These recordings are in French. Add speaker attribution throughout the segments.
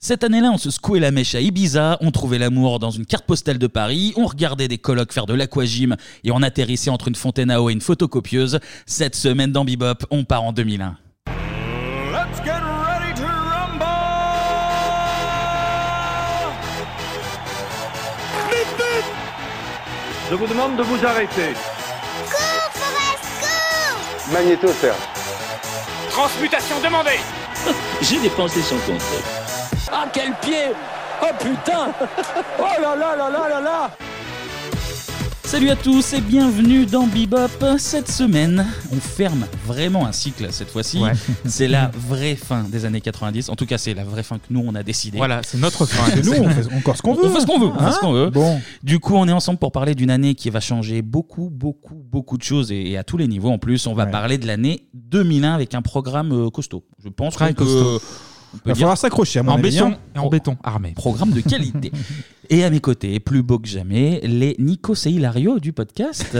Speaker 1: Cette année-là, on se secouait la mèche à Ibiza, on trouvait l'amour dans une carte postale de Paris, on regardait des colloques faire de l'aquagym et on atterrissait entre une fontaine à eau et une photocopieuse. Cette semaine dans Bebop, on part en 2001.
Speaker 2: Let's get ready to rumble! Vite, vite!
Speaker 3: Je vous demande de vous arrêter.
Speaker 4: Magnétosphère.
Speaker 5: Transmutation demandée
Speaker 6: J'ai dépensé son compte.
Speaker 5: Ah quel pied Oh putain Oh là là là là là là
Speaker 1: Salut à tous et bienvenue dans Bebop. Cette semaine, on ferme vraiment un cycle cette fois-ci.
Speaker 7: Ouais.
Speaker 1: C'est la vraie fin des années 90. En tout cas, c'est la vraie fin que nous, on a décidé.
Speaker 7: Voilà, c'est notre fin.
Speaker 1: C'est-
Speaker 7: Et nous, on fait encore ce qu'on veut.
Speaker 1: On fait ce qu'on veut. hein. on fait ce qu'on veut.
Speaker 7: Bon.
Speaker 1: Du coup, on est ensemble pour parler d'une année qui va changer beaucoup, beaucoup, beaucoup de choses et, et à tous les niveaux. En plus, on va
Speaker 7: Ouais.
Speaker 1: parler de l'année 2001 avec un programme euh, costaud. Je pense qu'on
Speaker 7: Très
Speaker 1: peut-
Speaker 7: costaud.
Speaker 1: on peut
Speaker 7: Il va
Speaker 1: dire
Speaker 7: falloir s'accrocher à mon
Speaker 1: En
Speaker 7: avis,
Speaker 1: béton.
Speaker 7: hein. Et en béton armé.
Speaker 1: programme de qualité. Et à mes côtés, plus beau que jamais, les Nico et Hilario du podcast.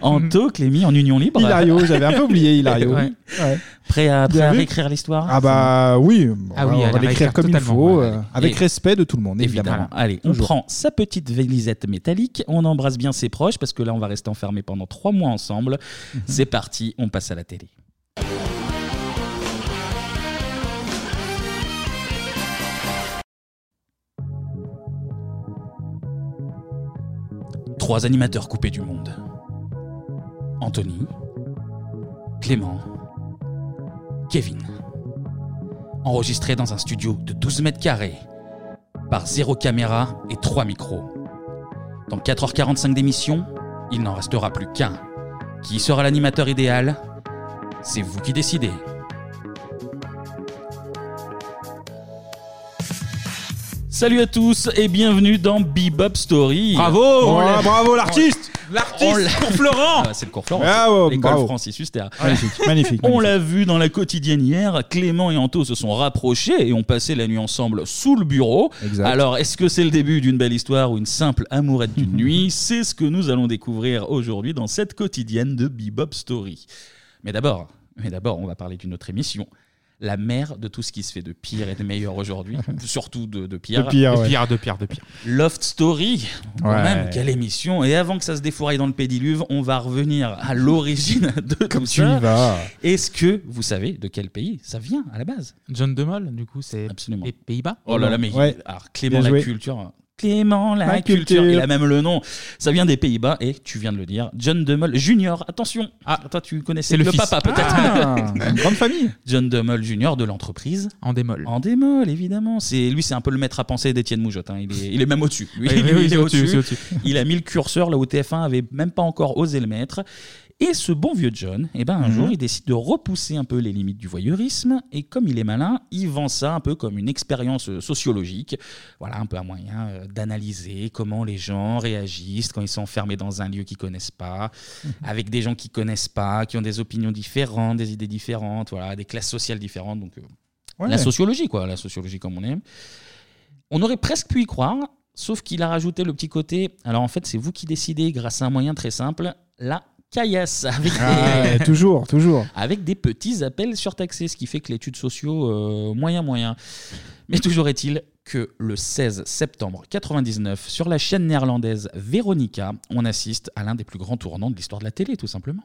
Speaker 1: en taux, Clémy, en Union Libre.
Speaker 7: Mhm. Hilario, j'avais un peu oublié Hilario.
Speaker 1: Ouais.
Speaker 7: Ouais.
Speaker 1: Prêt à, prêt
Speaker 7: Bien
Speaker 1: à
Speaker 7: vu.
Speaker 1: réécrire l'histoire
Speaker 7: Ah bah oui, bon, Ah oui,
Speaker 1: à
Speaker 7: on
Speaker 1: la
Speaker 7: va l'écrire
Speaker 1: réécrire
Speaker 7: comme il
Speaker 1: totalement,
Speaker 7: faut,
Speaker 1: ouais,
Speaker 7: euh,
Speaker 1: ouais.
Speaker 7: avec
Speaker 1: Et-
Speaker 7: respect de tout le monde, évidemment.
Speaker 1: Évidemment. Allez, on
Speaker 7: Toujours.
Speaker 1: prend sa petite vélisette métallique, on embrasse bien ses proches parce que là, on va rester enfermés pendant trois mois ensemble. C'est parti, on passe à la télé. Trois animateurs coupés du monde. Anthony, Clément, Kevin. Enregistré dans un studio de 12 mètres carrés, par zéro caméra et trois micros. Dans 4h45 d'émission, il n'en restera plus qu'un. Qui sera l'animateur idéal C'est vous qui décidez. Salut à tous et bienvenue dans Bebop Story.
Speaker 7: Oh,
Speaker 1: On l'a-
Speaker 7: bravo l'artiste
Speaker 8: Oh,
Speaker 1: on l'a-
Speaker 7: L'artiste pour Florent
Speaker 1: Ah, C'est le cours Oh, Florent.
Speaker 7: Bravo,
Speaker 1: L'école
Speaker 7: bravo.
Speaker 1: Francis Huster.
Speaker 7: Magnifique, magnifique.
Speaker 1: On
Speaker 7: magnifique.
Speaker 1: l'a vu dans la quotidienne hier, Clément et Anto se sont rapprochés et ont passé la nuit ensemble sous le bureau.
Speaker 7: Exact.
Speaker 1: Alors, est-ce que c'est le début d'une belle histoire ou une simple amourette d'une nuit C'est ce que nous allons découvrir aujourd'hui dans cette quotidienne de Bebop Story. Mais d'abord, mais d'abord, on va parler d'une autre émission. La mère de tout ce qui se fait de pire et de meilleur aujourd'hui, surtout de, de
Speaker 7: De
Speaker 1: pire.
Speaker 7: pire, ouais. Pierre, de Pierre, de Pierre.
Speaker 1: Loft Story, quand
Speaker 7: Ouais.
Speaker 1: même, quelle émission. Et avant que ça se défouraille dans le pédiluve, on va revenir à l'origine de tout
Speaker 7: Tu
Speaker 1: ça.
Speaker 7: y vas.
Speaker 1: Est-ce que vous savez de quel pays ça vient à la base
Speaker 8: John DeMol, du coup, c'est
Speaker 1: Absolument.
Speaker 8: les Pays-Bas.
Speaker 1: Oh là là, mais
Speaker 7: Ouais.
Speaker 1: alors, Clément
Speaker 7: Bien
Speaker 1: la
Speaker 7: joué.
Speaker 1: culture. Clément la,
Speaker 7: La
Speaker 1: culture.
Speaker 7: culture.
Speaker 1: il a même le nom. Ça vient des Pays-Bas et tu viens de le dire, John Dummel Junior. Attention, ah toi tu connaissais
Speaker 8: C'est
Speaker 1: le,
Speaker 8: le fils.
Speaker 1: papa peut-être.
Speaker 7: Ah, une grande famille.
Speaker 1: John Dummel Junior de l'entreprise
Speaker 8: En démol.
Speaker 1: en démol évidemment. C'est lui, c'est un peu le maître à penser d'Étienne Moujotte. hein. Il, est, il est même au-dessus. Lui,
Speaker 8: Oui, oui,
Speaker 1: lui,
Speaker 8: oui,
Speaker 1: il est au-dessus.
Speaker 8: c'est au-dessus.
Speaker 1: Il a mis le curseur là où TF1 avait même pas encore osé le mettre. Et ce bon vieux John, eh ben un jour, il décide de repousser un peu les limites du voyeurisme. Et comme il est malin, il vend ça un peu comme une expérience euh, sociologique. Voilà, un peu un moyen euh, d'analyser comment les gens réagissent quand ils sont enfermés dans un lieu qu'ils connaissent pas, avec des gens qu'ils connaissent pas, qui ont des opinions différentes, des idées différentes, voilà, des classes sociales différentes. Donc, euh,
Speaker 7: Ouais.
Speaker 1: la sociologie, quoi, la sociologie comme on aime. On aurait presque pu y croire, sauf qu'il a rajouté le petit côté. Alors en fait, c'est vous qui décidez grâce à un moyen très simple, la caillasse, avec,
Speaker 7: Ah,
Speaker 1: des,
Speaker 7: ouais, toujours, toujours.
Speaker 1: avec des petits appels surtaxés, ce qui fait que l'étude sociaux, euh, moyen, moyen. Mais toujours est-il que le 16 septembre 99, sur la chaîne néerlandaise Veronica, on assiste à l'un des plus grands tournants de l'histoire de la télé, tout simplement.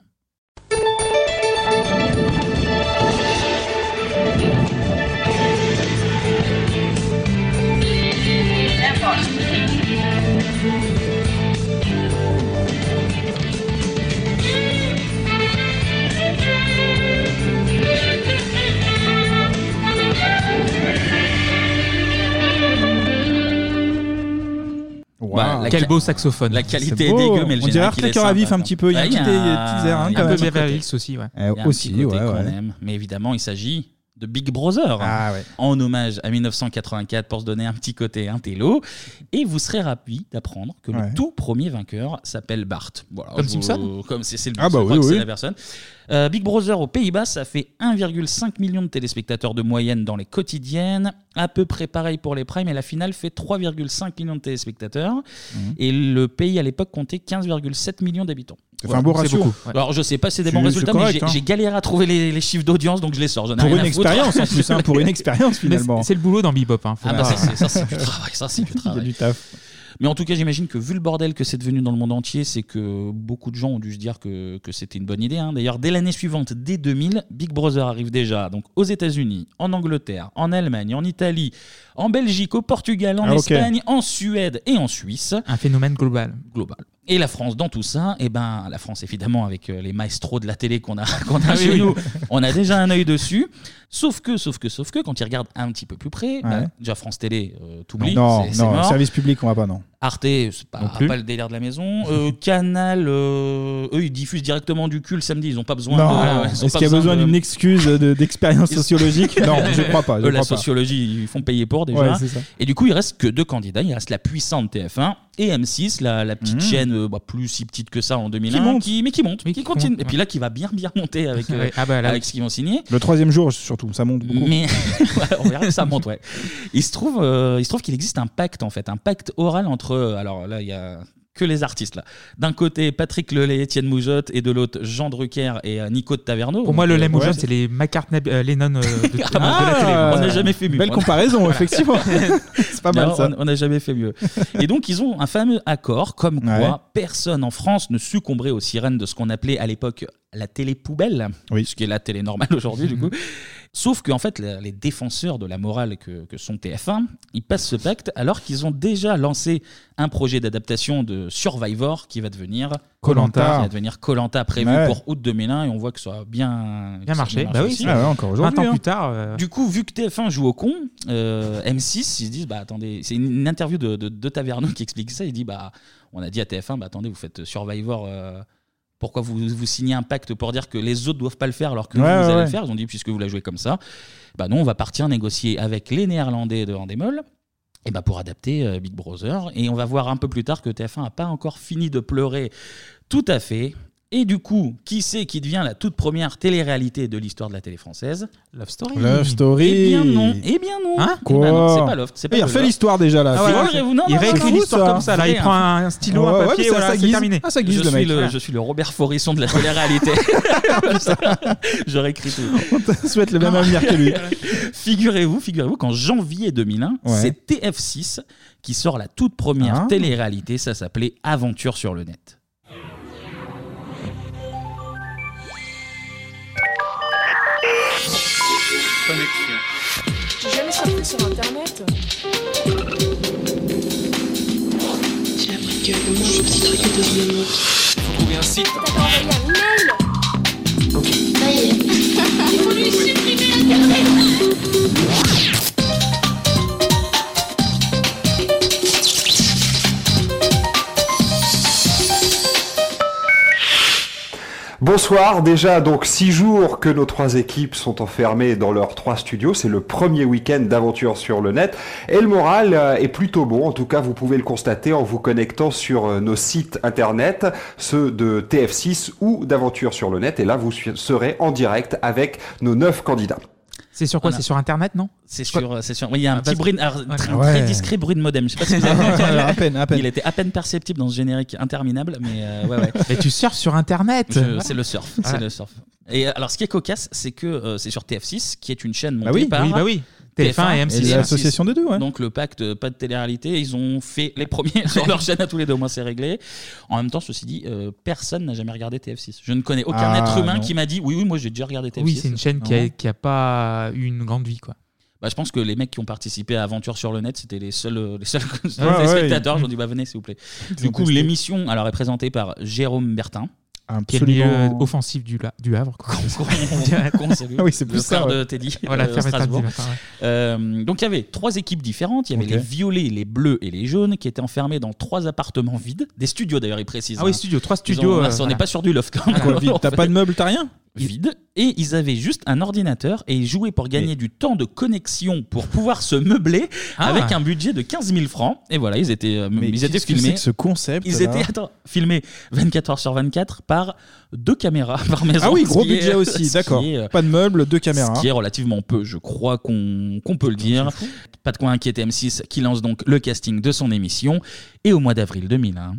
Speaker 1: Bah, la
Speaker 8: Quel
Speaker 1: ca-
Speaker 8: beau saxophone.
Speaker 1: La
Speaker 7: C'est
Speaker 1: qualité est
Speaker 7: beau.
Speaker 1: dégueu, mais le
Speaker 7: On dirait
Speaker 1: générique, il est
Speaker 7: Arthur à vif
Speaker 1: sympa,
Speaker 7: un petit peu. Il y a
Speaker 1: Ouais,
Speaker 7: un petit petit air, hein,
Speaker 1: il y a
Speaker 8: un
Speaker 7: quand
Speaker 1: un
Speaker 8: peu
Speaker 7: même.
Speaker 1: petit
Speaker 8: Beverly
Speaker 1: côté.
Speaker 8: Hills aussi, ouais.
Speaker 7: Eh,
Speaker 1: Il y a un petit
Speaker 7: Aussi,
Speaker 1: côté
Speaker 7: ouais,
Speaker 1: qu'on
Speaker 7: ouais.
Speaker 1: aime. Mais évidemment, il s'agit de Big Brother.
Speaker 7: Ah ouais.
Speaker 1: En hommage à 1984 pour se donner un petit côté intello. Et vous serez ravi d'apprendre que le
Speaker 7: Ouais.
Speaker 1: tout premier vainqueur s'appelle Bart. Voilà,
Speaker 8: Comme
Speaker 1: je-
Speaker 8: Simpson
Speaker 1: Comme c'est c'est le
Speaker 7: Ah
Speaker 1: je
Speaker 7: bah
Speaker 1: crois
Speaker 7: oui,
Speaker 1: que c'est
Speaker 7: oui.
Speaker 1: la personne. Euh, Big Brother aux Pays-Bas, ça fait 1,5 million de téléspectateurs de moyenne dans les quotidiennes. À peu près pareil pour les primes. Et la finale fait
Speaker 8: Mhm.
Speaker 1: 3,5 millions de téléspectateurs. Et le pays à l'époque comptait 15,7 millions d'habitants.
Speaker 8: fait un beau ratio. Ouais.
Speaker 1: Alors, je sais pas si c'est des bons
Speaker 8: C'est-
Speaker 1: résultats,
Speaker 8: c'est
Speaker 1: mais
Speaker 8: correct,
Speaker 1: j'ai
Speaker 8: hein.
Speaker 1: j'ai galéré à trouver les, les chiffres d'audience, donc je les sors. j'en ai rien à foutre.
Speaker 7: hein,
Speaker 1: Mais
Speaker 7: Mais C'est c'est le boulot dans Bebop. Hein, faut
Speaker 1: Ah bah
Speaker 7: pas-
Speaker 1: ça, c'est- ça, c'est du travail, ça c'est du travail.
Speaker 7: du
Speaker 1: Mais en tout cas, j'imagine que vu le bordel que c'est devenu dans le monde entier, c'est que beaucoup de gens ont dû se dire que, que c'était une bonne idée. hein. D'ailleurs, dès l'année suivante, dès 2000, Big Brother arrive déjà donc aux États-Unis, en Angleterre, en Allemagne, en Italie, en Belgique, au Portugal, en
Speaker 7: Ah, ok.
Speaker 1: Espagne, en Suède et en Suisse.
Speaker 7: Un phénomène global.
Speaker 1: Global. Et la France dans tout ça, et ben la France évidemment avec euh, les maestros de la télé qu'on a, qu'on a
Speaker 7: Ah oui,
Speaker 1: chez
Speaker 7: oui.
Speaker 1: nous, on a déjà un œil dessus. Sauf que, sauf que, sauf que, quand ils regardent un petit peu plus près, bah, déjà France Télé, euh, t'oublies,
Speaker 8: Non,
Speaker 1: c'est- c'est
Speaker 8: non,
Speaker 1: mort.
Speaker 8: service public, on va pas, non.
Speaker 1: Arte, c'est pas,
Speaker 8: Non plus.
Speaker 1: pas le délire de la maison. Euh, Canal, euh, eux, ils diffusent directement du cul le samedi. Ils n'ont pas besoin.
Speaker 8: Non, Ah,
Speaker 1: de- ouais, ouais, ils ont
Speaker 8: est-ce
Speaker 1: pas
Speaker 8: qu'il y a besoin
Speaker 1: de-
Speaker 8: d'une excuse de- d'expérience sociologique Non, je crois pas. je
Speaker 1: Eux, Euh, la
Speaker 8: crois pas.
Speaker 1: sociologie, ils font payer pour déjà.
Speaker 8: Ouais, c'est ça.
Speaker 1: Et du coup, il reste que deux candidats. Il reste la puissante TF1 et M6, la, la petite
Speaker 8: Mhm.
Speaker 1: chaîne euh, bah, plus si petite que ça en 2001,
Speaker 8: monte.
Speaker 1: mais qui monte, qui, continue.
Speaker 8: monte,
Speaker 1: Et puis là, qui va bien bien monter avec, euh,
Speaker 8: Ouais, ah bah là,
Speaker 1: avec
Speaker 8: oui.
Speaker 1: ce qu'ils vont signer.
Speaker 8: Le troisième jour, surtout, ça monte beaucoup.
Speaker 1: Mais Ouais, on verra que ça monte, ouais. Il se trouve, euh, il se trouve qu'il existe un pacte en fait, un pacte oral entre. euh, Alors là, il y a que les artistes là. D'un côté, Patrick Lelay, Étienne Moujotte, et de l'autre, Jean Drucker et euh, Nico de Taverneau. euh,
Speaker 7: Pour moi, le Lem
Speaker 1: Moujotte,
Speaker 7: c'est les McCartney, euh, Lennon euh, de, de-
Speaker 1: Ah,
Speaker 7: de la télé.
Speaker 1: on n'a jamais fait mieux.
Speaker 7: Belle comparaison, effectivement. C'est pas mal,
Speaker 1: Non,
Speaker 7: ça.
Speaker 1: on- On n'a jamais fait mieux. Et donc, ils ont un fameux accord comme quoi
Speaker 8: Ouais.
Speaker 1: personne en France ne succomberait aux sirènes de ce qu'on appelait à l'époque la télé poubelle, ce qui est la télé normale aujourd'hui, du
Speaker 7: Mhm.
Speaker 1: coup. Sauf qu'en fait, la- les défenseurs de la morale que, que sont TF1, ils passent ce pacte alors qu'ils ont déjà lancé un projet d'adaptation de Survivor qui va devenir
Speaker 7: Koh-Lanta.
Speaker 1: Qui va devenir Colanta, prévu
Speaker 7: Ouais.
Speaker 1: pour août 2001, et on voit que ça a bien,
Speaker 7: Bien
Speaker 1: ça a
Speaker 7: marché. Bah oui,
Speaker 1: aussi.
Speaker 7: ça- Ah ouais, encore aujourd'hui, 20 ans hein. plus tard, euh.
Speaker 1: Du coup, vu que TF1 joue au con, euh, M6, ils se disent bah attendez, c'est une, une interview de, de, de Taverneau qui explique ça. Il dit bah on a dit à TF1 bah attendez, vous faites Survivor. euh, pourquoi vous, vous signez un pacte pour dire que les autres doivent pas le faire alors que
Speaker 8: Ouais,
Speaker 1: vous
Speaker 8: ouais,
Speaker 1: allez
Speaker 8: ouais.
Speaker 1: le faire Ils ont dit puisque vous la jouez comme ça, bah non, on va partir négocier avec les Néerlandais de Handemol. Et bah pour adapter euh, Big Brother. Et on va voir un peu plus tard que TF1 n'a pas encore fini de pleurer. Tout à fait. Et du coup, qui c'est qui devient la toute première télé-réalité de l'histoire de la télé française Love Story.
Speaker 8: Love Story.
Speaker 1: Eh bien non. Eh bien non.
Speaker 8: Hein
Speaker 1: Eh ben non,
Speaker 8: Quoi
Speaker 1: c'est pas Love. C'est pas
Speaker 8: Il
Speaker 1: de
Speaker 8: refait
Speaker 1: Love.
Speaker 8: l'histoire déjà là.
Speaker 1: Ah ouais, il réécrit- non,
Speaker 7: il
Speaker 1: non,
Speaker 7: réécrit
Speaker 1: non, non,
Speaker 7: l'histoire
Speaker 1: ça.
Speaker 7: comme ça, là, il
Speaker 1: Vrai,
Speaker 7: prend
Speaker 1: hein.
Speaker 7: un- un stylo, un Ouais, ouais, papier, mais ça- voilà, ça c'est guise- terminé. ah, ça guise
Speaker 1: je,
Speaker 7: le
Speaker 1: suis
Speaker 7: mec.
Speaker 1: le,
Speaker 7: Ouais.
Speaker 1: je suis le Robert Forisson de la télé-réalité. je réécris tout.
Speaker 8: On te souhaite le même
Speaker 1: Ah,
Speaker 8: avenir que lui.
Speaker 1: Figurez-vous, figurez-vous qu'en janvier 2001,
Speaker 8: Ouais.
Speaker 1: c'est TF6 qui sort la toute première
Speaker 8: Ah.
Speaker 1: télé-réalité. Ça s'appelait Aventure sur le net.
Speaker 9: Connexion.
Speaker 10: J'ai jamais surfé sur internet. J'ai appris que le monde petit truc de
Speaker 9: Faut trouver un site.
Speaker 10: T'as pas envoyé un mail
Speaker 9: Ok.
Speaker 10: Ça y est. Il faut lui supprimer
Speaker 11: Bonsoir, déjà donc six jours que nos trois équipes sont enfermées dans leurs trois studios, c'est le premier week-end d'aventure sur le net et le moral euh, est plutôt bon, en tout cas vous pouvez le constater en vous connectant sur euh, nos sites internet, ceux de TF6 ou d'aventure sur le net et là vous su- serez en direct avec nos neuf candidats.
Speaker 7: C'est sur quoi
Speaker 1: Voilà.
Speaker 7: C'est sur Internet, non Ah,
Speaker 1: C'est sûr, c'est sûr. Oui, il y a un
Speaker 7: parce-
Speaker 1: petit bruit, alors, très,
Speaker 7: Ouais.
Speaker 1: très discret bruit de modem. Je sais pas si vous avez vu.
Speaker 7: Voilà, à peine, à peine.
Speaker 1: Il était à peine perceptible dans ce générique interminable, mais euh, ouais, ouais.
Speaker 7: Mais tu surfes sur Internet. Ah,
Speaker 1: Je- C'est le surf,
Speaker 7: Voilà.
Speaker 1: c'est le surf. Et euh, alors, ce qui est cocasse, c'est que euh, c'est sur TF6, qui est une chaîne montée
Speaker 7: Bah oui,
Speaker 1: par
Speaker 7: oui, bah oui. TF1 et M6. Et l'association
Speaker 8: des deux,
Speaker 1: Donc le pacte, euh, pas de télé-réalité, ils ont fait les premiers sur leur chaîne à tous les deux, au moins c'est réglé. En même temps, ceci dit, euh, personne n'a jamais regardé TF6. Je ne connais aucun
Speaker 7: Ah,
Speaker 1: être humain
Speaker 7: non.
Speaker 1: qui m'a dit, oui, oui, moi j'ai déjà regardé TF6.
Speaker 7: Oui, c'est une chaîne qui a,
Speaker 1: Non.
Speaker 7: qui a pas eu une grande vie, quoi.
Speaker 1: Bah, je pense que les mecs qui ont participé à Aventure sur le net, c'était les seuls, euh, les seuls les
Speaker 7: ouais,
Speaker 1: spectateurs.
Speaker 7: ils-
Speaker 1: Ils ont dit bah, venez, s'il vous plaît.
Speaker 7: ont
Speaker 1: Du coup,
Speaker 7: testé.
Speaker 1: l'émission alors, est présentée par Jérôme Bertin.
Speaker 7: Qui est le milieu
Speaker 1: euh,
Speaker 7: offensif du, la- du Havre. quoi. Direct.
Speaker 1: Qu'on salue.
Speaker 7: Ah oui, c'est
Speaker 1: Le
Speaker 7: plus ça,
Speaker 1: frère
Speaker 7: ouais.
Speaker 1: de Teddy.
Speaker 7: Voilà,
Speaker 1: euh,
Speaker 7: frère de Teddy,
Speaker 1: Strasbourg.
Speaker 7: d'accord, ouais.
Speaker 1: Euh, donc il y avait trois équipes différentes. Il y avait
Speaker 7: Ok.
Speaker 1: les violets, les bleus et les jaunes qui étaient enfermés dans trois appartements vides. Des studios d'ailleurs, ils précisent.
Speaker 7: Ah oui,
Speaker 1: hein.
Speaker 7: studios, trois
Speaker 1: Ils ont-
Speaker 7: studios,
Speaker 1: on
Speaker 7: euh,
Speaker 1: a- on n'est
Speaker 7: voilà.
Speaker 1: pas sur du loft quand
Speaker 7: Ah,
Speaker 1: même.
Speaker 7: quoi, vide. T'as pas de
Speaker 8: meubles, t'as rien
Speaker 1: Vide. Et ils avaient juste un ordinateur et ils jouaient pour gagner du temps de connexion pour pouvoir se meubler
Speaker 8: Ah.
Speaker 1: avec un budget de 15 000 francs. Et voilà, ils étaient, euh, ils étaient
Speaker 8: qu'est-ce que
Speaker 1: filmés.
Speaker 8: c'est que ce concept,
Speaker 1: Ils
Speaker 8: là
Speaker 1: étaient attends, filmés 24 heures sur 24 par deux caméras par maison.
Speaker 8: Ah oui,
Speaker 1: ce
Speaker 8: gros
Speaker 1: qui est-
Speaker 8: budget
Speaker 1: ce qui
Speaker 8: aussi, d'accord.
Speaker 1: est, euh,
Speaker 8: Pas de meubles, deux caméras.
Speaker 1: ce qui est relativement peu, je crois qu'on qu'on peut le dire. Pas de quoi inquiéter M6 qui lance donc le casting de son émission. Et au mois d'avril 2001.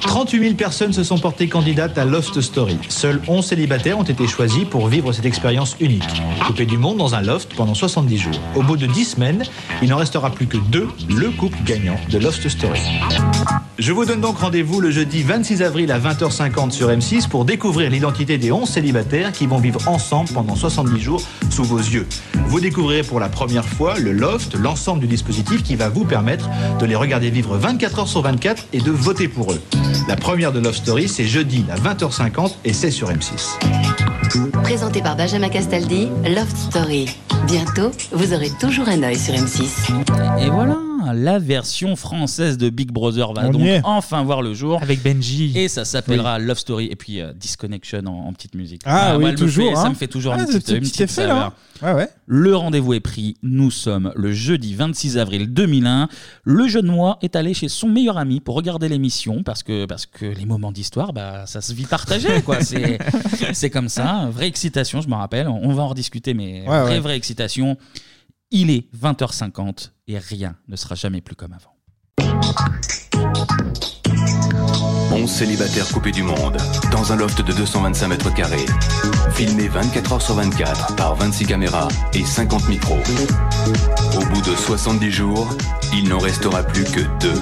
Speaker 12: 38 000 personnes se sont portées candidates à Loft Story. Seuls 11 célibataires ont été choisis pour vivre cette expérience unique. Coupé du monde dans un loft pendant 70 jours. Au bout de 10 semaines, il n'en restera plus que deux, le couple gagnant de Loft Story. Je vous donne donc rendez-vous le jeudi 26 avril à 20h50 sur M6 pour découvrir l'identité des 11 célibataires qui vont vivre ensemble pendant 70 jours sous vos yeux. Vous découvrirez pour la première fois le loft, l'ensemble du dispositif qui va vous permettre de les regarder vivre 24 heures sur 24 et de voter pour eux. La première de Love Story, c'est jeudi à 20h50 et c'est sur M6.
Speaker 13: Présenté par Benjamin Castaldi, Love Story. Bientôt, vous aurez toujours un œil sur M6.
Speaker 1: Et voilà, la version française de Big Brother va
Speaker 13: On
Speaker 1: donc
Speaker 13: y est.
Speaker 1: enfin voir le jour. Avec Benji. Et ça s'appellera Love Story et puis euh, Disconnection en, en petite musique.
Speaker 8: Ah oui,
Speaker 1: moi, elle me
Speaker 8: toujours,
Speaker 1: fait-
Speaker 8: hein.
Speaker 1: Ça me fait toujours
Speaker 8: Ah,
Speaker 1: une
Speaker 8: ce
Speaker 1: petite,
Speaker 8: petit
Speaker 1: une petite
Speaker 8: effet, là,
Speaker 1: saveur. Le rendez-vous est pris. Nous sommes le jeudi 26 avril 2001. Le jeune moi est allé chez son meilleur ami pour regarder l'émission parce que, parce que les moments d'histoire, bah, ça se vit partagé. quoi. C'est c'est comme ça. Vraie excitation, je me rappelle. On va en rediscuter, mais
Speaker 8: Ouais,
Speaker 1: vraie,
Speaker 8: ouais.
Speaker 1: vraie excitation. Il est 20h50 et rien ne sera jamais plus comme avant.
Speaker 14: 11 célibataires coupés du monde, dans un loft de 225 mètres carrés. Filmé 24 heures sur 24 par 26 caméras et 50 micros. Au bout de 70 jours, il n'en restera plus que deux.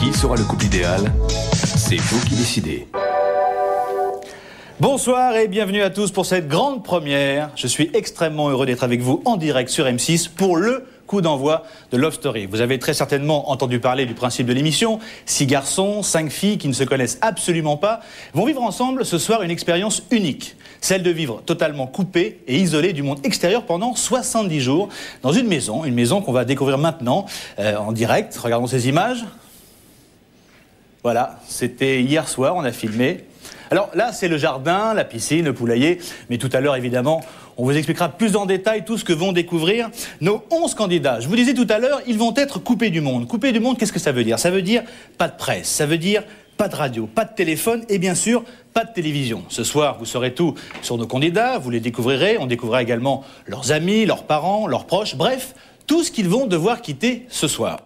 Speaker 14: Qui sera le couple idéal C'est vous qui décidez.
Speaker 12: Bonsoir et bienvenue à tous pour cette grande première. Je suis extrêmement heureux d'être avec vous en direct sur M6 pour le coup d'envoi de Love Story. Vous avez très certainement entendu parler du principe de l'émission. Six garçons, cinq filles qui ne se connaissent absolument pas vont vivre ensemble ce soir une expérience unique. Celle de vivre totalement coupé et isolé du monde extérieur pendant 70 jours dans une maison, une maison qu'on va découvrir maintenant euh, en direct. Regardons ces images. Voilà, c'était hier soir, on a filmé. Alors là, c'est le jardin, la piscine, le poulailler, mais tout à l'heure, évidemment, on vous expliquera plus en détail tout ce que vont découvrir nos 11 candidats. Je vous disais tout à l'heure, ils vont être coupés du monde. Coupés du monde, qu'est-ce que ça veut dire Ça veut dire pas de presse, ça veut dire pas de radio, pas de téléphone et bien sûr pas de télévision. Ce soir, vous saurez tout sur nos candidats, vous les découvrirez, on découvrira également leurs amis, leurs parents, leurs proches, bref, tout ce qu'ils vont devoir quitter ce soir.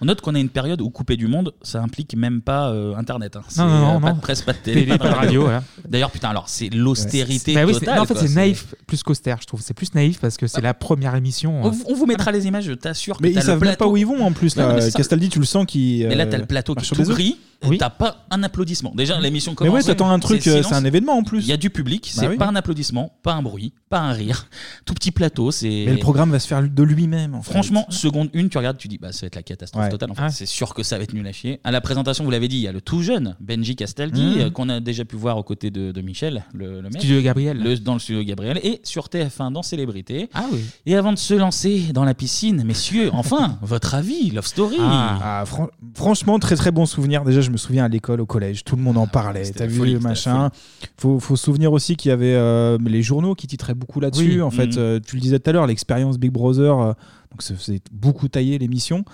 Speaker 1: On note qu'on a une période où couper du monde, ça implique même pas euh, Internet. hein. C'est,
Speaker 7: non, non,
Speaker 1: pas
Speaker 7: non.
Speaker 1: de presse, pas de télé,
Speaker 7: Télé,
Speaker 1: pas
Speaker 7: pas
Speaker 1: de
Speaker 7: de
Speaker 1: radio.
Speaker 7: radio, ouais.
Speaker 1: D'ailleurs, putain, alors c'est l'austérité
Speaker 7: Bah oui, c'est-
Speaker 1: totale.
Speaker 7: non, en fait,
Speaker 1: quoi.
Speaker 7: c'est naïf plus qu'austère, je trouve. C'est plus naïf parce que c'est la première émission.
Speaker 1: On,
Speaker 7: euh,
Speaker 1: vous- on vous mettra les images, je t'assure. que
Speaker 7: Mais
Speaker 1: t'as
Speaker 7: ils
Speaker 1: le
Speaker 7: savent même
Speaker 1: plateau-
Speaker 7: pas où ils vont, en plus,
Speaker 1: Non,
Speaker 7: là.
Speaker 1: mais c'est ça.
Speaker 7: Qu'est-ce
Speaker 8: Castaldi, tu le sens qui.
Speaker 1: Mais là,
Speaker 8: euh,
Speaker 1: t'as le plateau
Speaker 8: marche
Speaker 1: qui
Speaker 8: sur
Speaker 1: est
Speaker 8: des
Speaker 1: tout
Speaker 8: œufs.
Speaker 1: gris. et T'as pas un applaudissement. Déjà, l'émission
Speaker 8: Mais
Speaker 1: commence.
Speaker 8: ouais, t'attends un truc,
Speaker 1: c'est
Speaker 8: euh,
Speaker 1: silence.
Speaker 8: c'est un événement en plus.
Speaker 1: Il y a du public, c'est
Speaker 8: Bah oui.
Speaker 1: pas un applaudissement, pas un bruit, pas un rire. Tout petit plateau, c'est.
Speaker 8: Mais le programme va se faire de lui-même. en fait.
Speaker 1: Franchement, seconde une, tu regardes, tu dis, bah, ça va être la catastrophe
Speaker 8: Ouais. Ah.
Speaker 1: totale. En fait, C'est sûr que ça va être nul à chier. À la présentation, vous l'avez dit, il y a le tout jeune Benji Castaldi,
Speaker 8: Mmh.
Speaker 7: Mhm.
Speaker 1: euh, qu'on a déjà pu voir aux côtés de, de Michel, le, le mec.
Speaker 7: Studio Gabriel.
Speaker 1: Le- dans le studio Gabriel. Et sur TF1, dans Célébrité.
Speaker 8: Ah
Speaker 1: Et avant de se lancer dans la piscine, messieurs, enfin, votre avis, Love Story.
Speaker 8: Ah, fran- franchement, très très bon souvenir. Déjà, je me souviens à l'école, au collège, tout le monde en parlait. T'as
Speaker 1: la
Speaker 8: vu
Speaker 1: folie,
Speaker 8: le
Speaker 1: Ah, c'était la
Speaker 8: machin. Faut, faut se souvenir aussi qu'il y avait euh, les journaux qui titraient beaucoup là-dessus.
Speaker 1: Oui.
Speaker 8: En fait,
Speaker 1: Mhm.
Speaker 8: euh, tu le disais tout à l'heure, l'expérience Big Brother, euh, donc ça faisait beaucoup tailler l'émission.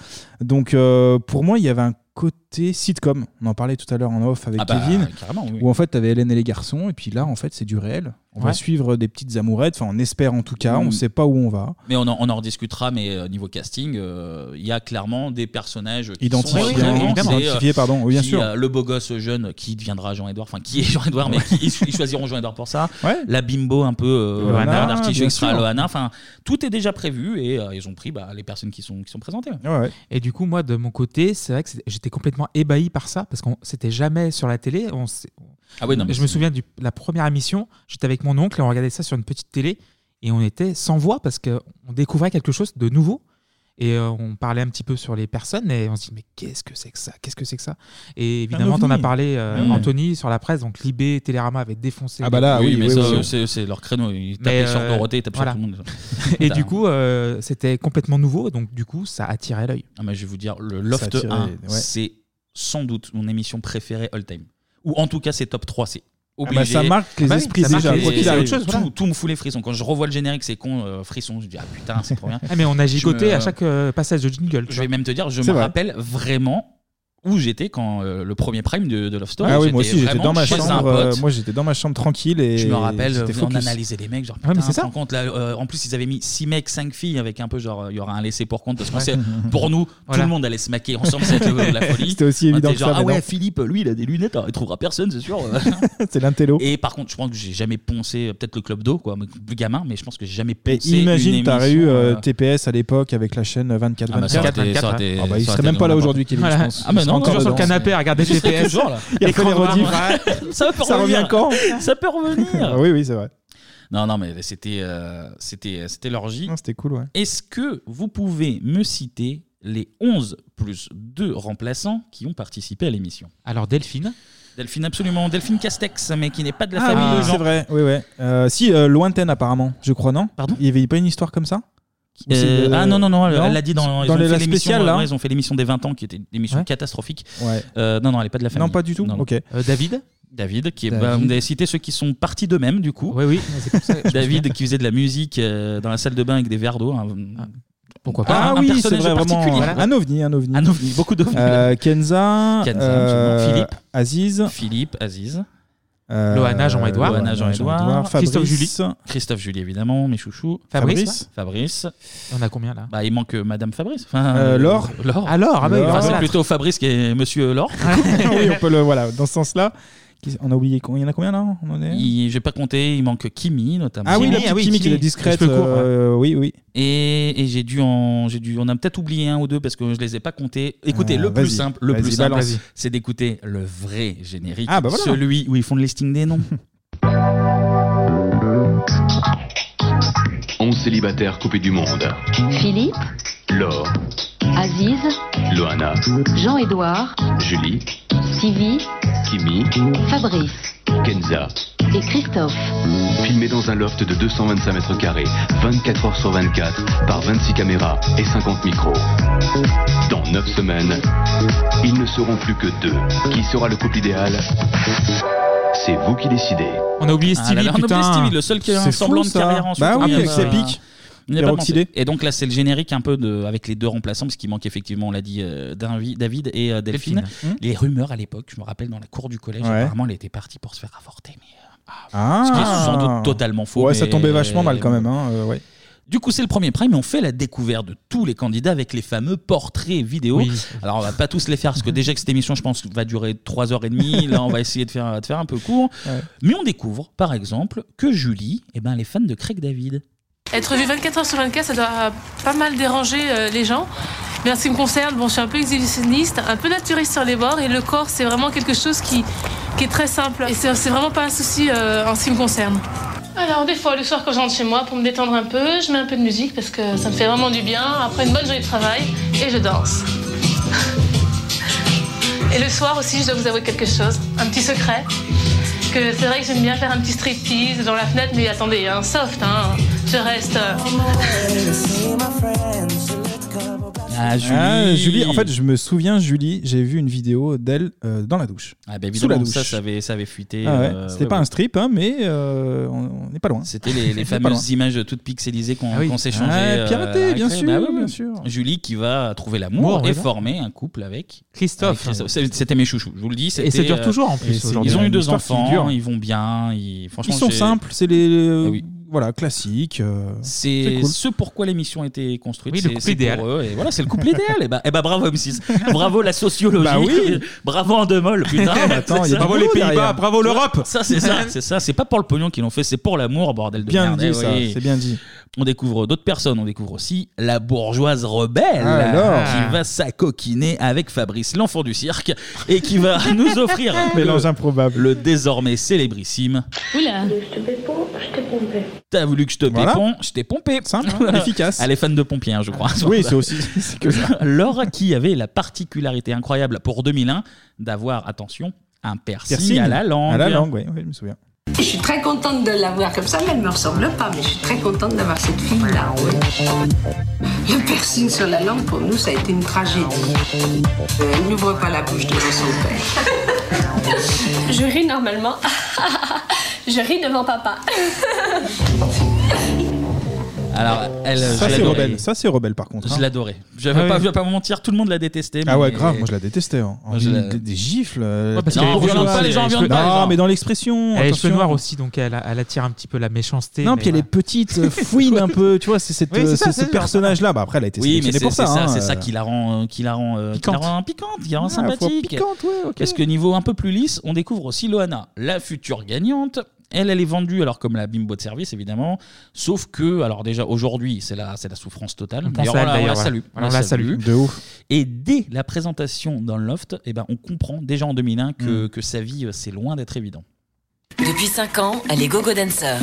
Speaker 8: Donc euh, pour moi, il y avait un côté sitcom. On en parlait tout à l'heure en off avec
Speaker 1: Ah bah,
Speaker 8: Kevin,
Speaker 1: carrément, oui.
Speaker 8: où en fait, t'avais Hélène et les garçons, et puis là, en fait, c'est du réel. On va
Speaker 1: Ouais.
Speaker 8: suivre des petites amourettes. Enfin, on espère en tout cas.
Speaker 1: Mhm.
Speaker 8: On sait pas où on va.
Speaker 1: Mais on en, on en rediscutera, mais euh, niveau casting, euh, il y a clairement des personnages qui
Speaker 8: Identifiés,
Speaker 1: sont vraiment,
Speaker 8: évidemment.
Speaker 1: c'est, euh,
Speaker 8: Identifiés, pardon, oui, bien
Speaker 1: qui,
Speaker 8: sûr.
Speaker 1: euh, le beau gosse jeune qui deviendra Jean-Edouard, enfin qui est Jean-Edouard, mais qui- ils, ils choisiront Jean-Edouard pour ça. La bimbo un peu, euh,
Speaker 8: Loana,
Speaker 1: Bernard Artichaut,
Speaker 8: bien
Speaker 1: qui sera
Speaker 8: sûr.
Speaker 1: Loana, enfin tout est déjà prévu et euh, ils ont pris bah, les personnes qui sont, qui sont présentées. ouais.
Speaker 7: Et du coup, moi, de mon côté, c'est vrai que c'est- j'étais complètement ébahi par ça parce qu'on c'était jamais sur la télé. On s'est-
Speaker 1: Ah ouais, non, mais
Speaker 7: je me
Speaker 1: c'est-
Speaker 7: souviens de la première émission, j'étais avec mon oncle et on regardait ça sur une petite télé et on était sans voix parce qu'on découvrait quelque chose de nouveau. Et euh, on parlait un petit peu sur les personnes et on se dit mais qu'est-ce que c'est que ça Qu'est-ce que c'est que ça
Speaker 8: Ah,
Speaker 7: Et évidemment, t'en
Speaker 8: ovni.
Speaker 7: as parlé euh,
Speaker 1: Mmh.
Speaker 8: Ouais.
Speaker 7: Anthony sur la presse, donc Libé, Télérama avait défoncé.
Speaker 8: Ah bah là, oui,
Speaker 1: mais
Speaker 8: oui,
Speaker 1: ça,
Speaker 8: oui.
Speaker 1: euh, c'est- c'est leur créneau. Ils
Speaker 7: Mais,
Speaker 1: tapaient sur
Speaker 7: euh,
Speaker 1: Dorothée, ils tapaient
Speaker 7: voilà.
Speaker 1: sur tout le monde.
Speaker 7: Et du coup, euh, c'était complètement nouveau, donc du coup, ça attirait l'œil.
Speaker 1: Ah, mais je vais vous dire, le Loft
Speaker 7: Ça a tiré,
Speaker 1: 1,
Speaker 7: ouais.
Speaker 1: c'est sans doute mon émission préférée all-time. Ou en tout cas, c'est top 3.
Speaker 8: Ah
Speaker 1: C'est
Speaker 8: bah,
Speaker 1: obligé.
Speaker 8: ça marque les Ah bah oui, esprits ça marque déjà, les- quoi qu'il
Speaker 1: C'est
Speaker 8: arrive.
Speaker 1: autre chose,
Speaker 8: Voilà.
Speaker 1: tout, tout me fout les frissons. Quand je revois le générique, c'est con, euh, frissons. Je dis, ah putain, c'est trop bien.
Speaker 7: Ah, mais on a
Speaker 1: Je
Speaker 7: gigoté
Speaker 1: me-
Speaker 7: à chaque euh, passage de jingle. tu
Speaker 1: Je
Speaker 7: vois.
Speaker 1: vais même te dire, je
Speaker 7: C'est
Speaker 1: me
Speaker 7: vrai.
Speaker 1: rappelle vraiment où j'étais quand euh, le premier prime de, de Love Story.
Speaker 8: Ah oui, moi aussi j'étais
Speaker 1: vraiment
Speaker 8: dans ma
Speaker 1: chez un
Speaker 8: chambre.
Speaker 1: pote.
Speaker 8: euh, Moi j'étais dans ma chambre tranquille et
Speaker 1: Je me rappelle,
Speaker 8: j'étais
Speaker 1: euh, on
Speaker 8: focus.
Speaker 1: analysait les mecs, genre
Speaker 8: Ouais, mais
Speaker 1: putain,
Speaker 8: c'est ça.
Speaker 1: on compte là, euh, en plus ils avaient mis 6 mecs, 5 filles avec un peu genre euh, il y aura un laissé pour compte parce qu'on
Speaker 8: Ouais.
Speaker 1: sait pour nous
Speaker 8: Voilà.
Speaker 1: tout le monde allait se maquer ensemble c'était euh, la folie.
Speaker 8: C'était aussi
Speaker 1: On
Speaker 8: évident
Speaker 1: était
Speaker 8: que
Speaker 1: genre,
Speaker 8: ça,
Speaker 1: Ah
Speaker 8: mais
Speaker 1: ouais,
Speaker 8: non.
Speaker 1: Philippe, lui il a des lunettes, alors, il trouvera personne c'est sûr.
Speaker 8: c'est l'intello.
Speaker 1: Et par contre, je pense que j'ai jamais poncé euh, peut-être le club d'eau quoi, mais plus gamin, mais je pense que j'ai jamais
Speaker 8: Et
Speaker 1: poncé
Speaker 8: imagine,
Speaker 1: une
Speaker 8: t'aurais
Speaker 1: émission,
Speaker 8: eu euh,
Speaker 1: euh,
Speaker 8: TPS à l'époque avec la chaîne 24
Speaker 1: Ah bah, ça aurait
Speaker 8: 24.
Speaker 1: été- ça aurait été-
Speaker 8: Ah bah, il
Speaker 1: ça
Speaker 8: serait
Speaker 1: aurait été
Speaker 8: même pas là
Speaker 1: n'importe
Speaker 8: aujourd'hui, Kevin,
Speaker 1: quoi.
Speaker 8: je pense.
Speaker 1: Ah bah
Speaker 8: Il
Speaker 1: non,
Speaker 8: serait encore
Speaker 1: toujours sur le
Speaker 8: dedans.
Speaker 1: canapé à regarder
Speaker 8: Il serait
Speaker 1: TPS.
Speaker 8: toujours là. Il
Speaker 1: Écran
Speaker 8: refait les
Speaker 1: noir.
Speaker 8: rediffs.
Speaker 1: Ça peut
Speaker 8: Ça
Speaker 1: revenir.
Speaker 8: revient quand
Speaker 1: Ça peut revenir.
Speaker 8: Ah, Oui, hein. oui, c'est vrai.
Speaker 1: Non, non, mais c'était euh, c'était c'était l'orgie.
Speaker 8: Ah, C'était cool, ouais.
Speaker 1: Est-ce que vous pouvez me citer les 11 plus 2 remplaçants qui ont participé à l'émission
Speaker 7: Alors Delphine
Speaker 1: Delphine, absolument. Delphine Castex, mais qui n'est pas de la
Speaker 8: Ah
Speaker 1: famille
Speaker 8: oui,
Speaker 1: de Jean.
Speaker 8: c'est vrai. Oui, ouais. Euh, si, euh, lointaine apparemment, je crois, non
Speaker 1: Pardon
Speaker 8: Il y avait pas une histoire comme ça Ou c'est,
Speaker 1: Euh,
Speaker 8: euh,
Speaker 1: ah non, non, non, elle elle l'a dit dans, ils ont
Speaker 8: les-
Speaker 1: fait
Speaker 8: la
Speaker 1: l'émission,
Speaker 8: spéciale,
Speaker 1: euh,
Speaker 8: là
Speaker 1: ouais, ils ont fait l'émission des 20 ans qui était une émission
Speaker 8: Ouais.
Speaker 1: catastrophique.
Speaker 8: Ouais.
Speaker 1: Euh, non, non, elle n'est pas de la famille.
Speaker 8: Non, pas du tout, ok.
Speaker 1: David David, qui est,
Speaker 8: David.
Speaker 1: bah, vous avez cité ceux qui sont partis d'eux-mêmes, du coup.
Speaker 7: Oui, oui.
Speaker 1: David qui faisait de la musique euh, dans la salle de bain avec des verres d'eau. hein.
Speaker 7: Pourquoi
Speaker 8: Ah,
Speaker 1: pas un
Speaker 8: oui, c'est
Speaker 1: personnage
Speaker 8: vrai, vraiment. euh, Ah
Speaker 1: particulier.
Speaker 8: Un ovni, un ovni.
Speaker 1: Un ovni, beaucoup d'ovnis.
Speaker 8: Euh, Kenza,
Speaker 1: Kenza,
Speaker 8: euh,
Speaker 1: absolument. Philippe.
Speaker 8: Aziz.
Speaker 1: Philippe, Aziz.
Speaker 8: Euh, Loana, Jean-Édouard.
Speaker 1: Loana, Jean-Édouard.
Speaker 8: Jean-Édouard. Christophe Fabrice. Julie.
Speaker 1: Christophe Julie, évidemment, mes chouchous.
Speaker 7: Fabrice.
Speaker 1: Fabrice.
Speaker 7: On a combien là
Speaker 1: Bah, il manque euh, Madame Fabrice. Enfin,
Speaker 8: Euh, Laure.
Speaker 1: Laure.
Speaker 8: Ah, Laure, ah bah, il
Speaker 1: Enfin,
Speaker 8: va
Speaker 1: c'est
Speaker 8: falloir.
Speaker 1: plutôt Fabrice qui est Monsieur euh, Laure.
Speaker 8: oui, on peut le. Voilà, dans ce sens-là. Qui- On a oublié. con- Il y en a combien là on en est...
Speaker 1: Il- J'ai pas compté, il manque Kimi notamment.
Speaker 8: Ah oui, la petite Kimi qui est discrète. euh, Oui, oui.
Speaker 1: Et, et j'ai dû en, j'ai dû, on a peut-être oublié un ou deux parce que je les ai pas comptés. Écoutez,
Speaker 8: Ah,
Speaker 1: le plus
Speaker 8: vas-y,
Speaker 1: simple, le
Speaker 8: vas-y,
Speaker 1: plus simple,
Speaker 8: balance.
Speaker 1: c'est d'écouter le vrai générique,
Speaker 8: Ah, bah voilà.
Speaker 1: celui où ils font le listing des noms.
Speaker 14: 11 célibataires coupés du monde.
Speaker 13: Philippe,
Speaker 14: Laure,
Speaker 13: Aziz,
Speaker 14: Loana,
Speaker 13: Jean-Édouard,
Speaker 14: Julie,
Speaker 13: Sylvie,
Speaker 14: Kimi,
Speaker 13: Fabrice
Speaker 14: Kenza.
Speaker 13: et Christophe.
Speaker 14: Filmé dans un loft de 225 mètres carrés, 24 heures sur 24, par 26 caméras et 50 micros. Dans 9 semaines, ils ne seront plus que deux. Qui sera le couple idéal C'est vous qui décidez.
Speaker 7: On a oublié
Speaker 1: Ah
Speaker 7: Stevie,
Speaker 1: là là, on a
Speaker 7: putain.
Speaker 1: oublié Stevie, le seul qui a un
Speaker 7: C'est
Speaker 1: semblant
Speaker 7: fou,
Speaker 1: de
Speaker 7: ça.
Speaker 1: carrière ensuite.
Speaker 7: Bah oui,
Speaker 1: Ah,
Speaker 7: avec
Speaker 1: euh,
Speaker 7: ses pics.
Speaker 1: on
Speaker 7: Il
Speaker 1: n'y a
Speaker 7: est
Speaker 1: pas
Speaker 7: oxydé.
Speaker 1: pensé. Et donc là, c'est le générique un peu de, avec les deux remplaçants, parce qu'il manque effectivement, on l'a dit, euh, Davi- David et euh, Delphine.
Speaker 7: Delphine. Hmm.
Speaker 1: Les rumeurs à l'époque, je me rappelle, dans la cour du collège,
Speaker 8: Ouais.
Speaker 1: apparemment, elle était partie pour se faire avorter. Mais, euh,
Speaker 8: Ah.
Speaker 1: Ce qui est sans doute totalement faux.
Speaker 8: Ouais, ça
Speaker 1: mais-
Speaker 8: tombait vachement mal quand même. hein, euh, ouais.
Speaker 1: Du coup, c'est le premier prime et on fait la découverte de tous les candidats avec les fameux portraits vidéo.
Speaker 8: Oui.
Speaker 1: Alors, on va pas tous les faire parce que déjà que cette émission, je pense, va durer 3h30. Là, on va essayer de faire, de faire un peu court.
Speaker 8: Ouais.
Speaker 1: Mais on découvre, par exemple, que Julie, eh ben, elle est fan de Craig David.
Speaker 15: Être vu 24 heures sur 24, ça doit pas mal déranger euh, les gens. Mais en ce qui me concerne, bon, je suis un peu exhibitionniste, un peu naturiste sur les bords, et le corps, c'est vraiment quelque chose qui, qui est très simple. Et c'est c'est vraiment pas un souci euh, en ce qui me concerne. Alors, des fois, le soir, quand je rentre chez moi, pour me détendre un peu, je mets un peu de musique parce que ça me fait vraiment du bien. Après une bonne journée de travail, et je danse. Et le soir aussi, je dois vous avouer quelque chose, un petit secret. Que c'est vrai que j'aime bien faire un petit striptease dans la fenêtre, mais attendez, un soft, hein. Je reste. euh,
Speaker 1: Ah, Julie.
Speaker 8: Ah, Julie, en fait, je me souviens, Julie, j'ai vu une vidéo d'elle euh, dans la douche.
Speaker 1: Ah, bah,
Speaker 8: Sous la
Speaker 1: évidemment,
Speaker 8: douche.
Speaker 1: ça, ça avait, ça avait fuité.
Speaker 8: Ah ouais,
Speaker 1: euh,
Speaker 8: C'était
Speaker 1: ouais,
Speaker 8: pas
Speaker 1: ouais.
Speaker 8: un strip, hein, mais euh, on on n'est pas loin.
Speaker 1: C'était les, les
Speaker 8: On est pas loin.
Speaker 1: fameuses images toutes pixelisées qu'on
Speaker 8: Ah oui.
Speaker 1: qu'on s'échangeait.
Speaker 8: Ah,
Speaker 1: euh,
Speaker 8: piraté,
Speaker 1: à
Speaker 8: bien
Speaker 1: Craig.
Speaker 8: sûr,
Speaker 1: Bah oui,
Speaker 8: bien
Speaker 1: oui.
Speaker 8: sûr.
Speaker 1: Julie qui va trouver
Speaker 8: Bon,
Speaker 1: l'amour et
Speaker 8: voilà.
Speaker 1: former un couple avec
Speaker 7: Christophe.
Speaker 1: avec C'est- C'était mes chouchous, je vous le dis.
Speaker 7: Et ça
Speaker 1: c'était,
Speaker 7: dure
Speaker 1: euh,
Speaker 7: toujours, en plus,
Speaker 1: et c'est-
Speaker 7: aujourd'hui.
Speaker 1: Ils ont eu
Speaker 7: Une
Speaker 1: deux
Speaker 7: histoire qui
Speaker 1: enfants,
Speaker 7: dure.
Speaker 1: ils vont bien. Ils, franchement,
Speaker 8: Ils sont
Speaker 1: j'ai-
Speaker 8: simples, c'est les. euh,
Speaker 1: Ah oui.
Speaker 8: Voilà, classiques. euh,
Speaker 1: C'est
Speaker 8: cool.
Speaker 1: ce pourquoi l'émission a été construite.
Speaker 8: Oui, le
Speaker 1: c'est-
Speaker 8: couple
Speaker 1: c'est
Speaker 8: idéal.
Speaker 1: pour eux, et voilà, c'est le couple idéal. Et bah, et bah bravo M6. Bravo la sociologie.
Speaker 8: Bah oui.
Speaker 1: Bravo Andemol. Putain.
Speaker 8: Mais attends, il y a du
Speaker 1: Bravo
Speaker 8: boulot
Speaker 1: les Pays-Bas.
Speaker 8: derrière.
Speaker 1: Bravo l'Europe. Ça, c'est ça. C'est ça. C'est pas pour le pognon qu'ils l'ont fait, c'est pour l'amour, bordel de
Speaker 8: Bien
Speaker 1: merde.
Speaker 8: dit,
Speaker 1: eh
Speaker 8: ça,
Speaker 1: oui.
Speaker 8: c'est bien dit.
Speaker 1: On découvre d'autres personnes. On découvre aussi la bourgeoise rebelle
Speaker 8: Ah, Alors.
Speaker 1: qui va s'acoquiner avec Fabrice, l'enfant du cirque, et qui va nous offrir
Speaker 8: Mélange
Speaker 1: le,
Speaker 8: improbable.
Speaker 1: le désormais célébrissime.
Speaker 15: Oula
Speaker 10: Je te fais pour, je te pompais.
Speaker 1: T'as voulu que je te
Speaker 8: Voilà.
Speaker 1: dépompe, je t'ai pompé. Simple,
Speaker 8: efficace.
Speaker 1: Elle est fan de pompiers, hein, je crois.
Speaker 8: Oui, c'est aussi- c'est que ça.
Speaker 1: Laura qui avait la particularité incroyable pour 2001 d'avoir, attention, un piercing,
Speaker 8: Piercing.
Speaker 1: à la langue.
Speaker 8: À la langue, oui, je me souviens.
Speaker 16: Je suis très contente de la voir comme ça, mais elle me ressemble pas. Mais je suis très contente d'avoir cette fille-là. oui. Le piercing sur la langue, pour nous, ça a été une tragédie. Euh, elle n'ouvre pas la bouche devant son père.
Speaker 15: Je ris normalement. je ris devant papa.
Speaker 1: Alors, Ah, elle,
Speaker 8: ça
Speaker 1: je
Speaker 8: c'est
Speaker 1: l'adorais.
Speaker 8: rebelle. Ça c'est rebelle par contre.
Speaker 1: Je l'adorais. Je vais
Speaker 8: Ah
Speaker 1: pas,
Speaker 8: oui.
Speaker 1: je vais pas vous mentir, tout le monde l'a détesté.
Speaker 8: Ah
Speaker 1: mais-
Speaker 8: ouais, grave, moi je la détestais. hein.
Speaker 1: Moi, je
Speaker 8: Des-
Speaker 1: la-
Speaker 8: des, des gifles. euh,
Speaker 1: Ouais, parce
Speaker 8: non,
Speaker 1: qu'elle est
Speaker 8: on violente
Speaker 1: violente,
Speaker 8: pas les gens, on violente pas les gens. Non, mais dans l'expression.
Speaker 7: Elle a les
Speaker 8: attention.
Speaker 7: cheveux noirs aussi, donc elle, elle attire un petit peu la méchanceté.
Speaker 8: Non,
Speaker 7: mais
Speaker 8: puis elle est
Speaker 7: voilà.
Speaker 8: petite, euh, fouine un peu, tu vois, c'est cette,
Speaker 7: Oui, c'est
Speaker 8: euh,
Speaker 7: ça,
Speaker 8: ce-
Speaker 7: c'est
Speaker 8: ce
Speaker 7: ça.
Speaker 8: personnage-là. Bah après, elle a été
Speaker 1: Oui, mais
Speaker 8: sélectionnée
Speaker 1: c'est
Speaker 8: pour ça.
Speaker 1: ça,
Speaker 8: hein,
Speaker 1: c'est ça
Speaker 8: euh.
Speaker 1: qui la rend, euh, qui la rend, euh, qui la
Speaker 8: Piquante.
Speaker 1: rend piquante, qui la rend
Speaker 8: Ah, faut
Speaker 1: sympathique.
Speaker 8: piquante, ouais, ok.
Speaker 1: Parce que niveau un peu plus lisse, on découvre aussi Loana, la future gagnante. Elle, elle est vendue, alors comme la bimbo de service, évidemment. Sauf que, alors déjà, aujourd'hui, c'est la, c'est la souffrance totale.
Speaker 7: On pense
Speaker 1: D'ailleurs,
Speaker 7: à
Speaker 1: on,
Speaker 7: elle,
Speaker 1: la- on
Speaker 7: d'ailleurs,
Speaker 1: la
Speaker 7: voilà.
Speaker 1: salue.
Speaker 7: Voilà, on la salue. De
Speaker 8: ouf.
Speaker 1: Et dès la présentation dans le loft, eh ben, on comprend déjà en 2001 que,
Speaker 7: Mm.
Speaker 1: que sa vie, euh, c'est loin d'être évident.
Speaker 17: Depuis 5 ans, elle est gogo dancer.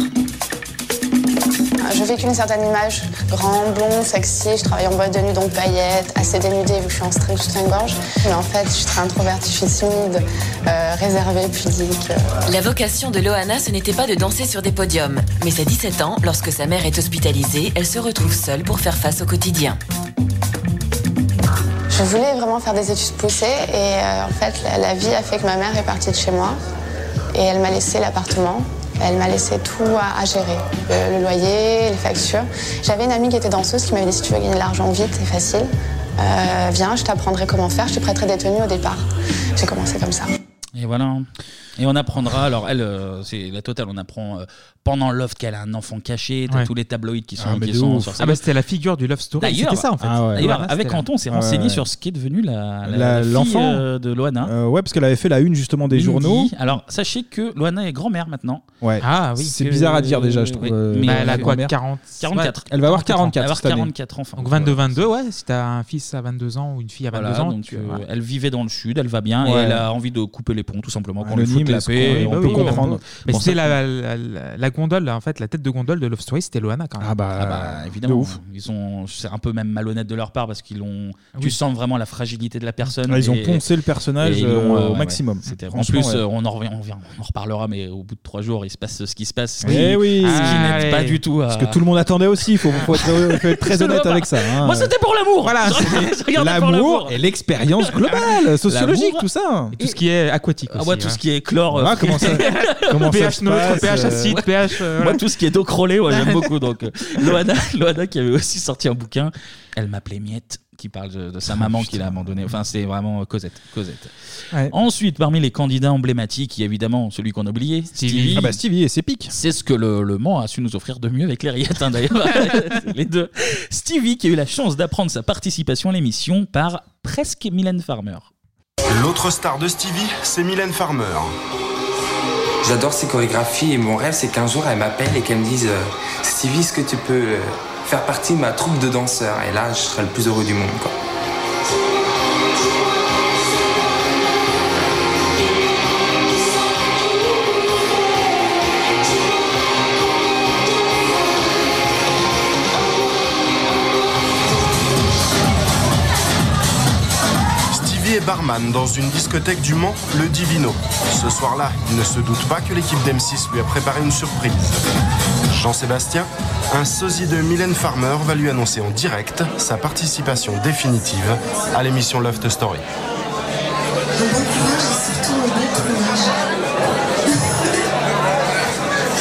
Speaker 18: Je véhicule une certaine image, grand, blond, sexy, je travaille en boîte de nuit donc paillettes, assez dénudée vu que je suis en string soutien-gorge. Mais en fait, je suis très introvertie, je suis timide, euh, réservée, pudique. euh.
Speaker 17: La vocation de Loana, ce n'était pas de danser sur des podiums. Mais à 17 ans, lorsque sa mère est hospitalisée, elle se retrouve seule pour faire face au quotidien.
Speaker 18: Je voulais vraiment faire des études poussées et euh, en fait, la, la vie a fait que ma mère est partie de chez moi et elle m'a laissé l'appartement. Elle m'a laissé tout à, à gérer, Euh, le, le loyer, les factures. J'avais une amie qui était danseuse qui m'avait dit si tu veux gagner de l'argent vite et facile, euh, viens, je t'apprendrai comment faire, je te prêterai des tenues au départ. J'ai commencé comme ça.
Speaker 1: Et voilà. Et on apprendra, alors elle, euh, c'est la totale, on apprend euh, pendant Loft qu'elle a un enfant caché, t'as
Speaker 7: Ouais.
Speaker 1: tous les tabloïds qui sont,
Speaker 7: Ah, mais
Speaker 1: qui
Speaker 7: de
Speaker 1: sont
Speaker 7: ouf.
Speaker 1: sur
Speaker 7: Ah, bah, c'était la figure du Love Story.
Speaker 1: D'ailleurs,
Speaker 7: C'était ça, en fait.
Speaker 1: ah ouais.
Speaker 7: Voilà,
Speaker 1: D'ailleurs,
Speaker 7: c'était
Speaker 1: avec
Speaker 7: la-
Speaker 1: Anton, on s'est
Speaker 7: Ouais,
Speaker 1: renseigné
Speaker 7: ouais.
Speaker 1: sur ce qui est devenu la, la-
Speaker 8: La-
Speaker 1: la fille,
Speaker 8: l'enfant.
Speaker 1: euh, de Loana.
Speaker 8: Euh, ouais, parce qu'elle avait fait la une justement des
Speaker 1: Mindy.
Speaker 8: journaux.
Speaker 1: Alors, sachez que Loana est grand-mère maintenant.
Speaker 8: Ouais. Ah oui. C'est bizarre à dire, déjà, je trouve, euh, Bah, elle a quoi,
Speaker 1: grand-mère.
Speaker 7: 40
Speaker 1: 44.
Speaker 7: Elle va avoir 44
Speaker 1: Elle va avoir
Speaker 7: cette année.
Speaker 1: 44 enfants.
Speaker 7: Donc 22, 22, ouais. Si t'as un fils à 22 ans ou une fille à 22
Speaker 1: Voilà,
Speaker 7: ans,
Speaker 1: donc,
Speaker 7: tu-
Speaker 1: euh,
Speaker 7: voilà.
Speaker 1: Elle vivait dans le sud, elle va bien
Speaker 7: Ouais.
Speaker 1: et elle a envie de couper les ponts tout simplement qu'on lui
Speaker 7: Anonyme,
Speaker 1: foute la
Speaker 7: est-ce
Speaker 1: paix.
Speaker 7: qu'on-
Speaker 1: et
Speaker 7: bah
Speaker 1: on
Speaker 7: oui,
Speaker 1: peut
Speaker 7: on
Speaker 1: comprendre.
Speaker 7: comprend. Mais
Speaker 1: Pour
Speaker 7: c'était
Speaker 1: ça-
Speaker 7: la, la, la- la gondole, là, en fait, la tête de gondole de Love Story, c'était Loana quand même.
Speaker 8: Ah bah,
Speaker 1: Ah bah, évidemment, ils ont c'est un peu même malhonnête de leur part parce qu'ils l'ont tu
Speaker 7: Ah
Speaker 8: Oui.
Speaker 1: sens vraiment la fragilité de la personne.
Speaker 8: Ah, ils ont
Speaker 1: et-
Speaker 8: poncé le personnage,
Speaker 1: et ils l'ont,
Speaker 8: euh, au maximum.
Speaker 1: C'était- En
Speaker 8: Franchement,
Speaker 1: plus,
Speaker 8: ouais.
Speaker 1: euh, on en revient- on vient- on en reparlera, mais au bout de trois jours, il se passe ce qui se passe, ce qui,
Speaker 8: Eh oui.
Speaker 1: ce qui n'aide pas du tout à.
Speaker 8: Ce que tout le monde attendait aussi, il faut, faut être, faut être très
Speaker 1: Ça ne va
Speaker 8: honnête
Speaker 1: pas.
Speaker 8: avec ça. hein.
Speaker 1: Moi, c'était pour l'amour.
Speaker 7: Voilà,
Speaker 1: Je regardais- je regardais pour
Speaker 8: L'amour et l'expérience globale, sociologique,
Speaker 1: L'amour
Speaker 8: tout ça.
Speaker 7: Tout ce qui est aquatique.
Speaker 1: Ah, moi,
Speaker 7: aussi,
Speaker 1: tout
Speaker 7: hein.
Speaker 1: ce qui est chlore.
Speaker 7: Ah,
Speaker 1: euh,
Speaker 7: comment ça- comment ça
Speaker 1: pH
Speaker 7: se
Speaker 1: neutre,
Speaker 7: passe,
Speaker 1: pH
Speaker 7: euh,
Speaker 1: acide,
Speaker 7: ouais.
Speaker 1: pH. euh, Moi, tout ce qui est dos crôlé, moi, j'aime beaucoup. Donc, euh, Loana, Loana, qui avait aussi sorti un bouquin, elle m'appelait Miette, qui parle de, de sa maman qui l'a abandonnée. Enfin, c'est vraiment euh, Cosette. Cosette.
Speaker 8: Ouais.
Speaker 1: Ensuite, parmi les candidats emblématiques, il y a évidemment celui qu'on a oublié, Stevie.
Speaker 8: Ah bah, Stevie et ses pics.
Speaker 1: C'est ce que le, le Mans a su nous offrir de mieux avec les rillettes, hein, d'ailleurs. les deux. Stevie qui a eu la chance d'apprendre sa participation à l'émission par presque Mylène Farmer.
Speaker 19: L'autre star de Stevie, c'est Mylène Farmer.
Speaker 20: J'adore ses chorégraphies et mon rêve c'est qu'un jour elle m'appelle et qu'elle me dise euh, Stevie, est-ce que tu peux euh, faire partie de ma troupe de danseurs Et là, je serai le plus heureux du monde. quoi.
Speaker 19: Stevie est barman dans une discothèque du Mans, le Divino. Ce soir-là, il ne se doute pas que l'équipe d'M6 lui a préparé une surprise. Jean-Sébastien, un sosie de Mylène Farmer, va lui annoncer en direct sa participation définitive à l'émission Love Story.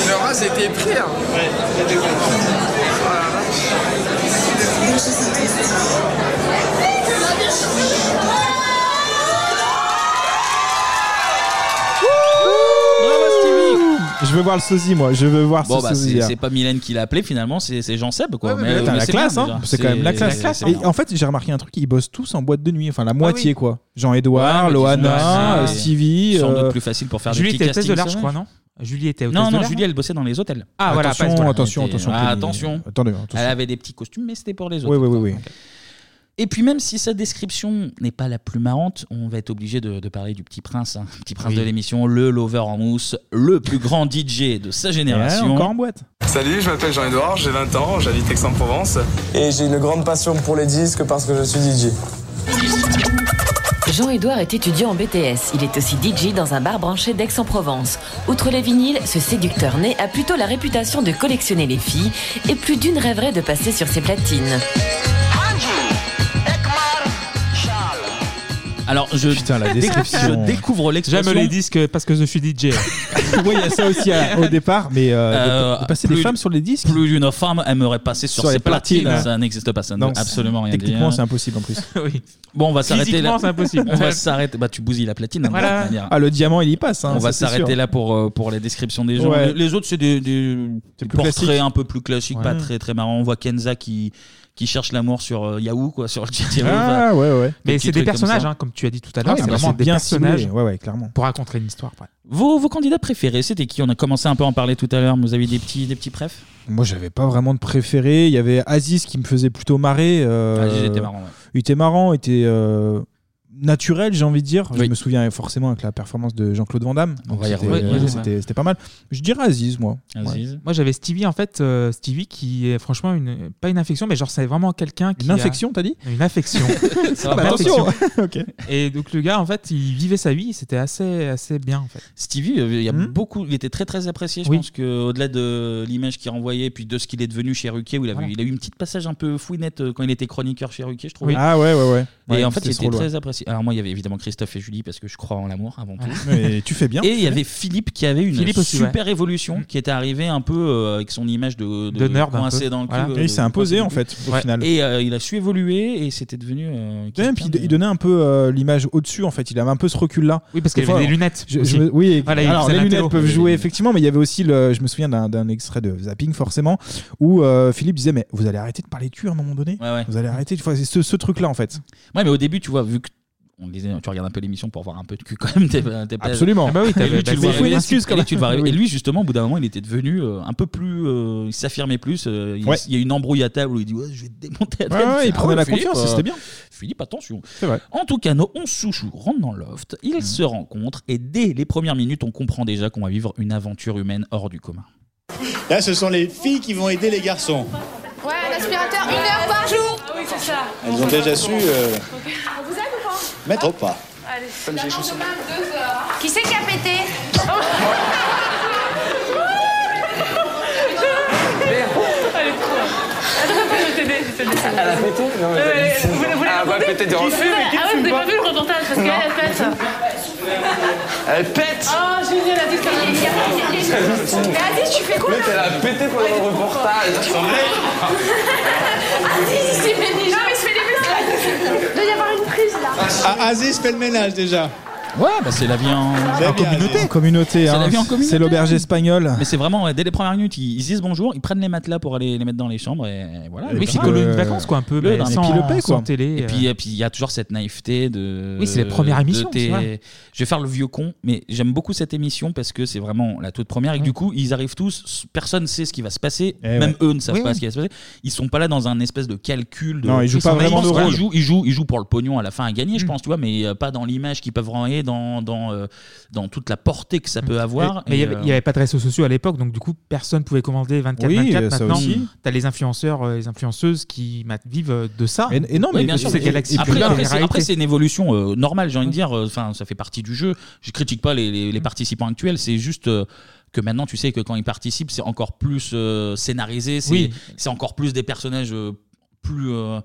Speaker 9: Le rose était pris, hein Ouais, c'était bon.
Speaker 8: Je veux voir le sosie, moi. Je veux voir
Speaker 1: Bon,
Speaker 8: ce
Speaker 1: bah,
Speaker 8: sosie. hein.
Speaker 1: c'est c'est pas Mylène qui l'a appelé finalement, c'est c'est Jean Seb quoi.
Speaker 8: Mais
Speaker 1: euh,
Speaker 8: t'as la
Speaker 1: c'est bien,
Speaker 8: classe, hein.
Speaker 1: déjà.
Speaker 8: C'est quand même la classe.
Speaker 1: hein. Ah
Speaker 8: Et en fait, j'ai remarqué un truc, ils bossent tous en boîte de nuit, enfin la moitié quoi. Jean-Édouard,
Speaker 1: Ouais, mais
Speaker 8: Loana,
Speaker 1: disons,
Speaker 8: euh,
Speaker 1: c'est-
Speaker 8: Stevie.
Speaker 1: Sans doute
Speaker 8: euh,
Speaker 1: plus facile pour faire
Speaker 7: Julie
Speaker 1: des
Speaker 7: était
Speaker 1: petits
Speaker 7: hôtesse
Speaker 1: castings.
Speaker 7: de l'air, je
Speaker 1: ça,
Speaker 7: crois,
Speaker 1: ouais.
Speaker 7: non Julie était hôtesse
Speaker 1: Non,
Speaker 7: de
Speaker 1: non,
Speaker 7: l'air,
Speaker 1: Julie, elle bossait dans les hôtels.
Speaker 7: Ah, voilà,
Speaker 8: attention,
Speaker 7: pas- voilà,
Speaker 8: attention,
Speaker 1: était-
Speaker 8: attention.
Speaker 1: Ah,
Speaker 8: Kenny.
Speaker 1: attention.
Speaker 8: Euh, Attendez, attention.
Speaker 1: Elle avait des petits costumes, mais c'était pour les autres.
Speaker 8: Oui, oui, oui, oui.
Speaker 1: Et puis même si sa description n'est pas la plus marrante, on va être obligé de, de parler du Petit Prince, hein. Petit Prince
Speaker 8: Oui.
Speaker 1: de l'émission, le lover en mousse, le plus grand DJ de sa génération.
Speaker 8: Ouais, Eh, encore en boîte.
Speaker 9: Salut, je m'appelle Jean-Edouard, j'ai 20 ans, j'habite Aix-en-Provence. Et j'ai une grande passion pour les disques parce que je suis DJ.
Speaker 17: Jean-Édouard est étudiant en BTS. Il est aussi DJ dans un bar branché d'Aix-en-Provence. Outre les vinyles, ce séducteur né a plutôt la réputation de collectionner les filles et plus d'une rêverait de passer sur ses platines.
Speaker 1: Alors, je,
Speaker 8: Putain, la
Speaker 1: dès que
Speaker 8: description.
Speaker 1: je découvre l'expression.
Speaker 7: J'aime les disques parce que je suis DJ.
Speaker 8: oui, il y a ça aussi à- au départ, mais euh, de- de, passer des
Speaker 1: plus-
Speaker 8: femmes sur les disques.
Speaker 1: Plus d'une femme aimerait passer sur,
Speaker 8: Sur
Speaker 1: ses
Speaker 8: les platines,
Speaker 1: platines.
Speaker 8: hein.
Speaker 1: Ça n'existe pas, ça ne
Speaker 8: Non,
Speaker 1: veut absolument rien dire.
Speaker 8: techniquement, c'est impossible en plus.
Speaker 7: oui.
Speaker 1: Bon, on va s'arrêter
Speaker 7: Physiquement,
Speaker 1: là.
Speaker 7: c'est impossible.
Speaker 1: On va s'arrêter. Bah, tu bousilles la platine. hein, de
Speaker 7: Voilà.
Speaker 1: toute manière.
Speaker 8: Ah, le diamant, il y passe. hein,
Speaker 1: on
Speaker 8: ça,
Speaker 1: va
Speaker 8: c'est
Speaker 1: s'arrêter
Speaker 8: sûr.
Speaker 1: là pour, euh, pour la description des gens.
Speaker 8: Ouais.
Speaker 1: Les, les autres, c'est des, des- des
Speaker 8: plus
Speaker 1: portraits
Speaker 8: classique.
Speaker 1: un peu plus classiques, pas
Speaker 8: Ouais.
Speaker 1: très très marrant. On voit Kenza qui, qui cherche l'amour sur euh, Yahoo, quoi, sur Jitsi.
Speaker 8: Ah, ouais, ouais.
Speaker 7: Mais c'est des personnages, hein, comme tu as dit tout à l'heure,
Speaker 1: Ah,
Speaker 7: c'est
Speaker 1: bah,
Speaker 7: vraiment
Speaker 1: c'est
Speaker 7: des
Speaker 1: bien
Speaker 7: personnages.
Speaker 1: ciblé,
Speaker 8: ouais, clairement.
Speaker 7: Pour raconter une histoire. ouais.
Speaker 1: Vos, vos candidats préférés, c'était qui On a commencé un peu à en parler tout à l'heure, mais vous avez des petits, des petits préfs
Speaker 8: Moi, j'avais pas vraiment de préféré. Il y avait Aziz qui me faisait plutôt marrer. euh,
Speaker 1: Aziz était marrant, ouais.
Speaker 8: Il était marrant, il était euh, naturel, j'ai envie de dire. Je me souviens forcément avec la performance de Jean-Claude Van Damme.
Speaker 1: On va y
Speaker 8: C'était-
Speaker 1: revenir.
Speaker 8: ouais,
Speaker 1: Ouais,
Speaker 8: C'était c'était pas mal. Je dirais Aziz, moi.
Speaker 1: Aziz.
Speaker 7: Moi, j'avais Stevie, en fait, euh, Stevie qui est franchement une, pas une infection, mais genre, c'est vraiment quelqu'un qui.
Speaker 8: Une infection, t'as dit
Speaker 7: Une affection.
Speaker 8: Ça va,
Speaker 7: Une
Speaker 8: attention.
Speaker 7: affection.
Speaker 8: Ok.
Speaker 7: Et donc, le gars, en fait, il vivait sa vie, c'était assez, assez bien, en fait.
Speaker 1: Stevie, euh, il y a
Speaker 8: Hmm.
Speaker 1: beaucoup, il était très très apprécié. Je
Speaker 7: Oui.
Speaker 1: pense que au-delà de l'image qu'il renvoyait, puis de ce qu'il est devenu chez Ruquier, où il, avait,
Speaker 7: Voilà.
Speaker 1: il a eu une petite passage un peu fouinette euh, quand il était chroniqueur chez Ruquier, je trouve.
Speaker 8: Oui. Ah ouais, ouais, ouais.
Speaker 1: Et
Speaker 8: Ouais,
Speaker 1: en fait,
Speaker 8: c'était
Speaker 1: il
Speaker 8: ce
Speaker 1: était
Speaker 8: rôle,
Speaker 1: très
Speaker 8: ouais.
Speaker 1: apprécié. Alors moi, il y avait évidemment Christophe et Julie parce que je crois en l'amour avant tout.
Speaker 8: Ah, Mais tu fais bien, tu
Speaker 1: Et il y
Speaker 8: fais
Speaker 1: avait
Speaker 8: bien.
Speaker 1: Philippe qui avait une
Speaker 8: Philippe aussi, Mm.
Speaker 1: super évolution qui était arrivée un peu euh, avec son image de,
Speaker 8: De nerd, un
Speaker 1: coincé
Speaker 8: peu.
Speaker 1: dans le cul.
Speaker 8: Voilà.
Speaker 1: euh,
Speaker 8: Et il s'est
Speaker 1: de-
Speaker 8: imposé,
Speaker 1: coincé
Speaker 8: en
Speaker 1: du
Speaker 8: fait,
Speaker 1: cul.
Speaker 8: au final.
Speaker 1: Et euh, il a su évoluer et c'était devenu. euh,
Speaker 8: Ouais, puis il do- il donnait un peu euh, l'image au-dessus en fait, il avait un peu ce recul là.
Speaker 7: Oui, parce qu'il avait des lunettes
Speaker 8: Je,
Speaker 7: aussi.
Speaker 8: je me- oui, et-
Speaker 7: Voilà, il
Speaker 8: alors,
Speaker 7: faisait
Speaker 8: les
Speaker 7: la
Speaker 8: lunettes
Speaker 7: télo.
Speaker 8: peuvent jouer effectivement, mais il y avait aussi, le, je me souviens d'un d'un extrait de Zapping forcément, où euh, Philippe disait Mais vous allez arrêter de parler de cul à un moment donné Vous allez arrêter, de- enfin, c'est ce, ce truc là en fait.
Speaker 1: Ouais, mais au début, tu vois, vu que on disait, tu regardes un peu l'émission pour voir un peu de cul quand même. T'es, t'es pas-
Speaker 8: Absolument. Ah bah oui,
Speaker 1: Et
Speaker 8: t'avais-
Speaker 1: lui, tu
Speaker 8: mais
Speaker 1: le vois
Speaker 8: il faut une
Speaker 1: arriver.
Speaker 8: excuse, quand
Speaker 1: Et lui,
Speaker 8: même.
Speaker 1: tu le vois arriver.
Speaker 8: Oui.
Speaker 1: Et lui, justement, au bout d'un moment, il était devenu euh, un peu plus. euh, il s'affirmait plus. euh, il,
Speaker 8: Ouais.
Speaker 1: il y a une embrouille à table où il dit ouais, Je vais te démonter à
Speaker 8: Ouais,
Speaker 1: table.
Speaker 8: ouais,
Speaker 1: C'est-
Speaker 8: il prenait la
Speaker 1: Philippe,
Speaker 8: confiance,
Speaker 1: euh,
Speaker 8: c'était bien.
Speaker 1: Philippe, attention.
Speaker 8: C'est vrai. Mmh.
Speaker 1: En tout cas, nos 11 Souchous rentrent dans le loft, ils se rencontrent et dès les premières minutes, on comprend déjà qu'on va vivre une aventure humaine hors du commun.
Speaker 21: Là, ce sont les filles qui vont aider les garçons.
Speaker 18: Ouais, l'aspirateur, une heure par jour
Speaker 15: Ah oui, c'est ça.
Speaker 21: Elles ont déjà su euh,
Speaker 15: On vous aide ou pas
Speaker 21: mettre au pas.
Speaker 15: Allez,
Speaker 21: Comme j'ai chaussé.
Speaker 18: Qui c'est qui a pété
Speaker 15: Elle est trop. Attends, attends, je vais t'aider, je vais t'aider. Elle a pété Non, Vous l'avez
Speaker 21: Ah, bah,
Speaker 15: raconté
Speaker 21: pété, dérange.
Speaker 15: Qui fume et qui
Speaker 21: Ah
Speaker 15: ne
Speaker 21: ouais,
Speaker 15: fume
Speaker 21: vous avez
Speaker 15: pas.
Speaker 21: pas vu le reportage, parce qu'elle,
Speaker 15: Non.
Speaker 21: elle pète. Ah, Elle pète
Speaker 15: Oh, génial, elle a dit que ça
Speaker 21: Mais Aziz, tu fais quoi Elle a pété pendant le reportage. C'est
Speaker 18: Aziz, il s'est fait des-
Speaker 15: Non, mais il se fait des blagues.
Speaker 18: Il doit y avoir une prise là.
Speaker 21: Ah, Aziz fait le ménage déjà.
Speaker 1: Ouais, bah c'est la vie en,
Speaker 8: En communauté, en communauté,
Speaker 1: C'est
Speaker 8: hein.
Speaker 1: la vie en communauté.
Speaker 8: c'est l'auberge espagnole.
Speaker 1: Mais c'est vraiment, ouais, dès les premières minutes, ils, ils se disent bonjour, ils prennent les matelas pour aller les mettre dans les chambres et voilà.
Speaker 7: Le mec, c'est colonie de
Speaker 1: euh,
Speaker 7: vacances, quoi, un peu, mais
Speaker 1: drame.
Speaker 7: sans- Et puis le paix, quoi. sans télé,
Speaker 1: Et
Speaker 7: euh.
Speaker 1: puis et puis, il y a toujours cette naïveté de.
Speaker 7: Oui, c'est les premières
Speaker 1: de
Speaker 7: émissions,
Speaker 1: tes-
Speaker 7: c'est vrai.
Speaker 1: Je vais faire le vieux con, mais j'aime beaucoup cette émission parce que c'est vraiment la toute première et que du coup, ils arrivent tous, personne sait ce qui va se passer,
Speaker 8: Eh
Speaker 1: même
Speaker 8: ouais.
Speaker 1: eux ne savent
Speaker 8: Oui,
Speaker 1: pas
Speaker 8: oui.
Speaker 1: ce qui va se passer. Ils sont pas là dans un espèce de calcul. De...
Speaker 8: Non, ils jouent pas
Speaker 1: sont-
Speaker 8: vraiment
Speaker 1: pensent
Speaker 8: de
Speaker 1: pas,
Speaker 8: rôle.
Speaker 1: Ils jouent, ils jouent, ils jouent pour le pognon à la fin à gagner,
Speaker 7: Mm.
Speaker 1: je pense, tu vois, mais euh, pas dans l'image qu'ils peuvent renvoyer, dans dans euh, dans toute la portée que ça peut avoir.
Speaker 7: Mm. Mais il
Speaker 1: Et,
Speaker 7: n'y avait,
Speaker 1: euh,
Speaker 7: il y avait pas de réseaux sociaux à l'époque, donc du coup, personne pouvait commander 24-24.
Speaker 1: Oui, euh, ça
Speaker 7: maintenant,
Speaker 1: aussi.
Speaker 7: tu as les influenceurs, euh, les influenceuses qui mat- vivent euh, de ça.
Speaker 1: Et non, mais bien sûr.
Speaker 7: c'est
Speaker 1: et-
Speaker 7: Galaxy.
Speaker 1: après,
Speaker 7: Plus,
Speaker 1: après,
Speaker 7: en
Speaker 1: c'est,
Speaker 7: réalité.
Speaker 1: après, c'est une évolution euh, normale, j'ai envie de dire. Enfin, ça fait partie du jeu. Je critique pas les, les- les participants actuels. C'est juste euh, que maintenant, tu sais que quand ils participent, c'est encore plus euh, scénarisé. C'est,
Speaker 7: Oui.
Speaker 1: c'est encore plus des personnages euh, plus. euh,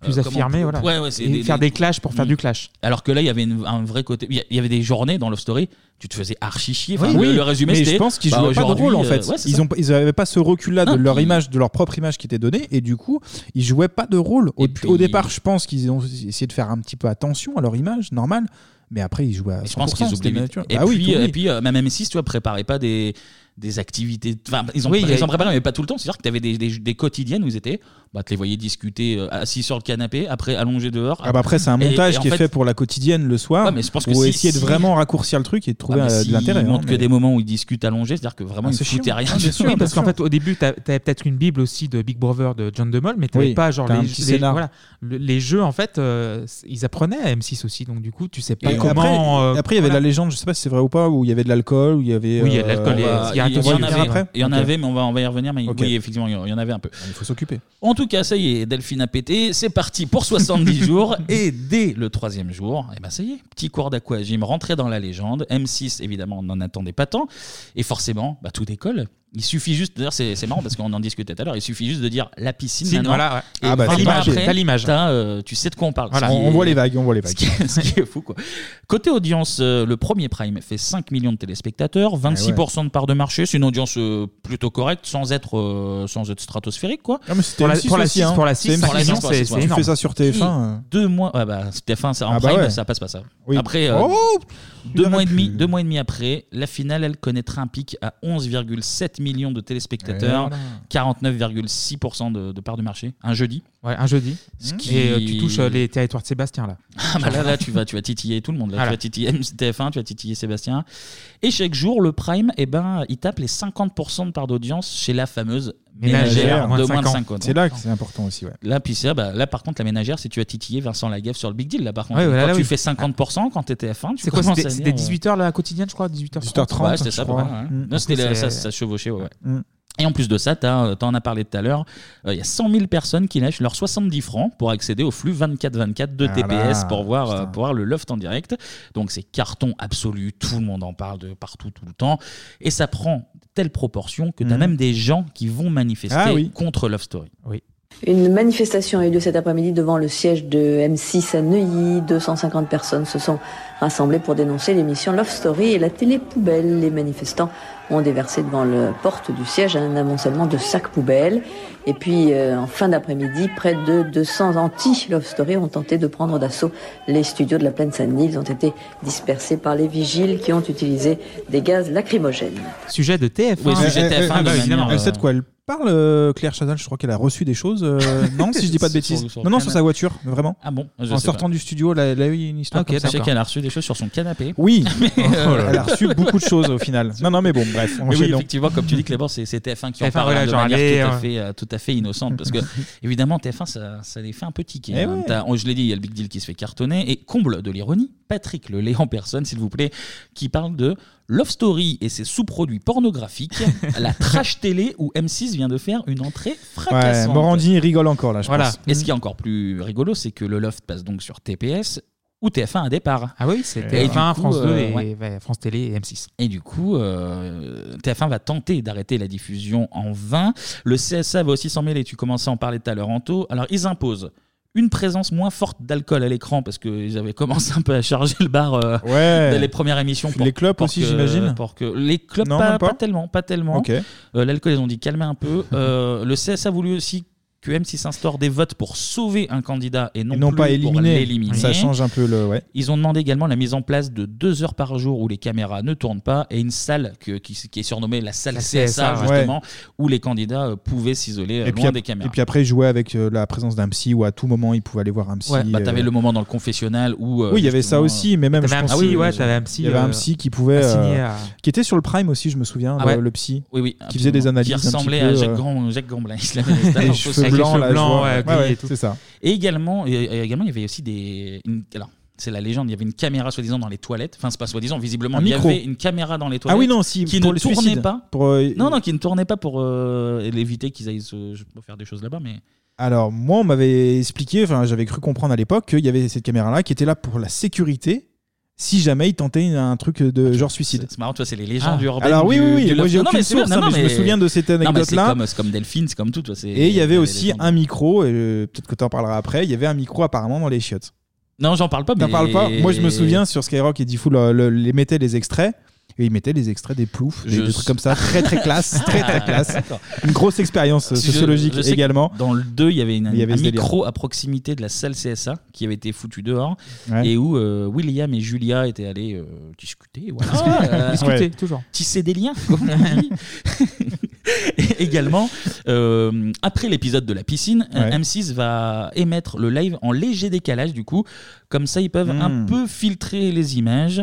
Speaker 7: Plus
Speaker 1: euh,
Speaker 7: affirmés,
Speaker 1: comment-
Speaker 7: voilà.
Speaker 1: Ouais, ouais, c'est
Speaker 7: Et faire des clashs pour faire
Speaker 1: Mm.
Speaker 7: du clash.
Speaker 1: Alors que là, il y avait une- un vrai côté. Il y a- il y avait des journées dans Love Story, tu te faisais archi chier. Enfin,
Speaker 8: Oui,
Speaker 1: le,
Speaker 8: oui,
Speaker 1: le résumé,
Speaker 8: mais
Speaker 1: c'était.
Speaker 8: je pense qu'ils
Speaker 1: bah,
Speaker 8: jouaient pas de
Speaker 1: aujourd'hui,
Speaker 8: rôle en
Speaker 1: euh,
Speaker 8: fait.
Speaker 1: ouais, c'est
Speaker 8: ils
Speaker 1: ça.
Speaker 8: ont, ils avaient pas ce recul là de
Speaker 1: Non,
Speaker 8: leur
Speaker 1: puis-
Speaker 8: image, de leur propre image qui était donnée, et du coup, ils jouaient pas de rôle. Au, au départ, je pense qu'ils ont essayé de faire un petit peu attention à leur image, normal. Mais après, ils jouaient. À 100%,
Speaker 1: Je pense qu'ils
Speaker 8: c'était
Speaker 1: oublient vite.
Speaker 8: naturel.
Speaker 1: Et,
Speaker 8: Bah oui,
Speaker 1: puis,
Speaker 8: t'oublies.
Speaker 1: et puis, euh, même M6, tu vois, préparait pas des, des activités. Enfin, ils ont,
Speaker 7: Oui, il y
Speaker 1: ils
Speaker 7: a-
Speaker 1: en préparaient, mais pas tout le temps. C'est-à-dire que tu avais des, des, des quotidiennes où ils étaient, bah, tu les voyais discuter euh, assis sur le canapé, après allongés dehors.
Speaker 8: Ah bah après, c'est un
Speaker 1: Et-
Speaker 8: montage
Speaker 1: et en
Speaker 8: qui est fait pour la quotidienne le soir.
Speaker 1: Ouais, mais je pense que
Speaker 8: pour
Speaker 1: si-
Speaker 8: essayer
Speaker 1: si-
Speaker 8: de vraiment raccourcir le truc et de
Speaker 1: Ah,
Speaker 8: trouver
Speaker 1: mais
Speaker 8: euh,
Speaker 1: s'ils
Speaker 8: de l'intérêt. hein,
Speaker 1: montrent que
Speaker 8: mais-
Speaker 1: des moments où ils discutent allongés, c'est-à-dire que vraiment,
Speaker 8: Ah,
Speaker 1: ils
Speaker 8: c'est
Speaker 1: ne foutaient
Speaker 8: chiant.
Speaker 1: rien.
Speaker 8: Ah, bien
Speaker 1: du
Speaker 8: sûr,
Speaker 1: tout.
Speaker 7: Oui, parce qu'en fait, au début, tu avais peut-être une Bible aussi de Big Brother de John DeMol, mais tu
Speaker 8: Oui,
Speaker 7: pas genre
Speaker 8: t'as
Speaker 7: les,
Speaker 8: un petit
Speaker 7: les-
Speaker 8: scénar.
Speaker 7: voilà, le- les jeux, en fait, euh, c- ils apprenaient à M6 aussi, donc du coup, tu sais pas
Speaker 8: Et
Speaker 7: comment.
Speaker 8: après,
Speaker 7: euh,
Speaker 8: après, il y avait
Speaker 7: voilà.
Speaker 8: la légende, je sais pas si c'est vrai ou pas, où il y avait de l'alcool, où il y avait.
Speaker 7: Oui, il y a de
Speaker 8: euh,
Speaker 7: l'alcool,
Speaker 8: on
Speaker 7: il y a-
Speaker 8: va-
Speaker 7: il y a
Speaker 1: Il y,
Speaker 8: on va
Speaker 1: en
Speaker 8: le faire
Speaker 1: avait,
Speaker 8: après
Speaker 1: il y en
Speaker 8: Ok.
Speaker 1: avait, mais on va, on va y revenir. Mais
Speaker 8: Ok.
Speaker 1: oui, effectivement, il y en avait un peu.
Speaker 7: Ah,
Speaker 8: Il faut s'occuper.
Speaker 1: En tout cas, ça y est, Delphine a pété. C'est parti pour 70 jours. Et dès le troisième jour, eh ben ça y est, petit cours d'aquagym rentré dans la légende. M6, évidemment, on n'en attendait pas tant. Et forcément, bah, tout décolle. Il suffit juste, d'ailleurs c'est c'est marrant parce qu'on en discutait tout à l'heure, il suffit juste de dire la piscine.
Speaker 7: Si,
Speaker 1: maintenant.
Speaker 7: voilà, ouais.
Speaker 1: Et
Speaker 7: Ah bah, t'as
Speaker 1: vingt minutes
Speaker 7: l'image,
Speaker 1: après,
Speaker 7: t'as l'image.
Speaker 1: t'as, euh, tu sais de quoi on parle.
Speaker 7: Voilà.
Speaker 1: Ce qui
Speaker 7: On- on voit les vagues, on voit les
Speaker 1: ce qui- ce qui est fou quoi. Côté audience, euh, le premier Prime fait 5 millions de
Speaker 8: Ah
Speaker 1: téléspectateurs, 26% de part de marché, c'est une audience euh, plutôt correcte sans être, euh, sans être stratosphérique quoi.
Speaker 8: Ah, mais c'était Pour la- M6 pour la aussi, hein.
Speaker 1: 6
Speaker 8: pour la 6, c'est énorme, c'est- c'est Tu énorme. fais ça sur TF1,
Speaker 1: Et Deux mois, ah bah TF1 ça,
Speaker 8: hein.
Speaker 1: en
Speaker 8: Ah bah
Speaker 1: Prime
Speaker 8: ouais.
Speaker 1: ça passe pas ça.
Speaker 8: Oui.
Speaker 1: Après, euh,
Speaker 8: Oh,
Speaker 1: deux, mois et demi, deux mois et demi après, la finale elle connaîtra un pic à 11,7 millions de
Speaker 8: Eh
Speaker 1: téléspectateurs,
Speaker 7: Voilà.
Speaker 1: 49,6% de, de part de marché, un jeudi.
Speaker 7: Ouais, un jeudi.
Speaker 1: Ce
Speaker 7: Et euh,
Speaker 1: qui-
Speaker 7: tu touches euh, les territoires de Sébastien là.
Speaker 1: Ah bah là, là, tu, vas, tu vas titiller tout le monde. là.
Speaker 7: Voilà.
Speaker 1: Tu vas titiller TF1, tu vas titiller Sébastien. Et chaque jour, le Prime, eh ben, il tape les 50% de part d'audience chez la fameuse ménagère, de moins de 50
Speaker 8: C'est là que c'est important aussi, ouais.
Speaker 1: Là, puis c'est- bah, là, par contre, la ménagère, c'est tu as titillé Vincent Lagaffe sur le Big Deal. Là, par contre,
Speaker 7: Ouais, voilà,
Speaker 1: quand
Speaker 7: là,
Speaker 1: tu
Speaker 7: oui.
Speaker 1: fais 50% quand t'es TF1, tu
Speaker 7: C'est quoi
Speaker 1: commences
Speaker 7: C'était
Speaker 1: à
Speaker 7: c'était
Speaker 1: dire, euh,
Speaker 7: 18h la quotidienne, je crois 18h30.
Speaker 1: 18h30, Ouais, c'était ça, pas mal, hein.
Speaker 8: Mm.
Speaker 1: Non, c'était la- ça, ça se chevauchait, ouais, ouais. Et en plus de ça, tu en as parlé tout à l'heure, euh, il y a 100 000 personnes qui lâchent leurs 70 francs pour accéder au flux 24-24 de
Speaker 7: Ah
Speaker 1: TPS
Speaker 7: là,
Speaker 1: pour, voir, euh, pour voir le loft en direct. Donc c'est carton absolu, tout le monde en parle de partout, tout le temps. Et ça prend telle proportion que tu
Speaker 8: Mm.
Speaker 1: as
Speaker 2: Mhm.
Speaker 1: même des gens qui vont manifester
Speaker 2: Ah oui.
Speaker 1: contre Love Story. Oui.
Speaker 2: Une manifestation a eu lieu cet après-midi devant le siège de M6 à Neuilly. 250 personnes se sont rassemblées pour dénoncer l'émission Love Story et la télé poubelle. Les manifestants ont déversé devant la porte du siège un amoncellement de sacs poubelles. Et puis, euh, en fin d'après-midi, près de 200 anti-Love Story ont tenté de prendre d'assaut les studios de la plaine Saint-Denis. Ils ont été dispersés par les vigiles qui ont utilisé des gaz lacrymogènes.
Speaker 7: Sujet de TF1.
Speaker 8: Euh, euh, euh, ah bah, évidemment. Elle sait de quoi elle parle, euh, Claire Chazal. Je crois qu'elle a reçu des choses. euh, non, si je dis pas de
Speaker 1: Sur-
Speaker 8: bêtises.
Speaker 1: sur
Speaker 8: non, non,
Speaker 1: le
Speaker 8: sur
Speaker 1: canapé.
Speaker 8: sa voiture, vraiment.
Speaker 1: Ah bon Je
Speaker 8: En
Speaker 1: sais
Speaker 8: sortant
Speaker 1: pas. Ah,
Speaker 8: du studio, là, elle a eu une histoire.
Speaker 1: Ok,
Speaker 8: comme ça,
Speaker 1: je sais
Speaker 8: encore.
Speaker 1: qu'elle a reçu des choses sur son canapé.
Speaker 8: Oui, Oh
Speaker 1: Mais, euh,
Speaker 8: elle a reçu beaucoup de choses au final. Non, non, mais bon, bref.
Speaker 1: Mais oui,
Speaker 8: enchaînons.
Speaker 1: effectivement, comme tu dis, Clément, c'est c'est TF1 qui en
Speaker 8: TF1,
Speaker 1: parle hein,
Speaker 8: voilà,
Speaker 1: de
Speaker 8: genre,
Speaker 1: manière
Speaker 8: allez, hein.
Speaker 1: tout, à
Speaker 8: ouais.
Speaker 1: fait, euh, tout à fait innocente. Parce que, évidemment, TF1, ça, ça les fait un peu tiquer.
Speaker 8: Eh
Speaker 1: hein.
Speaker 8: ouais.
Speaker 1: T'as- oh, je l'ai dit, il y a le Big Deal qui se fait cartonner. Et comble de l'ironie, Patrick Lelay en personne, s'il vous plaît, qui parle de Love Story et ses sous-produits pornographiques, la trash télé où M6 vient de faire une entrée
Speaker 8: Ouais,
Speaker 1: fracassante.
Speaker 8: Morandini rigole encore là, je
Speaker 1: Voilà.
Speaker 8: pense.
Speaker 1: Et ce qui est encore plus rigolo, c'est que le loft passe donc sur TPS ou TF1 à départ.
Speaker 7: Ah oui,
Speaker 1: c'est
Speaker 7: TF1, France 2 et ouais, France Télé et M6.
Speaker 1: euh, Et du coup, euh, TF1 va tenter d'arrêter la diffusion en vain. Le CSA va aussi s'en mêler, tu commençais à en parler tout à l'heure, Anto. Alors, ils imposent une présence moins forte d'alcool à l'écran parce qu'ils avaient commencé un peu à charger le bar euh, dès les premières émissions.
Speaker 8: Les clubs
Speaker 1: pour
Speaker 8: aussi,
Speaker 1: que-
Speaker 8: j'imagine
Speaker 1: pour que- Les clubs,
Speaker 8: Non,
Speaker 1: pas,
Speaker 8: même pas
Speaker 1: pas tellement. Pas tellement.
Speaker 8: Ok.
Speaker 1: Euh, L'alcool, ils ont dit calmer un peu. Euh, le CSA a voulu aussi que M6 instaure des votes pour sauver un candidat et non,
Speaker 8: Et non
Speaker 1: plus
Speaker 8: pas
Speaker 1: pour
Speaker 8: éliminé.
Speaker 1: l'éliminer.
Speaker 8: Ça change un peu le. Ouais.
Speaker 1: Ils ont demandé également la mise en place de deux heures par jour où les caméras ne tournent pas et une salle que- qui, qui est surnommée la salle
Speaker 7: La
Speaker 1: CSA,
Speaker 7: CSA, ouais.
Speaker 1: justement, où les candidats euh, pouvaient s'isoler euh,
Speaker 8: Et puis,
Speaker 1: loin
Speaker 8: ap-
Speaker 1: des caméras.
Speaker 8: et puis après, jouer avec euh, la présence d'un psy où à tout moment, il pouvait aller voir un psy.
Speaker 1: Ouais, bah,
Speaker 8: euh,
Speaker 1: t'avais le moment dans le confessionnal où. euh,
Speaker 8: oui, il y avait ça
Speaker 1: justement,
Speaker 8: aussi, mais même. je pense-
Speaker 1: Ah oui, oui,
Speaker 8: Il y avait un psy euh, qui pouvait.
Speaker 1: euh, assigné
Speaker 8: euh,
Speaker 1: à-
Speaker 8: Qui était sur le Prime aussi, je me souviens,
Speaker 1: Ah
Speaker 8: le,
Speaker 1: ouais.
Speaker 8: le psy.
Speaker 1: Oui, oui,
Speaker 8: Qui faisait des
Speaker 1: absolument.
Speaker 8: analyses. un
Speaker 1: Qui
Speaker 8: petit
Speaker 1: ressemblait
Speaker 8: peu,
Speaker 1: à
Speaker 8: euh,
Speaker 1: Jacques, Grand- Jacques Gamblin. Il se l'avait mis
Speaker 8: Les
Speaker 1: en
Speaker 8: cheveux
Speaker 1: fausse- avec
Speaker 8: blancs,
Speaker 1: les
Speaker 8: là,
Speaker 1: cheveux
Speaker 8: je
Speaker 1: blancs,
Speaker 8: vois.
Speaker 1: ouais,
Speaker 8: Ouais,
Speaker 1: gris
Speaker 8: ouais,
Speaker 1: et tout.
Speaker 8: c'est ça.
Speaker 1: Et également, et- et également, il y avait aussi des. une- alors, c'est la légende, il y avait une caméra soi-disant dans les toilettes. Enfin, c'est pas soi-disant, visiblement,
Speaker 8: Un
Speaker 1: il y
Speaker 8: micro.
Speaker 1: avait une caméra dans les
Speaker 8: Ah
Speaker 1: toilettes
Speaker 8: oui, non, si,
Speaker 1: qui
Speaker 8: pour
Speaker 1: ne
Speaker 8: les
Speaker 1: tournait
Speaker 8: suicides.
Speaker 1: pas.
Speaker 8: Pour, euh,
Speaker 1: Non, non, qui ne tournait pas pour euh, éviter qu'ils aillent se, je- faire des choses là-bas, mais.
Speaker 8: Alors, moi, on m'avait expliqué, enfin, j'avais cru comprendre à l'époque qu'il y avait cette caméra-là qui était là pour la sécurité si jamais il tentait un truc de genre suicide.
Speaker 1: Ah, C'est marrant, toi, c'est les légendes
Speaker 8: Ah.
Speaker 1: urbaines.
Speaker 8: Alors oui,
Speaker 1: du-
Speaker 8: oui, oui,
Speaker 1: du
Speaker 8: moi,
Speaker 1: Love-
Speaker 8: j'ai
Speaker 1: Non, non,
Speaker 8: aucune
Speaker 1: mais c'est bien,
Speaker 8: source,
Speaker 1: non,
Speaker 8: hein,
Speaker 1: non,
Speaker 8: mais je me souviens de cette
Speaker 1: Non, mais
Speaker 8: anecdote-là.
Speaker 1: C'est comme, c'est comme Delphine, c'est comme tout. Toi, c'est-
Speaker 8: Et il y avait
Speaker 1: les
Speaker 8: aussi
Speaker 1: légendes.
Speaker 8: un micro, et euh, peut-être que tu en parleras après, il y avait un micro apparemment dans les chiottes.
Speaker 1: Non, j'en parle pas, mais.
Speaker 8: T'en parles pas Moi, je me souviens sur Skyrock et Diffoul euh, le- les mettaient les extraits. Et ils mettaient les extraits des ploufs, des,
Speaker 1: Je
Speaker 8: des trucs comme ça, très très classe, très très classe.
Speaker 1: D'accord.
Speaker 8: Une grosse expérience euh,
Speaker 1: Si je-
Speaker 8: sociologique
Speaker 1: je sais que
Speaker 8: également.
Speaker 1: Dans le 2, il y avait, une,
Speaker 8: Il y avait
Speaker 1: un
Speaker 8: ce délire.
Speaker 1: micro à proximité de la salle CSA qui avait été foutu dehors
Speaker 8: Ouais.
Speaker 1: et où euh, William et Julia étaient allés euh, discuter. Voilà. Euh,
Speaker 7: Discuter,
Speaker 1: ouais.
Speaker 7: toujours.
Speaker 1: Tisser des liens, comme on dit. Et également, euh, après l'épisode de la piscine,
Speaker 7: Ouais.
Speaker 1: M6 va émettre le live en léger décalage, du coup. Comme ça, ils peuvent
Speaker 7: Hmm.
Speaker 1: un peu filtrer les images.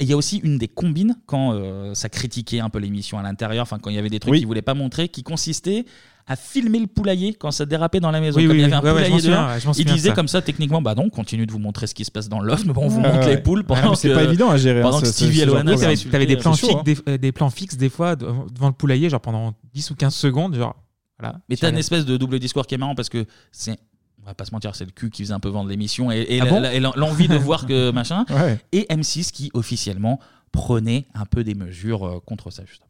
Speaker 1: Et il y a aussi une des combines, quand euh, ça critiquait un peu l'émission à l'intérieur, enfin, quand il y avait des trucs
Speaker 7: Oui.
Speaker 1: qu'ils voulaient pas montrer, qui consistait à filmer le poulailler quand ça dérapait dans la maison.
Speaker 7: Oui,
Speaker 1: comme
Speaker 7: oui,
Speaker 1: il y avait un
Speaker 7: ouais, ouais, je
Speaker 1: poulailler
Speaker 7: m'en souviens,
Speaker 1: dehors,
Speaker 7: ouais, je m'en
Speaker 1: il
Speaker 7: souviens de
Speaker 1: disait
Speaker 7: ça.
Speaker 1: comme ça, techniquement, bah non, on continue de vous montrer ce qui se passe dans l'offre, mais bon, on vous
Speaker 7: Ouais,
Speaker 8: Ah,
Speaker 1: montre
Speaker 7: ouais.
Speaker 1: les poules
Speaker 7: Ouais,
Speaker 1: pendant
Speaker 7: mais c'est
Speaker 1: que-
Speaker 7: pas évident à
Speaker 8: gérer, hein,
Speaker 1: pendant
Speaker 8: ce-
Speaker 1: que
Speaker 8: ce-
Speaker 1: Stevie
Speaker 8: ce genre de
Speaker 1: Alouane
Speaker 8: programme.
Speaker 1: avait
Speaker 8: Tu
Speaker 7: T'avais des
Speaker 1: insulté, euh,
Speaker 7: plans
Speaker 1: c'est chaud,
Speaker 7: fixes,
Speaker 1: hein.
Speaker 7: des, euh, des plans fixes des fois de- devant le poulailler, genre pendant 10 ou 15 secondes, genre voilà.
Speaker 1: Mais t'as
Speaker 7: Tu
Speaker 1: une
Speaker 7: regardes.
Speaker 1: espèce de double discours qui est marrant parce que c'est. On va pas se mentir, c'est le cul qui faisait un peu vendre l'émission et, et
Speaker 7: Ah
Speaker 1: la-
Speaker 7: bon
Speaker 1: la- et l'en- l'envie de voir que machin.
Speaker 8: Ouais.
Speaker 1: Et M6 qui officiellement prenait un peu des mesures euh, contre ça, justement.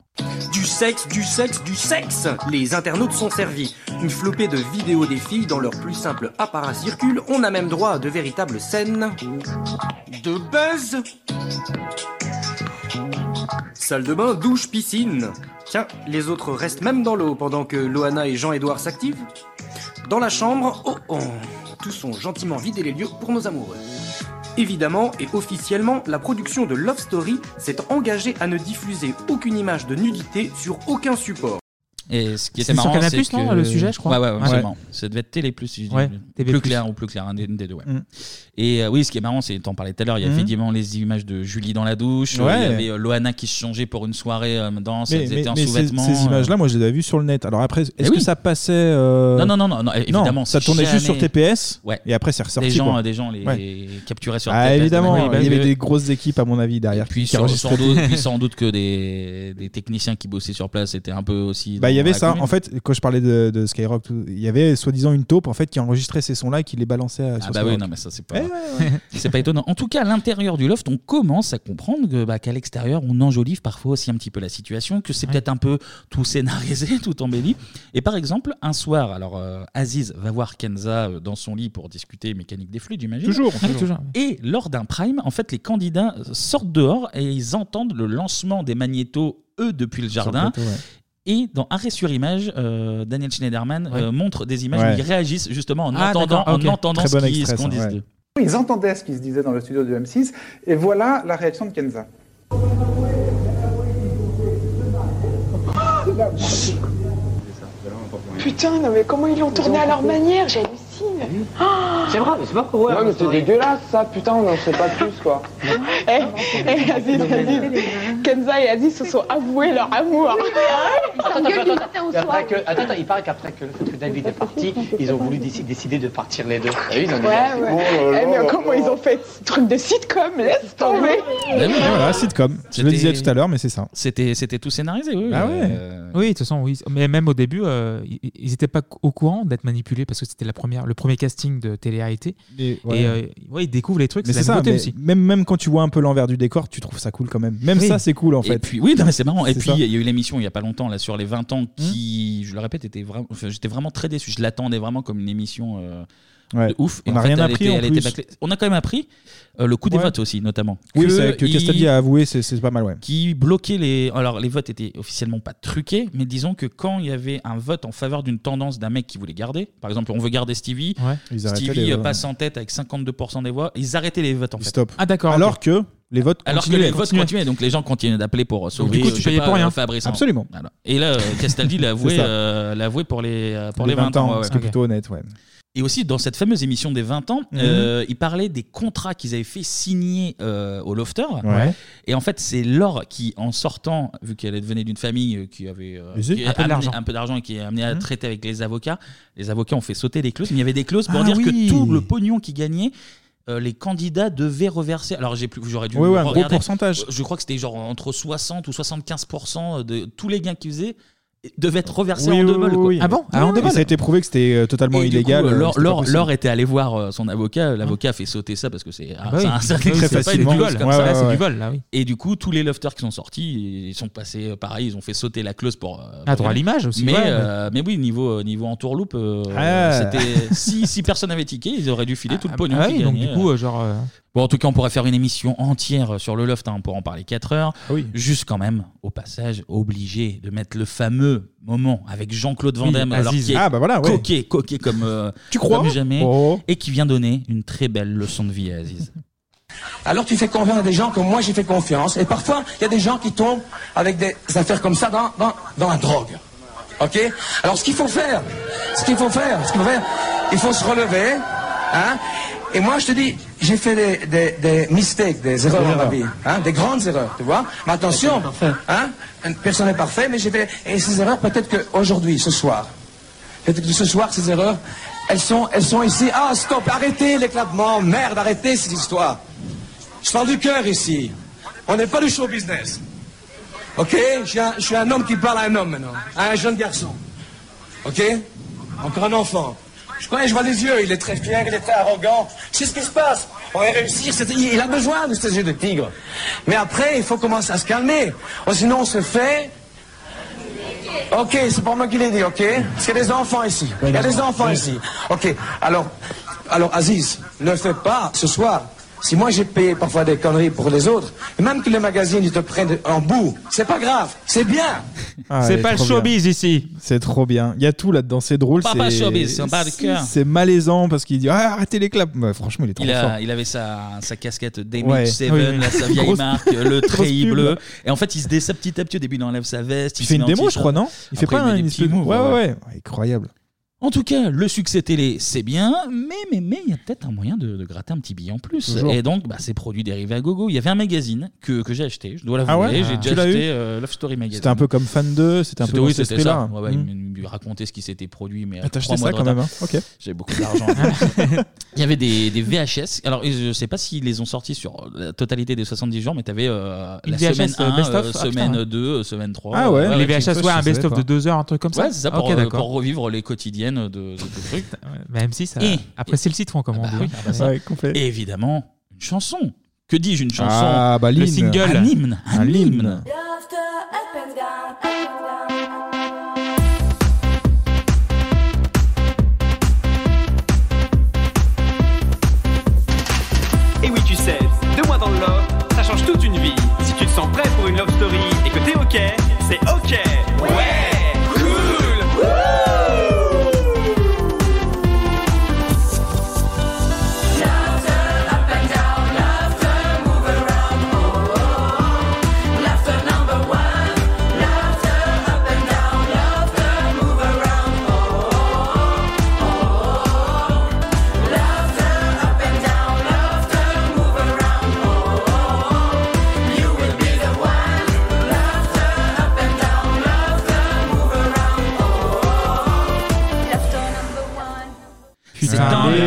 Speaker 3: Du sexe, du sexe, du sexe Les internautes sont servis. Une flopée de vidéos des filles dans leur plus simple apparat circule. On a même droit à de véritables scènes de buzz. Salle de bain, douche, piscine. Tiens, les autres restent même dans l'eau pendant que Loana et Jean-Édouard s'activent. Dans la chambre, oh oh, tous ont gentiment vidé les lieux pour nos amoureux. Évidemment et officiellement, la production de Love Story s'est engagée à ne diffuser aucune image de nudité sur aucun support.
Speaker 1: Et ce qui
Speaker 7: C'est
Speaker 1: était
Speaker 7: sur
Speaker 1: marrant,
Speaker 7: Canal+,
Speaker 1: c'est que...
Speaker 7: non, le sujet, je crois.
Speaker 1: Ouais, ouais, ouais,
Speaker 7: Ouais.
Speaker 1: sûrement. Ça devait être Télé+, plus,
Speaker 7: Ouais,
Speaker 1: plus,
Speaker 7: TV+.
Speaker 1: clair ou plus clair, un des, un des deux, ouais.
Speaker 7: Mm.
Speaker 1: Et euh, oui, ce qui est marrant, c'est, t'en parlais tout à l'heure, il y a
Speaker 7: Mhm.
Speaker 1: effectivement les images de Julie dans la douche, euh,
Speaker 8: Ouais.
Speaker 1: il y avait euh, Loana qui se changeait pour une soirée euh, dans,
Speaker 8: Mais,
Speaker 1: elle était
Speaker 8: mais-
Speaker 1: en
Speaker 8: mais ces,
Speaker 1: sous-vêtements.
Speaker 8: ces
Speaker 1: euh.
Speaker 8: images-là, moi, je les avais vues sur le net. Alors après,
Speaker 1: Eh
Speaker 8: est-ce que
Speaker 1: oui.
Speaker 8: ça passait euh,
Speaker 1: Non, non, non, non, non, évidemment.
Speaker 8: ça
Speaker 1: c'est
Speaker 8: tournait juste sur
Speaker 1: jamais-
Speaker 8: TPS.
Speaker 1: Ouais.
Speaker 8: Et après, c'est ressorti.
Speaker 1: Des gens,
Speaker 8: quoi.
Speaker 1: euh, des gens les
Speaker 8: Ouais.
Speaker 1: les capturaient sur
Speaker 8: Ah,
Speaker 1: TPS.
Speaker 8: évidemment,
Speaker 1: Oui, bah,
Speaker 8: il y
Speaker 1: oui,
Speaker 8: avait
Speaker 1: oui.
Speaker 8: des grosses équipes, à mon avis, derrière.
Speaker 1: Puis,
Speaker 8: qui
Speaker 1: sans, sans
Speaker 8: enregistraient
Speaker 1: doute,
Speaker 8: des-
Speaker 1: puis sans doute que des, des techniciens qui bossaient sur place étaient un peu aussi.
Speaker 8: Bah, il y
Speaker 1: dans
Speaker 8: avait
Speaker 1: la
Speaker 8: ça.
Speaker 1: commune.
Speaker 8: En fait, quand je parlais de, de Skyrock, tout- il y avait soi-disant une taupe en fait, qui enregistrait ces sons-là et qui les balançait euh,
Speaker 1: Ah
Speaker 8: sur
Speaker 1: bah oui,
Speaker 8: Skyrock.
Speaker 1: non mais ça
Speaker 7: Eh
Speaker 1: c'est pas, c'est pas étonnant. En tout cas, à l'intérieur du loft, on commence à comprendre que, bah, qu'à l'extérieur, on enjolive parfois aussi un petit peu la situation, que c'est peut-être un peu tout scénarisé, tout embelli. Et par exemple, un soir, alors euh, Aziz va voir Kenza euh, dans son lit pour discuter mécanique des fluides, j'imagine.
Speaker 7: Toujours, toujours. Toujours.
Speaker 1: Et lors d'un prime, en fait, les candidats euh, sortent dehors et ils entendent le lancement des magnétos, eux, depuis le
Speaker 7: le
Speaker 1: jardin.
Speaker 7: plateau, ouais.
Speaker 1: Et dans Arrêt sur image, euh, Daniel Schneiderman euh, montre des images
Speaker 8: Ouais.
Speaker 1: où ils réagissent justement en
Speaker 8: Ah,
Speaker 1: entendant,
Speaker 8: d'accord,
Speaker 1: en
Speaker 8: ok.
Speaker 1: entendant
Speaker 8: Très
Speaker 1: ce
Speaker 8: bon
Speaker 1: qui- ce
Speaker 8: extrait,
Speaker 1: qu'on
Speaker 8: ça,
Speaker 1: dit
Speaker 8: ouais.
Speaker 1: d'eux.
Speaker 22: Ils entendaient ce qui se disait dans le studio de M6, et voilà la réaction de Kenza.
Speaker 10: Putain, non mais comment ils l'ont tourné à leur manière, j'hallucine.
Speaker 21: C'est vrai, mais c'est pas pour hein, voir. Non, mais c'est dégueulasse ça, putain, on n'en sait pas plus quoi.
Speaker 10: Eh, eh, Aziz, Aziz, Kenza et Aziz se sont avoués leur amour. hein,
Speaker 23: Et après que- attends, attends, il paraît qu'après que, le fait que David est parti, ils ont voulu déci- décider de partir les deux.
Speaker 21: Ah
Speaker 23: Et ils ont dit,
Speaker 10: Ouais, ouais.
Speaker 21: Oh
Speaker 10: Eh, mais comment ils ont fait ce truc de sitcom Laisse tomber.
Speaker 1: Ben oui,
Speaker 8: Et voilà, sitcom. Je le disais
Speaker 1: C'était-
Speaker 8: tout à l'heure, mais c'est ça.
Speaker 1: C'était, c'était tout scénarisé, oui.
Speaker 7: Ah
Speaker 1: Euh,
Speaker 7: ouais. Oui, de toute façon, oui. Mais même au début, euh, ils- ils n'étaient pas au courant d'être manipulés parce que c'était la première, le premier casting de télé-réalité.
Speaker 8: Et, ouais.
Speaker 7: euh, ouais, ils découvrent les trucs.
Speaker 8: Mais
Speaker 7: C'est
Speaker 8: c'est
Speaker 7: la
Speaker 8: ça,
Speaker 7: nouveauté
Speaker 8: mais
Speaker 7: aussi.
Speaker 8: même, même quand tu vois un peu l'envers du décor, tu trouves ça cool quand même. Même
Speaker 7: Oui.
Speaker 8: ça, c'est cool en fait.
Speaker 1: Et puis, oui, non, mais c'est marrant. Et
Speaker 8: C'est
Speaker 1: puis,
Speaker 8: ça. Hmm.
Speaker 1: il y a eu l'émission il n'y a pas longtemps, là, sur les 20 ans, qui, je le répète, était vraiment, enfin, j'étais vraiment très déçu. Je l'attendais vraiment comme une émission euh,
Speaker 8: Ouais.
Speaker 1: de ouf.
Speaker 8: On
Speaker 1: en
Speaker 8: n'a
Speaker 1: fait,
Speaker 8: rien
Speaker 1: elle
Speaker 8: appris,
Speaker 1: était-
Speaker 8: en
Speaker 1: elle était
Speaker 8: plus.
Speaker 1: bâclée. On a quand même appris euh, le coup des
Speaker 8: Ouais.
Speaker 1: votes aussi, notamment.
Speaker 8: oui, c'est que
Speaker 1: il-
Speaker 8: Castaldi a avoué, c'est c'est pas mal, ouais.
Speaker 1: qui bloquait les. Alors, les votes étaient officiellement pas truqués, mais disons que quand il y avait un vote en faveur d'une tendance d'un mec qui voulait garder, par exemple, on veut garder Stevie,
Speaker 8: Ouais. Ils arrêtaient
Speaker 1: Stevie
Speaker 8: les
Speaker 1: euh,
Speaker 8: votes.
Speaker 1: passe en tête avec 52% des voix, ils arrêtaient les votes en fait.
Speaker 8: Stop. Alors que les votes
Speaker 1: Ah, Alors que
Speaker 8: continuaient.
Speaker 1: les votes continuaient, donc les gens continuaient d'appeler pour euh,
Speaker 8: Donc,
Speaker 1: sauver.
Speaker 8: du coup, tu
Speaker 1: euh, je sais
Speaker 8: payais
Speaker 1: pas,
Speaker 8: pour
Speaker 1: euh,
Speaker 8: rien.
Speaker 1: Fabrice. hein.
Speaker 8: Absolument.
Speaker 1: Voilà. Et là, euh, Castaldi l'a avoué,
Speaker 8: C'est ça.
Speaker 1: euh, l'a avoué pour les euh, pour
Speaker 8: Les
Speaker 1: les 20 ans. ouais,
Speaker 8: ce
Speaker 1: ouais. Ah,
Speaker 8: qui est plutôt honnête, ouais.
Speaker 1: Et aussi, dans cette fameuse émission des 20 ans,
Speaker 8: Mhm.
Speaker 1: euh, il parlait des contrats qu'ils avaient fait signer euh, aux lofters.
Speaker 8: Ouais.
Speaker 1: Et en fait, c'est Laure qui, en sortant, vu qu'elle venait d'une famille euh, qui avait euh,
Speaker 8: Aisée.
Speaker 1: qui
Speaker 8: Un peu Mhm.
Speaker 1: amené-
Speaker 8: d'argent.
Speaker 1: un peu d'argent et qui est amenée à traiter avec les avocats, les avocats ont fait sauter des clauses. Mais il y avait des clauses pour
Speaker 8: Ah
Speaker 1: dire
Speaker 8: oui.
Speaker 1: que tout le pognon qu'ils gagnaient. euh, les candidats devaient reverser. Alors j'ai plus, j'aurais dû.
Speaker 8: Ouais, ouais, un gros
Speaker 1: regarder.
Speaker 8: pourcentage.
Speaker 1: Je crois que c'était genre entre 60 ou 75 de tous les gains qu'ils faisaient devaient être reversés
Speaker 8: Oui,
Speaker 1: en
Speaker 8: oui,
Speaker 1: deux balles.
Speaker 8: oui, Ah,
Speaker 1: quoi. Ah
Speaker 8: oui.
Speaker 1: Ouais, ouais.
Speaker 8: Et Ça a été prouvé que c'était euh, totalement
Speaker 1: Et du
Speaker 8: illégal.
Speaker 1: coup,
Speaker 8: euh,
Speaker 1: Laure,
Speaker 8: c'était pas
Speaker 1: Laure-
Speaker 8: possible. Ah.
Speaker 1: Laure était allée voir euh, son avocat. L'avocat a fait sauter ça parce que c'est
Speaker 8: bah oui.
Speaker 1: un- c'est un-
Speaker 8: Très
Speaker 1: c'est pas
Speaker 8: facilement.
Speaker 1: du vol comme
Speaker 8: Ouais,
Speaker 1: ça.
Speaker 8: ouais, ouais. C'est du
Speaker 7: Ah
Speaker 8: vol, là, oui.
Speaker 1: Et du coup, tous les lofters qui sont sortis, ils sont passés euh, pareil. Ils ont fait sauter la clause pour. euh,
Speaker 7: Ah,
Speaker 1: pour
Speaker 7: droit à
Speaker 1: gagner.
Speaker 7: l'image aussi,
Speaker 1: Mais,
Speaker 7: ouais,
Speaker 1: euh, mais oui, niveau, euh, niveau entourloupe, euh,
Speaker 7: Ah.
Speaker 1: c'était- si, si personne avait tiqué, ils auraient dû filer tout le pognon.
Speaker 7: ah
Speaker 1: qu'ils
Speaker 7: oui, donc du
Speaker 1: gagnaient,
Speaker 7: coup,
Speaker 1: euh.
Speaker 7: euh, genre. euh,
Speaker 1: Bon, en tout cas, on pourrait faire une émission entière sur le loft, hein, on pourrait en parler 4 heures.
Speaker 8: Ah
Speaker 1: Juste quand même, au passage, obligé de mettre le fameux moment avec Jean-Claude Van
Speaker 8: Oui,
Speaker 1: Damme, alors
Speaker 8: Aziz.
Speaker 1: qui est
Speaker 8: Ah, bah voilà, ouais.
Speaker 1: coqué, coqué comme, euh,
Speaker 8: Tu crois
Speaker 1: comme jamais,
Speaker 8: Oh.
Speaker 1: et qui vient donner une très belle leçon de vie à Aziz.
Speaker 21: Alors tu fais confiance à des gens que moi j'ai fait confiance. Et parfois, il y a des gens qui tombent avec des affaires comme ça dans, dans, dans la drogue. Ok Alors ce qu'il faut faire, ce qu'il faut faire, ce qu'il faut faire, il faut se relever. Hein et moi je te dis, j'ai fait des, des, des mistakes, des erreurs dans ma vie, hein, des grandes erreurs, tu vois. Mais attention, hein, personne n'est parfait, mais j'ai fait. Et ces erreurs, peut-être qu'aujourd'hui, ce soir, Peut-être que ce soir, ces erreurs, elles sont, elles sont ici. Ah, stop, arrêtez l'éclatement, merde, arrêtez cette histoire. Je parle du cœur ici. On n'est pas du show business. Ok je suis, un, je suis un homme qui parle à un homme maintenant, à un jeune garçon. Ok Encore un enfant. Je connais, je vois les yeux, il est très fier, il est très arrogant. C'est ce qui se passe. On va réussir, c'est- il il a besoin de ces yeux de tigre. Mais après, il faut commencer à se calmer. Oh, sinon, on se fait Ok, c'est pour moi qui l'ai dit, ok Parce qu'il y a des enfants ici. Il y a des enfants ici. Ok, alors, alors Aziz, ne fais pas ce soir. Si moi j'ai payé parfois des conneries pour les autres, même que les magazines ils te prennent en bout, c'est pas grave, c'est bien.
Speaker 8: Ah,
Speaker 7: C'est
Speaker 8: elle est
Speaker 7: pas le
Speaker 8: trop bien.
Speaker 7: showbiz ici.
Speaker 8: C'est trop bien. Il y a tout là-dedans. C'est drôle.
Speaker 1: Pas pas
Speaker 8: c'est-
Speaker 1: showbiz, c'est un bas de cœur.
Speaker 8: C'est malaisant parce qu'il dit ah, arrêtez les claps. Bah, franchement, il est trop
Speaker 1: Il,
Speaker 8: fort.
Speaker 1: a, il avait sa, sa casquette
Speaker 8: Ouais.
Speaker 1: Damage 7,
Speaker 8: Oui, oui.
Speaker 1: là, sa vieille
Speaker 8: Grosse-
Speaker 1: marque, le
Speaker 8: grosse
Speaker 1: treillis
Speaker 8: pub,
Speaker 1: bleu.
Speaker 8: là.
Speaker 1: Et en fait, il se dessert petit à petit. Au début, il enlève sa veste.
Speaker 8: Il fait
Speaker 1: se
Speaker 8: une
Speaker 1: met en
Speaker 8: démo, je
Speaker 1: t-shirt.
Speaker 8: crois, non Il fait
Speaker 1: Après,
Speaker 8: pas
Speaker 1: il met
Speaker 8: un
Speaker 1: des
Speaker 8: espèce
Speaker 1: petits
Speaker 8: de-
Speaker 1: moves, hein.
Speaker 8: Ouais, ouais, ouais. Incroyable.
Speaker 1: En tout cas, le succès télé, c'est bien, mais mais mais il y a peut-être un moyen de, de gratter un petit billet en plus.
Speaker 8: Toujours.
Speaker 1: Et donc, bah, c'est produits dérivés à gogo. Il y avait un magazine que, que j'ai acheté, je dois l'avouer.
Speaker 8: Ah ouais
Speaker 1: j'ai
Speaker 8: Ah.
Speaker 1: déjà
Speaker 8: Tu l'as
Speaker 1: acheté
Speaker 8: eu
Speaker 1: euh, Love Story Magazine.
Speaker 8: C'était un peu comme fan 2, c'était un peu
Speaker 1: C'était-
Speaker 8: dans
Speaker 1: oui,
Speaker 8: cet
Speaker 1: c'était ça.
Speaker 8: esprit-là.
Speaker 1: Ouais, ouais, il
Speaker 7: Hmm.
Speaker 8: Mm.
Speaker 1: me- il me racontait ce qui s'était produit, mais
Speaker 8: Ah, t'as
Speaker 1: à trois
Speaker 8: acheté
Speaker 1: mois
Speaker 8: ça
Speaker 1: de
Speaker 8: quand
Speaker 1: retard.
Speaker 8: même, hein Ok.
Speaker 1: J'ai beaucoup d'argent. hein. il y avait des, des VHS. Alors, je sais pas s'ils les ont sortis sur la totalité des 70 jours, mais t'avais euh,
Speaker 7: Une
Speaker 1: la
Speaker 7: VHS,
Speaker 1: semaine 1,
Speaker 7: euh, best
Speaker 1: euh,
Speaker 7: of Ah,
Speaker 1: semaine
Speaker 7: putain.
Speaker 1: 2, euh, semaine 3.
Speaker 7: Ah ouais, les VHS, ouais, un best-of de deux heures, un truc comme ça
Speaker 1: Ouais, c'est ça,
Speaker 7: Ok,
Speaker 1: pour, euh,
Speaker 7: d'accord.
Speaker 1: pour revivre les quotidiennes de, de tout le truc.
Speaker 7: Mais M6, ça-
Speaker 1: Et-
Speaker 7: après c'est le citron, comme on
Speaker 1: Ah
Speaker 7: dit.
Speaker 1: oui,
Speaker 7: hein.
Speaker 1: ah bah ça.
Speaker 7: Ouais.
Speaker 1: Et évidemment, une chanson. Que dis-je, une chanson
Speaker 7: Ah, bah,
Speaker 1: Le
Speaker 7: l'hymne.
Speaker 1: single. Un hymne. Un,
Speaker 7: Un
Speaker 1: hymne.
Speaker 7: hymne.
Speaker 4: Et Eh oui, tu sais, deux mois dans le love, ça change toute une vie. Si tu te sens prêt pour une love story et que t'es ok, c'est ok. Ouais, cool.
Speaker 1: Putain,
Speaker 8: Allez.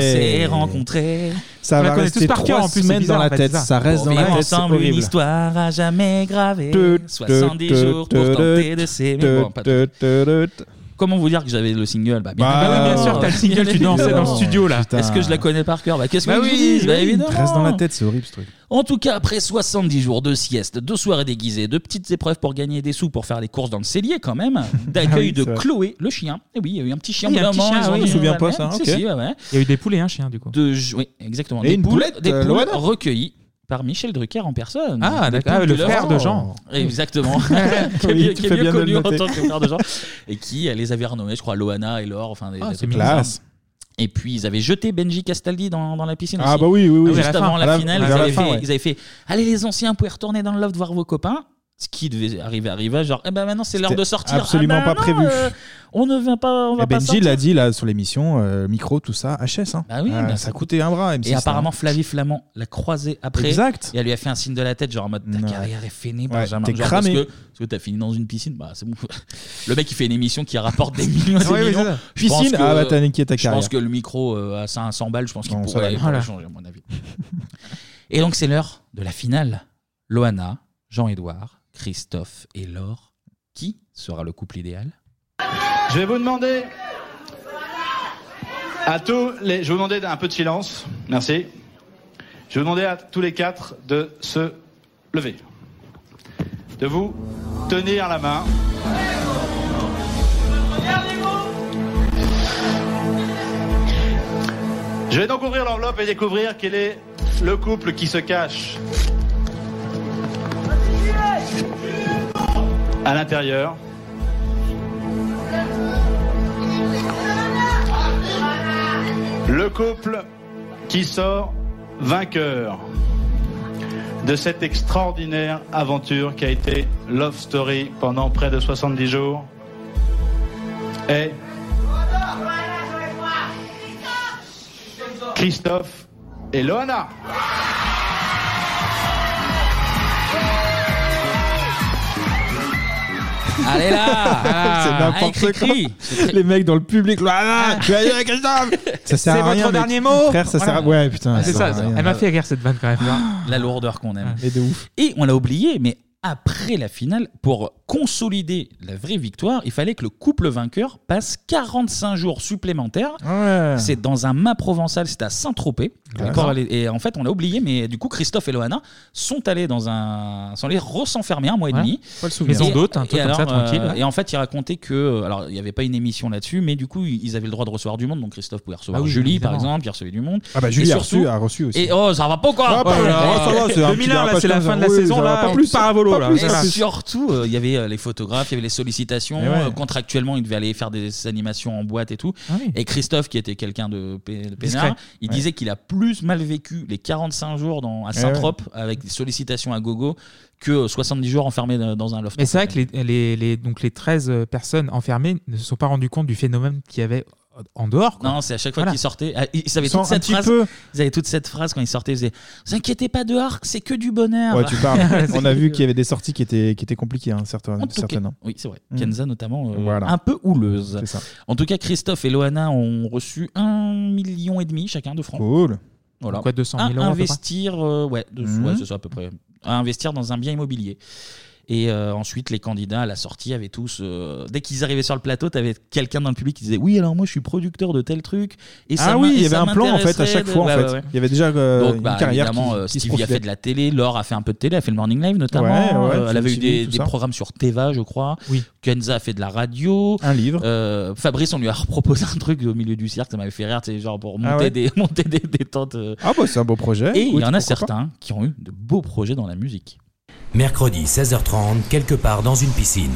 Speaker 1: c'est rencontré.
Speaker 8: Ah, Ça va rester trois semaines dans la tête. Ça reste dans la
Speaker 1: Vivre
Speaker 8: tête. c'est
Speaker 1: ensemble une
Speaker 8: horrible.
Speaker 1: histoire à jamais gravée.
Speaker 7: Eh,
Speaker 1: 70 jours pour tenter de s'aimer. Bon, pas de- Comment vous dire que j'avais le single bah,
Speaker 7: Bah, bah oui, bien sûr, t'as le single, tu dansais dans le studio, là.
Speaker 1: Est-ce que je la connais par cœur Bah, Qu'est-ce que
Speaker 7: Bah
Speaker 1: je
Speaker 7: oui,
Speaker 1: dis Bah,
Speaker 7: oui,
Speaker 1: évidemment.
Speaker 8: Reste dans la tête, c'est horrible ce truc.
Speaker 1: En tout cas, après 70 jours de sieste, de soirées déguisées, de petites épreuves pour gagner des sous pour faire les courses dans le cellier quand même,
Speaker 7: Ah
Speaker 1: d'accueil
Speaker 7: oui,
Speaker 1: de
Speaker 7: c'est vrai.
Speaker 1: Chloé, le chien. Et oui, il y a eu un petit chien.
Speaker 7: Ah, il y a
Speaker 1: au
Speaker 7: un
Speaker 1: bout d'un
Speaker 7: petit
Speaker 1: moment,
Speaker 7: chien,
Speaker 1: ils ont
Speaker 7: oui,
Speaker 1: mis
Speaker 7: je me souviens
Speaker 1: dans
Speaker 7: pas,
Speaker 1: la
Speaker 7: ça,
Speaker 1: merde.
Speaker 7: ok.
Speaker 1: Si, si, ouais, ouais.
Speaker 7: Il y a eu des poules et un chien, du coup.
Speaker 1: De ju- oui, exactement.
Speaker 7: Et
Speaker 1: des
Speaker 7: une
Speaker 1: poules,
Speaker 7: poulette,
Speaker 1: des
Speaker 7: euh,
Speaker 1: poules
Speaker 7: Loana.
Speaker 1: recueillies par Michel Drucker en personne.
Speaker 7: Ah,
Speaker 1: Des
Speaker 7: d'accord.
Speaker 1: poules
Speaker 7: Ah, le
Speaker 1: de leur
Speaker 7: frère de
Speaker 1: sang.
Speaker 7: Jean.
Speaker 1: Exactement. qui est
Speaker 7: Oui,
Speaker 1: mieux,
Speaker 7: tu
Speaker 1: qui est
Speaker 7: fais
Speaker 1: mieux
Speaker 7: bien de le
Speaker 1: connu en tant
Speaker 7: noter.
Speaker 1: que frère de Jean. Et qui euh, les avait renommés, je crois, Loana et Laure. Enfin, des,
Speaker 7: Ah,
Speaker 1: des
Speaker 7: c'est
Speaker 1: trucs
Speaker 7: mignon.
Speaker 1: comme ça. Et puis ils avaient jeté Benji Castaldi dans, dans la piscine.
Speaker 8: Ah,
Speaker 1: aussi.
Speaker 8: bah oui, oui, oui.
Speaker 1: Juste
Speaker 8: À la
Speaker 1: avant
Speaker 8: fin.
Speaker 1: la,
Speaker 8: À la-
Speaker 1: finale,
Speaker 8: vers
Speaker 1: ils
Speaker 8: la
Speaker 1: avaient,
Speaker 8: fin,
Speaker 1: fait,
Speaker 8: ouais.
Speaker 1: ils avaient fait Allez les anciens, vous pouvez retourner dans le loft voir vos copains. Ce qui devait arriver arriva, genre Eh ben maintenant c'est l'heure
Speaker 8: C'était
Speaker 1: de sortir.
Speaker 8: absolument
Speaker 1: Ah
Speaker 8: pas
Speaker 1: ben non,
Speaker 8: prévu.
Speaker 1: euh, on ne vient pas, on va
Speaker 8: Et
Speaker 1: pas
Speaker 8: Benji
Speaker 1: sortir.
Speaker 8: l'a dit là sur l'émission, euh, micro, tout ça, HS. Hein.
Speaker 1: Bah oui,
Speaker 8: Ah,
Speaker 1: bah,
Speaker 8: ça coûtait un bras. M6,
Speaker 1: Et
Speaker 8: hein.
Speaker 1: apparemment, Flavie Flamand l'a croisé après.
Speaker 8: Exact.
Speaker 1: Et elle lui a fait un signe de la tête, genre en mode ta carrière est finie,
Speaker 8: Ouais,
Speaker 1: Benjamin.
Speaker 8: t'es
Speaker 1: Genre,
Speaker 8: cramé.
Speaker 1: Parce que, parce que t'as fini dans une piscine, bah c'est bon. Le mec, il fait une émission qui rapporte des millions et des
Speaker 8: Ouais, ouais,
Speaker 1: millions.
Speaker 8: c'est ça.
Speaker 1: Je pense
Speaker 8: Piscine,
Speaker 1: que-
Speaker 8: ah bah, t'as niqué ta
Speaker 1: Je
Speaker 8: carrière.
Speaker 1: pense que le micro euh, à 500 balles, je pense qu'il
Speaker 8: Non, ça va
Speaker 1: pourrait,
Speaker 8: aller.
Speaker 1: pourrait
Speaker 8: Voilà.
Speaker 1: changer, à mon avis. et donc, c'est l'heure de la finale. Loana, Jean-Édouard, Christophe et Laure. Qui sera le couple idéal
Speaker 4: Je vais vous demander à tous les. Je vais vous demander un peu de silence. Merci. Je vais vous demander à tous les quatre de se lever. De vous tenir la main. Je vais donc ouvrir l'enveloppe et découvrir quel est le couple qui se cache à l'intérieur. Le couple qui sort vainqueur de cette extraordinaire aventure qui a été Love Story pendant près de 70 jours est Christophe et Loana.
Speaker 1: Allez là Ah,
Speaker 8: C'est n'importe
Speaker 1: Allez, cri,
Speaker 8: quoi. Les mecs dans le public,
Speaker 1: Ah.
Speaker 8: Loana, tu vas y aller, Christophe Ça sert
Speaker 7: C'est
Speaker 8: à rien. mec.
Speaker 7: votre dernier mot
Speaker 8: Frère, ça sert à.
Speaker 7: Voilà.
Speaker 8: Ouais, putain.
Speaker 7: Ah, C'est ça,
Speaker 8: sert à rien. Ah.
Speaker 7: elle m'a fait rire cette vanne quand même.
Speaker 1: La lourdeur qu'on aime.
Speaker 8: Et de ouf.
Speaker 1: Et on l'a oublié, mais après la finale, pour consolider la vraie victoire, il fallait que le couple vainqueur passe 45 jours supplémentaires.
Speaker 8: Ouais.
Speaker 1: C'est dans un mât provençal, c'est à Saint-Tropez. On est encore allé- et en fait, on a oublié, mais du coup, Christophe et Loana sont allés dans un. sont allés re-s'enfermer un mois et
Speaker 7: Ouais.
Speaker 1: demi.
Speaker 7: Pas le souvenir. Maison d'hôte, un truc
Speaker 1: et
Speaker 7: comme ça,
Speaker 1: alors, euh,
Speaker 7: tranquille.
Speaker 1: et en fait, ils racontaient que. euh, Alors, il n'y avait pas une émission là-dessus, mais du coup, ils avaient le droit de recevoir du monde. Donc, Christophe pouvait recevoir
Speaker 8: Ah oui,
Speaker 1: Julie, par
Speaker 8: évidemment.
Speaker 1: exemple, qui recevait du monde.
Speaker 8: Ah bah,
Speaker 1: Et
Speaker 8: Julie a
Speaker 1: surtout-
Speaker 8: reçu- a reçu aussi.
Speaker 1: Et oh, ça va pas encore
Speaker 8: Ah, pardon, ça va, c'est un petit
Speaker 1: 2001, là,
Speaker 8: dérapage comme ça. Oui, ça va pas plus, pas plus,
Speaker 1: Et
Speaker 8: pas plus.
Speaker 1: surtout, euh, il y avait euh, les photographes, il y avait les sollicitations.
Speaker 8: Eh ouais. Ah
Speaker 1: euh, contractuellement, il devait aller faire des animations en boîte et tout. Et Christophe, qui était quelqu'un de pé-
Speaker 8: Discret.
Speaker 1: peinard, il
Speaker 8: Ouais.
Speaker 1: disait qu'il a plus mal vécu les 45 jours dans, à
Speaker 7: Eh
Speaker 1: Saint-Trope avec des sollicitations à gogo que euh, 70 jours enfermés dans- dans un loft.
Speaker 7: Mais c'est vrai que les, les- les- donc les 13 personnes enfermées ne se sont pas rendues compte du phénomène qu'il y avait en dehors. quoi.
Speaker 1: Non, c'est à chaque fois
Speaker 7: Voilà.
Speaker 1: qu'ils sortaient. ah, Ils, ils avaient
Speaker 7: Ils sont un
Speaker 1: toute cette
Speaker 7: petit
Speaker 1: phrase.
Speaker 7: peu-
Speaker 1: Ils avaient toute cette phrase quand ils sortaient. Ils disaient Vous inquiétez pas dehors, c'est que du bonheur.
Speaker 8: Ouais, tu parles. On a vu qu'il y avait des sorties qui étaient, qui étaient compliquées, hein, certain-
Speaker 1: En tout cas-
Speaker 8: certainement.
Speaker 1: Oui, c'est vrai.
Speaker 8: Mm.
Speaker 1: Kenza, notamment, euh,
Speaker 8: Voilà.
Speaker 1: un peu houleuse.
Speaker 8: C'est ça.
Speaker 1: En tout cas, Christophe et Loana ont reçu un million et demi chacun de francs.
Speaker 8: Cool.
Speaker 1: Voilà.
Speaker 7: Quoi, 200 000
Speaker 1: À
Speaker 7: euros, à peu près
Speaker 1: investir, euh, ouais, de-
Speaker 7: Mhm.
Speaker 1: ouais,
Speaker 8: Mm.
Speaker 1: c'est ça à peu près. À investir dans un bien immobilier. Et euh, ensuite, les candidats à la sortie avaient tous. euh, dès qu'ils arrivaient sur le plateau, t'avais quelqu'un dans le public qui disait Oui, alors moi je suis producteur de tel truc. Et ça
Speaker 8: ah
Speaker 1: m'in-
Speaker 8: oui,
Speaker 1: et
Speaker 8: il y avait
Speaker 1: ça
Speaker 8: un plan en fait à
Speaker 1: m'intéresserait
Speaker 8: chaque
Speaker 1: de-
Speaker 8: fois.
Speaker 1: Ouais,
Speaker 8: en fait.
Speaker 1: ouais, ouais.
Speaker 8: Il y avait déjà euh,
Speaker 1: Donc,
Speaker 8: une
Speaker 1: bah,
Speaker 8: carrière.
Speaker 1: évidemment,
Speaker 8: qui,
Speaker 1: euh,
Speaker 8: qui se
Speaker 1: Stevie a fait
Speaker 8: profilait.
Speaker 1: de la télé, Laure a fait un peu de télé, elle a fait le Morning Live notamment.
Speaker 8: Ouais, ouais,
Speaker 1: euh, elle
Speaker 8: Film
Speaker 1: avait eu
Speaker 8: TV,
Speaker 1: des,
Speaker 8: tout
Speaker 1: des
Speaker 8: ça.
Speaker 1: programmes sur Teva, je crois. Kenza a fait de la radio. Euh,
Speaker 8: Un livre.
Speaker 1: Fabrice, on lui a proposé un truc au milieu du cirque, ça m'avait fait rire, c'est genre pour monter,
Speaker 8: Ah ouais.
Speaker 1: des, monter des, des tentes. euh.
Speaker 8: Ah bah c'est un beau projet.
Speaker 1: Et il
Speaker 8: Écoute,
Speaker 1: y en
Speaker 8: pourquoi
Speaker 1: a
Speaker 8: pas.
Speaker 1: certains qui ont eu de beaux projets dans la musique.
Speaker 5: Mercredi 16h30, quelque part dans une piscine.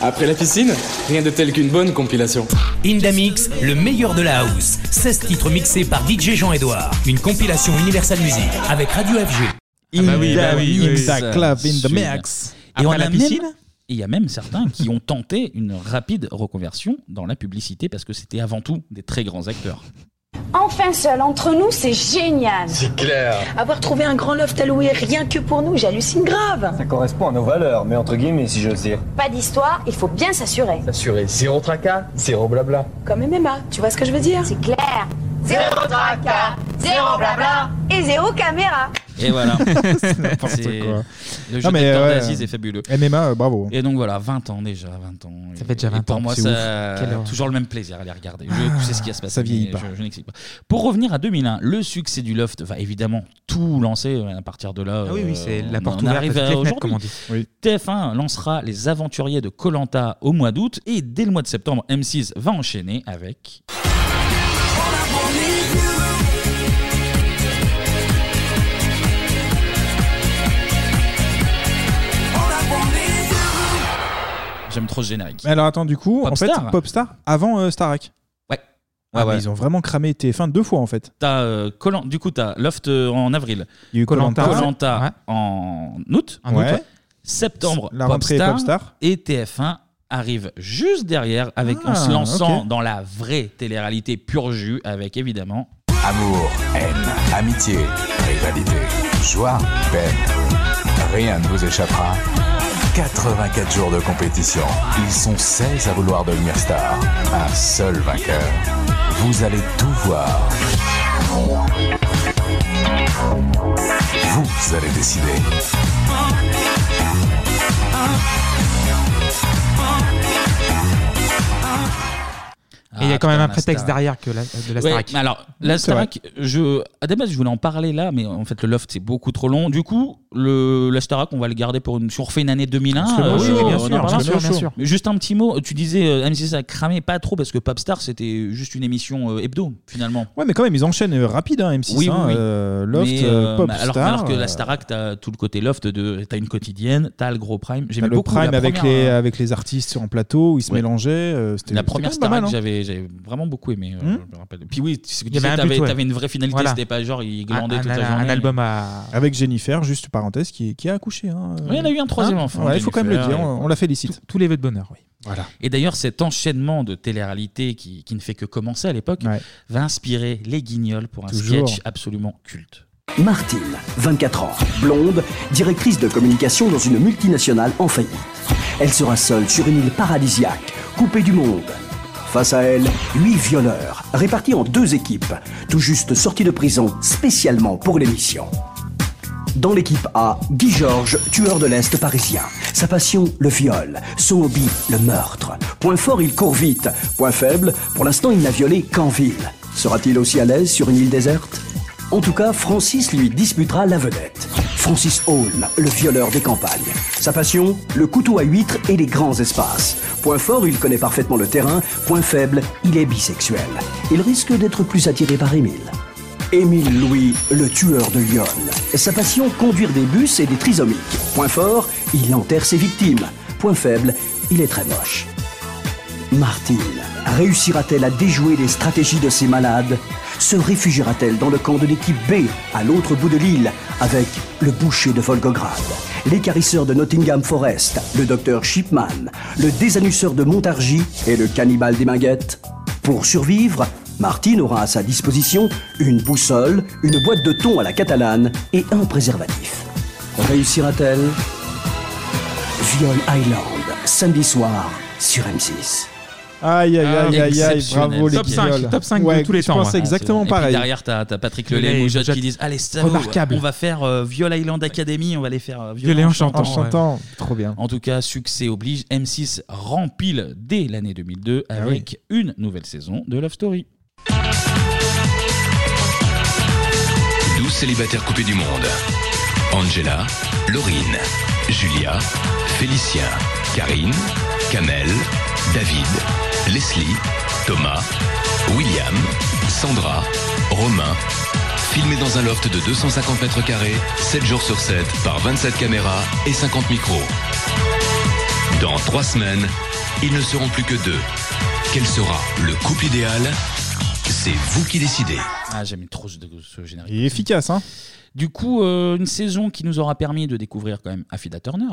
Speaker 9: Après la piscine, rien de tel qu'une bonne compilation.
Speaker 5: Indamix, le meilleur de la house. 16 titres mixés par DJ Jean-Edouard. Une compilation Universal Music avec Radio FG.
Speaker 8: Ah
Speaker 1: In
Speaker 8: bah
Speaker 1: the mix.
Speaker 8: club, in the
Speaker 1: Sublime.
Speaker 8: mix.
Speaker 1: Et
Speaker 8: Après
Speaker 1: on
Speaker 8: la
Speaker 1: a même-
Speaker 8: piscine
Speaker 1: et il y a même certains qui ont tenté une rapide reconversion dans la publicité parce que c'était avant tout des très grands acteurs.
Speaker 6: Enfin seul entre nous, c'est génial.
Speaker 11: clair.
Speaker 6: Avoir trouvé un grand loft à louer rien que pour nous, j'hallucine grave.
Speaker 11: Ça correspond à nos valeurs, mais entre guillemets, si j'ose dire.
Speaker 6: Pas d'histoire, il faut bien s'assurer.
Speaker 11: Assuré, zéro tracas, zéro blabla.
Speaker 6: Comme MMA, tu vois ce que je veux dire C'est clair. Zéro tracas, zéro blabla et zéro caméra.
Speaker 1: Et voilà.
Speaker 8: C'est n'importe
Speaker 1: C'est-
Speaker 8: quoi.
Speaker 1: Le jeu
Speaker 8: Ah, mais,
Speaker 1: d'acteur
Speaker 8: ouais.
Speaker 1: d'assises est fabuleux.
Speaker 8: MMA, euh, bravo.
Speaker 1: Et donc voilà, 20 ans déjà, 20 ans.
Speaker 8: Ça fait
Speaker 1: Et-
Speaker 8: déjà 20
Speaker 1: et pour
Speaker 8: ans,
Speaker 1: moi,
Speaker 8: c'est
Speaker 1: ça
Speaker 8: ouf. Quelle horreur.
Speaker 1: toujours le même plaisir à les regarder. Je, tu sais ce qui va se passer.
Speaker 8: Ah, ça vieillit
Speaker 1: mais
Speaker 8: pas.
Speaker 1: Je, je n'explique pas. Pour revenir à 2001, le succès du Loft va évidemment tout lancer euh, à partir de là.
Speaker 7: Ah oui, oui,
Speaker 1: euh,
Speaker 7: c'est la
Speaker 1: on
Speaker 7: porte
Speaker 1: en
Speaker 7: ouverte,
Speaker 1: arrive
Speaker 7: la
Speaker 1: à
Speaker 7: fenêtre,
Speaker 1: aujourd'hui.
Speaker 7: comme on dit.
Speaker 1: TF1 lancera Les Aventuriers de Colanta au mois d'août et dès le mois de septembre, M6 va enchaîner avec. J'aime trop ce générique.
Speaker 8: Mais alors attends, du coup, en fait,
Speaker 1: Popstar.
Speaker 8: Popstar avant euh, Starac.
Speaker 1: Ouais.
Speaker 8: Ah,
Speaker 1: Ouais,
Speaker 8: mais
Speaker 1: ouais.
Speaker 8: Ils ont vraiment cramé TF1 deux fois en fait.
Speaker 1: T'as, euh, Colan- du coup, t'as Loft euh, en avril.
Speaker 8: Il y a eu Koh-Lanta.
Speaker 1: Koh-Lanta en août.
Speaker 8: En août, Ouais. ouais.
Speaker 1: Septembre,
Speaker 8: La rentrée
Speaker 1: Popstar,
Speaker 8: Popstar.
Speaker 1: Et TF1 arrive juste derrière avec, en
Speaker 8: Ah,
Speaker 1: se lançant
Speaker 8: ok.
Speaker 1: dans la vraie télé-réalité pur jus avec évidemment.
Speaker 24: Amour, haine, amitié, rivalité, joie, peine. Rien ne vous échappera. 84 jours de compétition. Ils sont 16 à vouloir devenir star. Un seul vainqueur. Vous allez tout voir. Vous allez décider.
Speaker 7: Et il y a
Speaker 1: Ah,
Speaker 7: quand même
Speaker 1: putain,
Speaker 7: un
Speaker 1: la
Speaker 7: prétexte
Speaker 1: Star.
Speaker 7: derrière que la, de la
Speaker 1: Ouais,
Speaker 7: Starac.
Speaker 1: mais alors, la Starac, je, à la base, je voulais en parler là, mais en fait, le loft, c'est beaucoup trop long. Du coup, le, la Starac, on va le garder pour une, si on refait une année 2001.
Speaker 7: On se le met au chaud, bien
Speaker 1: on en
Speaker 7: sûr,
Speaker 1: parlera.
Speaker 7: bien sûr, bien sûr.
Speaker 1: euh, Mais Juste un petit mot. Tu disais, euh, M6 ça cramait pas trop parce que Popstar, c'était juste une émission euh, hebdo, finalement.
Speaker 8: Ouais, mais quand même, ils enchaînent euh, rapide, hein, M6.
Speaker 1: Oui,
Speaker 8: hein,
Speaker 1: oui, oui.
Speaker 8: euh, Loft,
Speaker 1: Mais,
Speaker 8: euh,
Speaker 1: euh,
Speaker 8: Popstar.
Speaker 1: bah, alors, que- alors que
Speaker 8: euh,
Speaker 1: la Starac, t'as tout le côté loft, de- t'as une quotidienne, t'as le gros prime.
Speaker 8: T'as euh,
Speaker 1: J'aimais
Speaker 8: le
Speaker 1: beaucoup la
Speaker 8: prime avec,
Speaker 1: première,
Speaker 8: les,
Speaker 1: euh,
Speaker 8: avec les artistes en plateau où ils se
Speaker 1: Ouais.
Speaker 8: mélangeaient. euh, c'était-
Speaker 1: La
Speaker 8: c'était
Speaker 1: première
Speaker 8: quand même pas
Speaker 1: Starac,
Speaker 8: mal, hein.
Speaker 1: j'avais j'avais vraiment beaucoup aimé. euh,
Speaker 8: Hmm.
Speaker 1: je me rappelle. Puis oui, tu sais que
Speaker 8: Il
Speaker 1: tu
Speaker 8: y avait
Speaker 1: disais,
Speaker 8: un
Speaker 1: t'avais
Speaker 8: but, ouais.
Speaker 1: t'avais une vraie finalité,
Speaker 8: Voilà.
Speaker 1: c'était pas genre, il glandait
Speaker 7: Ah,
Speaker 8: Un-
Speaker 1: toute
Speaker 8: un-
Speaker 1: la
Speaker 8: un
Speaker 1: journée.
Speaker 8: album Avec Jennifer, juste parenthèse, qui, qui a accouché. Hein.
Speaker 1: Ouais, elle a eu un troisième
Speaker 8: Hein
Speaker 1: enfant,
Speaker 8: Ouais, Il faut quand même le
Speaker 1: Jennifer,
Speaker 8: dire, on, on la félicite.
Speaker 7: Tous les vœux de bonheur, oui.
Speaker 8: Voilà.
Speaker 1: Et d'ailleurs, cet enchaînement de télé-réalité qui, qui ne fait que commencer à l'époque va inspirer les guignols pour un
Speaker 25: Toujours.
Speaker 1: sketch absolument culte.
Speaker 25: Martine, 24 ans, blonde, directrice de communication dans une multinationale en faillite. Elle sera seule sur une île paradisiaque, coupée du monde. Face à elle, huit violeurs, répartis en deux équipes, tout juste sortis de prison spécialement pour l'émission. Dans l'équipe A, Guy Georges, tueur de l'Est parisien. Sa passion, le viol. Son hobby, le meurtre. Point fort, il court vite. Point faible, pour l'instant, il n'a violé qu'en ville. Sera-t-il aussi à l'aise sur une île déserte En tout cas, Francis lui disputera la vedette. Francis Holm, le violeur des campagnes. Sa passion, le couteau à huîtres et les grands espaces. Point fort, il connaît parfaitement le terrain. Point faible, il est bisexuel. Il risque d'être plus attiré par Émile. Émile Louis, le tueur de Lyon. Sa passion, conduire des bus et des trisomiques. Point fort, il enterre ses victimes. Point faible, il est très moche. Martine, réussira-t-elle à déjouer les stratégies de ces malades Se réfugiera-t-elle dans le camp de l'équipe B, à l'autre bout de l'île, avec le boucher de Volgograd, l'écarisseur de Nottingham Forest, le docteur Shipman, le désannusseur de Montargis et le cannibale des Minguettes Pour survivre, Martine aura à sa disposition une boussole, une boîte de thon à la catalane et un préservatif. Réussira-t-elle Viol Island, samedi soir sur M6.
Speaker 8: Aïe, aïe, aïe, aïe, aïe, bravo les
Speaker 7: Top 5,
Speaker 8: guignols.
Speaker 7: top cinq
Speaker 8: Ouais,
Speaker 7: de tous les temps. hein.
Speaker 8: Je pense
Speaker 7: ouais.
Speaker 8: exactement
Speaker 1: Et puis
Speaker 8: pareil.
Speaker 1: derrière, t'as t'as Patrick
Speaker 7: Lelay
Speaker 1: Lelay et
Speaker 7: et
Speaker 1: Moujotte
Speaker 7: Moujot.
Speaker 1: qui disent Allez, salaud,
Speaker 7: Remarquable.
Speaker 1: on va faire euh, Viol Island Academy, on va les faire euh,
Speaker 7: Viol
Speaker 1: violer
Speaker 7: en chantant,
Speaker 1: En
Speaker 7: En chantant,
Speaker 8: trop bien.
Speaker 1: En tout cas, succès oblige. M6 rempile dès l'année 2002
Speaker 8: Ah
Speaker 1: avec une nouvelle saison de Love Story.
Speaker 14: 12 célibataires coupés du monde. Angela, Laurine, Julia, Félicien, Karine, Kamel, David, Leslie, Thomas, William, Sandra, Romain. Filmé dans un loft de 250 mètres carrés, 7 jours sur 7, par 27 caméras et 50 micros. Dans 3 semaines, ils ne seront plus que deux. Quel sera le couple idéal C'est vous qui décidez.
Speaker 1: Ah, j'aime trop ce, ce générique.
Speaker 8: Il est efficace, hein
Speaker 1: Du coup, euh, une saison qui nous aura permis de découvrir quand même Affida Turner.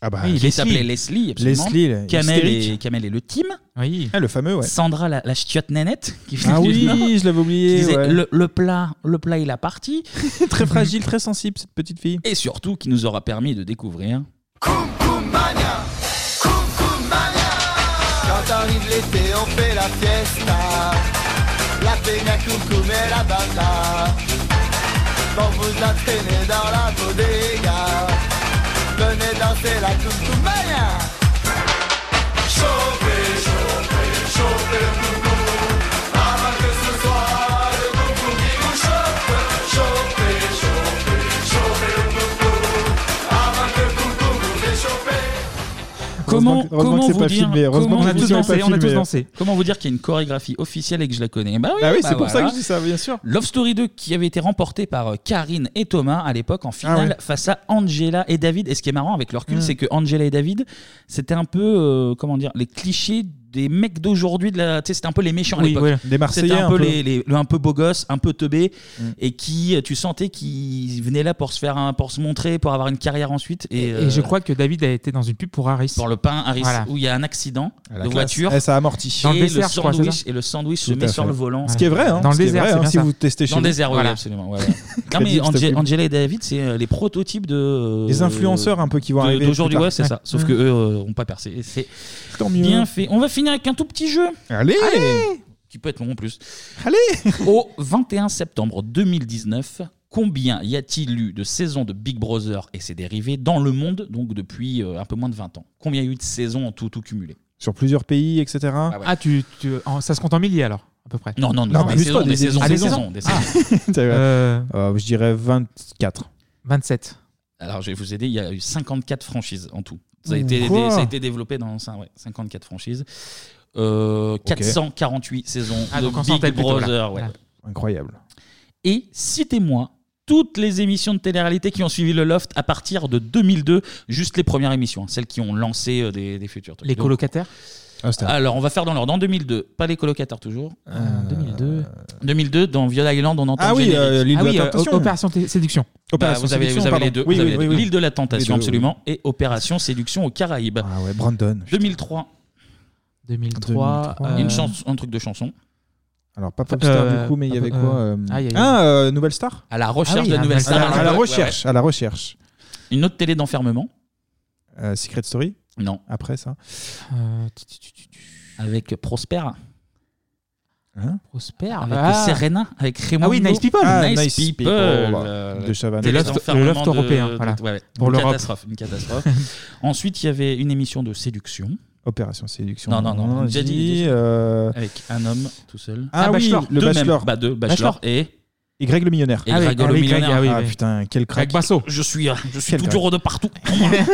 Speaker 8: Ah bah,
Speaker 1: il
Speaker 8: Leslie.
Speaker 1: s'appelait Leslie, absolument.
Speaker 8: Leslie, là,
Speaker 1: Kamel et,
Speaker 8: hystérique.
Speaker 1: Kamel et le team.
Speaker 7: Oui.
Speaker 8: Ah, le fameux, ouais.
Speaker 1: Sandra, la, la ch'tiote nénette. Qui
Speaker 8: Ah
Speaker 1: venait
Speaker 8: oui,
Speaker 1: du Nord,
Speaker 8: je l'avais
Speaker 1: qui
Speaker 8: oublié.
Speaker 1: disait,
Speaker 8: ouais.
Speaker 1: le, le plat, le plat, il a parti.
Speaker 8: très fragile, très sensible, cette petite fille.
Speaker 1: Et surtout, qui nous aura permis de découvrir.
Speaker 26: Quand arrive l'été, on fait la fiesta. La peña coucou et la banda. Quand vous entraînez dans la bodega, venez danser la coucou mania. Chauffez, chauffez, chauffez le coucou. Avant que ce soit le coucou qui vous chauffe. Chauffez, chauffez, chauffez le coucou. Avant que le coucou vous réchauffez.
Speaker 1: Comment,
Speaker 8: Heureusement que- heureusement
Speaker 1: comment
Speaker 8: que c'est
Speaker 1: vous
Speaker 8: pas
Speaker 1: dire
Speaker 8: filmé, heureusement
Speaker 1: comment
Speaker 8: que c'est
Speaker 1: vous
Speaker 8: pas
Speaker 1: dire-
Speaker 8: filmé.
Speaker 1: Comment vous dire qu'il y a une chorégraphie officielle et que je la connais Bah oui,
Speaker 8: Bah oui,
Speaker 1: bah
Speaker 8: c'est pour ça
Speaker 1: voilà.
Speaker 8: que je dis ça, bien sûr.
Speaker 1: Love Story 2 qui avait été remporté par euh, Karine et Thomas à l'époque en finale
Speaker 8: Ah ouais.
Speaker 1: face à Angela et David. Et ce qui est marrant avec leur cul,
Speaker 8: Mm.
Speaker 1: c'est que Angela et David, c'était un peu euh, comment dire les clichés des mecs d'aujourd'hui de la tu sais, c'était un peu les méchants à
Speaker 8: Oui,
Speaker 1: l'époque
Speaker 8: ouais, des Marseillais
Speaker 1: c'était un
Speaker 8: un
Speaker 1: peu,
Speaker 8: peu. Hmm.
Speaker 1: Les, les- le un peu beau gosse un peu teubé et qui tu sentais qu'ils venaient là pour se faire un, pour se montrer pour avoir une carrière ensuite et,
Speaker 7: Et je crois que David a été dans une pub pour Harris. Pour
Speaker 1: Euh, le pain Harris où il y a un accident de
Speaker 7: classe.
Speaker 1: voiture
Speaker 7: Eh, ça amortit. Dans
Speaker 1: et
Speaker 7: le
Speaker 1: le,
Speaker 7: dessert, je crois, c'est
Speaker 1: sandwich
Speaker 7: ça
Speaker 1: et le sandwich se
Speaker 7: Tout
Speaker 1: met
Speaker 7: à
Speaker 1: sur
Speaker 7: fait.
Speaker 1: le volant
Speaker 8: Ce qui est vrai, hein,
Speaker 1: dans le
Speaker 8: ce qui est
Speaker 1: désert
Speaker 8: vrai,
Speaker 1: c'est
Speaker 8: hein,
Speaker 1: bien
Speaker 8: si
Speaker 1: ça.
Speaker 8: vous testez chez
Speaker 1: dans le
Speaker 8: vous.
Speaker 1: désert oui
Speaker 8: Voilà.
Speaker 1: absolument ouais, ouais. non mais
Speaker 8: Crédible, cette
Speaker 1: Ange-
Speaker 8: pub.
Speaker 1: Angela et David c'est euh, les prototypes de
Speaker 8: Les influenceurs, un peu, qui vont
Speaker 1: de-
Speaker 8: arriver
Speaker 1: d'aujourd'hui
Speaker 8: plus tard.
Speaker 1: ouais c'est ça
Speaker 8: Ouais.
Speaker 1: sauf que eux euh, ont pas percé Et c'est
Speaker 8: Tant mieux.
Speaker 1: bien fait on va finir avec un tout petit jeu
Speaker 8: Allez,
Speaker 1: qui peut être long en plus.
Speaker 8: Allez
Speaker 1: Au 21 septembre 2019, combien y a-t-il eu de saisons de Big Brother et ses dérivés dans le monde, donc depuis euh, un peu moins de 20 ans Combien y a eu de saisons en tout, tout cumulé
Speaker 8: Sur plusieurs pays, etc.
Speaker 7: Ah, tu, tu- en- ça se compte en milliers alors, à peu près
Speaker 1: Non, non, non, des
Speaker 7: plus
Speaker 1: saisons,
Speaker 7: pas,
Speaker 1: des saisons,
Speaker 7: ah,
Speaker 1: des
Speaker 7: des
Speaker 1: saisons, des saisons. Ah.
Speaker 8: T'as-
Speaker 7: Euh,
Speaker 8: euh, je dirais 24.
Speaker 7: 27.
Speaker 1: Alors je vais vous aider, il y a eu 54 franchises en tout. Ça a été,
Speaker 7: Quoi
Speaker 1: dé- ça a été développé dans ça, ouais, 54 franchises. Euh, 448 saisons
Speaker 7: Ah,
Speaker 1: de
Speaker 7: donc en centaines
Speaker 1: Big
Speaker 7: plutôt, là.
Speaker 1: Brother. ouais.
Speaker 7: Voilà.
Speaker 8: Incroyable.
Speaker 1: et citez-moi toutes les émissions de télé-réalité qui ont suivi le Loft à partir de 2002, juste les premières émissions, hein, celles qui ont lancé euh, des, des futurs trucs.
Speaker 7: Les
Speaker 1: Donc,
Speaker 7: colocataires Ah,
Speaker 1: Alors, on va faire dans l'ordre. En 2002, pas les colocataires toujours.
Speaker 7: 2002.
Speaker 1: 2002, dans Viol Island, on entend
Speaker 7: Ah
Speaker 1: le
Speaker 7: oui,
Speaker 1: générique.
Speaker 7: euh, l'île de Ah oui, la euh, tentation. Opération Té- Séduction.
Speaker 1: Bah,
Speaker 7: Opération
Speaker 1: vous avez,
Speaker 7: Séduction,
Speaker 1: vous avez les
Speaker 7: pardon.
Speaker 1: deux.
Speaker 7: Oui,
Speaker 1: Vous
Speaker 7: oui,
Speaker 1: avez les deux.
Speaker 7: oui, oui.
Speaker 1: L'île de la Tentation,
Speaker 7: Les deux,
Speaker 1: absolument. Et Opération Séduction aux Caraïbes.
Speaker 8: Ah ouais, Brandon.
Speaker 1: 2003.
Speaker 7: 2003.
Speaker 1: Il y a une
Speaker 7: euh,
Speaker 1: chans- un truc de chanson.
Speaker 8: Alors, pas Popstar
Speaker 7: Euh,
Speaker 8: du coup, mais il y avait
Speaker 7: euh,
Speaker 8: quoi euh,
Speaker 7: ah, il y a eu-
Speaker 8: Ah, euh, Nouvelle Star
Speaker 1: À la recherche
Speaker 8: Ah oui,
Speaker 1: de la nouvelle star.
Speaker 8: À la, à la
Speaker 1: Ouais, ouais.
Speaker 8: recherche, à la recherche.
Speaker 1: Une autre télé d'enfermement.
Speaker 8: Euh, Secret Story
Speaker 1: Non. Euh,
Speaker 8: Après ça
Speaker 1: Avec Prosper.
Speaker 8: Hein
Speaker 7: Prosper
Speaker 1: Avec
Speaker 7: ah.
Speaker 1: Serena, avec Raymond.
Speaker 7: Ah oui, Nice People.
Speaker 1: Ah, nice,
Speaker 7: Nice
Speaker 1: People.
Speaker 7: People, Oh,
Speaker 1: euh,
Speaker 7: de Chavannes. Le
Speaker 1: télé
Speaker 7: loft-
Speaker 1: d'enfermement
Speaker 7: le loft
Speaker 1: de-
Speaker 7: européen,
Speaker 1: de-
Speaker 7: voilà.
Speaker 1: ouais, ouais.
Speaker 7: Pour
Speaker 1: une
Speaker 7: l'Europe.
Speaker 1: catastrophe. Une catastrophe. Ensuite, il y avait une émission de séduction.
Speaker 8: Opération séduction.
Speaker 1: Non, non, non.
Speaker 8: On
Speaker 1: on
Speaker 8: a
Speaker 1: a déjà dit. les deux.
Speaker 8: euh,
Speaker 1: Avec un homme tout seul.
Speaker 8: Ah, oui, le
Speaker 1: deux
Speaker 8: bachelor.
Speaker 1: mêmes. Bah, deux, bachelor, et.
Speaker 8: Et Greg le millionnaire.
Speaker 1: Et Greg le millionnaire.
Speaker 8: ah, putain, quel crack.
Speaker 1: Greg Basso. Je suis, euh, je suis
Speaker 8: Quel
Speaker 1: tout
Speaker 8: crack.
Speaker 1: heureux de partout.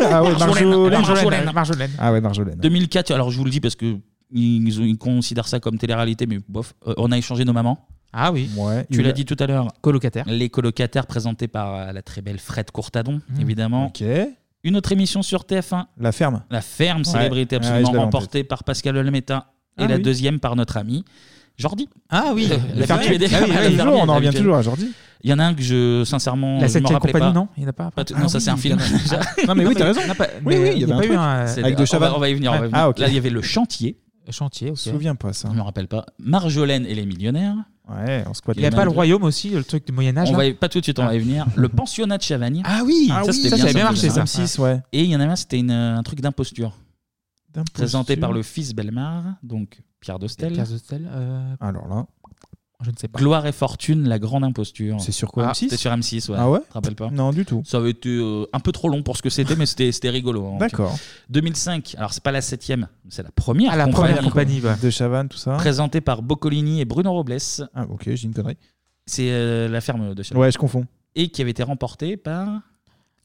Speaker 8: ah ouais, Marjolaine.
Speaker 1: Marjolaine.
Speaker 7: Marjolaine.
Speaker 8: Ah ouais, Marjolaine.
Speaker 1: 2004, alors je vous le dis parce que ils, ont- ils considèrent ça comme télé-réalité, mais bof, Euh, on a échangé nos mamans.
Speaker 7: Ah oui.
Speaker 8: Ouais,
Speaker 1: tu
Speaker 7: il
Speaker 1: l'as
Speaker 7: a-
Speaker 1: dit tout à l'heure.
Speaker 7: Colocataires.
Speaker 1: Les colocataires présentés par euh, la très belle Fred Courtadon,
Speaker 8: Mmh.
Speaker 1: évidemment. Une autre émission sur TF1.
Speaker 8: La ferme.
Speaker 1: La ferme,
Speaker 8: Ouais.
Speaker 1: célébrité
Speaker 8: Ouais, je
Speaker 1: absolument
Speaker 8: l'avais en
Speaker 1: remportée par Pascal Olmeta. Et
Speaker 8: Ah
Speaker 1: la
Speaker 8: oui.
Speaker 1: deuxième par notre ami Jordi.
Speaker 7: Ah oui,
Speaker 1: Euh,
Speaker 7: le
Speaker 1: la
Speaker 7: fermier.
Speaker 1: fermier.
Speaker 7: Ah oui,
Speaker 1: la
Speaker 7: oui, toujours,
Speaker 1: fermier,
Speaker 7: on en revient
Speaker 1: l'habitude.
Speaker 7: toujours à Jordi.
Speaker 1: Il y en a un que je, sincèrement,
Speaker 7: La
Speaker 1: je me
Speaker 7: septième
Speaker 1: rappelais
Speaker 7: compagnie,
Speaker 1: pas.
Speaker 7: non Il y en a pas après
Speaker 1: t- Non,
Speaker 7: Ah
Speaker 1: ça
Speaker 7: oui,
Speaker 1: c'est un
Speaker 7: il y
Speaker 1: film.
Speaker 7: en a- Ah, non, mais oui, t'as raison. Oui,
Speaker 1: Mais
Speaker 7: oui, il y avait
Speaker 1: a
Speaker 7: un
Speaker 1: pas
Speaker 7: truc.
Speaker 1: eu un-
Speaker 7: C'est-
Speaker 1: Avec
Speaker 7: on
Speaker 1: de
Speaker 7: va-
Speaker 1: On va y venir. on va y venir.
Speaker 7: Ah, ok.
Speaker 1: Là, il y avait le chantier.
Speaker 7: Chantier, ok.
Speaker 1: Je
Speaker 7: me souviens
Speaker 8: pas ça.
Speaker 1: Je me rappelle pas. Marjolaine et les millionnaires.
Speaker 8: Ouais, on squatte
Speaker 7: Il n'y a pas le royaume aussi, le truc du Moyen-Âge
Speaker 1: On va y- pas tout de suite, on va y venir. Le pensionnat de Chavagny. Ah oui,
Speaker 7: Ah oui, ça, ça avait bien marché, ça.
Speaker 8: M6, ouais.
Speaker 1: Et il y en a un, c'était une- un truc d'imposture.
Speaker 8: D'imposture.
Speaker 1: Présenté par le fils Belmar, donc Pierre Dostel.
Speaker 7: Pierre Dostel, euh,
Speaker 8: Alors là.
Speaker 7: Je ne sais pas.
Speaker 1: Gloire et fortune, la grande imposture.
Speaker 8: C'est sur quoi, M6?
Speaker 1: C'était sur M6, ouais.
Speaker 8: Ah ouais
Speaker 1: Tu te rappelles pas
Speaker 8: Non, du tout.
Speaker 1: Ça avait été euh, un peu trop long pour ce que c'était, mais c'était c'était rigolo. hein.
Speaker 8: D'accord.
Speaker 1: 2005, alors c'est pas la septième, c'est la première.
Speaker 8: Ah, la
Speaker 1: compagnie.
Speaker 8: première compagnie, ouais. De Chavannes, tout ça.
Speaker 1: Présentée par Boccolini et Bruno Robles.
Speaker 8: Ah, ok, j'ai une connerie.
Speaker 1: C'est euh, la ferme de Chavannes.
Speaker 8: Ouais, je confonds.
Speaker 1: Et qui avait été remportée par.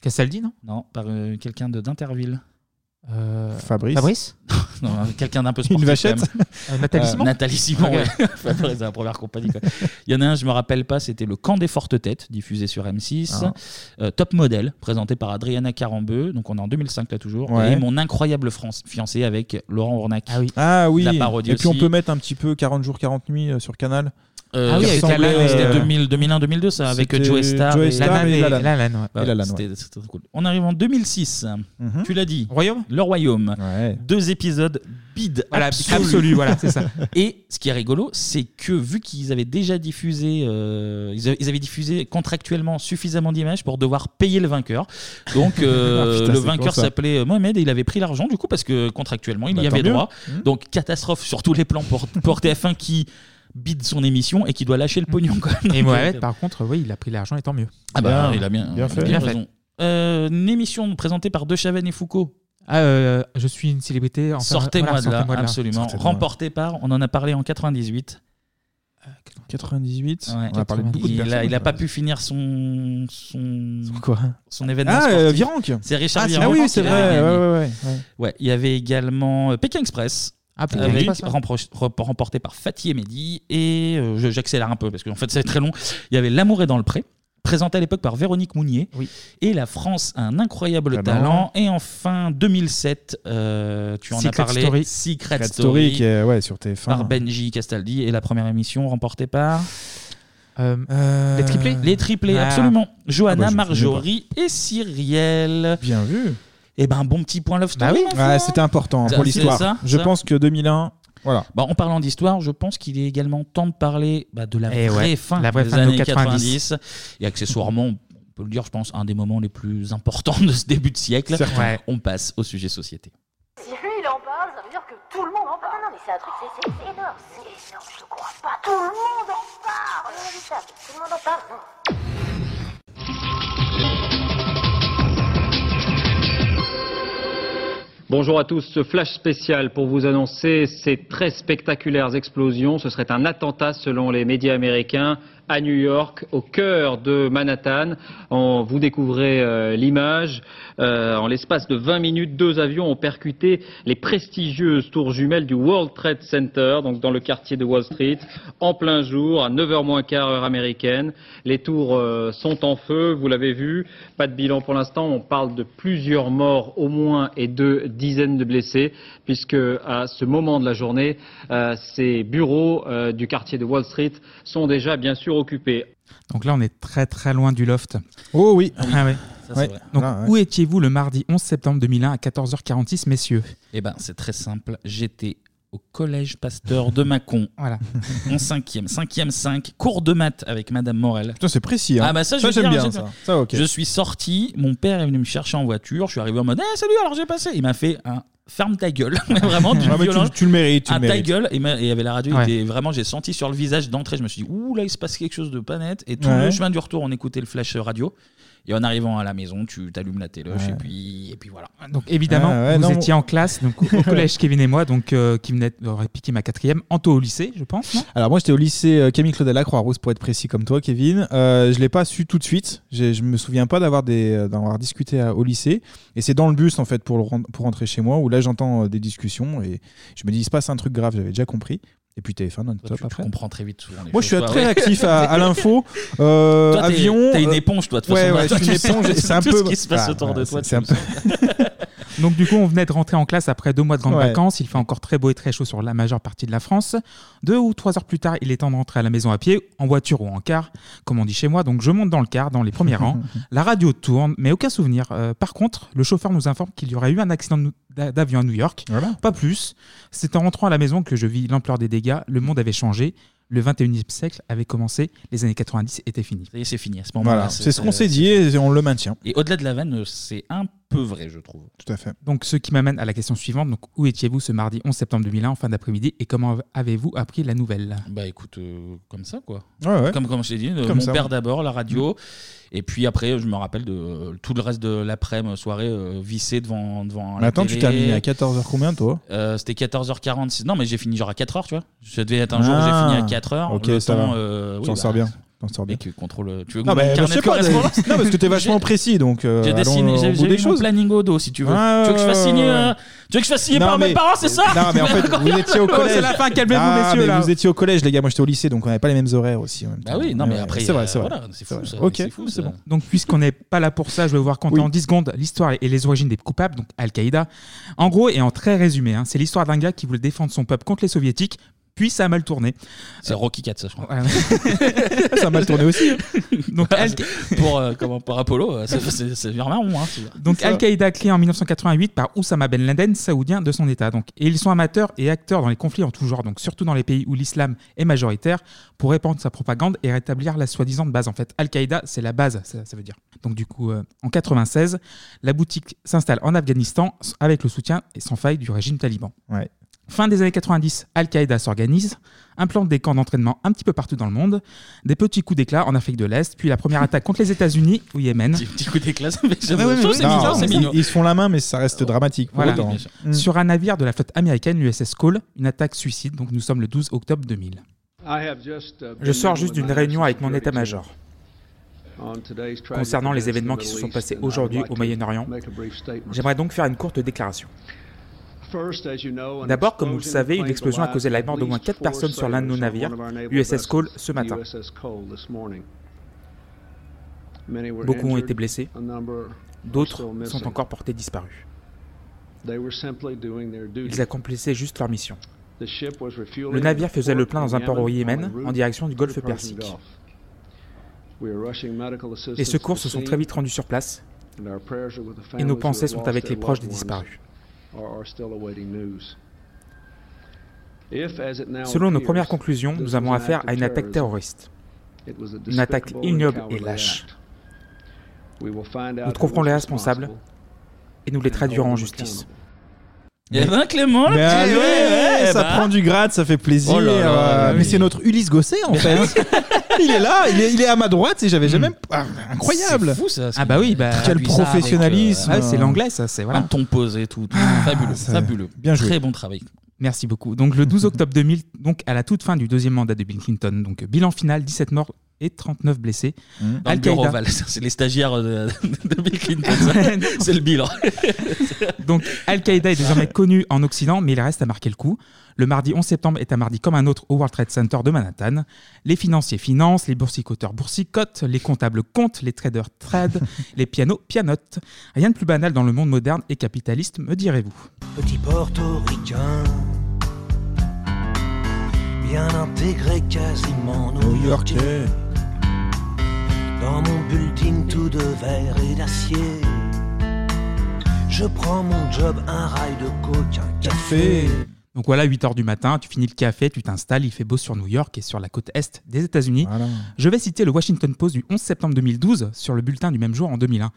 Speaker 7: Castaldi, non
Speaker 1: Non, par euh, quelqu'un de d'Interville.
Speaker 8: Fabrice.
Speaker 7: Euh, Fabrice
Speaker 1: Non, hein, quelqu'un d'un peu
Speaker 7: Une
Speaker 1: sportif.
Speaker 7: vachette
Speaker 1: quand
Speaker 7: Euh,
Speaker 1: même.
Speaker 7: Nathalie Simon
Speaker 1: Nathalie Simon,
Speaker 7: Ok.
Speaker 1: ouais. Fabrice, la première compagnie. quoi. Il y en a un, je me rappelle pas, c'était Le Camp des Fortes Têtes, diffusé sur M6.
Speaker 8: Ah.
Speaker 1: Euh, Top Model, présenté par Adriana Carambeu. Donc on est en 2005 là toujours.
Speaker 8: Ouais.
Speaker 1: Et Mon incroyable France, fiancé avec Laurent Ournac. Ah oui.
Speaker 8: Ah oui.
Speaker 1: La parodie
Speaker 8: Et puis on
Speaker 1: aussi.
Speaker 8: peut mettre un petit peu 40 jours, 40 nuits euh, sur Canal.
Speaker 1: Euh,
Speaker 8: Qui
Speaker 1: c'était
Speaker 8: ressemblait,
Speaker 1: Alan,
Speaker 8: euh,
Speaker 1: c'était 2000, 2001, 2002, ça, avec euh,
Speaker 8: c'était
Speaker 1: Joe Star.
Speaker 8: Joe Star et Lalanne.
Speaker 1: Bah,
Speaker 8: Et Lalanne, ouais.
Speaker 1: c'était- c'était trop cool. On arrive en 2006.
Speaker 7: Mhm.
Speaker 1: Tu l'as dit.
Speaker 7: Royaume
Speaker 1: Le Royaume. Deux épisodes bide
Speaker 7: Voilà,
Speaker 1: absolu.
Speaker 7: absolu, voilà, c'est ça.
Speaker 1: Et ce qui est rigolo, c'est que vu qu'ils avaient déjà diffusé, euh, ils, avaient, ils avaient diffusé contractuellement suffisamment d'images pour devoir payer le vainqueur. Donc euh,
Speaker 7: Ah, putain,
Speaker 1: le
Speaker 7: c'est
Speaker 1: vainqueur
Speaker 7: con, ça.
Speaker 1: s'appelait Mohamed et il avait pris l'argent du coup parce que contractuellement il
Speaker 7: Bah,
Speaker 1: y
Speaker 7: tant
Speaker 1: avait
Speaker 7: mieux.
Speaker 1: droit.
Speaker 7: Mhm.
Speaker 1: Donc catastrophe sur tous les plans pour, pour TF1 qui bide son émission et qui doit lâcher le pognon. Quoi.
Speaker 7: Et
Speaker 1: Donc,
Speaker 7: Mohamed,
Speaker 1: euh,
Speaker 7: par contre, oui, il a pris l'argent et tant mieux.
Speaker 1: ah bah, il a bien, il a
Speaker 7: fait.
Speaker 1: bien raison. Euh, une émission présentée par De Chavannes et Foucault.
Speaker 7: Ah, euh, je suis une célébrité. enfin,
Speaker 1: Sortez-moi
Speaker 7: voilà,
Speaker 1: de là,
Speaker 7: sortez-moi
Speaker 1: absolument.
Speaker 7: Sortez-moi de là.
Speaker 1: Remporté par, on en a parlé en 98.
Speaker 8: 98.
Speaker 1: Ouais.
Speaker 8: On a parlé de beaucoup de
Speaker 1: il
Speaker 8: personnes.
Speaker 1: a, il a pas pu finir son son,
Speaker 8: quoi
Speaker 1: son événement.
Speaker 8: Ah, euh,
Speaker 1: sportif.
Speaker 8: Virenque.
Speaker 1: C'est Richard
Speaker 8: Ah, c'est-
Speaker 1: Virenque
Speaker 8: ah oui,
Speaker 1: qui
Speaker 8: c'est
Speaker 1: l'a
Speaker 8: vrai,
Speaker 1: gagné.
Speaker 8: ouais, ouais, ouais, ouais.
Speaker 1: Ouais, il y avait également euh, Pékin Express.
Speaker 7: Pékin
Speaker 1: avec-
Speaker 7: Express, ouais.
Speaker 1: rempro- rep- remporté par Fatih Mehdi et euh, je- j'accélère un peu parce que en fait c'est très long. Il y avait L'amour est dans le pré, présenté à l'époque par Véronique Mounier et La France a un
Speaker 7: Ah
Speaker 1: incroyable talent et enfin 2007 euh, tu en
Speaker 8: Secret
Speaker 1: as parlé
Speaker 8: Story.
Speaker 1: Secret
Speaker 8: Secret
Speaker 1: Story,
Speaker 8: Story qui est, ouais, sur TF1.
Speaker 1: par Benji Castaldi et la première émission remportée par
Speaker 7: les triplés
Speaker 1: les triplés,
Speaker 7: Euh, Ah.
Speaker 1: absolument. Johanna,
Speaker 7: Ah bah, je me souviens
Speaker 1: Marjorie et Cyrielle.
Speaker 8: Bien vu.
Speaker 1: Et ben, un bon petit point Love Story.
Speaker 7: Bah
Speaker 8: oui.
Speaker 1: mon
Speaker 8: Ouais,
Speaker 1: frère.
Speaker 8: c'était important hein,
Speaker 1: Ça,
Speaker 8: pour
Speaker 1: c'est
Speaker 8: l'histoire.
Speaker 1: ça,
Speaker 8: Je
Speaker 1: ça.
Speaker 8: pense que 2001. Voilà.
Speaker 1: Bah, en parlant d'histoire, je pense qu'il est également temps de parler bah, de la
Speaker 7: Eh
Speaker 1: vraie
Speaker 7: ouais,
Speaker 1: fin
Speaker 7: la vraie
Speaker 1: des
Speaker 7: fin de
Speaker 1: années
Speaker 7: 90.
Speaker 1: 90. Et accessoirement, on peut le dire, je pense, un des moments les plus importants de ce début de siècle.
Speaker 7: Certain. Ouais.
Speaker 1: On passe au sujet société.
Speaker 24: Si lui il en parle, ça veut dire que tout le monde en
Speaker 6: Ah
Speaker 24: parle. Non, non, mais c'est un truc, c'est c'est- c'est énorme. C'est énorme, je te crois pas. Tout le monde en parle. Non, mais ça, Tout le monde en parle. Non.
Speaker 27: Bonjour à tous, ce flash spécial pour vous annoncer ces très spectaculaires explosions. Ce serait un attentat selon les médias américains à New York, au cœur de Manhattan. En- vous découvrez euh, l'image. Euh, en l'espace de 20 minutes, deux avions ont percuté les prestigieuses tours jumelles du World Trade Center, donc dans le quartier de Wall Street, en plein jour, à 9h moins quart heure américaine. Les tours euh, sont en feu, vous l'avez vu. Pas de bilan pour l'instant. On parle de plusieurs morts au moins et de dizaines de blessés, puisque à ce moment de la journée, euh, ces bureaux euh, du quartier de Wall Street sont déjà bien sûr occupés.
Speaker 7: Donc là, on est très très loin du loft.
Speaker 8: Oh oui.
Speaker 7: Ah ouais.
Speaker 1: Ça, c'est
Speaker 7: Ouais.
Speaker 1: vrai.
Speaker 7: Donc
Speaker 1: Ah ouais.
Speaker 7: où étiez-vous le mardi 11 septembre 2001 à 14h46, messieurs
Speaker 1: Eh ben, c'est très simple. J'étais au collège Pasteur de Mâcon.
Speaker 7: Voilà.
Speaker 1: En cinquième, cinquième 5, cours de maths avec Madame Morel.
Speaker 8: Putain, c'est précis, hein.
Speaker 1: Ah bah
Speaker 8: Ça,
Speaker 1: ça, je veux
Speaker 8: j'aime
Speaker 1: dire,
Speaker 8: bien,
Speaker 1: j'ai-
Speaker 8: ça. Ça, ok.
Speaker 1: Je suis sorti, mon père est venu me chercher en voiture, je suis arrivé en mode, eh, salut, alors j'ai passé. Il m'a fait un ferme ta gueule. Mais vraiment, du
Speaker 8: Ah, mais tu-
Speaker 1: violent.
Speaker 8: tu le mérites, tu
Speaker 1: Ah,
Speaker 8: le
Speaker 1: ta
Speaker 8: mérites.
Speaker 1: gueule. Et, ma- et il y avait la radio.
Speaker 8: Ouais.
Speaker 1: était- vraiment, j'ai senti sur le visage d'entrée, je me suis dit, ouh là, il se passe quelque chose de pas net. Et tout
Speaker 8: Ouais.
Speaker 1: le chemin du retour, on écoutait le flash radio. Et en arrivant à la maison, tu t'allumes la téloche
Speaker 8: Ouais.
Speaker 1: et, puis, et puis voilà.
Speaker 7: Donc évidemment,
Speaker 8: Ah ouais,
Speaker 7: vous
Speaker 8: non,
Speaker 7: étiez
Speaker 8: moi-
Speaker 7: en classe, donc au au collège Kevin et moi, donc euh, qui venait aurait piqué ma quatrième, Anto au lycée, je pense. non
Speaker 8: Alors moi j'étais au lycée euh, Camille Claudel à Croix-Rousse pour être précis comme toi Kevin. Euh, je l'ai pas su tout de suite. J'ai- Je me souviens pas d'avoir des euh, d'avoir discuté à- au lycée. Et c'est dans le bus en fait pour le ren- pour rentrer chez moi où là j'entends euh, des discussions et je me dis il se passe un truc grave. J'avais déjà compris. Et puis TF1 non
Speaker 1: Toi, tu, tu comprends très vite souvent les
Speaker 8: Moi, je suis
Speaker 1: choses, toi,
Speaker 8: très
Speaker 1: ouais.
Speaker 8: actif à, à l'info. Euh,
Speaker 1: Toi, t'es-
Speaker 8: avion.
Speaker 1: t'es une
Speaker 8: euh,
Speaker 1: éponge, toi, de toute
Speaker 8: ouais,
Speaker 1: façon.
Speaker 8: Ouais,
Speaker 1: Toi,
Speaker 8: je suis
Speaker 1: tu sais
Speaker 8: une éponge.
Speaker 1: tout-
Speaker 8: C'est un
Speaker 1: tout
Speaker 8: peu
Speaker 1: ce qui se passe
Speaker 8: Ah,
Speaker 1: autour de
Speaker 8: ouais,
Speaker 1: toi,
Speaker 8: c'est-
Speaker 1: tu
Speaker 8: C'est un peu.
Speaker 7: Donc du coup, on venait de rentrer en classe après deux mois de grandes
Speaker 8: Ouais.
Speaker 7: vacances. Il fait encore très beau et très chaud sur la majeure partie de la France. Deux ou trois heures plus tard, il est temps de rentrer à la maison à pied, en voiture ou en car, comme on dit chez moi. Donc je monte dans le car, dans les premiers rangs. La radio tourne, mais aucun souvenir. Euh, par contre, le chauffeur nous informe qu'il y aurait eu un accident de nou- d'a- d'avion à New York. Pas plus. C'est en rentrant à la maison que je vis l'ampleur des dégâts. Le monde avait changé. Le 21e siècle avait commencé. Les années 90 étaient finies.
Speaker 1: Ça y est, c'est fini à ce moment-là.
Speaker 8: Voilà, c'est ce qu'on s'est dit et on le maintient.
Speaker 1: Et au-delà de la vanne, euh, c'est un peu vrai, je trouve.
Speaker 8: Tout à fait.
Speaker 7: Donc, ce qui m'amène à la question suivante. Donc, où étiez-vous ce mardi 11 septembre 2001 en fin d'après-midi et comment avez-vous appris la nouvelle
Speaker 1: Bah écoute, euh, comme ça quoi.
Speaker 7: Ouais, ouais.
Speaker 1: Comme, comme je t'ai dit, euh,
Speaker 7: Comme
Speaker 1: mon
Speaker 7: ça,
Speaker 1: père
Speaker 7: ouais.
Speaker 1: d'abord, la radio,
Speaker 8: Mm.
Speaker 1: et puis après, je me rappelle de euh, tout le reste de l'après-midi, soirée euh, vissée devant, devant
Speaker 8: Mais
Speaker 1: la
Speaker 8: attends, tu
Speaker 1: télé.
Speaker 8: termines à 14h combien toi
Speaker 1: Euh, C'était 14h46. Non, mais j'ai fini genre à 4h, tu vois. Je devais être un jour où
Speaker 8: Ah.
Speaker 1: j'ai fini à 4h.
Speaker 8: Ok,
Speaker 1: le
Speaker 8: ça
Speaker 1: temps,
Speaker 8: va.
Speaker 1: euh, oui,
Speaker 8: T'en
Speaker 1: bah,
Speaker 8: sors bien. T'en sors bien.
Speaker 1: Et que contrôle. Tu veux que
Speaker 8: Non,
Speaker 1: mon
Speaker 8: mais
Speaker 1: carnet
Speaker 8: je sais
Speaker 1: de
Speaker 8: pas. d'ailleurs.
Speaker 1: correspondance
Speaker 8: Non, parce que t'es vachement précis, donc. euh,
Speaker 1: J'ai
Speaker 8: allons
Speaker 1: dessiné,
Speaker 8: au
Speaker 1: j'ai
Speaker 8: bout
Speaker 1: j'ai
Speaker 8: des
Speaker 1: mis mon
Speaker 8: choses.
Speaker 1: planning au dos si tu veux.
Speaker 8: Ouais,
Speaker 1: tu veux que je fasse
Speaker 8: ouais,
Speaker 1: signer,
Speaker 8: ouais,
Speaker 1: euh,
Speaker 8: ouais.
Speaker 1: tu veux que je fasse signer
Speaker 8: Non,
Speaker 1: par
Speaker 8: mais-
Speaker 1: mes parents, c'est ça
Speaker 8: Non, Ah, mais en fait, vous étiez au collège. Ah, mais Vous étiez au collège, les gars. Moi, j'étais au lycée, donc on n'avait pas les mêmes horaires aussi. en même
Speaker 1: Bah
Speaker 8: temps.
Speaker 1: oui, non, mais
Speaker 8: Ouais,
Speaker 1: après,
Speaker 8: C'est
Speaker 1: euh,
Speaker 8: vrai, c'est vrai.
Speaker 1: voilà, c'est fou,
Speaker 8: vrai.
Speaker 1: ça,
Speaker 8: Ok,
Speaker 1: c'est fou,
Speaker 8: c'est
Speaker 1: ça.
Speaker 8: bon.
Speaker 7: Donc, puisqu'on n'est pas là pour ça, je vais vous raconter en 10 secondes l'histoire et les origines des coupables, donc Al-Qaïda. En gros, et en très résumé, hein, c'est l'histoire d'un gars qui voulait défendre son peuple contre les soviétiques, puis ça a mal tourné.
Speaker 1: C'est Rocky 4, ça, je crois.
Speaker 7: ça a mal tourné aussi. hein. Donc, Al-
Speaker 1: pour, euh, comment, pour Apollo, euh, c'est- c'est c'est bien marron. Hein, celui-là.
Speaker 7: Donc
Speaker 1: Ça.
Speaker 7: Al-Qaïda créé en 1988 par Oussama Ben Laden, saoudien de son État. Donc, et ils sont amateurs et acteurs dans les conflits en tout genre, donc surtout dans les pays où l'islam est majoritaire, pour répandre sa propagande et rétablir la soi-disant base. En fait, Al-Qaïda, c'est la base, ça, ça veut dire. Donc du coup, euh, en 96, la boutique s'installe en Afghanistan avec le soutien et sans faille du régime taliban.
Speaker 8: Ouais.
Speaker 7: Fin des années 90, Al-Qaïda s'organise, implante des camps d'entraînement un petit peu partout dans le monde, des petits coups d'éclat en Afrique de l'Est, puis la première attaque contre les États-Unis au Yémen.
Speaker 1: Petit petit coup d'éclat, ça fait-
Speaker 8: Ah bah
Speaker 7: Ouais, ouais,
Speaker 1: je trouve que c'est
Speaker 7: non,
Speaker 1: mignon, c'est
Speaker 8: Ils,
Speaker 1: mignon.
Speaker 8: ils se font la main, mais ça reste dramatique. Pour
Speaker 7: Voilà.
Speaker 8: autant.
Speaker 7: Mm. Sur un navire de la flotte américaine, l'USS Cole, une attaque suicide, donc nous sommes le 12 octobre 2000.
Speaker 15: Je sors juste d'une réunion avec mon état-major
Speaker 7: Concernant les événements qui se sont passés aujourd'hui au Moyen-Orient, j'aimerais donc faire une courte déclaration.
Speaker 15: D'abord, comme vous le savez, une explosion a causé la mort d'au moins 4 personnes sur l'un de nos navires, l'USS Cole, ce matin.
Speaker 7: Beaucoup ont été blessés, d'autres sont encore portés
Speaker 15: portés.
Speaker 7: disparus.
Speaker 15: Ils
Speaker 7: Ils accomplissaient juste leur mission.
Speaker 15: Le navire faisait le plein dans un port au Yémen en direction du golfe Persique.
Speaker 7: Les secours se sont très vite rendus sur place
Speaker 15: et nos pensées sont avec les proches des disparus.
Speaker 7: Selon nos premières conclusions, nous avons affaire à une attaque terroriste,
Speaker 15: une attaque ignoble et lâche.
Speaker 7: Nous trouverons les responsables et nous les traduirons en justice.
Speaker 1: Eh ben, Clément,
Speaker 8: Mais
Speaker 1: là,
Speaker 8: allez,
Speaker 1: tu- ouais, ouais,
Speaker 8: ça
Speaker 1: bah.
Speaker 8: prend Ah. du grade, ça fait plaisir.
Speaker 1: Oh là là,
Speaker 8: Euh,
Speaker 1: oui.
Speaker 8: mais c'est notre Ulysse Gosset en fait. il est là, il est, il est à ma droite et j'avais jamais. Ah, incroyable.
Speaker 1: Mm. C'est fou, ça, ce
Speaker 7: Ah bah
Speaker 1: qui-
Speaker 7: oui, bah,
Speaker 8: quel
Speaker 1: bizarre,
Speaker 8: professionnalisme.
Speaker 1: avec, euh,
Speaker 7: Ah, c'est l'anglais, ça, c'est voilà.
Speaker 1: Un ton posé, tout. tout.
Speaker 7: Ah,
Speaker 1: fabuleux, fabuleux. Très bon travail.
Speaker 7: Merci beaucoup. Donc le 12 octobre 2000, donc à la toute fin du deuxième mandat de Bill Clinton, donc euh, bilan final 17 morts et 39 blessés.
Speaker 1: Mmh. Dans le bureau ovale, ça, c'est les stagiaires de, de Bill Clinton. ça. c'est le bilan.
Speaker 7: Donc Al-Qaïda est désormais connu en Occident, mais il reste à marquer le coup. Le mardi 11 septembre est un mardi comme un autre au World Trade Center de Manhattan. Les financiers financent, les boursicoteurs boursicotent, les comptables comptent, les traders tradent, les pianos pianotent. Rien de plus banal dans le monde moderne et capitaliste, me direz-vous.
Speaker 17: petit portoricain, bien intégré quasiment new-yorkais. Dans mon building tout de verre et d'acier, je prends mon job, un rail de coke, un café.
Speaker 7: Donc voilà, 8 heures du matin, tu finis le café, tu t'installes, il fait beau sur New York et sur la côte est des États-Unis. Je vais citer le Washington Post du 11 septembre 2012 sur le bulletin du même jour en 2001.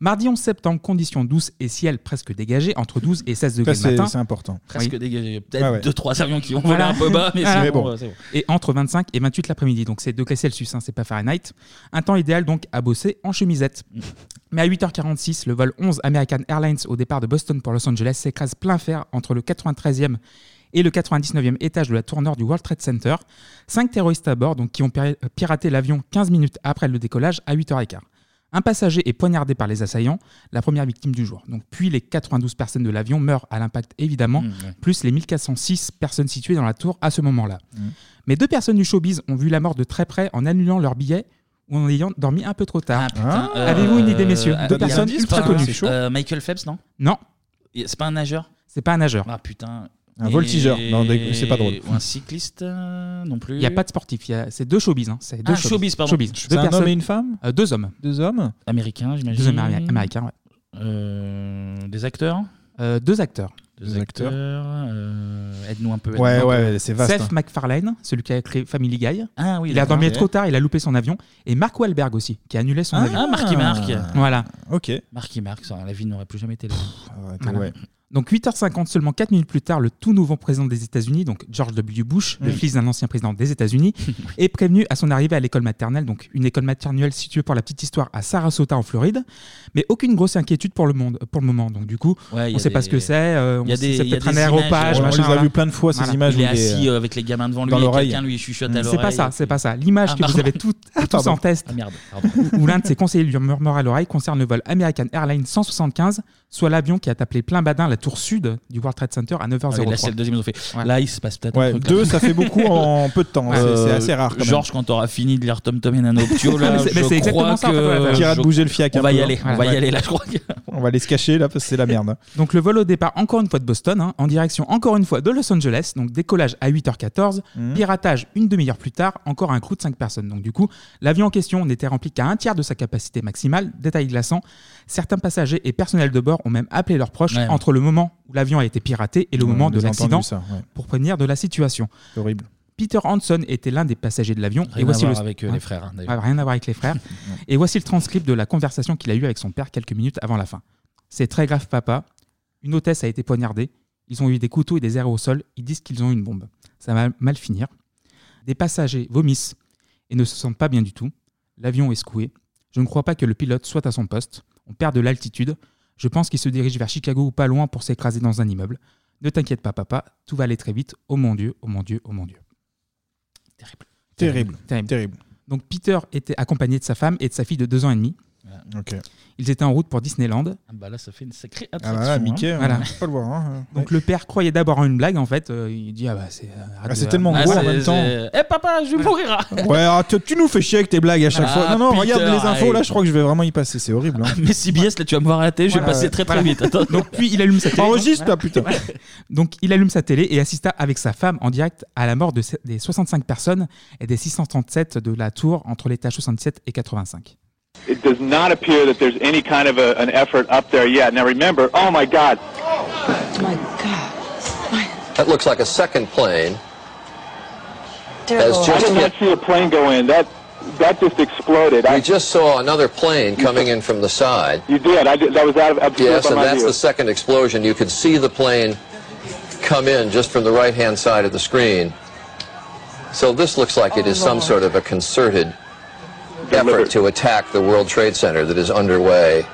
Speaker 7: Mardi 11 septembre, conditions douces et ciel presque dégagé, entre 12 et 16 degrés
Speaker 8: Ça,
Speaker 7: le
Speaker 8: c'est-
Speaker 7: matin.
Speaker 8: c'est important. Ah,
Speaker 1: Presque
Speaker 7: Oui.
Speaker 1: dégagé. Peut-être 2-3 avions qui ont volé
Speaker 7: Voilà.
Speaker 1: un peu bas, mais
Speaker 7: Voilà.
Speaker 1: sinon, euh, c'est bon.
Speaker 7: Et entre 25 et 28 l'après-midi, donc c'est degrés Celsius, hein, c'est pas Fahrenheit. Un temps idéal donc à bosser en chemisette. Mais à 8h46, le vol 11 American Airlines au départ de Boston pour Los Angeles s'écrase plein fer entre le 93e et le 99e étage de la tour nord du World Trade Center. Cinq terroristes à bord donc, qui ont pir- piraté l'avion 15 minutes après le décollage à 8h15. Un passager est poignardé par les assaillants, la première victime du jour. Donc, puis les 92 personnes de l'avion meurent à l'impact évidemment,
Speaker 1: Mmh, ouais.
Speaker 7: plus les 1406 personnes situées dans la tour à ce moment-là.
Speaker 1: Mmh.
Speaker 7: Mais deux personnes du showbiz ont vu la mort de très près en annulant leur billet ou en ayant dormi un peu trop tard.
Speaker 1: Euh,
Speaker 7: Avez-vous une idée, messieurs
Speaker 1: euh,
Speaker 7: Deux
Speaker 1: il y a un
Speaker 7: personnes
Speaker 1: indice,
Speaker 7: ultra
Speaker 1: par exemple,
Speaker 7: connues.
Speaker 1: euh, Michael Phelps, non
Speaker 7: Non.
Speaker 1: C'est pas un nageur
Speaker 7: C'est pas un nageur.
Speaker 1: Ah putain.
Speaker 7: Un voltigeur. Non, des- c'est pas drôle.
Speaker 1: Ou un cycliste euh, non plus.
Speaker 7: Il n'y a pas de sportif, il y a- c'est deux showbiz. hein, C'est deux
Speaker 1: Ah, showbiz, pardon.
Speaker 7: Showbiz.
Speaker 1: C'est
Speaker 7: Deux
Speaker 1: un homme
Speaker 7: personnes-
Speaker 1: et une femme
Speaker 7: Euh, Deux hommes.
Speaker 8: Deux hommes
Speaker 1: Américains, j'imagine.
Speaker 7: Deux hommes améri- américains, ouais.
Speaker 1: Euh, des acteurs
Speaker 7: Euh, Deux acteurs.
Speaker 1: Deux acteurs. euh, Aide-nous un peu.
Speaker 7: Ouais,
Speaker 1: aide-nous un
Speaker 7: ouais,
Speaker 1: peu.
Speaker 7: c'est hein. Seth MacFarlane, celui qui a créé Family Guy.
Speaker 1: Ah oui,
Speaker 7: il a
Speaker 1: d'accord.
Speaker 7: dormi
Speaker 1: Ouais.
Speaker 7: trop tard, il a loupé son avion. Et Mark Wahlberg aussi, qui a annulé son
Speaker 1: Ah,
Speaker 7: avion.
Speaker 1: ah, Marky Mark.
Speaker 7: Voilà.
Speaker 8: Ok.
Speaker 1: Marky Mark, ça, la vie n'aurait plus jamais été Ah, là.
Speaker 7: Voilà. Donc 8h50, seulement 4 minutes plus tard, le tout nouveau président des États-Unis, donc George W. Bush, le
Speaker 1: Oui.
Speaker 7: fils d'un ancien président des États-Unis, est prévenu à son arrivée à l'école maternelle, donc une école maternelle située pour la petite histoire à Sarasota en Floride, mais aucune grosse inquiétude pour le monde pour le moment. Donc du coup,
Speaker 1: Ouais, il y
Speaker 7: on
Speaker 1: a
Speaker 7: sait pas
Speaker 1: des-
Speaker 7: ce que c'est, euh, on
Speaker 1: il y a
Speaker 7: sait
Speaker 1: des-
Speaker 7: que c'est
Speaker 1: il y a
Speaker 7: peut-être un
Speaker 1: des
Speaker 7: aéropage,
Speaker 1: images, on
Speaker 7: machin,
Speaker 1: les a
Speaker 7: voilà.
Speaker 1: vu plein de fois, ces images Il est
Speaker 7: où des-
Speaker 1: assis euh, avec les gamins devant lui
Speaker 7: dans
Speaker 1: et
Speaker 7: l'oreille.
Speaker 1: quelqu'un lui chuchote à
Speaker 7: Mm.
Speaker 1: l'oreille.
Speaker 7: C'est pas ça, c'est pas ça. L'image
Speaker 1: Ah,
Speaker 7: que vous
Speaker 1: pardon.
Speaker 7: avez toutes, tous
Speaker 1: pardon.
Speaker 7: en test,
Speaker 1: Ah, merde,
Speaker 7: où- où l'un de ses conseillers lui murmura à l'oreille, concerne le vol American Airlines 175, soit l'avion qui a tapé plein badin la tour sud du World Trade Center à
Speaker 1: Ah
Speaker 7: 9h03.
Speaker 1: oui, là, c'est le deuxième, ils ont fait. Là, il se passe peut-être.
Speaker 7: Ouais,
Speaker 1: un truc,
Speaker 7: deux,
Speaker 1: là.
Speaker 7: ça fait beaucoup en peu de temps.
Speaker 1: Ouais.
Speaker 8: hein. C'est- c'est
Speaker 1: Euh,
Speaker 8: assez rare, quand même.
Speaker 1: Georges, quand t'auras fini de lire Tom Tom et Nanoptio, là,
Speaker 8: Mais c'est- mais
Speaker 1: je
Speaker 8: c'est
Speaker 1: crois
Speaker 8: exactement ça, en fait,
Speaker 1: que.
Speaker 8: ouais, ouais. Pirate,
Speaker 1: je-
Speaker 8: bougez le fiac
Speaker 1: On
Speaker 8: un
Speaker 1: va y
Speaker 8: peu.
Speaker 1: aller, on va y
Speaker 8: Ouais.
Speaker 1: aller là, je crois. que-
Speaker 8: On va aller se cacher là parce que c'est la merde.
Speaker 7: Donc le vol au départ encore une fois de Boston, hein, en direction encore une fois de Los Angeles, donc décollage à 8h14,
Speaker 8: Mhm.
Speaker 7: piratage une demi-heure plus tard, encore un crew de 5 personnes. Donc du coup, l'avion en question n'était rempli qu'à un tiers de sa capacité maximale, détail glaçant, certains passagers et personnel de bord ont même appelé leurs proches
Speaker 8: Ouais.
Speaker 7: entre le moment où l'avion a été piraté et le
Speaker 8: Ouais,
Speaker 7: moment
Speaker 8: on
Speaker 7: de
Speaker 8: les a
Speaker 7: l'accident
Speaker 8: entendus, ça, ouais.
Speaker 7: pour prévenir de la situation.
Speaker 8: Horrible.
Speaker 7: Peter Hanson était l'un des passagers de l'avion.
Speaker 1: Rien à voir avec, euh, les frères, hein, d'ailleurs.
Speaker 7: Ouais, Ah, rien à voir avec les frères. et voici le transcript de la conversation qu'il a eue avec son père quelques minutes avant la fin. C'est très grave, papa. Une hôtesse a été poignardée. Ils ont eu des couteaux et des aérosols. Ils disent qu'ils ont eu une bombe. Ça va mal finir. Des passagers vomissent et ne se sentent pas bien du tout. L'avion est secoué. Je ne crois pas que le pilote soit à son poste. On perd de l'altitude. Je pense qu'il se dirige vers Chicago ou pas loin pour s'écraser dans un immeuble. Ne t'inquiète pas, papa. Tout va aller très vite. Oh mon Dieu, oh mon Dieu, oh mon Dieu.
Speaker 8: Terrible.
Speaker 7: Terrible. Donc Peter était accompagné de sa femme et de sa fille de deux ans et demi. Ils étaient en route pour Disneyland.
Speaker 1: Ah bah là, ça fait une sacrée
Speaker 8: Ah
Speaker 1: attraction.
Speaker 8: là, là,
Speaker 1: hein.
Speaker 8: Mickey, on
Speaker 7: Voilà.
Speaker 8: peut pas le voir. hein.
Speaker 7: Donc le père croyait d'abord en une blague, en fait. Euh, il dit ah bah c'est. euh, arrête
Speaker 8: Ah, c'est
Speaker 7: de-
Speaker 8: tellement
Speaker 7: Ah,
Speaker 8: gros en
Speaker 7: c'est-
Speaker 8: même temps.
Speaker 7: c'est-
Speaker 1: Eh papa, je mourira.
Speaker 8: Ouais, alors, tu, tu nous fais chier avec tes blagues à chaque
Speaker 1: Ah,
Speaker 8: fois. Non, non,
Speaker 1: Peter,
Speaker 8: regarde les infos,
Speaker 1: allez.
Speaker 8: là, je crois que je vais vraiment y passer. C'est horrible. hein.
Speaker 1: Mais CBS, là, tu vas me voir à la télé, je vais
Speaker 8: Voilà,
Speaker 1: passer
Speaker 8: ouais.
Speaker 1: très très
Speaker 8: Voilà.
Speaker 1: vite. Attends.
Speaker 7: Donc puis il allume sa télé.
Speaker 8: Enregistre, là, putain.
Speaker 7: Donc il allume sa télé et assista avec sa femme en direct à la mort de ce- des 65 personnes et des 637 de la tour entre l'étage 67 et 85.
Speaker 2: It does not appear that there's any kind of a, an effort up there yet. Now remember, oh my God,
Speaker 3: That looks like a second plane.
Speaker 2: I did not see a plane go in. That that just exploded.
Speaker 3: We just saw another plane coming in from the side.
Speaker 2: You did. I did. That was out of obscured
Speaker 3: Yes,
Speaker 2: by
Speaker 3: and
Speaker 2: my
Speaker 3: that's
Speaker 2: view.
Speaker 3: the second explosion. You could see the plane come in just from the right-hand side of the screen. So this looks like it is some sort of a concerted effort to attack the World Trade Center that is underway.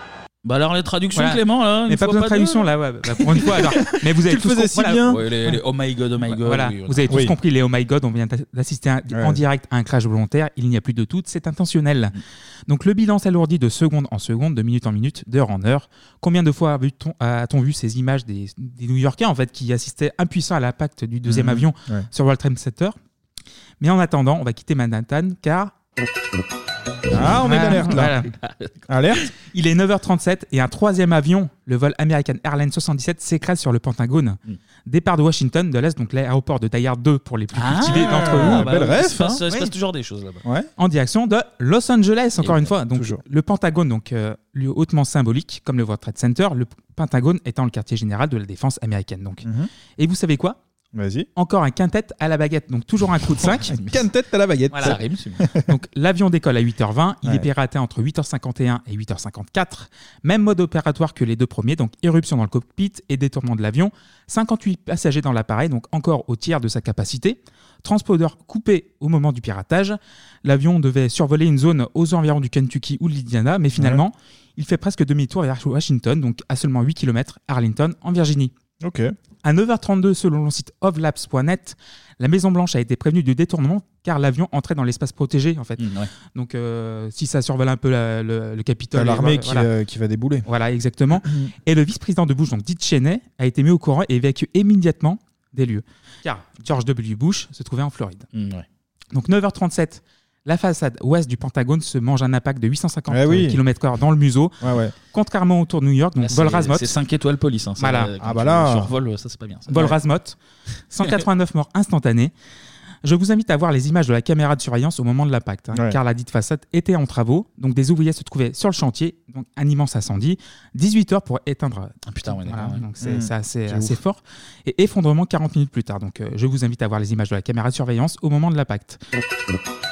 Speaker 1: Bah alors les traductions,
Speaker 3: Voilà.
Speaker 1: Clément, là.
Speaker 3: Mais
Speaker 1: une
Speaker 3: pas
Speaker 1: fois
Speaker 3: besoin de traduction,
Speaker 7: là, ouais. Bah, pour une fois, alors. Mais vous avez
Speaker 1: Tu
Speaker 7: tous
Speaker 1: le faisais
Speaker 7: com-
Speaker 1: si
Speaker 7: voilà.
Speaker 1: bien. Ouais, les- les oh my god, oh my god.
Speaker 7: Voilà,
Speaker 1: oui,
Speaker 7: vous avez tous
Speaker 1: oui.
Speaker 7: compris les Oh My God, on vient d'a- d'assister à- en direct à un crash volontaire, il n'y a plus de doute, c'est intentionnel.
Speaker 1: Mm.
Speaker 7: Donc le bilan s'alourdit de seconde en seconde, de minute en minute, d'heure en heure. Combien de fois a-t-on- a-t-on vu ces images des, des New Yorkais en fait qui assistaient impuissants à l'impact du deuxième
Speaker 1: Mm-hmm.
Speaker 8: Mhm.
Speaker 7: avion
Speaker 8: Ouais.
Speaker 7: sur World Trade Center Mais en attendant, on va quitter Manhattan car
Speaker 1: Oh,
Speaker 8: Ah, on est d'alerte, là. Alerte
Speaker 7: Il est 9h37 et un troisième avion, le vol American Airlines 77, s'écrase sur le Pentagone.
Speaker 1: Hmm.
Speaker 7: Départ de Washington, de l'Est, donc l'aéroport de Taillard 2 pour les plus cultivés d'entre vous.
Speaker 1: Ah, bah, il se
Speaker 8: hein.
Speaker 1: passe, il se passe toujours des choses là-bas.
Speaker 7: En direction de Los Angeles, encore une fois. Donc, Le Pentagone, donc euh, lieu hautement symbolique, comme le World Trade Center, le Pentagone étant le quartier général de la défense américaine. Donc. Et vous savez quoi
Speaker 8: Mhm. Vas-y.
Speaker 7: Encore un quintet à la baguette, donc toujours un coup de 5.
Speaker 8: Un quintet à la baguette.
Speaker 7: Voilà.
Speaker 8: Ça rime, c'est
Speaker 7: donc l'avion décolle à 8h20, il
Speaker 8: Ouais.
Speaker 7: est piraté entre 8h51 et 8h54. Même mode opératoire que les deux premiers, donc éruption dans le cockpit et détournement de l'avion. 58 passagers dans l'appareil, donc encore au tiers de sa capacité. Transpondeur coupé au moment du piratage. L'avion devait survoler une zone aux environs du Kentucky ou de l'Indiana, mais finalement, il fait presque demi-tour vers Washington, donc à seulement 8 km, Arlington, en Virginie.
Speaker 8: Ok.
Speaker 7: À 9h32, selon le site ovlabs.net, la Maison Blanche a été prévenue du détournement car l'avion entrait dans l'espace protégé en
Speaker 1: Mmh,
Speaker 7: fait. Donc euh, si ça survole un peu la- le, le Capitole,
Speaker 8: T'as l'armée
Speaker 7: et-
Speaker 8: qui,
Speaker 7: voilà.
Speaker 8: va- qui va débouler.
Speaker 7: Voilà, exactement. Et le vice-président de Bush, donc Dick Cheney, a été mis au courant et évacué immédiatement des lieux. Car George W. Bush se trouvait en Floride.
Speaker 1: Mm, Mmh,
Speaker 7: Donc 9h37, la façade ouest du Pentagone se mange un impact de 850
Speaker 8: Ah oui.
Speaker 7: km/h dans le museau. Contrairement au tour de New York, donc
Speaker 1: Là, c'est-
Speaker 7: vol Rasmot.
Speaker 1: c'est cinq étoiles police, hein, ça,
Speaker 7: voilà.
Speaker 1: euh, quand Ah bah là. tu survoles, ça, c'est pas bien, ça.
Speaker 7: Vol
Speaker 1: Ouais.
Speaker 7: Rasmot, 189 morts instantanés. Je vous invite à voir les images de la caméra de surveillance au moment de l'impact, hein,
Speaker 1: Ouais.
Speaker 7: car la dite façade était en travaux, donc des ouvriers se trouvaient sur le chantier, donc un immense incendie, 18 heures pour éteindre.
Speaker 1: Ah, putain, ouais,
Speaker 7: Voilà,
Speaker 1: d'accord, ouais.
Speaker 7: donc c'est
Speaker 1: Mmh.
Speaker 7: c'est assez,
Speaker 1: C'est
Speaker 7: assez
Speaker 1: ouf.
Speaker 7: fort. Et effondrement 40 minutes plus tard, donc euh, je vous invite à voir les images de la caméra de surveillance au moment de l'impact.
Speaker 8: Ouais,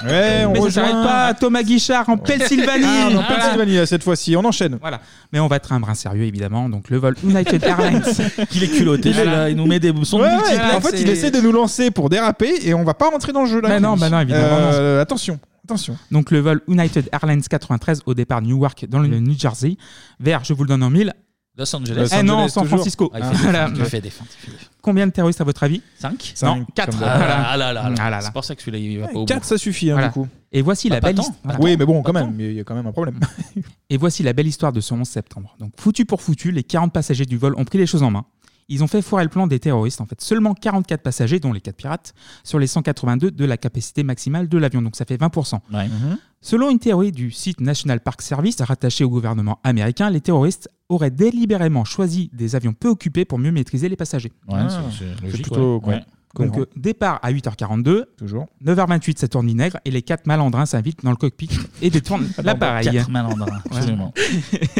Speaker 8: Eh, on
Speaker 7: Mais ça
Speaker 8: rejoint-
Speaker 7: s'arrête pas, Thomas Guichard en Pennsylvanie.
Speaker 8: Ah, on est en
Speaker 7: Voilà.
Speaker 8: Pennsylvanie, là, cette fois-ci. On enchaîne.
Speaker 7: Voilà. Mais on va être un brin sérieux, évidemment. Donc, le vol United Airlines.
Speaker 1: Il est culotté,
Speaker 7: Voilà.
Speaker 1: là, il nous met des sons de
Speaker 8: Ouais,
Speaker 1: multiplex
Speaker 8: ouais, en fait, il
Speaker 1: et-
Speaker 8: essaie de nous lancer pour déraper et on va pas rentrer dans le jeu là.
Speaker 7: Bah non, bah non, évidemment,
Speaker 8: Euh, attention, attention.
Speaker 7: Donc le vol United Airlines 93 au départ Newark dans le New Jersey vers, je vous le donne en mille,
Speaker 1: Los Angeles.
Speaker 7: Eh
Speaker 1: Los
Speaker 7: non,
Speaker 1: Angeles,
Speaker 7: San
Speaker 1: toujours.
Speaker 7: Francisco.
Speaker 1: Ah, il fait des
Speaker 7: Voilà.
Speaker 1: feintes, il fait des feintes, il fait des
Speaker 7: Combien de terroristes à votre avis
Speaker 1: 5
Speaker 7: Non, 4.
Speaker 1: Ah, là, là, là, là. C'est pour ça que celui-là, il va pas au bout.
Speaker 7: hein,
Speaker 8: hein,
Speaker 1: Voilà.
Speaker 7: Et voici
Speaker 1: Bah,
Speaker 7: la
Speaker 1: pas
Speaker 7: belle
Speaker 1: tant,
Speaker 7: histoire.
Speaker 1: pas tant, pas tant.
Speaker 8: il y a quand même un problème.
Speaker 7: Et voici la belle histoire de ce 11 septembre. Donc foutu pour foutu, les 40 passagers du vol ont pris les choses en main. Ils ont fait foirer le plan des terroristes, en fait. Seulement 44 passagers, dont les 4 pirates, sur les 182 de la capacité maximale de l'avion. Donc ça fait 20%.
Speaker 8: Mhm.
Speaker 7: Selon une théorie du site National Park Service rattaché au gouvernement américain, les terroristes auraient délibérément choisi des avions peu occupés pour mieux maîtriser les passagers.
Speaker 1: Ouais, Ah. c'est- c'est logique, ouais. Ouais.
Speaker 7: Donc
Speaker 1: Cohérent.
Speaker 7: euh, départ à 8h42,
Speaker 8: toujours.
Speaker 7: 9h28 ça tourne vinaigre et les quatre malandrins s'invitent dans le cockpit et détournent l'appareil.
Speaker 1: Quatre malandrins,
Speaker 7: Ouais.
Speaker 1: absolument.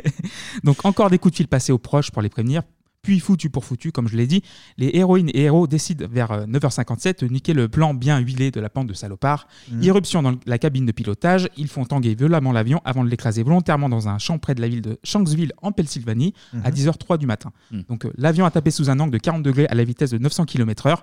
Speaker 7: Donc encore des coups de fil passés aux proches pour les prévenir. Puis foutu pour foutu, comme je l'ai dit, les héroïnes et héros décident vers euh, 9h57 de niquer le plan bien huilé de la pente de salopard.
Speaker 1: Mhm.
Speaker 7: Irruption dans la cabine de pilotage, ils font tanguer violemment l'avion avant de l'écraser volontairement dans un champ près de la ville de Shanksville en Pennsylvanie à
Speaker 1: Mhm.
Speaker 7: 10h03 du matin.
Speaker 1: Mhm.
Speaker 7: Donc euh, l'avion a tapé sous un angle de 40 degrés à la vitesse de 900 km/h,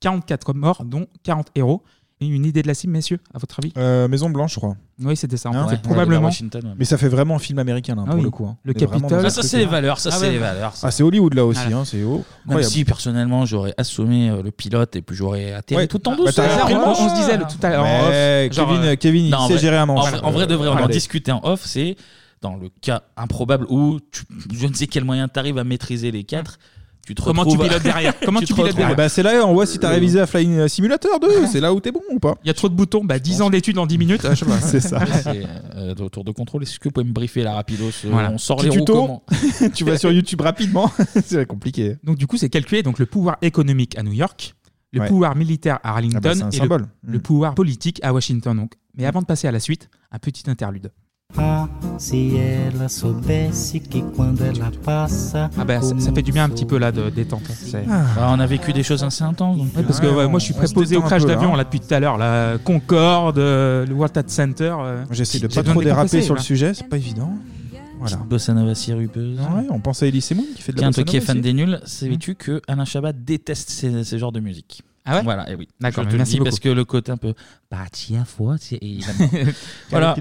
Speaker 7: 44 morts dont 40 héros. Et Une idée de la cible, messieurs, à votre avis
Speaker 8: Euh, Maison Blanche, je crois.
Speaker 7: Oui, c'était ça. en
Speaker 8: Hein
Speaker 7: fait, probablement.
Speaker 8: Mais ça fait vraiment un film américain, là,
Speaker 7: Ah
Speaker 8: pour
Speaker 7: oui.
Speaker 8: le coup. hein.
Speaker 7: Le
Speaker 8: On est vraiment
Speaker 7: Capitole.
Speaker 8: dans
Speaker 1: Ah,
Speaker 8: un
Speaker 1: ça,
Speaker 8: truc,
Speaker 1: c'est les
Speaker 8: hein.
Speaker 1: valeurs, ça,
Speaker 8: Ah
Speaker 1: c'est
Speaker 8: ouais.
Speaker 1: les valeurs. ça.
Speaker 8: Ah, c'est Hollywood, là aussi,
Speaker 1: Voilà.
Speaker 8: hein, c'est haut.
Speaker 1: Même
Speaker 8: Incroyable.
Speaker 1: si personnellement j'aurais assommé euh, le pilote et puis j'aurais atterri
Speaker 8: Ouais.
Speaker 1: tout en
Speaker 8: Bah,
Speaker 1: douce.
Speaker 8: t'as
Speaker 1: hein,
Speaker 8: appris le
Speaker 1: on-
Speaker 8: manche.
Speaker 1: on se disait le tout à l'heure. en
Speaker 8: Ouais,
Speaker 1: off, genre,
Speaker 8: Kevin-
Speaker 1: euh,
Speaker 8: Kevin, il
Speaker 1: non, en
Speaker 8: sait
Speaker 1: vrai-
Speaker 8: gérer un manche.
Speaker 1: En, vrai- en vrai de vrai, on en
Speaker 8: Allez.
Speaker 1: discutait en off, c'est dans le cas improbable où tu- je ne sais quel moyen t'arrives à maîtriser les quatre. Tu te
Speaker 7: Comment tu
Speaker 1: retrouves
Speaker 7: pilotes derrière Comment tu
Speaker 1: te
Speaker 7: pilotes
Speaker 1: retrouves-
Speaker 7: derrière
Speaker 8: Bah, c'est là, on voit si t'as
Speaker 1: Le-
Speaker 8: révisé à Flying Simulator 2. C'est là où t'es bon ou pas
Speaker 7: Il y a trop de boutons, bah 10 ans d'études en 10 minutes,
Speaker 1: euh,
Speaker 7: je sais pas.
Speaker 8: C'est ça.
Speaker 1: C'est, euh, de- tour de contrôle. Est-ce que vous pouvez me briefer la rapidos euh,
Speaker 7: Voilà.
Speaker 1: On sort
Speaker 7: Petit
Speaker 1: les roues
Speaker 7: tuto.
Speaker 1: comment
Speaker 8: Tu vas sur YouTube rapidement. C'est compliqué.
Speaker 7: Donc du coup, c'est calculé donc le pouvoir économique à New York, le
Speaker 8: Ouais.
Speaker 7: pouvoir militaire à Arlington
Speaker 8: Ah bah, c'est un
Speaker 7: et le,
Speaker 8: symbole.
Speaker 7: le pouvoir politique à Washington. Donc, mais avant de passer à la suite, un petit interlude.
Speaker 18: Ah, se ela soubesse que quando ela passa.
Speaker 7: Ah bah, ça, ça fait du bien un petit peu là de détente. C'est-
Speaker 1: Bah, On a vécu des choses assez intenses. donc,
Speaker 7: Ouais, parce que
Speaker 1: euh,
Speaker 7: ouais,
Speaker 1: on-
Speaker 7: moi je suis
Speaker 1: on se
Speaker 7: préposé au
Speaker 1: détend un
Speaker 7: crash
Speaker 1: peu,
Speaker 7: d'avion
Speaker 1: hein.
Speaker 7: là depuis tout à l'heure, la Concorde, euh, le World Trade Center.
Speaker 1: euh,
Speaker 8: J'essaie de pas trop déraper sur le sujet, c'est pas évident.
Speaker 1: Voilà. Bossa Nova sirupeuse.
Speaker 8: Ouais, on pense à Elise Moon qui fait de la
Speaker 1: Tiens,
Speaker 8: bossa
Speaker 1: toi qui es
Speaker 8: nova
Speaker 1: fan
Speaker 8: aussi.
Speaker 1: des nuls, savais-tu que Alain Chabat déteste ces, ces genres de musique
Speaker 7: ah ouais
Speaker 1: Voilà, et oui.
Speaker 7: D'accord, mais
Speaker 1: Je te le
Speaker 7: merci
Speaker 1: dis parce
Speaker 7: beaucoup.
Speaker 1: que le côté un peu. Bah, tiens, fois, c'est. et il aime pas. voilà.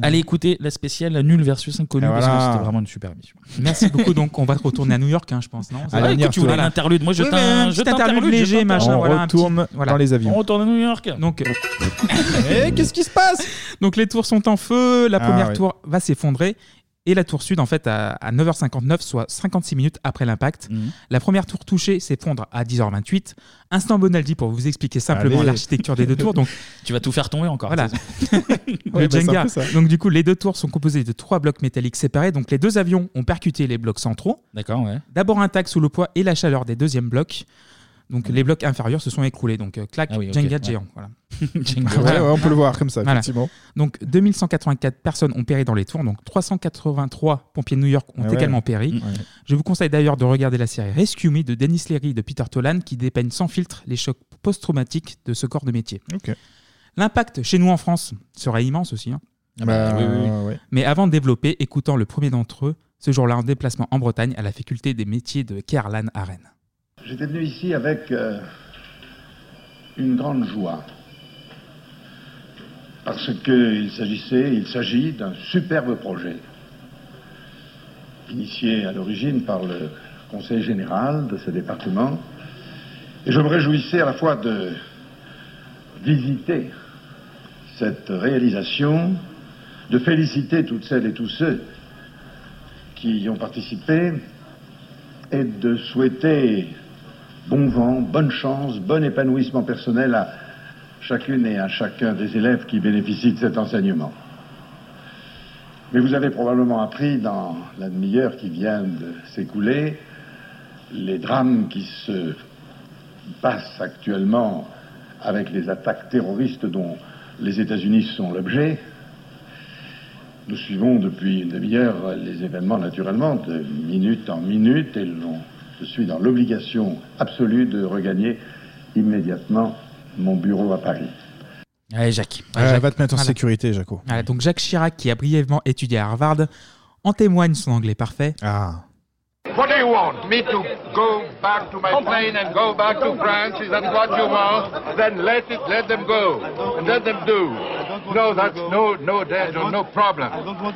Speaker 1: Allez écouter la spéciale la Nul versus Inconnu
Speaker 7: Et
Speaker 1: parce
Speaker 7: voilà.
Speaker 1: que c'était vraiment une super émission.
Speaker 7: Merci beaucoup. Donc, on va retourner à New York, hein, je pense, non
Speaker 1: Ah,
Speaker 7: va
Speaker 1: écoute,
Speaker 7: venir,
Speaker 1: tu voulais
Speaker 7: voilà.
Speaker 1: l'interlude. Moi, je
Speaker 7: Oui,
Speaker 1: t'in-
Speaker 7: mais un
Speaker 1: je
Speaker 7: petit
Speaker 1: t'interlude,
Speaker 7: interlude
Speaker 1: je
Speaker 7: léger,
Speaker 1: t'interlude.
Speaker 7: machin.
Speaker 1: On
Speaker 7: voilà, un petit-
Speaker 1: retourne
Speaker 7: voilà.
Speaker 1: dans les avions. On retourne à New York.
Speaker 7: Donc,
Speaker 8: Eh, qu'est-ce qui se passe
Speaker 7: Donc les tours sont en feu, la
Speaker 8: Ah,
Speaker 7: première
Speaker 8: oui.
Speaker 7: tour va s'effondrer. Et la tour sud, en fait, à, à 9h59, soit 56 minutes après l'impact.
Speaker 1: Mhm.
Speaker 7: La première tour touchée s'effondre à 10h28. Instant Bonaldi pour vous expliquer simplement
Speaker 1: Allez.
Speaker 7: l'architecture des deux tours. Donc,
Speaker 1: Tu vas tout faire tomber encore.
Speaker 7: voilà. le
Speaker 1: Ouais, bah, c'est un
Speaker 7: Jenga.
Speaker 1: peu ça.
Speaker 7: donc, du coup, les deux tours sont composées de trois blocs métalliques séparés. Donc, les deux avions ont percuté les blocs centraux.
Speaker 1: D'accord, ouais.
Speaker 7: D'abord intact sous le poids et la chaleur des deuxièmes blocs. Donc les blocs inférieurs se sont écroulés. Donc euh, clac,
Speaker 8: Mmh. Ah oui, ok,
Speaker 7: Jenga
Speaker 8: ouais.
Speaker 7: géant. Voilà.
Speaker 8: Jenga. Ouais, ouais, on peut le voir comme ça, effectivement.
Speaker 7: Donc 2184 personnes ont péri dans les tours. Donc 383 pompiers de New York ont
Speaker 8: Ah ouais.
Speaker 7: également péri.
Speaker 8: Ouais.
Speaker 7: Je vous conseille d'ailleurs de regarder la série Rescue Me de Dennis Leary et de Peter Tolan qui dépeignent sans filtre les chocs post-traumatiques de ce corps de métier. L'impact chez nous en France sera immense aussi. hein.
Speaker 8: Ah bah, Oui, oui, oui. ouais.
Speaker 7: Mais avant de développer, écoutant le premier d'entre eux, ce jour-là en déplacement en Bretagne à la faculté des métiers de Kerlan à Rennes.
Speaker 10: J'étais venu ici avec euh, une grande joie. Parce qu'il s'agissait, il s'agit d'un superbe projet. Initié à l'origine par le conseil général de ce département. Et je me réjouissais à la fois de visiter cette réalisation, de féliciter toutes celles et tous ceux qui y ont participé et de souhaiter bon vent, bonne chance, bon épanouissement personnel à chacune et à chacun des élèves qui bénéficient de cet enseignement. Mais vous avez probablement appris dans la demi-heure qui vient de s'écouler les drames qui se passent actuellement avec les attaques terroristes dont les États-Unis sont l'objet. Nous suivons depuis une demi-heure les événements naturellement de minute en minute et l'on je suis dans l'obligation absolue de regagner immédiatement mon bureau à Paris.
Speaker 7: Allez, Jacques.
Speaker 8: Ouais, Ah, va te mettre en sécurité, Jaco.
Speaker 7: Voilà, donc Jacques Chirac, qui a brièvement étudié à Harvard, en témoigne son anglais parfait. Ah.
Speaker 19: What do you want? Me to go back to my plane and go back to France? Is that what you want? Then let it, let them go and let them do. No, that's no, no danger, no problem.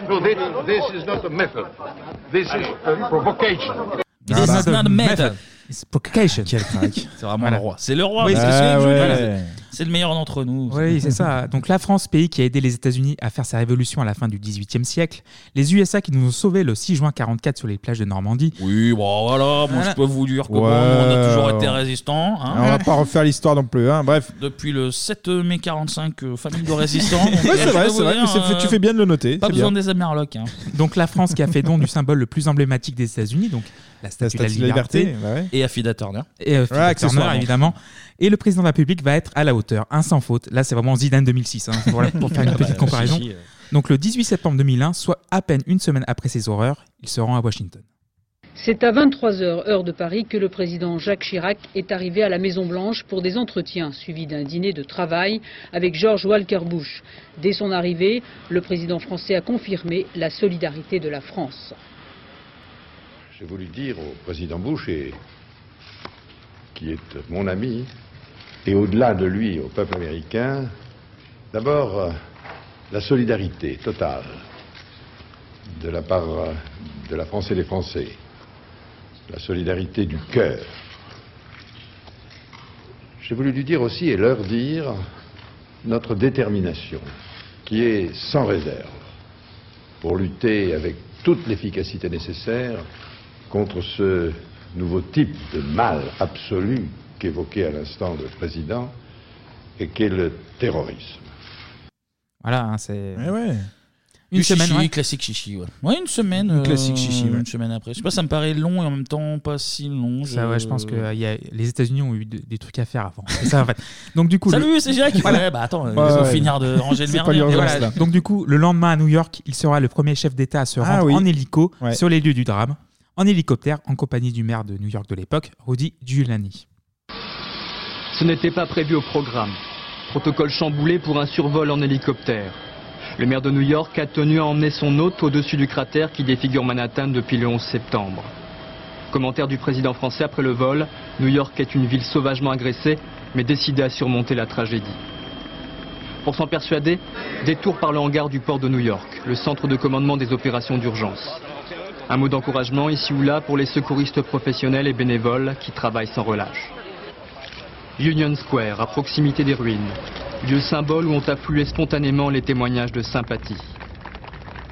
Speaker 19: No, this, this is not a method. This is a provocation.
Speaker 1: It is not a method.
Speaker 7: It's provocation.
Speaker 1: C'est vraiment le roi. C'est le roi.
Speaker 7: Oui,
Speaker 1: parce que
Speaker 7: c'est-
Speaker 8: Ah,
Speaker 1: c'est-
Speaker 7: voilà,
Speaker 1: voilà,
Speaker 7: c'est-
Speaker 1: C'est le meilleur d'entre nous.
Speaker 7: Oui, c'est ça. Donc la France, pays qui a aidé les États-Unis à faire sa révolution à la fin du XVIIIe siècle, les USA qui nous ont sauvés le 6 juin 44 sur les plages de Normandie.
Speaker 1: Oui, bon, voilà, moi,
Speaker 7: Voilà.
Speaker 1: je peux vous dire que
Speaker 7: Ouais.
Speaker 1: bon, on a toujours été résistants. hein.
Speaker 8: On va pas refaire l'histoire non plus. hein. Bref.
Speaker 1: Depuis le 7 mai 45, euh, famille de résistants. Donc,
Speaker 8: Ouais,
Speaker 1: je
Speaker 8: c'est
Speaker 1: peux
Speaker 8: vrai,
Speaker 1: vous
Speaker 8: c'est vrai.
Speaker 1: dire,
Speaker 8: mais c'est fait-
Speaker 1: euh,
Speaker 8: tu fais bien de le noter.
Speaker 1: Pas
Speaker 8: c'est
Speaker 1: besoin
Speaker 8: bien.
Speaker 1: des Amerlocs. hein.
Speaker 7: Donc la France qui a fait don du symbole le plus emblématique des États-Unis, donc la Statue, de la Liberté.
Speaker 1: Et Affida Turner.
Speaker 7: Et euh, Philippe
Speaker 8: hein.
Speaker 7: Turner, évidemment. Et le président de la République va être à la hauteur, un sans faute. Là, c'est vraiment Zidane 2006, hein, pour, la- pour faire une
Speaker 1: Ah
Speaker 7: petite
Speaker 1: bah,
Speaker 7: comparaison.
Speaker 1: si, si, euh.
Speaker 7: Donc, le 18 septembre 2001, soit à peine une semaine après ces horreurs, il se rend à Washington.
Speaker 20: C'est à 23h, heure de Paris, que le président Jacques Chirac est arrivé à la Maison-Blanche pour des entretiens, suivis d'un dîner de travail avec George Walker Bush. Dès son arrivée, le président français a confirmé la solidarité de la France.
Speaker 22: J'ai voulu dire au président Bush, et, qui est mon ami, et au-delà de lui, au peuple américain, d'abord euh, la solidarité totale de la part euh, de la France et des Français, la solidarité du cœur. J'ai voulu lui dire aussi et leur dire notre détermination, qui est sans réserve, pour lutter avec toute l'efficacité nécessaire contre ce nouveau type de mal absolu qu'évoquait à l'instant le président et qu'est le terrorisme.
Speaker 7: Voilà, hein, c'est.
Speaker 8: Eh
Speaker 1: Une
Speaker 7: Une semaine,
Speaker 1: chichi,
Speaker 7: ouais.
Speaker 1: classique chichi, ouais. Ouais, une semaine.
Speaker 7: Une
Speaker 1: euh,
Speaker 7: classique chichi, ouais.
Speaker 1: Une semaine après. Je sais pas, ça me paraît long et en même temps pas si long.
Speaker 7: Ça, ouais, je pense que euh, il y a- les États-Unis ont eu de- des trucs à faire avant. C'est ça, en fait. Donc, du coup,
Speaker 1: Salut, c'est Jacques. Ouais, bah, attends, ils vont finir de ranger le
Speaker 7: C'est
Speaker 1: merdier.
Speaker 7: pas l'urgence,
Speaker 1: Et voilà.
Speaker 7: là. Donc, du coup, le lendemain à New York, il sera le premier chef d'État à se
Speaker 1: Ah
Speaker 7: rendre
Speaker 1: oui.
Speaker 7: en hélico
Speaker 1: Ouais.
Speaker 7: sur les lieux du drame, en hélicoptère, en compagnie du maire de New York de l'époque, Rudy Giuliani.
Speaker 23: Ce n'était pas prévu au programme. Protocole chamboulé pour un survol en hélicoptère. Le maire de New York a tenu à emmener son hôte au-dessus du cratère qui défigure Manhattan depuis le 11 septembre. Commentaire du président français après le vol, New York est une ville sauvagement agressée, mais décidée à surmonter la tragédie. Pour s'en persuader, détour par le hangar du port de New York, le centre de commandement des opérations d'urgence. Un mot d'encouragement ici ou là pour les secouristes professionnels et bénévoles qui travaillent sans relâche. Union Square, à proximité des ruines, lieu symbole où ont afflué spontanément les témoignages de sympathie.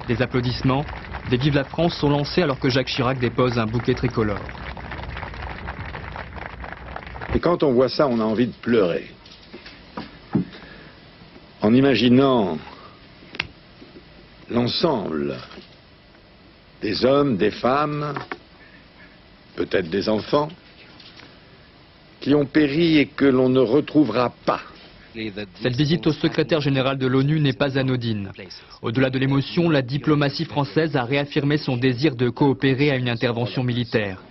Speaker 23: Des applaudissements, des Vive la France sont lancés alors que Jacques Chirac dépose un bouquet tricolore.
Speaker 22: Et quand on voit ça, on a envie de pleurer. En imaginant l'ensemble des hommes, des femmes, peut-être des enfants, qui ont péri et que l'on ne retrouvera pas.
Speaker 23: Cette visite au secrétaire général de l'ONU n'est pas anodine. Au-delà de l'émotion, la diplomatie française a réaffirmé son désir de coopérer à une intervention militaire.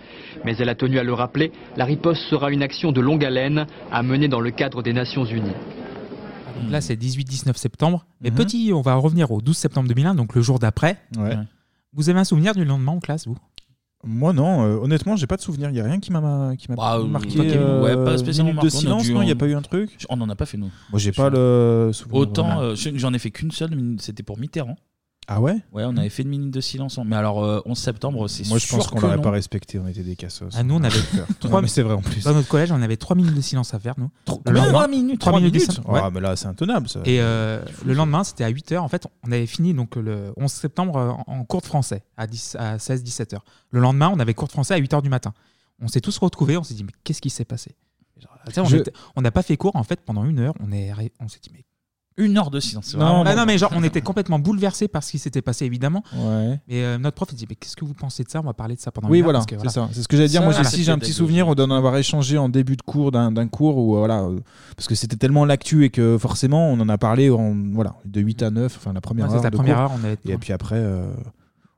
Speaker 23: Mais elle a tenu à le rappeler, la riposte sera une action de longue haleine à mener dans le cadre des Nations Unies.
Speaker 7: Donc Là, c'est 18-19 septembre. Mais
Speaker 8: Mhm.
Speaker 7: petit, on va revenir au 12 septembre 2001, donc le jour d'après.
Speaker 8: Ouais.
Speaker 7: Vous avez un souvenir du lendemain en classe, vous
Speaker 8: Moi, non. euh, honnêtement, j'ai pas de souvenir. Il y a rien qui m'a qui m'a
Speaker 1: Bah,
Speaker 8: marqué.
Speaker 1: Pas Kevin,
Speaker 8: euh,
Speaker 1: ouais, pas spécialement
Speaker 8: minute de
Speaker 1: marqué, on
Speaker 8: silence,
Speaker 1: dû-
Speaker 8: non, il y a
Speaker 1: on-
Speaker 8: pas eu un truc.
Speaker 1: On en a pas fait nous.
Speaker 8: Moi, j'ai pas le souvenir.
Speaker 1: Autant,
Speaker 8: vraiment.
Speaker 1: euh, je- j'en ai fait qu'une seule, mais c'était pour Mitterrand.
Speaker 8: Ah ouais
Speaker 1: Ouais, on avait fait une minute de silence. en- Mais alors, euh, 11 septembre, c'est
Speaker 8: Moi, je
Speaker 1: sûr
Speaker 8: pense qu'on
Speaker 1: que
Speaker 8: l'aurait
Speaker 1: non.
Speaker 8: pas respecté. On était des cassos.
Speaker 7: Ah, nous, on avait
Speaker 8: trois. mais c'est vrai en plus.
Speaker 7: Dans notre collège, on avait 3 minutes de silence à faire, nous. Le
Speaker 8: combien
Speaker 7: lendemain,
Speaker 8: Trois minutes
Speaker 7: trois
Speaker 8: Trois
Speaker 7: minutes de
Speaker 8: minutes
Speaker 7: silence, ouais.
Speaker 8: Ah, mais là, c'est intenable, ça.
Speaker 7: Et euh, le lendemain, c'était à 8h. En fait, on avait fini donc le 11 septembre euh, en en cours de français à, 10 à 16-17h. Le lendemain, on avait cours de français à 8h du matin. On s'est tous retrouvés, on s'est dit, mais qu'est-ce qui s'est passé Genre, tu sais, on
Speaker 1: Je-
Speaker 7: était- on n'a pas fait cours, en fait, pendant une heure. On est arrêt- on s'est dit, mais
Speaker 1: Une heure de silence. c'est
Speaker 7: Non,
Speaker 1: vraiment-
Speaker 7: bah non, mais genre, on était complètement bouleversés par ce qui s'était passé, évidemment.
Speaker 8: Ouais.
Speaker 7: Mais euh, notre prof, il dit, mais qu'est-ce que vous pensez de ça On va parler de ça pendant
Speaker 8: Oui,
Speaker 7: une heure,
Speaker 8: voilà,
Speaker 7: parce que
Speaker 8: c'est ça. C'est ce que j'allais dire.
Speaker 7: Ça,
Speaker 8: Moi, j'ai-
Speaker 7: voilà,
Speaker 8: si
Speaker 7: c'est
Speaker 8: j'ai un
Speaker 7: pédagogique.
Speaker 8: petit souvenir d'en avoir échangé en début de cours d'un d'un cours où, euh, voilà, euh, parce que c'était tellement l'actu et que forcément, on en a parlé en, voilà, de 8 à 9, enfin la première
Speaker 7: Ouais, c'est
Speaker 8: heure.
Speaker 7: la
Speaker 8: de
Speaker 7: première
Speaker 8: cours.
Speaker 7: heure, on avait-
Speaker 8: Et puis après, euh,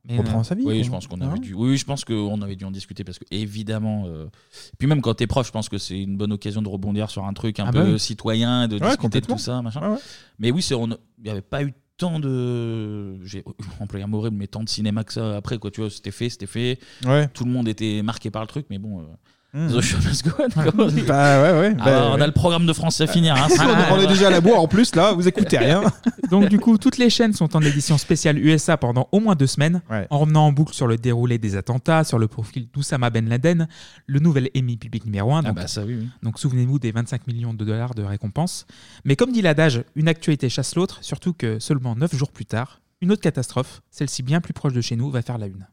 Speaker 8: on
Speaker 1: Mais,
Speaker 8: reprend
Speaker 1: euh,
Speaker 8: sa vie. hein.
Speaker 1: Oui,
Speaker 8: quoi.
Speaker 1: je pense qu'on
Speaker 8: Non
Speaker 1: avait dû. Oui, je pense qu'on avait dû en discuter parce que évidemment. euh, Puis même quand t'es prof, je pense que c'est une bonne occasion de rebondir sur un truc un
Speaker 8: Ah bah
Speaker 1: peu
Speaker 8: oui.
Speaker 1: citoyen, de
Speaker 8: Ouais,
Speaker 1: discuter de
Speaker 8: complètement.
Speaker 1: tout ça, machin.
Speaker 8: Ouais, ouais.
Speaker 1: Mais oui, c'est on ne- il n'y avait pas eu tant de. J'ai employé un mot horrible, mais tant de cinéma que ça. Après, quoi, tu vois, c'était fait, c'était fait.
Speaker 8: Ouais.
Speaker 1: Tout le monde était marqué par le truc, mais bon. euh,
Speaker 8: Mmh.
Speaker 1: The show must go on, comme on dit.
Speaker 8: Bah ouais, ouais,
Speaker 1: Ah,
Speaker 8: bah, ouais.
Speaker 1: on
Speaker 8: Ah,
Speaker 1: a le programme de France à finir. hein.
Speaker 8: on, on est déjà à la boire en plus, là, vous écoutez rien.
Speaker 7: Donc du coup, toutes les chaînes sont en édition spéciale USA pendant au moins deux semaines, en revenant en boucle sur le déroulé des attentats, sur le profil d'Oussama Ben Laden, le nouvel ennemi public numéro 1.
Speaker 1: Ah
Speaker 7: Donc,
Speaker 1: bah ça, oui, oui.
Speaker 7: donc souvenez-vous des 25 millions de dollars de récompense. Mais comme dit l'adage, une actualité chasse l'autre, surtout que seulement 9 jours plus tard, une autre catastrophe, celle-ci bien plus proche de chez nous, va faire la une.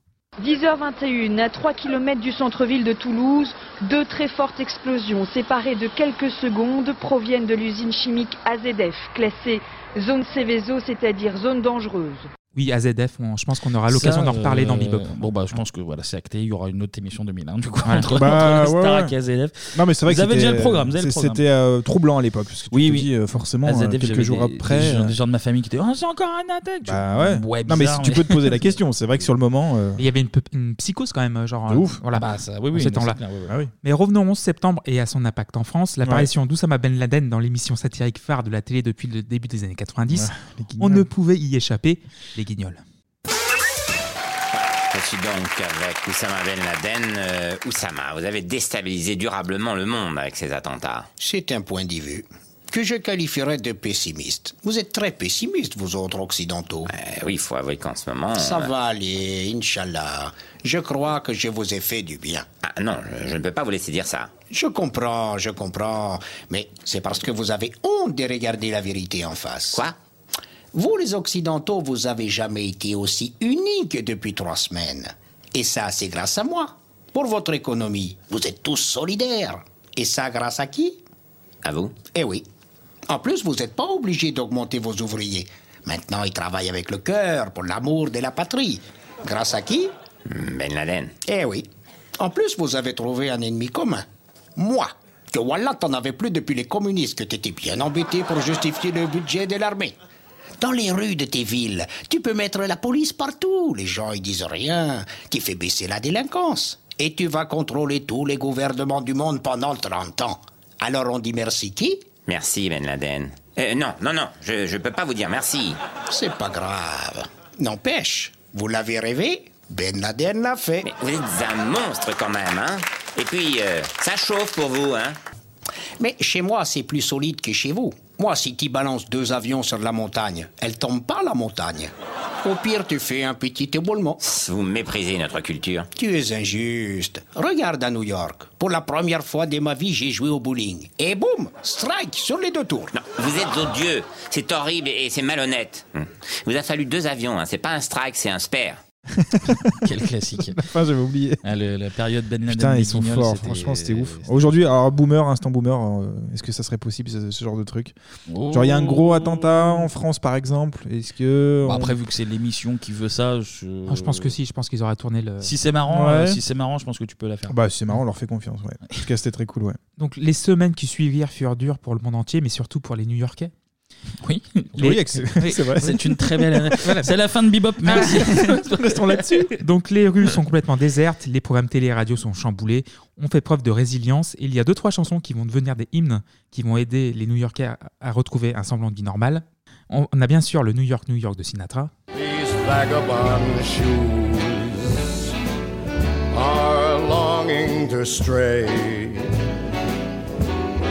Speaker 4: 10h21, à 3 km du centre-ville de Toulouse, deux très fortes explosions séparées de quelques secondes proviennent de l'usine chimique AZF, classée zone Céveso, c'est-à-dire zone dangereuse.
Speaker 7: Oui, AZF, on- je pense qu'on aura l'occasion
Speaker 1: Ça,
Speaker 7: d'en reparler dans
Speaker 1: euh,
Speaker 7: Bebop.
Speaker 1: Bon, bah, je pense que voilà, c'est acté. Il y aura une autre émission 2001, du coup,
Speaker 7: Ouais.
Speaker 1: entre,
Speaker 7: Bah,
Speaker 1: entre
Speaker 7: ouais,
Speaker 1: Starac
Speaker 7: ouais.
Speaker 1: et AZF.
Speaker 8: Non, mais c'est vrai
Speaker 1: vous
Speaker 8: que
Speaker 1: avez
Speaker 8: c'était-
Speaker 1: déjà le programme. vous avez le
Speaker 8: c'est-
Speaker 1: programme.
Speaker 8: C'était euh, troublant à l'époque, parce que tu
Speaker 1: Oui,
Speaker 8: te
Speaker 1: oui. Ah,
Speaker 8: dis, euh, forcément, euh,
Speaker 1: AZF,
Speaker 8: quelques
Speaker 1: j'avais
Speaker 8: jours
Speaker 1: des-
Speaker 8: après,
Speaker 1: Des gens,
Speaker 8: euh,
Speaker 1: des gens de ma famille qui étaient. Ah, c'est encore un attaque.
Speaker 8: Bah ouais. non,
Speaker 1: bizarre,
Speaker 8: mais si tu
Speaker 1: mais-
Speaker 8: peux te poser la question, c'est vrai que sur le moment. euh,
Speaker 7: Il y avait une, pe- une psychose quand même, genre.
Speaker 8: De
Speaker 7: euh,
Speaker 8: ouf.
Speaker 7: Voilà.
Speaker 8: Bah, ça, oui,
Speaker 7: en
Speaker 8: oui,
Speaker 7: ces
Speaker 8: mais
Speaker 7: temps-là.
Speaker 8: c'est clair, oui, oui. Ah oui.
Speaker 7: Mais revenons au 11 septembre et à son impact en France. L'apparition d'Oussama Ben Laden dans l'émission satirique phare de la télé depuis le début des années 90.
Speaker 5: Ouais, les
Speaker 7: on
Speaker 5: guignols.
Speaker 7: ne pouvait y échapper. Les guignols.
Speaker 5: Je suis donc avec Oussama Ben Laden. Euh, Oussama, vous avez déstabilisé durablement le monde avec ces attentats.
Speaker 9: C'est un point de vue que je qualifierais de pessimiste. Vous êtes très pessimiste, vous autres occidentaux.
Speaker 5: Eh oui, il faut avouer qu'en ce moment...
Speaker 9: Ça
Speaker 5: euh,
Speaker 9: va aller, Inch'Allah. Je crois que je vous ai fait du bien.
Speaker 5: Ah non, je, je ne peux pas vous laisser dire ça.
Speaker 9: Je comprends, je comprends. Mais c'est parce que vous avez honte de regarder la vérité en face. Quoi Vous, les Occidentaux, vous avez jamais été aussi unis que depuis trois semaines. Et ça, c'est grâce à moi. Pour votre économie, vous êtes tous solidaires. Et ça, grâce à qui
Speaker 5: À vous
Speaker 9: Eh oui. En plus, vous n'êtes pas obligé d'augmenter vos ouvriers. Maintenant, ils travaillent avec le cœur, pour l'amour de la patrie. Grâce à qui
Speaker 5: Ben Laden.
Speaker 9: Eh oui. En plus, vous avez trouvé un ennemi commun. Moi. Que Wallah, t'en avais plus depuis les communistes, que t'étais bien embêté pour justifier le budget de l'armée. Dans les rues de tes villes, tu peux mettre la police partout. Les gens, ils disent rien. Tu fais baisser la délinquance. Et tu vas contrôler tous les gouvernements du monde pendant 30 ans. Alors on dit merci qui
Speaker 5: Merci Ben Laden. Euh, non, non, non, je ne peux pas vous dire merci.
Speaker 9: C'est pas grave. N'empêche, vous l'avez rêvé Ben Laden l'a fait.
Speaker 5: Vous êtes un monstre quand même, hein Et puis, euh, ça chauffe pour vous, hein
Speaker 9: Mais chez moi, c'est plus solide que chez vous. Moi, si tu balances deux avions sur la montagne, elle tombe pas la montagne. Au pire, tu fais un petit éboulement.
Speaker 5: Vous méprisez notre culture.
Speaker 9: Tu es injuste. Regarde à New York. Pour la première fois de ma vie, j'ai joué au bowling. Et boum, strike sur les deux tours.
Speaker 5: Vous êtes Hmm. odieux, c'est horrible et c'est malhonnête. Vous a fallu deux avions, hein. c'est pas un strike, c'est un spare.
Speaker 1: Quel classique.
Speaker 8: Enfin, j'avais oublié.
Speaker 1: Ah, le- la période Ben Laden.
Speaker 8: Putain, ils sont
Speaker 1: Guignol,
Speaker 8: forts. Franchement, c'était ouf. Aujourd'hui, alors boomer, instant boomer, euh, est-ce que ça serait possible ce, ce genre de truc Genre, il y a un gros attentat en France, par exemple. Est-ce que
Speaker 1: Bon,
Speaker 8: on-
Speaker 1: après, vu que c'est l'émission qui veut ça, je,
Speaker 7: Ah, je
Speaker 8: euh,
Speaker 7: pense que si, je pense qu'ils auraient tourné le.
Speaker 1: Si c'est marrant, euh,
Speaker 8: Ouais.
Speaker 1: si c'est marrant, je pense que tu peux la faire.
Speaker 8: bah c'est marrant, on leur fait confiance. Ouais. En tout cas, c'était très cool, ouais.
Speaker 7: Donc les semaines qui suivirent furent dures pour le monde entier, mais surtout pour les New-Yorkais.
Speaker 1: Oui,
Speaker 8: Oui, c'est- c'est vrai.
Speaker 1: C'est une très belle. C'est la fin de Bebop. Merci.
Speaker 7: Restons là-dessus. Donc les rues sont complètement désertes, les programmes télé et radio sont chamboulés, on fait preuve de résilience. Et il y a deux trois chansons qui vont devenir des hymnes qui vont aider les New-Yorkais à, à retrouver un semblant de vie normale. On, on a bien sûr le New York New York de Sinatra.
Speaker 6: These vagabond shoes are longing to stray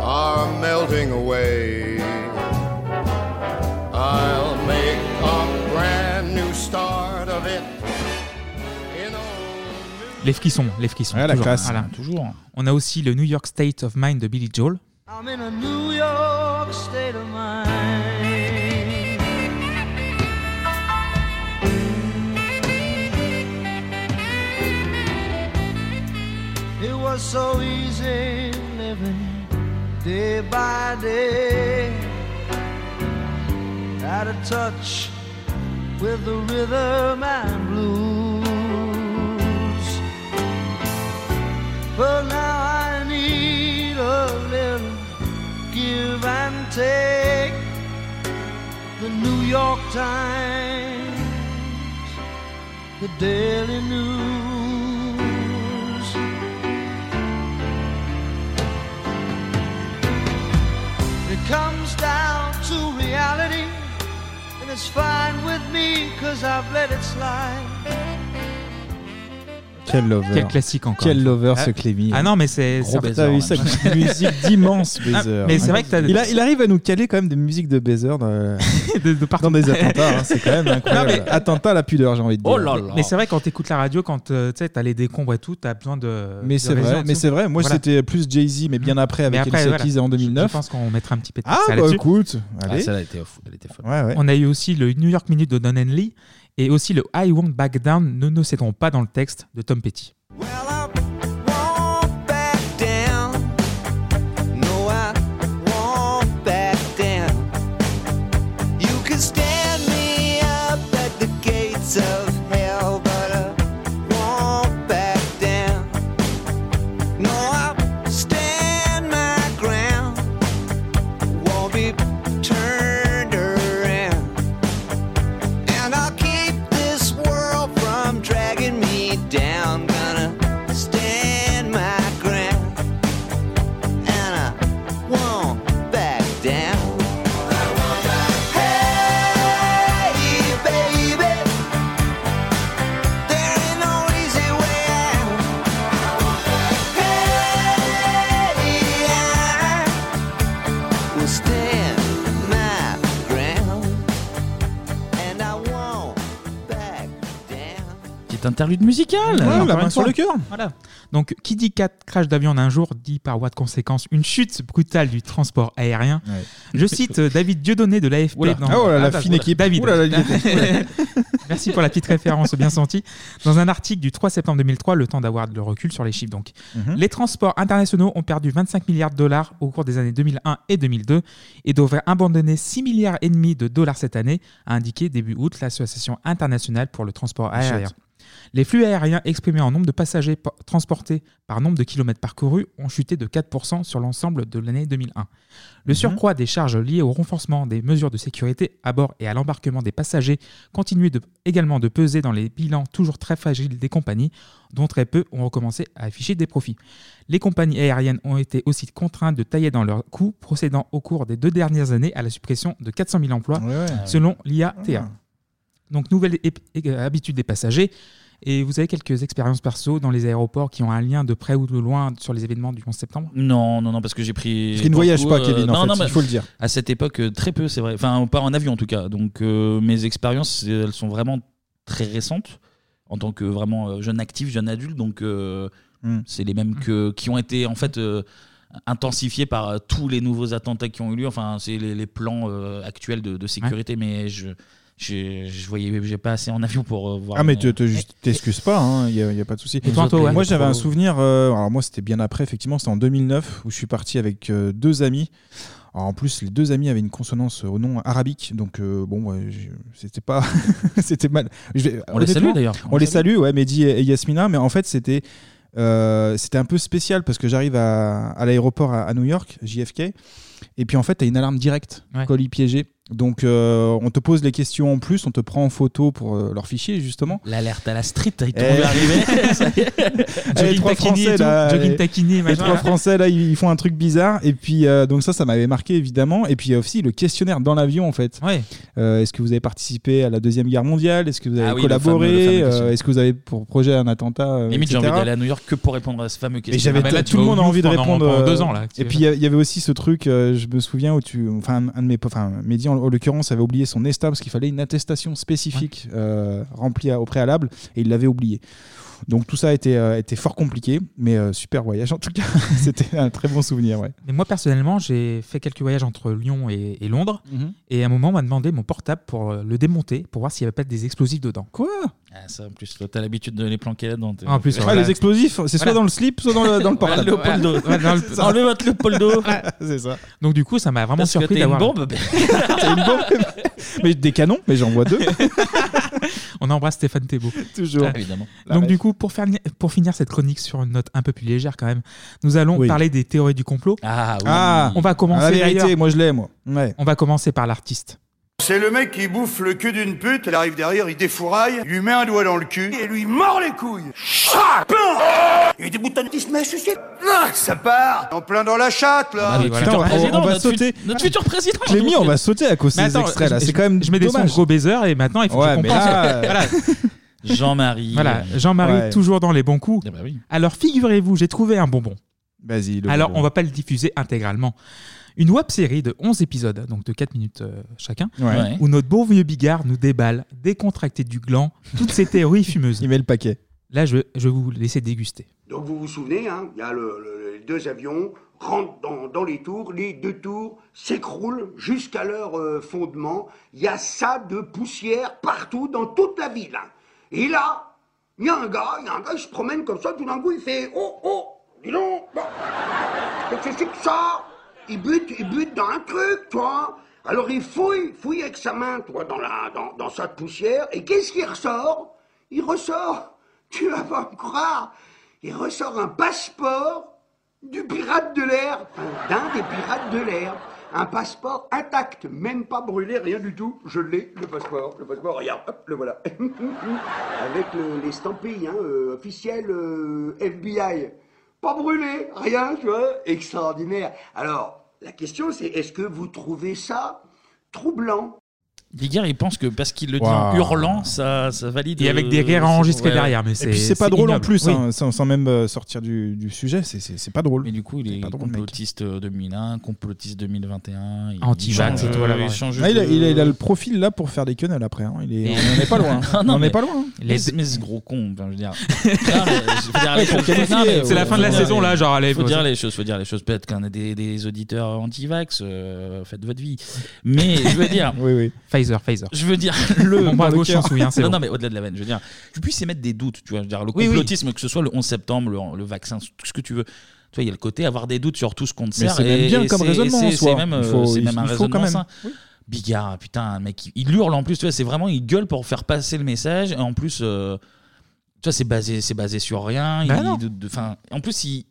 Speaker 6: are melting away. I'll make a brand new start of it.
Speaker 7: Les frissons, les frissons.
Speaker 8: Ouais, la
Speaker 7: toujours.
Speaker 8: classe.
Speaker 7: Voilà.
Speaker 1: Toujours.
Speaker 7: On a aussi le New York State of Mind de Billy Joel.
Speaker 11: I'm in a New York state of mind. It was so easy living day by day. Out of touch with the rhythm and blues. But now I need a little give and take. The New York Times, the Daily News. It comes down to reality, and it's fine with me, cause I've let it slide.
Speaker 8: Quel lover.
Speaker 7: Quel classique encore.
Speaker 8: Quel lover
Speaker 7: Ah.
Speaker 8: ce Clémy.
Speaker 7: Ah non, mais c'est-
Speaker 8: Gros
Speaker 7: c'est un
Speaker 8: baiser,
Speaker 7: baiser,
Speaker 8: T'as vu
Speaker 7: là.
Speaker 8: ça une musique d'immense baiser.
Speaker 7: Ah, mais c'est vrai que t'as-
Speaker 8: il, a- il arrive à nous caler quand même des musiques de baiser dans, dans des attentats. hein. C'est quand même incroyable.
Speaker 7: Non, mais-
Speaker 8: Attentat à la pudeur, j'ai envie
Speaker 7: Oh
Speaker 1: Oh
Speaker 8: de dire.
Speaker 7: Mais c'est vrai quand t'écoutes la radio, quand euh, tu sais t'as les décombres et tout, t'as besoin de.
Speaker 8: Mais
Speaker 7: de
Speaker 8: c'est
Speaker 7: raison
Speaker 8: vrai,
Speaker 7: et
Speaker 8: mais
Speaker 7: tout.
Speaker 8: c'est vrai. Moi,
Speaker 7: Voilà. Mmh.
Speaker 8: c'était plus Jay-Z, mais bien après
Speaker 7: Mais
Speaker 8: avec
Speaker 7: après,
Speaker 8: Alicia
Speaker 7: voilà.
Speaker 8: Keys en
Speaker 7: Je-
Speaker 8: 2009.
Speaker 7: Je pense qu'on mettra un petit pétard.
Speaker 8: Ah, bah écoute, allez.
Speaker 1: Ah, ça, elle a été off, elle était folle.
Speaker 8: Ouais, ouais.
Speaker 7: On a eu aussi le New York Minute de Don Henley et aussi le I Won't Back Down, ne nous cédons pas dans le texte de Tom Petty.
Speaker 11: won't back down. No, I won't back down. You can stand me up at the gates of hell, but I won't back down. No, I stand my ground. Won't be turned around. And I'll keep this world from dragging me down. Gonna stand my ground. And I won't back down. Hey, baby. There ain't no easy way out. Hey, I will stand my ground. And I won't back down.
Speaker 1: Petite interlude musicale.
Speaker 7: Ouais,
Speaker 1: Encore
Speaker 7: la
Speaker 1: une
Speaker 7: main sur
Speaker 1: fois.
Speaker 7: le cœur. Voilà. Donc, qui dit 4 crashs d'avion en un jour dit par voie de conséquence une chute brutale du transport aérien. Je cite euh, David Dieudonné de l'AFP.
Speaker 8: Oula.
Speaker 7: dans-
Speaker 8: Ah, oh là, la
Speaker 7: bah,
Speaker 8: fine
Speaker 7: voilà.
Speaker 8: équipe.
Speaker 7: David.
Speaker 8: Ouh là là, il était-
Speaker 7: Merci pour la petite référence, bien senti. Dans un article du 3 septembre 2003, le temps d'avoir le recul sur les chiffres. Donc,
Speaker 8: Mhm.
Speaker 7: les transports internationaux ont perdu 25 milliards de dollars au cours des années 2001 et 2002 et devraient abandonner 6 milliards et demi de dollars cette année, a indiqué début août l'Association internationale pour le transport aérien.
Speaker 8: Chouette.
Speaker 7: Les flux aériens exprimés en nombre de passagers po- transportés par nombre de kilomètres parcourus ont chuté de 4% sur l'ensemble de l'année 2001. Le surcroît des charges liées au renforcement des mesures de sécurité à bord et à l'embarquement des passagers continuait de- également de peser dans les bilans toujours très fragiles des compagnies, dont très peu ont recommencé à afficher des profits. Les compagnies aériennes ont été aussi contraintes de tailler dans leurs coûts, procédant au cours des deux dernières années à la suppression de 400 000 emplois,
Speaker 8: ouais.
Speaker 7: selon l'IATA. Donc, nouvelle ép- é- euh, habitude des passagers. Et vous avez quelques expériences perso dans les aéroports qui ont un lien de près ou de loin sur les événements du 11 septembre
Speaker 1: Non, non, non, parce que j'ai pris. euh,
Speaker 8: Parce qu'il ne voyage pas, Kevin, en
Speaker 1: non,
Speaker 8: fait,
Speaker 1: non,
Speaker 8: il
Speaker 1: mais
Speaker 8: faut le dire.
Speaker 1: À cette époque, euh, très peu, c'est vrai. Enfin, pas en avion en tout cas. Donc, euh, mes expériences, elles sont vraiment très récentes en tant que vraiment euh, jeune actif, jeune adulte. Donc, euh,
Speaker 8: Hmm.
Speaker 1: c'est les mêmes que, qui ont été en fait euh, intensifiées par euh, tous les nouveaux attentats qui ont eu lieu. Enfin, c'est les, les plans euh, actuels de, de sécurité, mais je. Je, je voyais, j'ai pas assez en avion pour euh, voir.
Speaker 8: Ah mais
Speaker 1: mes-
Speaker 8: tu te- juste- t'excuses pas, hein. il n'y a, y a pas de souci.
Speaker 1: Et toi, Antoine
Speaker 8: Moi j'avais un
Speaker 1: Bravo.
Speaker 8: souvenir, euh, alors moi c'était bien après effectivement, c'était en 2009 où je suis parti avec euh, deux amis. Alors, en plus les deux amis avaient une consonance euh, au nom arabique, donc euh, bon ouais, j'ai- c'était pas, c'était mal. Je vais-
Speaker 1: On les salue,
Speaker 8: honnêtement,
Speaker 1: d'ailleurs.
Speaker 8: On, les salue, ouais, Mehdi et et Yasmina, mais en fait c'était euh, c'était un peu spécial parce que j'arrive à, à l'aéroport à, à New York, JFK, et puis en fait, tu as une alarme directe,
Speaker 7: Ouais.
Speaker 8: colis piégé. Donc, euh, on te pose les questions en plus, on te prend en photo pour euh, leur fichier, justement.
Speaker 1: L'alerte à la street, ils t'ont
Speaker 8: Eh.
Speaker 1: vu arriver. ça y est.
Speaker 8: Eh, les trois Français, là, les- les trois Français là, ils ils font un truc bizarre. Et puis euh, donc ça, ça m'avait marqué évidemment. Et puis il y a aussi le questionnaire dans l'avion en fait. Euh, Est-ce que vous avez participé à la deuxième guerre mondiale Est-ce que vous avez
Speaker 1: Ah oui, le
Speaker 8: collaboré
Speaker 1: fameux- le fameux
Speaker 8: Euh,
Speaker 1: questionnaire.
Speaker 8: Est-ce que vous avez pour projet un attentat euh,
Speaker 1: Limite, j'ai envie
Speaker 8: etc.
Speaker 1: d'aller à New York que pour répondre à ce fameux
Speaker 8: Et
Speaker 7: Ah
Speaker 1: questionnaire.
Speaker 7: bah
Speaker 8: j'avais tout le monde a envie de répondre. euh, Et
Speaker 1: actuellement.
Speaker 8: puis il y a- il y avait aussi ce truc, euh, je me souviens où tu, enfin un de mes, enfin Mehdi en, en l'occurrence avait oublié son ESTA parce qu'il fallait une attestation spécifique euh, remplie à- au préalable et il l'avait oublié. Donc tout ça a été, euh, été fort compliqué, mais euh, super voyage en tout cas. C'était un très bon souvenir, ouais.
Speaker 7: Mais moi, personnellement, j'ai fait quelques voyages entre Lyon et, et Londres.
Speaker 8: Mhm.
Speaker 7: Et à un moment, on m'a demandé mon portable pour euh, le démonter, pour voir s'il n'y avait pas des explosifs dedans.
Speaker 8: Quoi
Speaker 1: Ah, ça, en plus, toi, t'as l'habitude de les planquer là-dedans. t'es- euh,
Speaker 7: En plus,
Speaker 8: Ah, les explosifs, c'est soit
Speaker 7: Voilà.
Speaker 8: dans le slip, soit dans le, dans le portable.
Speaker 7: Voilà. Voilà, dans le-
Speaker 8: C'est ça.
Speaker 7: enlevez votre Leopoldo.
Speaker 8: c'est ça.
Speaker 7: Donc, du coup, ça m'a vraiment
Speaker 1: Parce que
Speaker 7: surpris
Speaker 1: t'es une
Speaker 7: d'avoir.
Speaker 1: bombe.
Speaker 8: T'as une bombe Mais des canons, mais j'en vois deux.
Speaker 7: On embrasse Stéphane Thébault.
Speaker 8: Toujours.
Speaker 7: Ah,
Speaker 1: Évidemment.
Speaker 8: La
Speaker 7: Donc,
Speaker 8: ref.
Speaker 7: du coup, pour, faire- pour finir cette chronique sur une note un peu plus légère, quand même, nous allons
Speaker 8: Oui.
Speaker 7: parler des théories du complot.
Speaker 1: Ah,
Speaker 8: Ah,
Speaker 7: On va commencer.
Speaker 8: la vérité,
Speaker 7: d'ailleurs.
Speaker 8: moi je l'ai, moi. Ouais.
Speaker 7: On va commencer par l'artiste.
Speaker 12: C'est le mec qui bouffe le cul d'une pute, elle arrive derrière, il défouraille, lui met un doigt dans le cul et lui mord les couilles. Chat Il y a des boutons qui se mettent à sucer. Ah, Ça part En plein dans la chatte, là
Speaker 8: Ah,
Speaker 1: Bah,
Speaker 8: mais putain, on va- on va sauter.
Speaker 1: Notre futur président
Speaker 8: Clémy, on va sauter à cause de
Speaker 7: Mais
Speaker 8: ces
Speaker 7: attends,
Speaker 8: extraits-là.
Speaker 7: je-
Speaker 8: C'est
Speaker 7: je-
Speaker 8: quand même
Speaker 7: Je mets des sons
Speaker 8: dommage.
Speaker 7: gros baisers et maintenant, il faut
Speaker 8: Ouais,
Speaker 7: que je
Speaker 8: mais
Speaker 7: compense.
Speaker 8: là, euh,
Speaker 7: Voilà.
Speaker 1: Jean-Marie. Eh ben
Speaker 7: Voilà, Jean-Marie,
Speaker 1: Ouais.
Speaker 7: toujours dans les bons coups. Alors figurez-vous, j'ai trouvé un bonbon.
Speaker 8: Vas-y. le
Speaker 7: Alors
Speaker 8: bonbon.
Speaker 7: on va pas le diffuser intégralement. Une web série de 11 épisodes, donc de 4 minutes euh, chacun,
Speaker 8: Ouais.
Speaker 7: où notre beau vieux Bigard nous déballe, décontracté du gland, toutes ces théories fumeuses. Il
Speaker 8: met le paquet.
Speaker 7: Là, je, je vais vous laisser déguster.
Speaker 13: Donc vous vous souvenez, hein, il y a le- le- les deux avions, rentrent dans, dans les tours, les deux tours s'écroulent jusqu'à leur euh, fondement. Il y a ça de poussière partout dans toute la ville. hein. Et là, il y a un gars, il y a un gars, il se promène comme ça, tout d'un coup il fait Oh, oh, dis donc, bah, qu'est-ce que c'est que ça Il bute, il bute dans un truc, toi. Alors il fouille, fouille avec sa main, toi, dans, la, dans, dans sa poussière, et qu'est-ce qui ressort Il ressort, tu vas pas me croire, il ressort un passeport du pirate de l'air, enfin, d'un des pirates de l'air. Un passeport intact, même pas brûlé, rien du tout. Je l'ai, le passeport, le passeport, regarde, hop, le voilà. Avec le- l'estampille hein, euh, officielle euh, FBI. Pas brûlé, rien, tu vois, extraordinaire. Alors, la question c'est, est-ce que vous trouvez ça troublant
Speaker 1: Bigard, il pense que parce qu'il le dit
Speaker 8: Waouh.
Speaker 1: en hurlant, ça, ça valide.
Speaker 7: Et avec des rires
Speaker 1: euh,
Speaker 7: enregistrés
Speaker 1: ouais, ouais.
Speaker 7: derrière, mais
Speaker 8: Et puis c'est pas drôle en plus, hein, sans, sans même euh, sortir du, du sujet, c'est- c'est c'est pas drôle. Mais
Speaker 1: du coup, il est complotiste euh, 2001, complotiste 2021. il-
Speaker 8: Anti-vax
Speaker 1: il
Speaker 8: et
Speaker 1: change,
Speaker 8: tout,
Speaker 1: euh,
Speaker 8: voilà.
Speaker 1: il change
Speaker 8: Ah, il, a,
Speaker 1: de-
Speaker 8: il a- il a le profil là pour faire des quenelles après. hein. Il est, on en est pas loin.
Speaker 1: Ah,
Speaker 8: on
Speaker 1: non,
Speaker 8: en
Speaker 1: mais-
Speaker 8: est pas loin. hein.
Speaker 1: Les, mais ce gros con, enfin, je veux dire.
Speaker 8: Ouais, faut qualifier, ouais. C'est la fin de la saison, là, genre, allez,
Speaker 1: Il faut
Speaker 8: faut-
Speaker 1: dire les choses, faut dire les choses. Peut-être qu'on a des, des auditeurs anti-vax, euh, faites votre vie. Mais je veux dire.
Speaker 8: oui, oui.
Speaker 7: Pfizer, Pfizer.
Speaker 1: Je veux dire, le.
Speaker 7: Mon bras
Speaker 1: dans le
Speaker 7: gauche
Speaker 1: cœur.
Speaker 7: s'en souvient, c'est
Speaker 1: Non,
Speaker 7: bon.
Speaker 1: non, mais au-delà de la veine, je veux dire, tu puisses émettre des doutes, tu vois. Je veux dire, le
Speaker 7: Oui, oui.
Speaker 1: complotisme, que ce soit le 11 septembre, le, le vaccin, tout ce que tu veux. Tu vois, il y a le côté avoir des doutes sur tout ce qu'on ne
Speaker 8: Mais
Speaker 1: sert.
Speaker 8: c'est
Speaker 1: et-
Speaker 8: même bien
Speaker 1: et
Speaker 8: comme
Speaker 1: c'est-
Speaker 8: raisonnement,
Speaker 1: c'est-
Speaker 8: en soi.
Speaker 1: C'est même, euh,
Speaker 8: Il faut-
Speaker 1: c'est
Speaker 8: il-
Speaker 1: même un
Speaker 8: il faut quand
Speaker 1: raisonnement
Speaker 8: même.
Speaker 1: sain. Bigard, putain, un mec, il- il hurle en plus, tu vois, c'est vraiment, il gueule pour faire passer le message. Et en plus, euh, tu vois, c'est basé, c'est basé sur rien.
Speaker 7: Bah
Speaker 1: il-
Speaker 7: non.
Speaker 1: de- de- 'fin, en plus, il,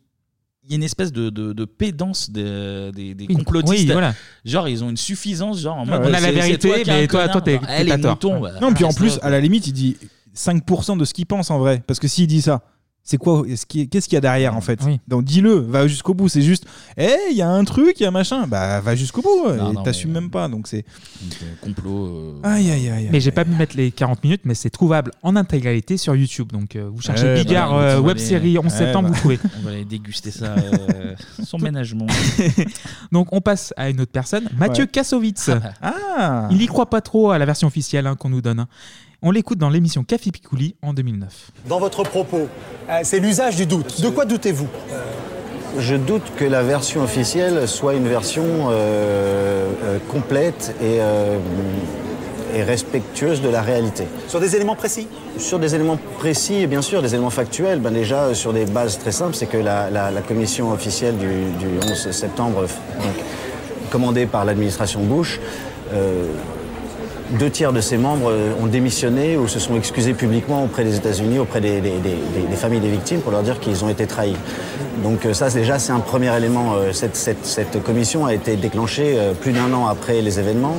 Speaker 1: il y a une espèce de, de, de pédance des, des, des
Speaker 7: Oui,
Speaker 1: complotistes.
Speaker 7: oui, voilà.
Speaker 1: Genre, ils ont une suffisance, genre, en
Speaker 7: Ouais,
Speaker 1: mode,
Speaker 7: on a la
Speaker 1: Ah, c'est- c'est
Speaker 7: vérité,
Speaker 1: qui es un
Speaker 7: mais toi-
Speaker 1: connard.
Speaker 7: toi, t'es-
Speaker 1: Elle
Speaker 7: t'es
Speaker 1: est
Speaker 7: tâteur.
Speaker 1: mouton, euh,
Speaker 7: Ouais.
Speaker 1: voilà.
Speaker 8: Non, puis en
Speaker 1: Reste-
Speaker 8: plus, à la limite, il dit 5% de ce qu'il pense en vrai. Parce que s'il dit ça, C'est quoi ce qui- Qu'est-ce qu'il y a derrière en fait Donc dis-le, va jusqu'au bout. C'est juste, hé, il y a un truc, il y a un machin. Bah, va jusqu'au bout.
Speaker 1: Non,
Speaker 8: et
Speaker 1: non, euh,
Speaker 8: t'assumes même pas. Donc c'est.
Speaker 1: complot.
Speaker 8: Aïe, aïe, aïe, aïe.
Speaker 7: Mais j'ai pas pu mettre les 40 minutes, mais c'est trouvable en intégralité sur YouTube. Donc euh, vous cherchez
Speaker 1: Ouais,
Speaker 7: Bigard
Speaker 1: bah,
Speaker 7: euh,
Speaker 1: on va
Speaker 7: web
Speaker 1: aller-
Speaker 7: série 11
Speaker 1: Ouais,
Speaker 7: septembre,
Speaker 1: bah,
Speaker 7: vous trouvez.
Speaker 1: On va aller déguster ça, euh, son ménagement.
Speaker 7: Donc on passe à une autre personne, Mathieu
Speaker 1: Ouais.
Speaker 7: Kassovitz.
Speaker 1: Ah bah.
Speaker 8: Ah.
Speaker 7: Il y croit pas trop à la version officielle hein, qu'on nous donne. hein. On l'écoute dans l'émission Café Picouli en 2009.
Speaker 14: Dans votre propos, euh, c'est l'usage du doute. De quoi doutez-vous
Speaker 16: Je doute que la version officielle soit une version euh, euh, complète et, euh, et respectueuse de la réalité.
Speaker 14: Sur des éléments précis
Speaker 16: Sur des éléments précis et bien sûr des éléments factuels, ben déjà euh, sur des bases très simples, c'est que la, la- la commission officielle du, du 11 septembre, f- donc, commandée par l'administration Bush, euh, deux tiers de ses membres euh, ont démissionné ou se sont excusés publiquement auprès des États-Unis, auprès des, des- des- des- des familles des victimes pour leur dire qu'ils ont été trahis. Donc euh, ça, c'est- déjà, c'est un premier élément. Euh, Cette, cette- cette commission a été déclenchée euh, plus d'un an après les événements.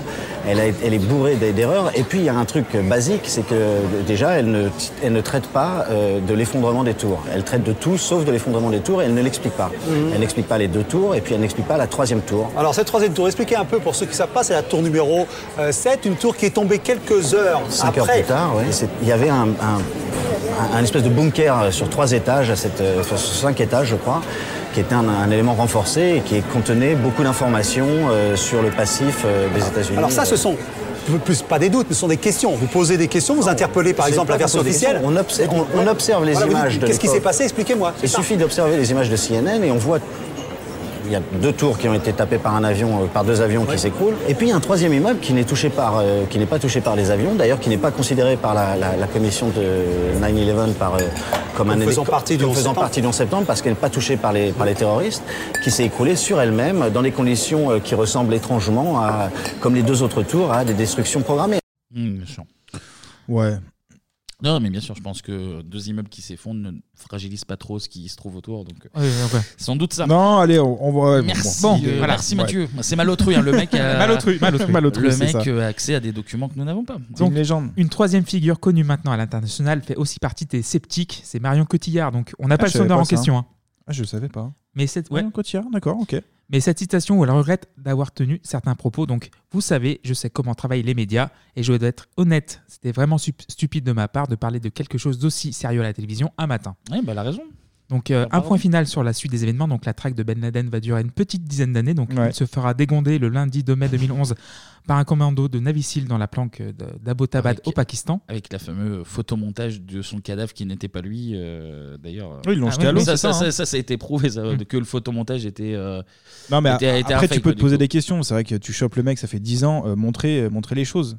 Speaker 16: Elle, a- elle est bourrée d'e- d'erreurs. Et puis, il y a un truc euh, basique, c'est que euh, déjà, elle ne, elle ne traite pas euh, de l'effondrement des tours. Elle traite de tout sauf de l'effondrement des tours et elle ne l'explique pas.
Speaker 14: Mhm.
Speaker 16: Elle n'explique pas les deux tours et puis elle n'explique pas la troisième tour.
Speaker 14: Alors cette troisième tour, expliquez un peu pour ceux qui ne savent pas, c'est la tour numéro 7, une tour qui est tombée quelques heures
Speaker 16: Cinq heures
Speaker 14: après.
Speaker 16: plus tard, ouais, c'est- il y avait un, un- un- un espèce de bunker euh, sur trois étages, à cette, euh, sur cinq étages je crois, qui était un, un élément renforcé et qui contenait beaucoup d'informations euh, sur le passif euh, des États-Unis.
Speaker 14: Alors ça, ce sont plus pas des doutes, mais ce sont des questions. Vous posez des questions, vous interpellez par
Speaker 16: c'est
Speaker 14: exemple la
Speaker 16: pas
Speaker 14: version
Speaker 16: qu'on pose des
Speaker 14: officielle.
Speaker 16: questions, on observe- on- on observe les
Speaker 14: vous dites,
Speaker 16: images de
Speaker 14: Qu'est-ce qui s'est
Speaker 16: l'époque.
Speaker 14: passé Expliquez-moi.
Speaker 16: Il
Speaker 14: C'est ça.
Speaker 16: suffit d'observer les images de CNN et on voit. Il y a deux tours qui ont été tapées par un avion, euh, par deux avions qui s'écroulent. Et puis il y a un troisième immeuble qui n'est touché par, euh, qui n'est pas touché par les avions, d'ailleurs qui n'est pas considéré par la, la- la commission de 9/11 par euh, comme un
Speaker 14: Comme faisant
Speaker 16: élément-
Speaker 14: partie du
Speaker 16: comme
Speaker 14: 11
Speaker 16: faisant
Speaker 14: septembre.
Speaker 16: partie du 11 septembre parce qu'elle n'est pas touchée par les par les terroristes, qui s'est écroulée sur elle-même dans des conditions euh, qui ressemblent étrangement à, comme les deux autres tours, à des destructions programmées.
Speaker 1: Hum, méchant.
Speaker 8: Ouais.
Speaker 1: Non, mais bien sûr, je pense que deux immeubles qui s'effondrent ne fragilisent pas trop ce qui se trouve autour. Donc, euh,
Speaker 8: Ouais, ouais, ouais.
Speaker 1: sans doute ça.
Speaker 8: Non, allez, on, on va.
Speaker 1: Merci,
Speaker 8: bon,
Speaker 1: euh,
Speaker 8: voilà.
Speaker 1: merci
Speaker 8: Ouais.
Speaker 1: Mathieu. C'est malotru, hein, le mec. A...
Speaker 7: Malotru, malotru. Malotru,
Speaker 1: le
Speaker 7: c'est
Speaker 1: mec
Speaker 7: ça.
Speaker 1: euh, a accès à des documents que nous n'avons pas.
Speaker 7: Donc, Une troisième figure connue maintenant à l'international fait aussi partie des sceptiques, c'est Marion Cotillard. Donc on n'a
Speaker 8: Ah,
Speaker 7: pas
Speaker 8: je
Speaker 7: le
Speaker 8: savais
Speaker 7: sonore en
Speaker 8: ça.
Speaker 7: question. hein.
Speaker 8: Ah, je savais pas.
Speaker 7: Mais cette,
Speaker 1: Mmh,
Speaker 7: ouais.
Speaker 8: Cotillard, d'accord, ok.
Speaker 7: Mais cette citation où elle regrette d'avoir tenu certains propos. Donc, vous savez, je sais comment travaillent les médias et je dois être honnête. C'était vraiment sup- stupide de ma part de parler de quelque chose d'aussi sérieux à la télévision un matin.
Speaker 1: Oui, bah, elle a raison. Ah, bah,
Speaker 7: Donc, euh, un
Speaker 1: pardon.
Speaker 7: point final sur la suite des événements. Donc, la traque de Ben Laden va durer une petite dizaine d'années. Donc,
Speaker 8: Ouais.
Speaker 7: il se fera dégonder le lundi 2 mai 2011 par un commando de Navisil dans la planque euh, de- d'Abotabad au Pakistan.
Speaker 1: Avec la fameuse photomontage de son cadavre qui n'était pas lui, euh, d'ailleurs.
Speaker 7: Oui, ils l'ont
Speaker 1: Ah
Speaker 7: jeté à
Speaker 1: oui,
Speaker 7: l'eau,
Speaker 1: Ça,
Speaker 7: c'est
Speaker 1: ça,
Speaker 7: ça, hein.
Speaker 1: ça, ça, ça a été prouvé, ça, que le photomontage était. euh,
Speaker 8: Non, mais
Speaker 1: était-
Speaker 8: a-
Speaker 1: était un
Speaker 8: après, tu
Speaker 1: fake,
Speaker 8: peux te
Speaker 1: du
Speaker 8: poser
Speaker 1: coup.
Speaker 8: des questions. C'est vrai que tu chopes le mec, ça fait 10 ans, euh, montrer, euh, montrer les choses.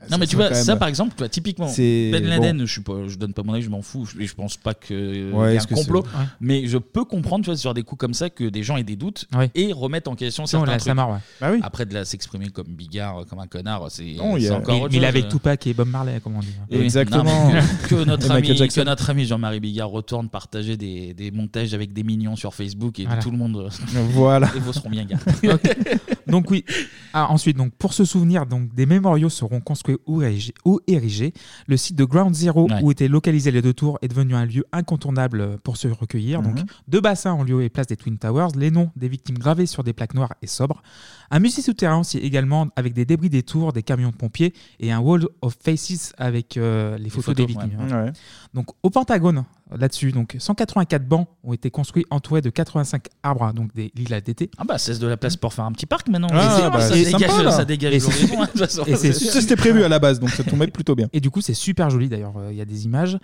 Speaker 7: Ah,
Speaker 1: Non,
Speaker 8: Ça,
Speaker 1: mais tu
Speaker 8: c'est
Speaker 1: vois,
Speaker 8: quand même- euh,
Speaker 1: ça par exemple, tu vois, typiquement,
Speaker 8: C'est-
Speaker 1: Ben Laden, je, suis pas, je donne pas mon avis, je m'en fous, je, je pense pas qu'il
Speaker 8: Ouais,
Speaker 1: y a
Speaker 8: est-ce
Speaker 1: un
Speaker 8: que
Speaker 1: complot,
Speaker 8: c'est- Ouais.
Speaker 1: mais je peux comprendre tu vois, sur des coups comme ça que des gens aient des doutes et remettent en question
Speaker 7: Sinon,
Speaker 1: certains
Speaker 7: la
Speaker 1: trucs.
Speaker 7: Samar, ouais.
Speaker 1: Après de la s'exprimer comme Bigard, comme un connard, c'est
Speaker 7: Bah Non, il y
Speaker 1: c'est
Speaker 7: a-
Speaker 1: encore
Speaker 7: Mais-
Speaker 1: autre
Speaker 7: mais il est
Speaker 1: chose.
Speaker 7: avec Tupac et Bob Marley, comme on dit.
Speaker 1: Et oui,
Speaker 7: Exactement.
Speaker 1: non, mais que, que notre
Speaker 7: Et
Speaker 1: ami,
Speaker 7: Michael Jackson.
Speaker 1: que notre ami Jean-Marie Bigard retourne partager des, des montages avec des mignons sur Facebook et
Speaker 7: Voilà.
Speaker 1: tout le monde.
Speaker 7: Voilà.
Speaker 1: Et vos seront bien gardés.
Speaker 7: donc oui. Ah, ensuite, donc pour se souvenir, donc des mémoriaux seront construits ou érigés. ou érigés. Le site de Ground Zero où étaient localisés les deux tours est devenu un lieu incontournable pour se recueillir. Donc
Speaker 8: Mhm.
Speaker 7: deux bassins en lieu et place des Twin Towers, les noms des victimes gravés sur des plaques noires et sobres. Un musée souterrain aussi également avec des débris des tours, des camions de pompiers et un wall of faces avec euh, les photos, des
Speaker 8: photos, ouais.
Speaker 7: victimes.
Speaker 8: Ouais.
Speaker 7: Donc au Pentagone, là-dessus, donc 184 bancs ont été construits entourés de 85 arbres, donc des lilas d'été.
Speaker 1: Ah bah c'est de la place pour faire un petit parc
Speaker 8: Ah,
Speaker 1: maintenant.
Speaker 7: Et Ah,
Speaker 8: bah,
Speaker 7: bah, c'est-
Speaker 1: ça,
Speaker 7: et-
Speaker 1: dégage,
Speaker 7: sympa, là.
Speaker 1: ça dégage
Speaker 7: Et c'est-
Speaker 1: l'horizon, hein, de toute façon.
Speaker 7: et c'est-
Speaker 8: Ça, c'était prévu à la base, donc ça tombait plutôt bien. Ah
Speaker 7: Et du coup, c'est super joli d'ailleurs. euh, Il y a des images.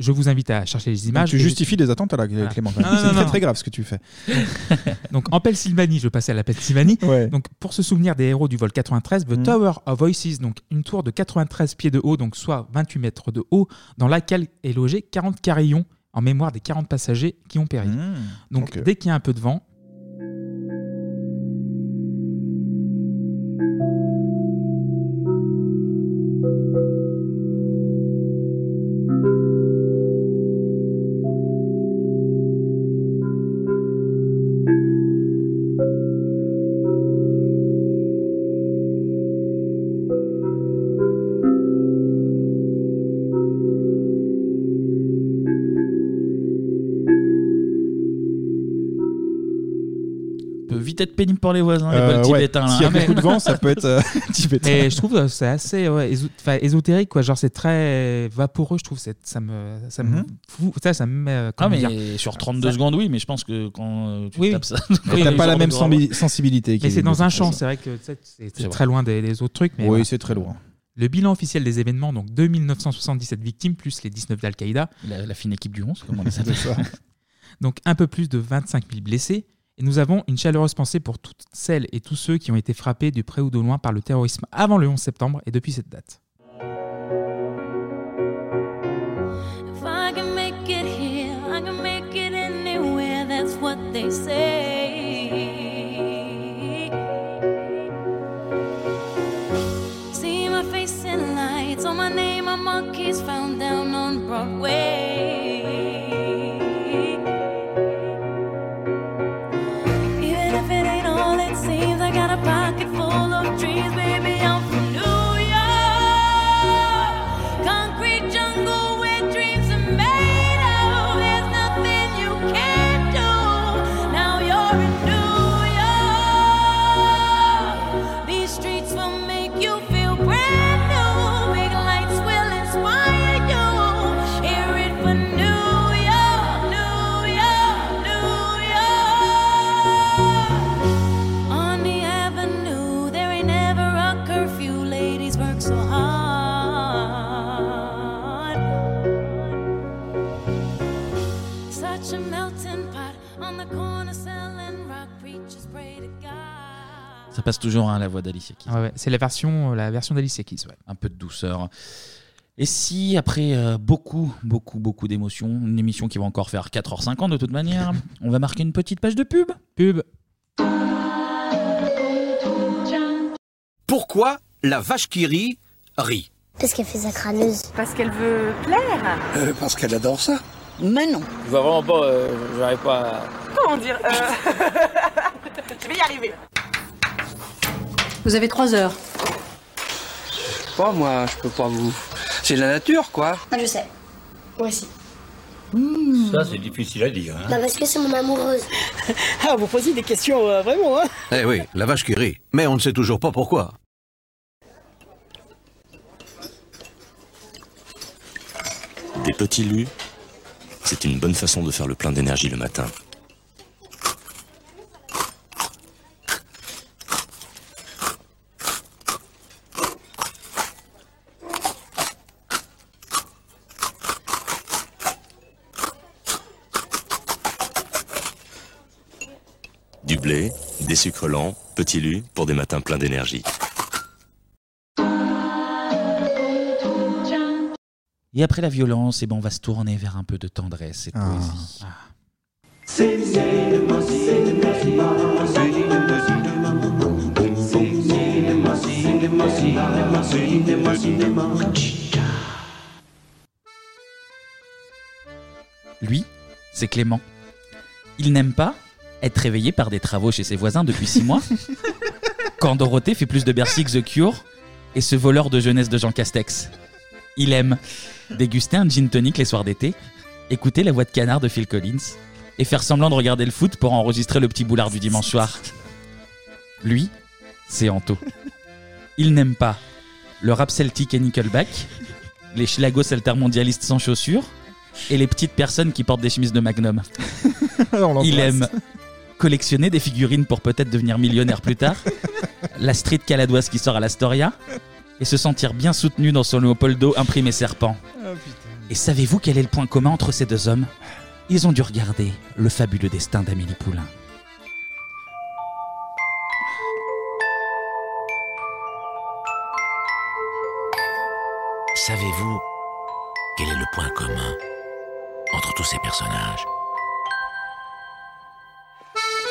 Speaker 7: Je vous invite à chercher les
Speaker 8: Donc,
Speaker 7: images.
Speaker 8: tu
Speaker 7: Et-
Speaker 8: justifies les attentes à la
Speaker 7: Voilà.
Speaker 8: Clément. quand
Speaker 7: Non,
Speaker 8: même.
Speaker 7: non,
Speaker 8: C'est
Speaker 7: non,
Speaker 8: très
Speaker 7: non.
Speaker 8: très grave ce que tu fais.
Speaker 7: Donc en Pennsylvanie, je vais passer à la Pennsylvanie. Donc pour se souvenir des héros du vol 93,
Speaker 8: Mm.
Speaker 7: The Tower of Voices, donc une tour de 93 pieds de haut, donc soit 28 mètres de haut, dans laquelle est logé 40 carillons en mémoire des 40 passagers qui ont péri. donc
Speaker 8: Mm. ok.
Speaker 7: dès qu'il y a un peu de vent,
Speaker 1: peut-être pénible pour les voisins, les
Speaker 8: Euh,
Speaker 1: vols
Speaker 8: ouais,
Speaker 1: tibétains. là,
Speaker 8: S'il y a
Speaker 1: hein, mais-
Speaker 8: beaucoup de vent, ça peut être euh, tibétain.
Speaker 7: Mais je trouve euh, c'est assez ouais, éso- enfin, ésotérique quoi, genre c'est très vaporeux, je trouve c'est ça me ça me
Speaker 1: Mhm.
Speaker 7: fou- ça ça me met euh,
Speaker 1: Ah,
Speaker 7: comment
Speaker 1: mais
Speaker 7: dire
Speaker 1: sur 32
Speaker 7: Ça-
Speaker 1: secondes, oui, mais je pense que quand euh, tu
Speaker 7: Oui,
Speaker 1: tapes ça.
Speaker 7: oui.
Speaker 1: quand il y a
Speaker 8: T'as
Speaker 1: une
Speaker 8: pas la
Speaker 1: sorte
Speaker 8: même
Speaker 1: de grand-
Speaker 8: sensi- sensibilité.
Speaker 7: Mais
Speaker 8: qu'il-
Speaker 7: c'est dans un
Speaker 8: qu'il
Speaker 7: champ,
Speaker 8: fait ça.
Speaker 7: c'est vrai que c'est- c'est
Speaker 8: C'est
Speaker 7: c'est
Speaker 8: vrai.
Speaker 7: très loin des, des autres trucs. Mais
Speaker 8: Oui,
Speaker 7: voilà.
Speaker 8: c'est très loin.
Speaker 7: Le bilan officiel des événements, donc 2977 victimes plus les 19 d'Al-Qaïda.
Speaker 1: La, fine équipe du 11, comme on les appelle.
Speaker 7: donc un peu plus de 25 000 blessés. Et nous avons une chaleureuse pensée pour toutes celles et tous ceux qui ont été frappés de près ou de loin par le terrorisme avant le 11 septembre et depuis cette date.
Speaker 15: If I can make it here, I can make it anywhere, that's what they say. See my face in lights, on my name, a monkey's found down on Broadway. Even if it ain't all it seems, I got a pocket full of dreams, baby, I'm from New York. Concrete jungle where dreams are made of. There's nothing you can't do. Now you're in New York. These streets will make you feel brand new. Big lights will inspire you. Hear it for New York, New York, New York. On the avenue, there ain't ever a curfew. Ladies work so hard. Such a melting pot on the corner selling rock. Preachers pray to God.
Speaker 1: Ça passe toujours hein, la voix d'Alicia Keys.
Speaker 7: Ah Ouais, ouais, c'est la version, euh, la version d'Alicia Keys. ouais.
Speaker 1: Un peu de douceur. Et si, après euh, beaucoup, beaucoup, beaucoup d'émotions, une émission qui va encore faire 4h50 de toute manière, on va marquer une petite page de pub
Speaker 7: Pub
Speaker 21: Pourquoi la vache qui rit rit
Speaker 5: Qu'est-ce qu'elle fait sa crâneuse Parce qu'elle veut plaire.
Speaker 21: Euh, Parce qu'elle adore ça.
Speaker 5: Mais non.
Speaker 21: Je vois vraiment pas, euh, j'arrive pas
Speaker 5: Comment dire Je vais y arriver.
Speaker 24: Vous avez trois heures.
Speaker 21: Pas moi, je peux pas vous. C'est la nature, quoi.
Speaker 5: Ah, je sais. Moi aussi.
Speaker 21: Ça, c'est difficile à dire. hein.
Speaker 5: Bah, parce que c'est mon amoureuse. ah, vous posez des questions vraiment, hein
Speaker 21: Eh oui, la vache qui rit. Mais on ne sait toujours pas pourquoi.
Speaker 14: Des petits lus, c'est une bonne façon de faire le plein d'énergie le matin. Du blé, des sucres lents, petits lus pour des matins pleins d'énergie.
Speaker 1: Et après la violence, eh ben, on va se tourner vers un peu de tendresse et de poésie. Lui, c'est Clément. Il n'aime pas être réveillé par des travaux chez ses voisins depuis six mois. quand Dorothée fait plus de Bercy que The Cure et ce voleur de jeunesse de Jean Castex. Il aime déguster un gin tonic les soirs d'été, écouter la voix de canard de Phil Collins et faire semblant de regarder le foot pour enregistrer le petit boulard du dimanche soir. Lui, c'est Anto. Il n'aime pas le rap celtique et Nickelback, les schlagos altermondialistes sans chaussures et les petites personnes qui portent des chemises de Magnum. Il aime collectionner des figurines pour peut-être devenir millionnaire plus tard, la street caladoise qui sort à l'Astoria, et se sentir bien soutenu dans son Leopoldo imprimé serpent. Et savez-vous quel est le point commun entre ces deux hommes Ils ont dû regarder le fabuleux destin d'Amélie Poulain.
Speaker 28: Savez-vous quel est le point commun entre tous ces personnages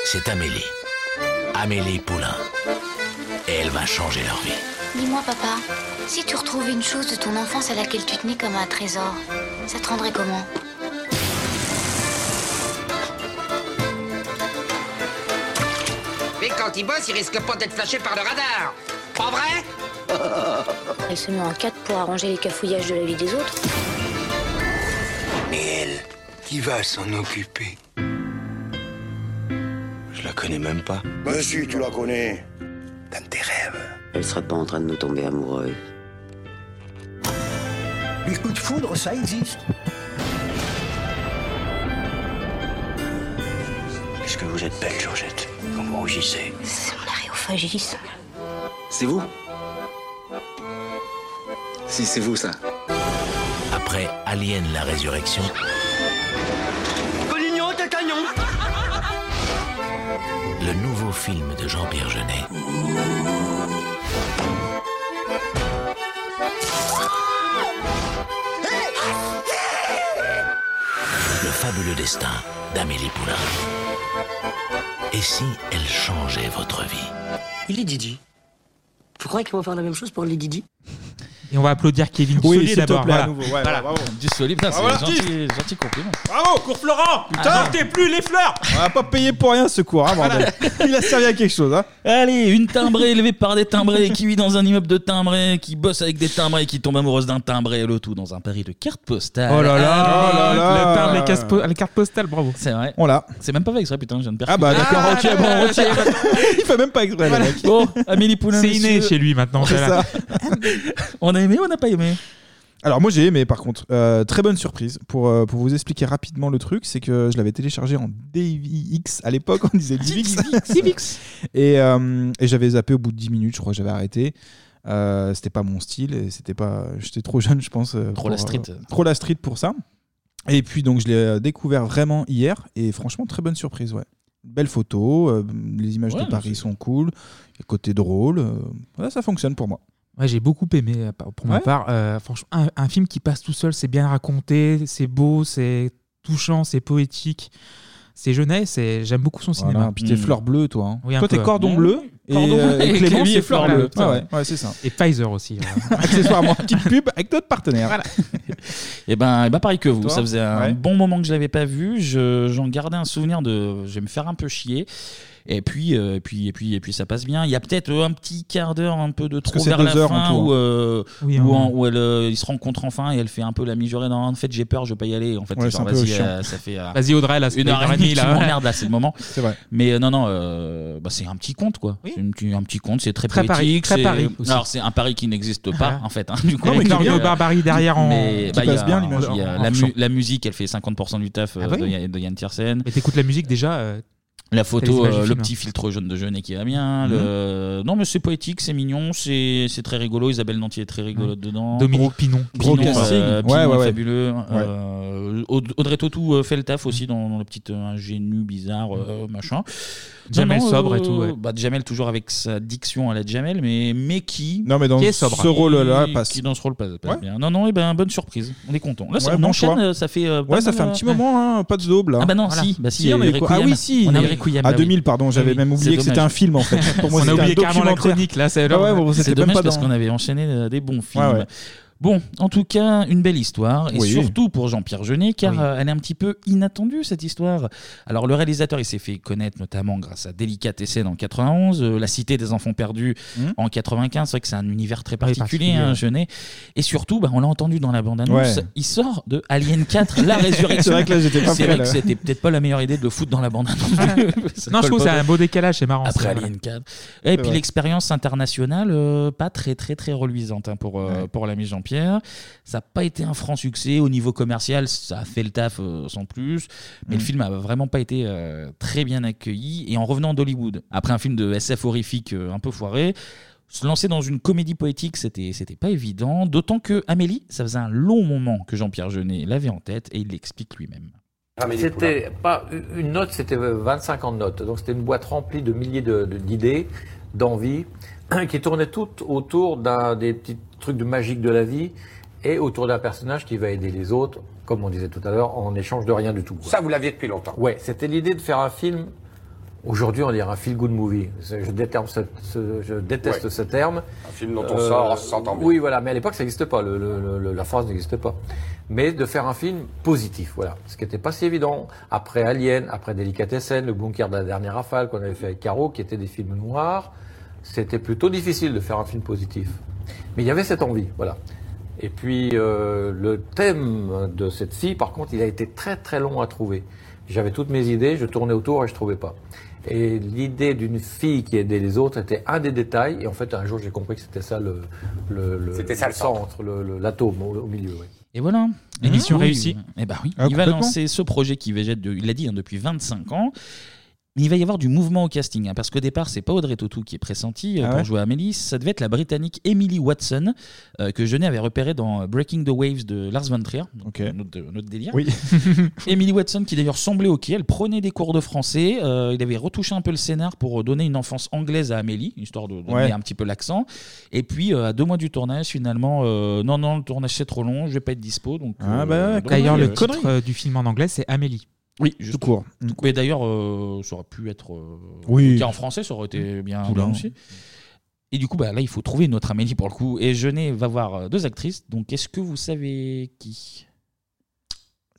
Speaker 28: C'est Amélie. Amélie Poulain. Et elle va changer leur vie.
Speaker 5: Dis-moi, papa, si tu retrouves une chose de ton enfance à laquelle tu tenais comme un trésor, ça te rendrait comment
Speaker 9: Mais quand il bosse, il risque pas d'être flashé par le radar. Pas vrai
Speaker 5: Elle se met en quatre pour arranger les cafouillages de la vie des autres.
Speaker 28: Mais elle, qui va s'en occuper Je
Speaker 25: la connais même pas.
Speaker 13: Mais Ben si, tu la connais.
Speaker 2: Elle serait pas en train de nous tomber amoureux.
Speaker 9: Les coups de foudre, ça existe.
Speaker 29: Qu'est-ce que vous êtes belle, Georgette, quand vous rougissez.
Speaker 21: C'est mon aréophagiste.
Speaker 29: C'est vous Si, c'est vous, ça. Après Alien la résurrection,
Speaker 11: Collignon, t'es cagnon
Speaker 29: le nouveau film de Jean-Pierre Jeunet. Le fabuleux destin d'Amélie Poulain. Et si elle changeait votre vie
Speaker 2: Il est Didi. Tu crois qu'ils vont faire la même chose pour les Didi
Speaker 7: Et on va applaudir Kevin
Speaker 1: Oui,
Speaker 7: Solé
Speaker 1: s'il te
Speaker 7: d'abord.
Speaker 1: plaît, à
Speaker 7: voilà.
Speaker 1: nouveau. Ouais,
Speaker 7: Voilà.
Speaker 1: ouais, bravo. Du solide, putain,
Speaker 7: Bravo,
Speaker 1: c'est
Speaker 7: l'artiste.
Speaker 1: gentil, gentil compliment.
Speaker 7: Bravo, cours Florent
Speaker 1: Putain,
Speaker 7: Ah, t'es plus les fleurs Ah,
Speaker 8: On va pas payer pour rien ce cours, hein, bordel. Il a servi à quelque chose. Hein.
Speaker 1: Allez, une timbrée élevée par des timbrés qui vit dans un immeuble de timbrés, qui bosse avec des timbrés, qui tombe amoureuse d'un timbré, le tout dans un pari de Ah, cartes postales.
Speaker 7: Oh là là,
Speaker 1: Allez,
Speaker 7: oh là là. Le timbre, les casse-
Speaker 1: les
Speaker 7: cartes postales, bravo.
Speaker 1: C'est vrai.
Speaker 8: On l'a.
Speaker 1: C'est même pas fait exprès, putain, je viens de perdre.
Speaker 8: Ah bah d'accord, ok, bon, on retire. Il fait même pas exprès, le mec.
Speaker 1: Bon, Oh, Amélie Poulain.
Speaker 8: C'est inné
Speaker 1: messieurs.
Speaker 8: chez lui, maintenant,
Speaker 1: C'est
Speaker 8: voilà.
Speaker 1: ça. on a aimé ou on n'a pas aimé
Speaker 8: Alors moi j'ai aimé par contre, Euh, très bonne surprise pour, euh, pour vous expliquer rapidement le truc, c'est que je l'avais téléchargé en DVX à l'époque, on
Speaker 1: Ah,
Speaker 8: disait DVX. et euh, et j'avais zappé au bout de 10 minutes, je crois, j'avais arrêté. Euh, c'était pas mon style, et c'était pas, j'étais trop jeune je pense. euh,
Speaker 1: Trop la
Speaker 8: pour,
Speaker 1: street.
Speaker 8: euh, trop la street pour ça. Et puis donc je l'ai euh, découvert vraiment hier et franchement très bonne surprise, ouais. Belle photo, euh, les images
Speaker 1: Ouais,
Speaker 8: de Paris sont cool, le côté drôle, euh, voilà, ça fonctionne pour moi.
Speaker 7: Ouais, j'ai beaucoup aimé euh, pour ma
Speaker 8: Ouais.
Speaker 7: part. Euh, franchement, un, un film qui passe tout seul, c'est bien raconté, c'est beau, c'est touchant, c'est poétique, c'est jeunesse. et J'aime beaucoup son cinéma.
Speaker 8: Voilà, puis
Speaker 1: Hmm.
Speaker 8: t'es fleur bleue, toi. hein.
Speaker 7: Oui, un
Speaker 8: toi,
Speaker 7: peu.
Speaker 8: t'es cordon bleu. Et,
Speaker 7: Cordon
Speaker 8: euh,
Speaker 7: bleu.
Speaker 8: et
Speaker 7: Et
Speaker 8: Clément,
Speaker 7: Clémy
Speaker 8: c'est
Speaker 7: est
Speaker 8: fleur
Speaker 7: fleur
Speaker 8: bleue.
Speaker 7: bleue.
Speaker 8: Ah ouais, ouais, c'est ça.
Speaker 7: Et Pfizer aussi. voilà.
Speaker 8: Accessoirement, petite pub avec d'autres partenaires.
Speaker 1: Et ben, eh ben pareil que vous,
Speaker 8: Toi
Speaker 1: ça faisait un
Speaker 8: Ouais.
Speaker 1: bon moment que je l'avais pas vu. Je- J'en gardais un souvenir de, je vais me faire un peu chier. Et puis, euh, et puis, et puis, et puis, ça passe bien. Il y a peut-être euh, un petit quart d'heure, un peu de trop
Speaker 8: que c'est
Speaker 1: vers
Speaker 8: deux
Speaker 1: la
Speaker 8: heures en
Speaker 1: fin,
Speaker 8: tout, hein.
Speaker 1: où, euh,
Speaker 8: Oui,
Speaker 1: où,
Speaker 8: hein.
Speaker 1: en- où elle, euh, ils se rencontrent enfin et elle fait un peu la mijaurée. Non, en fait, j'ai peur, je vais pas y aller. En fait,
Speaker 7: Ouais,
Speaker 1: c'est
Speaker 7: c'est
Speaker 1: genre,
Speaker 7: un peu
Speaker 1: vas-y,
Speaker 7: chiant.
Speaker 1: euh, ça fait. euh,
Speaker 7: Vas-y, Audrey, là, c'est
Speaker 1: une heure et demie, là.
Speaker 7: ouais.
Speaker 1: Merde, là, c'est le moment.
Speaker 8: C'est vrai.
Speaker 1: Mais euh, non, non, euh, bah, c'est un petit conte, quoi. C'est une- un petit conte, c'est très,
Speaker 7: Très Paris,
Speaker 1: poétique.
Speaker 7: très
Speaker 1: c'est- euh,
Speaker 7: Paris aussi.
Speaker 1: Alors, c'est un Paris qui n'existe pas,
Speaker 7: Ah.
Speaker 1: en fait. hein, du coup,
Speaker 7: Non, mais qui est bien. Barbarie derrière en-
Speaker 1: Mais,
Speaker 7: qui
Speaker 1: bah, il y a-
Speaker 7: passe bien, l'image
Speaker 1: il y a
Speaker 7: en- en
Speaker 1: la, mu-
Speaker 7: chant.
Speaker 1: la musique, elle fait 50% du taf euh,
Speaker 7: Ah oui
Speaker 1: de, Yann- de Yann Tiersen.
Speaker 7: Mais t'écoutes la musique déjà. euh, t'as
Speaker 1: La
Speaker 7: les
Speaker 1: photo,
Speaker 7: images du
Speaker 1: euh, le
Speaker 7: film. hein. Mhm.
Speaker 1: petit filtre jaune de Jeunet qui va bien. le- Non, mais c'est poétique, c'est mignon, c'est c'est très rigolo. Isabelle Nanty est très rigolote dedans.
Speaker 7: Dominique
Speaker 1: Gros-
Speaker 7: Pinon.
Speaker 1: Gros
Speaker 7: Pinon,
Speaker 1: casting.
Speaker 7: euh,
Speaker 1: Pinon
Speaker 7: ouais, ouais,
Speaker 1: est
Speaker 7: ouais.
Speaker 1: fabuleux.
Speaker 7: Ouais.
Speaker 1: Euh, Aud- Audrey Tautou euh, fait le taf aussi dans, dans le petit euh, ingénu bizarre, euh, machin.
Speaker 7: Jamel Mhm. sobre et tout, ouais.
Speaker 1: bah, Jamel toujours avec sa diction à la Jamel, mais, mais qui. hein.
Speaker 8: Non, mais dans Qui est sobre. ce rôle-là,
Speaker 1: Qui-
Speaker 8: passe.
Speaker 1: Qui dans ce rôle passe, passe
Speaker 8: Ouais.
Speaker 1: bien. Non, non, et ben bonne surprise. On est content. Là, ça,
Speaker 8: Ouais,
Speaker 1: on
Speaker 8: bon
Speaker 1: enchaîne,
Speaker 8: choix.
Speaker 1: euh, ça fait. euh,
Speaker 8: Ouais, ça
Speaker 1: bonne,
Speaker 8: fait un
Speaker 1: euh,
Speaker 8: petit
Speaker 1: ouais.
Speaker 8: moment, hein, pas de double. Là.
Speaker 1: Ah bah non, si, bah si, il y a
Speaker 8: on
Speaker 1: eu
Speaker 8: est quoi Ah
Speaker 1: Requiem.
Speaker 8: oui, si.
Speaker 1: On a eu
Speaker 8: oui.
Speaker 1: Requiem,
Speaker 8: À
Speaker 1: bah oui.
Speaker 8: 2000, pardon,
Speaker 1: Ah
Speaker 8: j'avais
Speaker 1: oui,
Speaker 8: même
Speaker 1: c'est
Speaker 8: oublié que c'était un
Speaker 1: dommage.
Speaker 8: film en fait. Pour moi,
Speaker 1: On a
Speaker 8: c'était un
Speaker 1: oublié carrément la
Speaker 8: documentaire.
Speaker 1: chronique, là, c'est-
Speaker 8: Ah ouais, bon,
Speaker 1: C'est
Speaker 8: c'était
Speaker 1: dommage
Speaker 8: même pas
Speaker 1: parce
Speaker 8: dans-
Speaker 1: qu'on avait enchaîné euh, des bons films.
Speaker 8: Ouais, ouais.
Speaker 1: Bon, en tout cas, une belle histoire, et
Speaker 8: Oui.
Speaker 1: surtout pour Jean-Pierre Jeunet, car euh, elle est un petit peu inattendue, cette histoire. Alors, le réalisateur, il s'est fait connaître notamment grâce à Délicate Essai en 91, euh, La Cité des Enfants Perdus
Speaker 8: Mmh.
Speaker 1: en 95, c'est vrai que c'est un univers très particulier,
Speaker 7: particulier,
Speaker 1: hein,
Speaker 7: ouais.
Speaker 1: Jeunet. Et surtout, bah, on l'a entendu dans la bande-annonce,
Speaker 7: Ouais.
Speaker 1: il sort de Alien 4, La Résurrection.
Speaker 7: C'est vrai que là, j'étais pas
Speaker 1: C'est
Speaker 7: prêt,
Speaker 1: vrai
Speaker 7: là.
Speaker 1: que c'était peut-être pas la meilleure idée de le foutre dans la bande-annonce.
Speaker 7: non,
Speaker 1: Ça
Speaker 7: je
Speaker 1: colle
Speaker 7: trouve que
Speaker 1: pas
Speaker 7: c'est un beau décalage, c'est marrant.
Speaker 1: après
Speaker 7: ça,
Speaker 1: Alien
Speaker 7: voilà.
Speaker 1: 4.
Speaker 7: C'est
Speaker 1: Et puis
Speaker 7: vrai.
Speaker 1: l'expérience internationale, euh, pas très très très reluisante hein, pour, euh, pour l'ami Jean-Pierre. Ça n'a pas été un franc succès au niveau commercial, ça a fait le taf euh, sans plus. Mais
Speaker 7: Mm.
Speaker 1: le film a vraiment pas été euh, très bien accueilli. Et en revenant d'Hollywood, après un film de SF horrifique euh, un peu foiré, se lancer dans une comédie poétique, c'était c'était pas évident. D'autant que Amélie, ça faisait un long moment que Jean-Pierre Jeunet l'avait en tête et il l'explique lui-même.
Speaker 3: Ah, C'était pas une note, c'était 25 ans de notes. Donc c'était une boîte remplie de milliers de- de- d'idées, d'envies, qui tournaient toutes autour d'un des petits trucs de magique de la vie et autour d'un personnage qui va aider les autres, comme on disait tout à l'heure, en échange de rien du tout. Ça, vous l'aviez depuis longtemps. Ouais, c'était l'idée de faire un film. Aujourd'hui, on dirait un feel-good movie. C'est- Je, déterme ce- ce- je déteste
Speaker 10: Ouais.
Speaker 3: ce terme.
Speaker 10: Un film dont on
Speaker 19: oh,
Speaker 10: sort en se sentant bien.
Speaker 3: Euh, Oui, voilà, mais à l'époque, ça n'existe pas. Le- le- le- la France n'existe pas. Mais de faire un film positif, voilà. Ce qui n'était pas si évident. Après Alien, après Délicatessen, Le Bunker de la dernière rafale qu'on avait fait avec Caro, qui étaient des films noirs, c'était plutôt difficile de faire un film positif. Mais il y avait cette envie, voilà. Et puis, euh, le thème de cette fille, par contre, il a été très très long à trouver. J'avais toutes mes idées, je tournais autour et je trouvais pas. Et l'idée d'une fille qui aidait les autres était un des détails. Et en fait, un jour, j'ai compris que c'était ça le, le, le-
Speaker 1: C'était ça, le
Speaker 3: centre, le- le- l'atome au, au milieu. oui.
Speaker 1: Et voilà,
Speaker 3: Une mission réussie.
Speaker 1: Eh ben oui,
Speaker 3: Ah,
Speaker 1: il va
Speaker 3: complètement.
Speaker 1: lancer ce projet qui végète, de- il l'a dit, hein, depuis 25 ans. Mais il va y avoir du mouvement au casting, hein, parce qu'au départ, c'est pas Audrey Tautou qui est pressentie euh,
Speaker 8: Ah
Speaker 1: pour
Speaker 8: ouais
Speaker 1: jouer Amélie, ça devait être la Britannique Emily Watson, euh, que Jeunet avait repérée dans euh, Breaking the Waves de Lars von Trier, donc un, autre, un autre délire.
Speaker 8: Oui.
Speaker 1: Emily Watson, qui d'ailleurs semblait ok, elle prenait des cours de français, euh, il avait retouché un peu le scénar pour euh, donner une enfance anglaise à Amélie, histoire de donner
Speaker 8: Ouais.
Speaker 1: un petit peu l'accent. Et puis, euh, à deux mois du tournage, finalement, euh, non, non, le tournage c'est trop long, je vais pas être dispo, donc
Speaker 8: Ah,
Speaker 1: euh,
Speaker 8: bah,
Speaker 1: donc,
Speaker 7: D'ailleurs,
Speaker 1: oui,
Speaker 7: le
Speaker 1: euh,
Speaker 7: titre euh, du film en anglais, c'est Amélie.
Speaker 1: Oui, juste
Speaker 8: court.
Speaker 1: Mais d'ailleurs, euh, ça aurait pu être. euh,
Speaker 7: Oui.
Speaker 1: ok, en français, ça aurait été bien,
Speaker 7: Oula.
Speaker 1: bien aussi. Et du coup, bah, là, il faut trouver une autre Amélie pour le coup. Et Jeunet va voir euh, deux actrices. Donc, est-ce que vous savez qui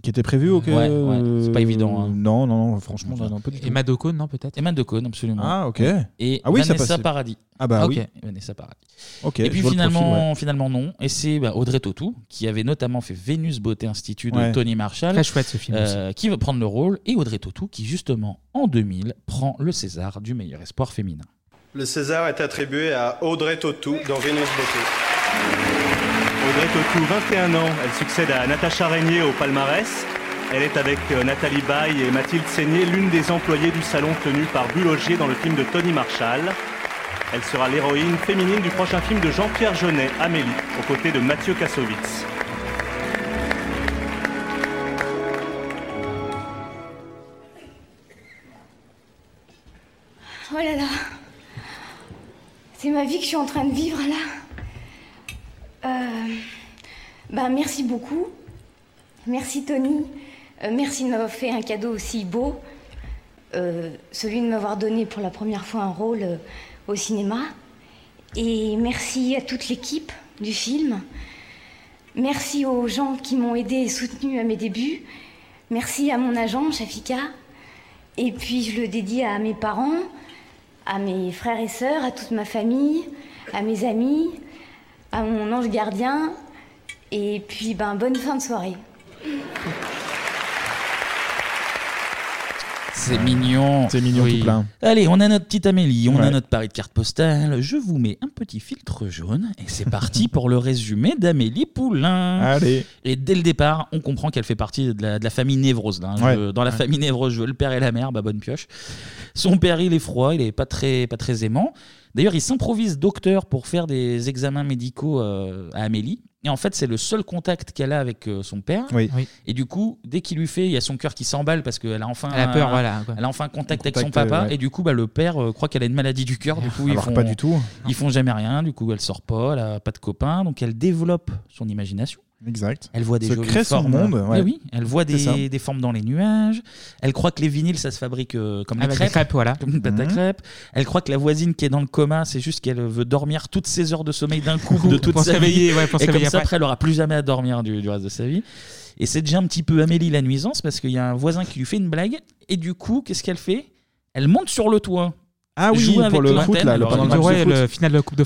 Speaker 8: Qui était prévu au
Speaker 1: Ouais, ouais, c'est pas évident, hein.
Speaker 8: Non, non, non, franchement, non, pas du tout.
Speaker 1: Emma Docone, non, peut-être Emma Docone, absolument.
Speaker 8: Ah, ok.
Speaker 1: Et
Speaker 8: Ah oui, ça
Speaker 1: Vanessa
Speaker 8: passait.
Speaker 1: Paradis.
Speaker 8: Ah bah
Speaker 1: Ok,
Speaker 8: oui.
Speaker 1: Vanessa Paradis.
Speaker 8: Ok,
Speaker 1: et
Speaker 8: je
Speaker 1: puis
Speaker 8: vois le
Speaker 1: finalement,
Speaker 8: profil, ouais.
Speaker 1: finalement, non. Et c'est bah, Audrey Tautou, qui avait notamment fait Vénus Beauté Institut de
Speaker 8: Ouais.
Speaker 1: Tony Marshall.
Speaker 7: Très chouette, ce film
Speaker 1: euh, qui va prendre le rôle. Et Audrey Tautou, qui justement, en 2000, prend le César du meilleur espoir féminin.
Speaker 4: Le César est attribué à Audrey Tautou dans Vénus Beauté. Audrey Tautou, 21 ans, elle succède à Natacha Régnier au palmarès. Elle est avec euh, Nathalie Baye et Mathilde Seigné, l'une des employées du salon tenu par Bulogier dans le film de Tony Marshall. Elle sera l'héroïne féminine du prochain film de Jean-Pierre Jeunet, Amélie, aux côtés de Mathieu Kassovitz.
Speaker 5: Oh là là. C'est ma vie que je suis en train de vivre là. Euh, ben, merci beaucoup. Merci Tony. Euh, merci de m'avoir fait un cadeau aussi beau. Euh, celui de m'avoir donné pour la première fois un rôle euh, au cinéma. Et merci à toute l'équipe du film. Merci aux gens qui m'ont aidé et soutenu à mes débuts. Merci à mon agent, Shafika. Et puis je le dédie à mes parents, à mes frères et sœurs, à toute ma famille, à mes amis, à mon ange gardien. Et puis ben bonne fin de soirée.
Speaker 1: C'est mignon.
Speaker 8: C'est mignon tout plein.
Speaker 1: Allez, on a notre petite Amélie, on a
Speaker 8: Ouais.
Speaker 1: notre pari de carte postale. Je vous mets un petit filtre jaune et c'est parti pour le résumé d'Amélie Poulain.
Speaker 8: Allez.
Speaker 1: Et dès le départ, on comprend qu'elle fait partie de la, de la famille névrose. là, hein.
Speaker 8: Ouais.
Speaker 1: Je- dans la
Speaker 8: Ouais.
Speaker 1: famille névrose, je veux le père et la mère, bah bonne pioche. Son père, il est froid, il est pas très, pas très aimant. D'ailleurs, il s'improvise docteur pour faire des examens médicaux euh, à Amélie. Et en fait, c'est le seul contact qu'elle a avec euh, son père.
Speaker 8: Oui.
Speaker 7: Oui.
Speaker 1: Et du coup, dès qu'il lui fait, il y a son cœur qui s'emballe parce qu'elle a enfin
Speaker 7: Elle a peur, voilà, quoi.
Speaker 1: elle a enfin contact,
Speaker 7: Contact,
Speaker 1: avec son papa
Speaker 7: euh, ouais.
Speaker 1: et du coup, bah, le père euh, croit qu'elle a une maladie du cœur.
Speaker 7: Ah.
Speaker 1: Du coup, ils
Speaker 8: Alors que
Speaker 1: font,
Speaker 8: pas du tout.
Speaker 1: Ils font jamais rien. Du coup, elle sort pas, elle a pas de copains, donc elle développe son imagination.
Speaker 8: Exact.
Speaker 1: Elle voit des
Speaker 8: Se
Speaker 1: jolies
Speaker 8: crée son
Speaker 1: formes.
Speaker 8: monde, ouais.
Speaker 1: Eh oui, elle voit
Speaker 8: C'est ça.
Speaker 1: des, des formes dans les nuages. Elle croit que les vinyles, ça se fabrique euh, comme
Speaker 7: Avec
Speaker 1: des
Speaker 7: des
Speaker 1: crêpes.
Speaker 7: crêpes, voilà.
Speaker 1: Comme une pâte à
Speaker 7: Mhm.
Speaker 1: crêpes. Elle croit que la voisine qui est dans le coma, c'est juste qu'elle veut dormir toutes ses heures de sommeil d'un coup de toute
Speaker 7: Pour se
Speaker 1: sa vie.
Speaker 7: réveiller, ouais, pour se
Speaker 1: et comme
Speaker 7: réveiller
Speaker 1: ça,
Speaker 7: après.
Speaker 1: après, elle aura plus jamais à dormir du, du reste de sa vie. Et c'est déjà un petit peu Amélie la nuisance parce qu'il y a un voisin qui lui fait une blague. Et du coup, qu'est-ce qu'elle fait Elle monte sur le toit.
Speaker 8: Ah oui,
Speaker 1: Jouer
Speaker 8: pour
Speaker 1: avec
Speaker 8: le
Speaker 1: l'antenne.
Speaker 8: foot, là, le-
Speaker 1: Alors,
Speaker 8: pendant le
Speaker 1: elle
Speaker 8: match
Speaker 1: joue
Speaker 8: de
Speaker 1: avec
Speaker 8: foot. Ouais, ouais.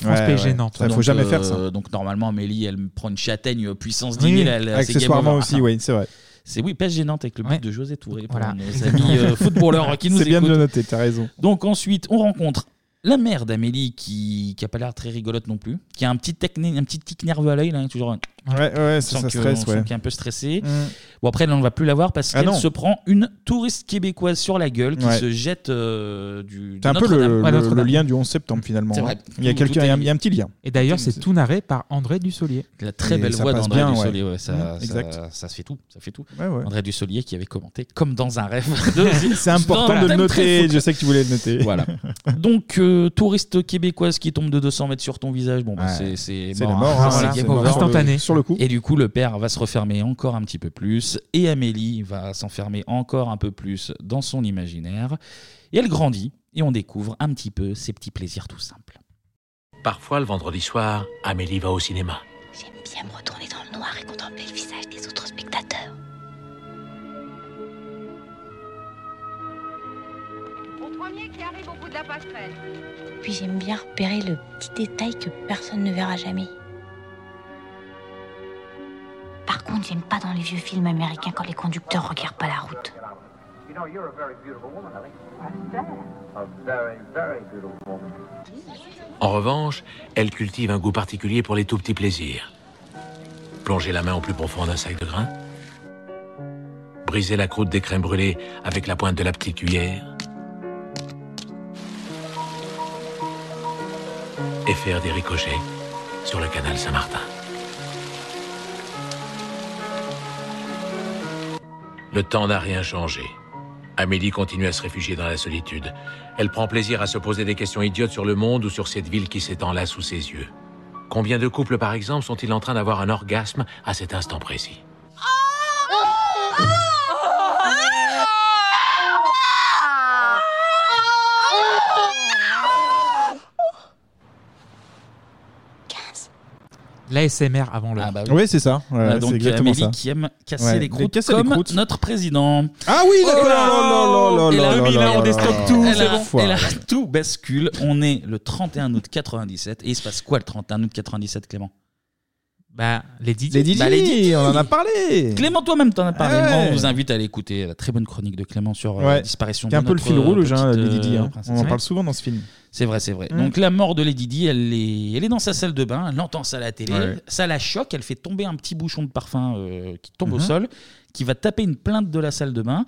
Speaker 8: Ça, faut
Speaker 1: Donc,
Speaker 8: jamais faire ça.
Speaker 1: euh, Donc normalement, Amélie, elle prend une châtaigne euh, puissance
Speaker 8: Oui,
Speaker 1: 10 000. elle- c'est game
Speaker 8: accessoirement
Speaker 1: over. Ah.
Speaker 8: aussi, oui, c'est vrai.
Speaker 1: C'est oui, pêche gênante avec le but de José Touré pour
Speaker 8: Voilà.
Speaker 1: nos amis euh, footballeurs qui nous
Speaker 8: C'est bien de
Speaker 1: écoutent.
Speaker 8: le noter, t'as raison.
Speaker 1: Donc ensuite, on rencontre la mère d'Amélie qui qui a pas l'air très rigolote non plus, qui a un petit tic, un petit tic nerveux à l'œil là, toujours. un-
Speaker 8: Ouais, ouais, ça,
Speaker 1: On sent
Speaker 8: ça
Speaker 1: que-
Speaker 8: stresse,
Speaker 1: on sent
Speaker 8: ouais.
Speaker 1: qu'il est un peu stressé.
Speaker 8: Mm.
Speaker 1: Bon après, là, on ne va plus la voir parce
Speaker 8: Ah
Speaker 1: qu'elle
Speaker 8: non.
Speaker 1: se prend une touriste québécoise sur la gueule qui
Speaker 8: Ouais.
Speaker 1: se jette euh, du.
Speaker 8: C'est un
Speaker 1: de
Speaker 8: peu
Speaker 1: Notre-Dame.
Speaker 8: le,
Speaker 1: Ouais,
Speaker 8: le- le
Speaker 1: Notre-Dame.
Speaker 8: lien du 11 septembre finalement.
Speaker 1: C'est
Speaker 8: hein.
Speaker 1: vrai.
Speaker 8: Il y a
Speaker 1: Tout-
Speaker 8: quelqu'un,
Speaker 1: tout
Speaker 8: il y a-
Speaker 1: est
Speaker 8: il y a un petit lien.
Speaker 7: Et d'ailleurs, c'est tout narré par André Dussolier.
Speaker 1: La très
Speaker 8: Et
Speaker 1: belle
Speaker 8: ça
Speaker 1: voix
Speaker 8: passe
Speaker 1: d'André
Speaker 8: bien, ouais.
Speaker 1: Dussolier, ouais, ça,
Speaker 8: Mmh,
Speaker 1: ça-
Speaker 8: exact.
Speaker 1: ça se fait tout, ça fait tout.
Speaker 8: Ouais, ouais.
Speaker 1: André Dussolier qui avait commenté comme dans un rêve.
Speaker 8: C'est important de le noter. Je sais que tu voulais le noter.
Speaker 1: Voilà. Donc euh, touriste québécoise qui tombe de 200 mètres sur ton visage, bon bah,
Speaker 8: Ouais.
Speaker 1: c'est c'est
Speaker 8: C'est
Speaker 1: mort,
Speaker 8: la mort,
Speaker 1: hein,
Speaker 8: hein,
Speaker 1: c'est
Speaker 8: voilà,
Speaker 1: game
Speaker 8: c'est mort
Speaker 1: over.
Speaker 8: sur le- Instantané. sur le coup.
Speaker 1: Et du coup le père va se refermer encore un petit peu plus et Amélie va s'enfermer encore un peu plus dans son imaginaire et elle grandit et on découvre un petit peu ses petits plaisirs tout simples.
Speaker 29: Parfois, le vendredi soir, Amélie va au cinéma.
Speaker 21: J'aime bien me retourner dans le noir et contempler le visage des autres spectateurs.
Speaker 18: Au premier qui arrive au bout de la passerelle.
Speaker 21: Puis j'aime bien repérer le petit détail que personne ne verra jamais. Par contre, j'aime pas dans les vieux films américains quand les conducteurs regardent pas la route.
Speaker 6: You know, you're a very beautiful woman, Ellie. A very, very beautiful woman.
Speaker 29: En revanche, elle cultive un goût particulier pour les tout petits plaisirs. Plonger la main au plus profond d'un sac de grains, briser la croûte des crèmes brûlées avec la pointe de la petite cuillère, et faire des ricochets sur le canal Saint-Martin. Le temps n'a rien changé. Amélie continue à se réfugier dans la solitude. Elle prend plaisir à se poser des questions idiotes sur le monde ou sur cette ville qui s'étend là sous ses yeux. Combien de couples, par exemple, sont-ils en train d'avoir un orgasme à cet instant précis
Speaker 7: L'ASMR avant l'heure.
Speaker 8: oui. Oui, c'est ça. Ouais,
Speaker 1: Ah bah Voilà,
Speaker 8: c'est
Speaker 1: donc euh,
Speaker 8: exactement
Speaker 1: Amélie
Speaker 8: ça.
Speaker 1: qui aime casser
Speaker 8: Ouais,
Speaker 1: les croûtes
Speaker 8: casser les
Speaker 1: comme
Speaker 8: croûtes.
Speaker 1: notre président.
Speaker 8: Ah oui, d'accord.
Speaker 1: Oh là
Speaker 8: Oh là là
Speaker 1: Et
Speaker 8: là
Speaker 1: là,
Speaker 8: là
Speaker 1: oui,
Speaker 8: là
Speaker 1: là, on
Speaker 8: là
Speaker 1: déstocke
Speaker 8: là
Speaker 1: tout,
Speaker 8: là
Speaker 1: c'est
Speaker 8: là.
Speaker 1: bon.
Speaker 8: Foire.
Speaker 1: Et là, tout bascule. On est le 31 août 97. Et il se passe quoi le 31 août 97, Clément
Speaker 7: Bah, les Didi.
Speaker 1: Les Didi,
Speaker 8: on en a parlé.
Speaker 1: Clément, toi-même, t'en as parlé.
Speaker 8: Ouais.
Speaker 1: Moi, on vous invite à aller écouter la très bonne chronique de Clément sur euh, la
Speaker 8: Ouais.
Speaker 1: disparition
Speaker 8: Qui est
Speaker 1: de
Speaker 8: un peu le
Speaker 1: notre,
Speaker 8: fil
Speaker 1: euh,
Speaker 8: rouge, hein,
Speaker 1: petite,
Speaker 8: Lady
Speaker 1: euh,
Speaker 8: Di, hein.
Speaker 1: princesse.
Speaker 8: On en
Speaker 1: Ouais.
Speaker 8: parle souvent dans ce film.
Speaker 1: C'est vrai, c'est vrai.
Speaker 8: Mm.
Speaker 1: Donc la mort de Lady Di, elle est, elle est dans sa salle de bain, elle entend ça à la télé,
Speaker 8: Ouais.
Speaker 1: ça la choque, elle fait tomber un petit bouchon de parfum euh, qui tombe au
Speaker 7: Mhm.
Speaker 1: sol, qui va taper une plainte de la salle de bain.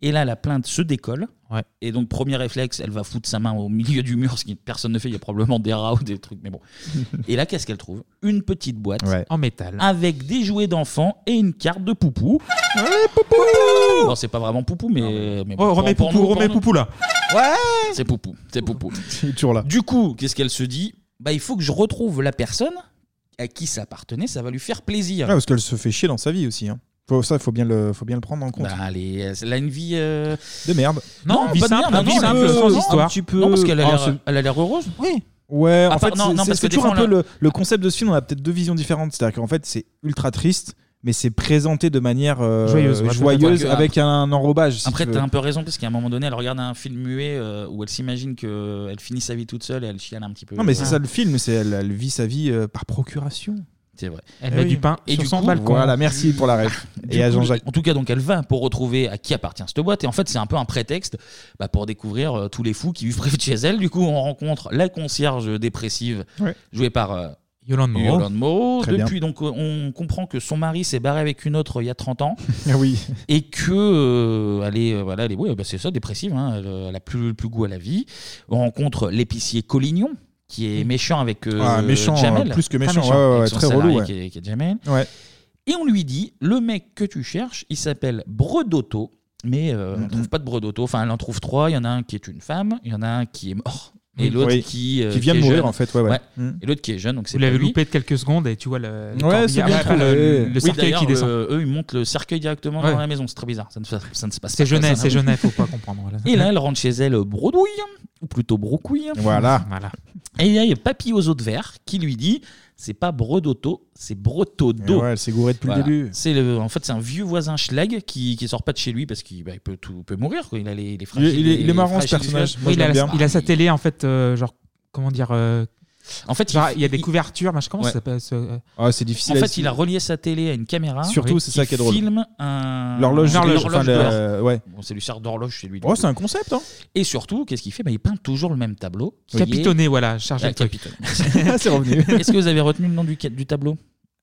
Speaker 1: Et là, la plainte se décolle. Et donc, premier réflexe, elle va foutre sa main au milieu du mur, ce que personne ne fait. Il y a probablement des rats ou des trucs, mais bon. et là, qu'est-ce qu'elle trouve Une petite boîte
Speaker 7: en métal
Speaker 1: avec des jouets d'enfants et une carte de poupou. Bon, c'est pas vraiment poupou, mais. mais
Speaker 7: Oh,
Speaker 1: bon,
Speaker 7: remets
Speaker 1: pour- pour
Speaker 7: Poupou,
Speaker 1: nous, pour
Speaker 7: remets
Speaker 1: nous.
Speaker 7: Poupou, là.
Speaker 1: Ouais C'est poupou, c'est poupou.
Speaker 8: Il est toujours là.
Speaker 1: Du coup, qu'est-ce qu'elle se dit Bah, il faut que je retrouve la personne à qui ça appartenait, ça va lui faire plaisir.
Speaker 8: Ah, Ouais, parce qu'elle se fait chier dans sa vie aussi. Hein. Faut, ça, il faut bien, le, faut bien le prendre en compte.
Speaker 1: Bah, allez, euh, elle a une vie. euh,
Speaker 8: De merde. Ah,
Speaker 1: Non, pas de merde, non, un peu- non, un petit peu- Non, parce qu'elle a l'air- elle a l'air heureuse.
Speaker 8: Oui. Ouais,
Speaker 1: Ah,
Speaker 8: en fait,
Speaker 1: par- non,
Speaker 8: c'est-
Speaker 1: non,
Speaker 8: c'est
Speaker 1: parce que
Speaker 8: c'est
Speaker 1: des
Speaker 8: toujours
Speaker 1: fois,
Speaker 8: un peu
Speaker 1: on a-
Speaker 8: le, le concept de ce film, on a peut-être deux visions différentes. C'est-à-dire qu'en fait, c'est ultra triste, mais c'est présenté de manière euh,
Speaker 1: Joyeuse, ouais,
Speaker 8: joyeuse,
Speaker 1: peut-être.
Speaker 8: avec un enrobage. si
Speaker 1: Après,
Speaker 8: tu
Speaker 1: t'as
Speaker 8: veux.
Speaker 1: un peu raison, parce qu'à un moment donné, elle regarde un film muet euh, où elle s'imagine qu'elle finit sa vie toute seule et elle chiale un petit peu.
Speaker 8: Non, mais c'est
Speaker 1: Ah.
Speaker 8: ça le film, c'est elle, elle vit sa vie euh, par procuration.
Speaker 1: C'est vrai.
Speaker 7: Elle met du pain
Speaker 1: Et
Speaker 7: sur
Speaker 1: du
Speaker 7: son
Speaker 1: coup,
Speaker 7: balcon.
Speaker 8: Voilà, merci pour la ref.
Speaker 1: Ah, Du
Speaker 8: Et à
Speaker 1: coup,
Speaker 8: Jean-Jacques.
Speaker 1: En tout cas, donc elle va pour retrouver à qui appartient cette boîte. Et en fait, c'est un peu un prétexte bah, pour découvrir euh, tous les fous qui vivent près de chez elle. Du coup, on rencontre la concierge dépressive
Speaker 7: Ouais.
Speaker 1: jouée par euh,
Speaker 7: Yolande Moreau.
Speaker 1: Moreau.
Speaker 7: Très
Speaker 1: Depuis, donc, euh, on comprend que son mari s'est barré avec une autre euh, il y a 30 ans.
Speaker 8: Ah oui.
Speaker 1: Et que, euh, elle est, euh, voilà, elle est- ouais, bah, c'est ça, dépressive. hein. elle, euh, elle a plus, plus goût à la vie. On rencontre l'épicier Collignon qui est méchant avec euh,
Speaker 8: Ah, méchant,
Speaker 1: Jamel.
Speaker 8: euh, plus que
Speaker 1: Très
Speaker 8: méchant, ouais, ouais,
Speaker 1: avec
Speaker 8: ouais,
Speaker 1: son
Speaker 8: très
Speaker 1: salarié
Speaker 8: relou, ouais.
Speaker 1: qui est- qui est Jamel.
Speaker 8: Ouais.
Speaker 1: Et on lui dit le mec que tu cherches, il s'appelle Bredotto, mais euh, on ne trouve pas de Bredotto. Enfin, elle en trouve trois. Il y en a un qui est une femme, il y en a un qui est mort, et
Speaker 7: Oui.
Speaker 1: l'autre
Speaker 7: Oui.
Speaker 1: qui, euh,
Speaker 7: Qui vient de
Speaker 1: est
Speaker 7: mourir,
Speaker 1: jeune.
Speaker 7: en fait, ouais, ouais.
Speaker 8: Hmm.
Speaker 7: Mm.
Speaker 1: Et l'autre qui est jeune, donc c'est
Speaker 7: Vous l'avez
Speaker 1: pas lui.
Speaker 7: loupé de quelques secondes et tu vois le, le
Speaker 1: Ouais,
Speaker 7: corps-
Speaker 1: c'est
Speaker 7: ah,
Speaker 1: bien
Speaker 7: après,
Speaker 1: trouvé.
Speaker 7: le, le
Speaker 1: Oui,
Speaker 7: cercueil
Speaker 1: d'ailleurs, euh,
Speaker 7: qui descend.
Speaker 1: le- eux, ils montent le cercueil directement
Speaker 7: euh, Ouais.
Speaker 1: dans la maison. C'est très bizarre. Ça ne, ça- ça ne se passe
Speaker 7: C'est
Speaker 1: pas comme
Speaker 7: Genet,
Speaker 1: ça,
Speaker 7: c'est
Speaker 1: hein.
Speaker 7: Genet, faut pas comprendre. voilà.
Speaker 1: Et là, elle rentre chez elle euh, bredouille, ou plutôt brocouille. hein.
Speaker 7: Voilà. Voilà.
Speaker 1: Et il y a le papy aux eaux de verre qui lui dit c'est pas brodotto, c'est brotodo.
Speaker 8: Et ouais, elle s'est gourée depuis le début.
Speaker 1: C'est le, en fait, c'est un vieux voisin schlag qui, qui sort pas de chez lui parce qu'il bah, il peut, tout, peut mourir. Quoi. Il a les, les
Speaker 8: Il est- il est- il est
Speaker 1: les
Speaker 8: marrant, ce
Speaker 1: fragiles-
Speaker 8: personnage.
Speaker 1: Oui,
Speaker 7: il, a,
Speaker 1: la-
Speaker 7: il a sa télé, en fait, euh, genre, comment dire. euh,
Speaker 1: en fait,
Speaker 7: genre, il y a des couvertures, machin, comment
Speaker 1: Ouais.
Speaker 7: ça s'appelle ce- euh,
Speaker 8: Ah, c'est difficile.
Speaker 1: En
Speaker 8: à
Speaker 1: fait,
Speaker 8: expliquer.
Speaker 1: il a relié sa télé à une caméra.
Speaker 8: Surtout, c'est ça qui est drôle.
Speaker 1: filme un.
Speaker 8: L'horloge-
Speaker 1: une
Speaker 8: l'horloge,
Speaker 1: horloge
Speaker 8: enfin,
Speaker 1: de
Speaker 8: le-
Speaker 1: verre.
Speaker 8: ouais.
Speaker 1: Bon, c'est lui sert d'horloge chez lui. du
Speaker 8: Oh,
Speaker 1: coup.
Speaker 8: c'est un concept, hein.
Speaker 1: Et surtout, qu'est-ce qu'il fait Bah, Il peint toujours le même tableau. qui est-
Speaker 7: Capitonné, voilà, chargé
Speaker 1: Ah,
Speaker 7: le truc.
Speaker 1: capitonné.
Speaker 8: C'est revenu.
Speaker 1: Est-ce que vous avez retenu le nom du, ca- du tableau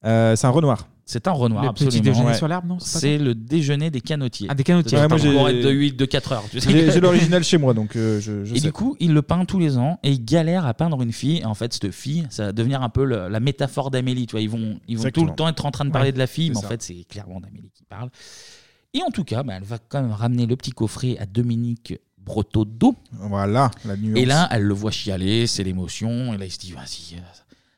Speaker 8: Euh, c'est un Renoir.
Speaker 1: C'est un Renoir,
Speaker 7: Le petit
Speaker 1: absolument.
Speaker 7: déjeuner sur l'arbre, non C'est pas
Speaker 1: C'est le déjeuner des canotiers.
Speaker 7: Ah, des canotiers.
Speaker 1: C'est
Speaker 7: Ouais, moi,
Speaker 1: un
Speaker 7: j'ai-
Speaker 1: courette de 8, de 4 heures. tu sais.
Speaker 8: J'ai j'ai l'original chez moi, donc euh, je, je
Speaker 1: Et
Speaker 8: sais.
Speaker 1: du coup, il le peint tous les ans et il galère à peindre une fille. Et en fait, cette fille, ça va devenir un peu le- la métaphore d'Amélie. Tu vois, ils vont, ils vont tout
Speaker 8: Exactement.
Speaker 1: le temps être en train de
Speaker 8: Ouais,
Speaker 1: parler de la fille,
Speaker 8: c'est
Speaker 1: mais en
Speaker 8: ça.
Speaker 1: fait, c'est clairement d'Amélie qui parle. Et en tout cas, bah, elle va quand même ramener le petit coffret à Dominique Brotoddo.
Speaker 8: Voilà, la nuance.
Speaker 1: Et là, elle le voit chialer, c'est l'émotion. Et là, il se dit, vas-y, euh,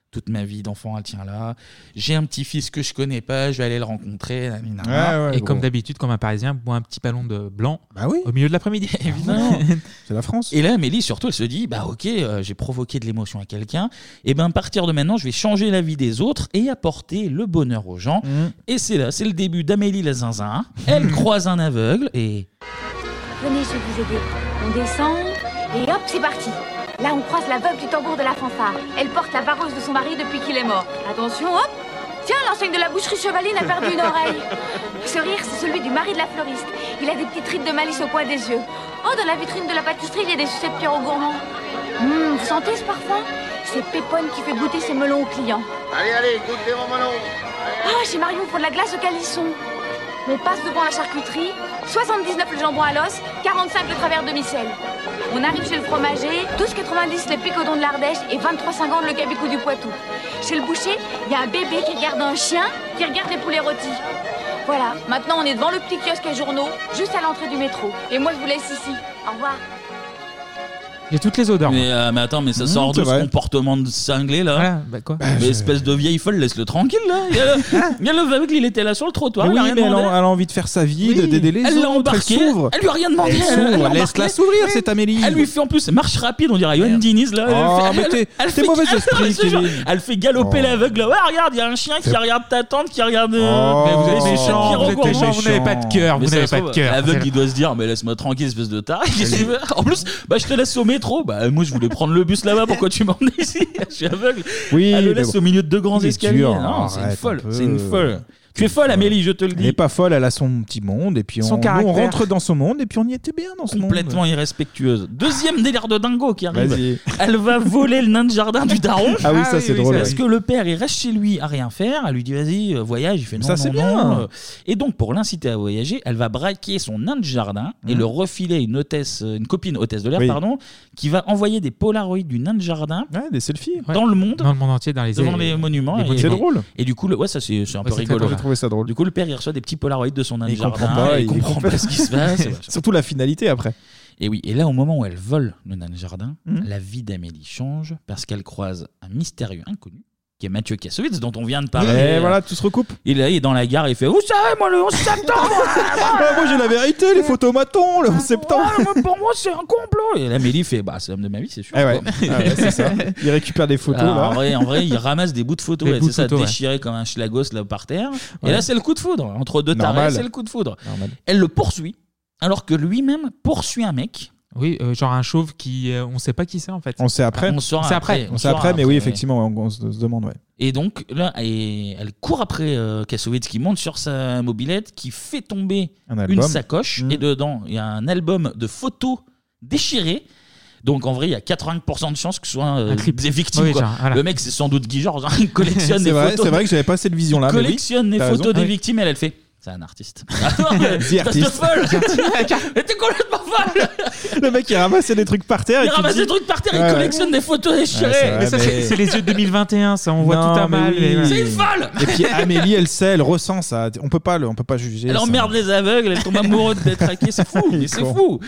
Speaker 1: toute ma vie d'enfant, elle tient là. J'ai un petit fils que je connais pas, je vais aller le rencontrer. nanana.
Speaker 7: et comme d'habitude, comme un Parisien, boit un petit ballon de blanc
Speaker 8: Bah
Speaker 7: au milieu de l'après-midi.
Speaker 1: Évidemment.
Speaker 8: C'est la France.
Speaker 1: Et là, Amélie, surtout, elle se dit bah ok, euh, j'ai provoqué de l'émotion à quelqu'un. Et ben, à partir de maintenant, je vais changer la vie des autres et apporter le bonheur aux gens.
Speaker 8: Mm.
Speaker 1: Et c'est là, c'est le début d'Amélie la zinzin. Elle croise un aveugle et
Speaker 24: Venez, je vais vous aider. On descend et hop, c'est parti.
Speaker 18: Là, on croise la veuve du tambour de la fanfare. Elle porte la vareuse de son mari depuis qu'il est mort. Attention, hop Tiens, l'enseigne de la boucherie chevaline a perdu une oreille.
Speaker 24: Ce rire, c'est celui du mari de la fleuriste. Il a des petites rides de malice au coin des yeux. Oh, dans la vitrine de la pâtisserie, il y a des sucettes Pierrot Gourmand. Hum, vous sentez ce parfum C'est Pépone qui fait goûter ses melons aux clients.
Speaker 6: Allez, allez, goûtez mon melon.
Speaker 24: Ah, chez Marion, pour de la glace au calisson. On passe devant la charcuterie, 79 le jambon à l'os, 45 le travers de micelle. On arrive chez le fromager, 12,90 le picodon de l'Ardèche et 23,50 le cabicou du Poitou. Chez le boucher, il y a un bébé qui regarde un chien qui regarde les poulets rôtis. Voilà, maintenant on est devant le petit kiosque à journaux, juste à l'entrée du métro. Et moi je vous laisse ici. Au revoir.
Speaker 7: J'ai toutes les odeurs.
Speaker 1: Mais, euh, mais attends, mais ça
Speaker 8: Mm,
Speaker 1: sort
Speaker 7: c'est
Speaker 1: de
Speaker 7: vrai.
Speaker 1: ce comportement de cinglé là.
Speaker 8: bah
Speaker 7: quoi
Speaker 1: Mais espèce de vieille folle, laisse-le tranquille là. Il y a le- il y a le aveugle, il était là sur le trottoir.
Speaker 8: Ah. Mais
Speaker 1: il a
Speaker 8: oui,
Speaker 1: rien
Speaker 8: mais elle,
Speaker 1: demandé.
Speaker 8: a, elle a envie de faire sa vie, de d'aider les
Speaker 1: elle l'a
Speaker 8: autres.
Speaker 1: embarqué,
Speaker 8: elle s'ouvre.
Speaker 1: elle lui a rien demandé.
Speaker 8: Elle
Speaker 1: elle- elle
Speaker 8: s'ouvre,
Speaker 1: l'a
Speaker 8: laisse-la
Speaker 1: embarqué.
Speaker 8: s'ouvrir, cette Amélie.
Speaker 1: Elle lui fait en plus marche rapide, on dirait Yoann Diniz là. Elle
Speaker 8: Oh,
Speaker 1: fait-
Speaker 8: mais
Speaker 1: elle-
Speaker 8: t'es-
Speaker 1: elle
Speaker 8: t'es
Speaker 1: fait-
Speaker 8: mauvais
Speaker 1: elle-
Speaker 8: esprit,
Speaker 1: ce genre-
Speaker 8: Kevin.
Speaker 1: Elle fait galoper
Speaker 8: Oh.
Speaker 1: l'aveugle. Ouais, regarde, il y a un chien qui regarde ta tante, qui regarde. euh,
Speaker 8: Oh,
Speaker 1: mais vous êtes
Speaker 8: vous êtes
Speaker 1: méchant,
Speaker 8: méchant,
Speaker 1: Pierrot
Speaker 8: vous êtes
Speaker 1: Gourmand.
Speaker 8: méchant. Vous n'avez pas de cœur,
Speaker 1: Mais
Speaker 8: vous
Speaker 1: ça
Speaker 8: n'avez
Speaker 1: se
Speaker 8: pas de
Speaker 1: trouve,
Speaker 8: cœur.
Speaker 1: L'aveugle,
Speaker 8: C'est-
Speaker 1: il doit se dire, mais laisse-moi tranquille, espèce de taré. qu'est-ce que tu veux En plus, bah, je te laisse au métro. Bah, moi, je voulais prendre le bus là-bas. Pourquoi tu m'emmènes ici Je suis aveugle.
Speaker 8: Oui,
Speaker 1: elle le
Speaker 8: mais
Speaker 1: laisse
Speaker 8: bon.
Speaker 1: au milieu de deux grands
Speaker 8: Il est
Speaker 1: escaliers.
Speaker 8: dur, hein,
Speaker 1: Non, c'est une
Speaker 8: arrête
Speaker 1: folle.
Speaker 8: un peu.
Speaker 1: C'est une folle. Tu es folle, Amélie, je te le
Speaker 8: Elle
Speaker 1: dis.
Speaker 8: n'est pas folle, elle a son petit monde, et puis on,
Speaker 1: Son
Speaker 8: nous, on
Speaker 1: caractère.
Speaker 8: rentre dans son monde, et puis on y était bien dans ce monde.
Speaker 1: Complètement irrespectueuse. Deuxième délire de dingo qui
Speaker 8: Vas-y.
Speaker 1: arrive. Elle va voler le nain de jardin du daron.
Speaker 8: Ah oui, ça, Ah oui, c'est oui, drôle, ça,
Speaker 1: Parce
Speaker 8: oui.
Speaker 1: que le père, il reste chez lui à rien faire. Elle lui dit vas-y, euh, voyage. Il fait non,
Speaker 8: Ça,
Speaker 1: non,
Speaker 8: c'est
Speaker 1: non.
Speaker 8: bien.
Speaker 1: Euh, Et donc, pour l'inciter à voyager, elle va braquer son nain de jardin et
Speaker 8: Mhm.
Speaker 1: le refiler à une hôtesse, euh, une copine hôtesse de l'air,
Speaker 8: Oui.
Speaker 1: pardon, qui va envoyer des polaroids du nain de jardin.
Speaker 8: des selfies.
Speaker 1: Dans le monde.
Speaker 7: Dans le monde entier, dans les
Speaker 1: devant les, monuments.
Speaker 7: les
Speaker 1: et-
Speaker 7: monuments.
Speaker 1: et- Et du coup, le, ouais, ça c'est c'est un peu
Speaker 8: c'est très
Speaker 1: rigolo.
Speaker 8: drôle. J'ai trouvé ça drôle.
Speaker 1: Du coup, le père il reçoit des petits polaroids de son nain de
Speaker 8: Il
Speaker 1: jardin.
Speaker 8: comprend pas,
Speaker 1: Hein, il,
Speaker 8: il
Speaker 1: comprend
Speaker 8: comprend
Speaker 1: pas ce qui se passe.
Speaker 8: Surtout la finalité après.
Speaker 1: Et oui, et là, au moment où elle vole le nain de jardin,
Speaker 8: Mhm.
Speaker 1: la vie d'Amélie change parce qu'elle croise un mystérieux inconnu qui est Mathieu Kassovitz, dont on vient de parler.
Speaker 8: Et voilà, tout se recoupe.
Speaker 1: Et là, il est dans la gare et il fait Vous savez, moi, le 11 septembre
Speaker 8: Ah, moi j'ai la vérité, les photomatons, le 11 septembre.
Speaker 1: Ah, Pour moi, c'est un complot Et l'Amélie fait Bah, c'est l'homme de ma vie, c'est sûr.
Speaker 8: Ah ouais, ah ouais, c'est ça. Il récupère des photos.
Speaker 1: Ah,
Speaker 8: là.
Speaker 1: en, vrai, en vrai, il ramasse des bouts de photos,
Speaker 8: Des
Speaker 1: ouais,
Speaker 8: bouts
Speaker 1: c'est
Speaker 8: de
Speaker 1: ça,
Speaker 8: photos, ouais.
Speaker 1: déchiré comme un schlagos là par terre.
Speaker 8: Ouais.
Speaker 1: Et là, c'est le coup de foudre. Entre deux tarés,
Speaker 7: Normal.
Speaker 1: c'est le coup de foudre.
Speaker 7: Normal.
Speaker 1: Elle le poursuit, alors que lui-même poursuit un mec.
Speaker 7: Oui, euh, genre un chauve qui. euh, on sait pas qui c'est en fait.
Speaker 8: On sait après.
Speaker 1: On saura
Speaker 7: C'est après.
Speaker 1: après.
Speaker 8: On sait
Speaker 1: saura
Speaker 8: après, mais
Speaker 1: après,
Speaker 8: oui,
Speaker 1: ouais.
Speaker 8: effectivement, on, on se se demande, ouais.
Speaker 1: Et donc, là, et elle court après euh, Kassovitz qui monte sur sa mobilette, qui fait tomber
Speaker 8: Un
Speaker 1: une
Speaker 8: album. Mm.
Speaker 1: sacoche. Et dedans, il y a un album de photos déchirées. Donc, en vrai, il y a 80% de chances que ce soit euh,
Speaker 8: Un clip.
Speaker 1: des victimes.
Speaker 8: Oui,
Speaker 1: quoi.
Speaker 8: genre, voilà.
Speaker 1: Le mec, c'est sans doute Guy Georges. hein, il collectionne
Speaker 8: C'est
Speaker 1: des
Speaker 8: vrai,
Speaker 1: photos.
Speaker 8: c'est vrai que j'avais pas cette vision-là,
Speaker 1: Il
Speaker 8: mais oui,
Speaker 1: collectionne les
Speaker 8: t'as
Speaker 1: photos
Speaker 8: raison.
Speaker 1: des
Speaker 8: Ouais.
Speaker 1: victimes. Elle, elle fait. C'est un artiste. Attends,
Speaker 8: The
Speaker 1: mais t'as cette
Speaker 8: artist.
Speaker 1: folle. Mais t'es complètement folle.
Speaker 8: Le mec, il ramassait des trucs par terre. et
Speaker 1: Il
Speaker 8: tu te
Speaker 1: ramasse
Speaker 8: dis-
Speaker 1: des trucs par terre.
Speaker 8: Ouais, ouais.
Speaker 1: Il collectionne des photos déchirées.
Speaker 8: Ouais, c'est vrai,
Speaker 7: Mais ça, c'est-
Speaker 8: mais-
Speaker 7: c'est les yeux de 2021, ça, on voit
Speaker 8: Non,
Speaker 7: tout à
Speaker 8: mais
Speaker 7: mal.
Speaker 8: oui.
Speaker 7: et voilà.
Speaker 8: Et puis Amélie, elle sait, elle ressent ça. On peut pas, le- on peut pas juger.
Speaker 1: Elle
Speaker 8: ça.
Speaker 1: emmerde les aveugles, elle tombe amoureuse d'être traquée, c'est fou, mais c'est
Speaker 8: con.
Speaker 1: fou.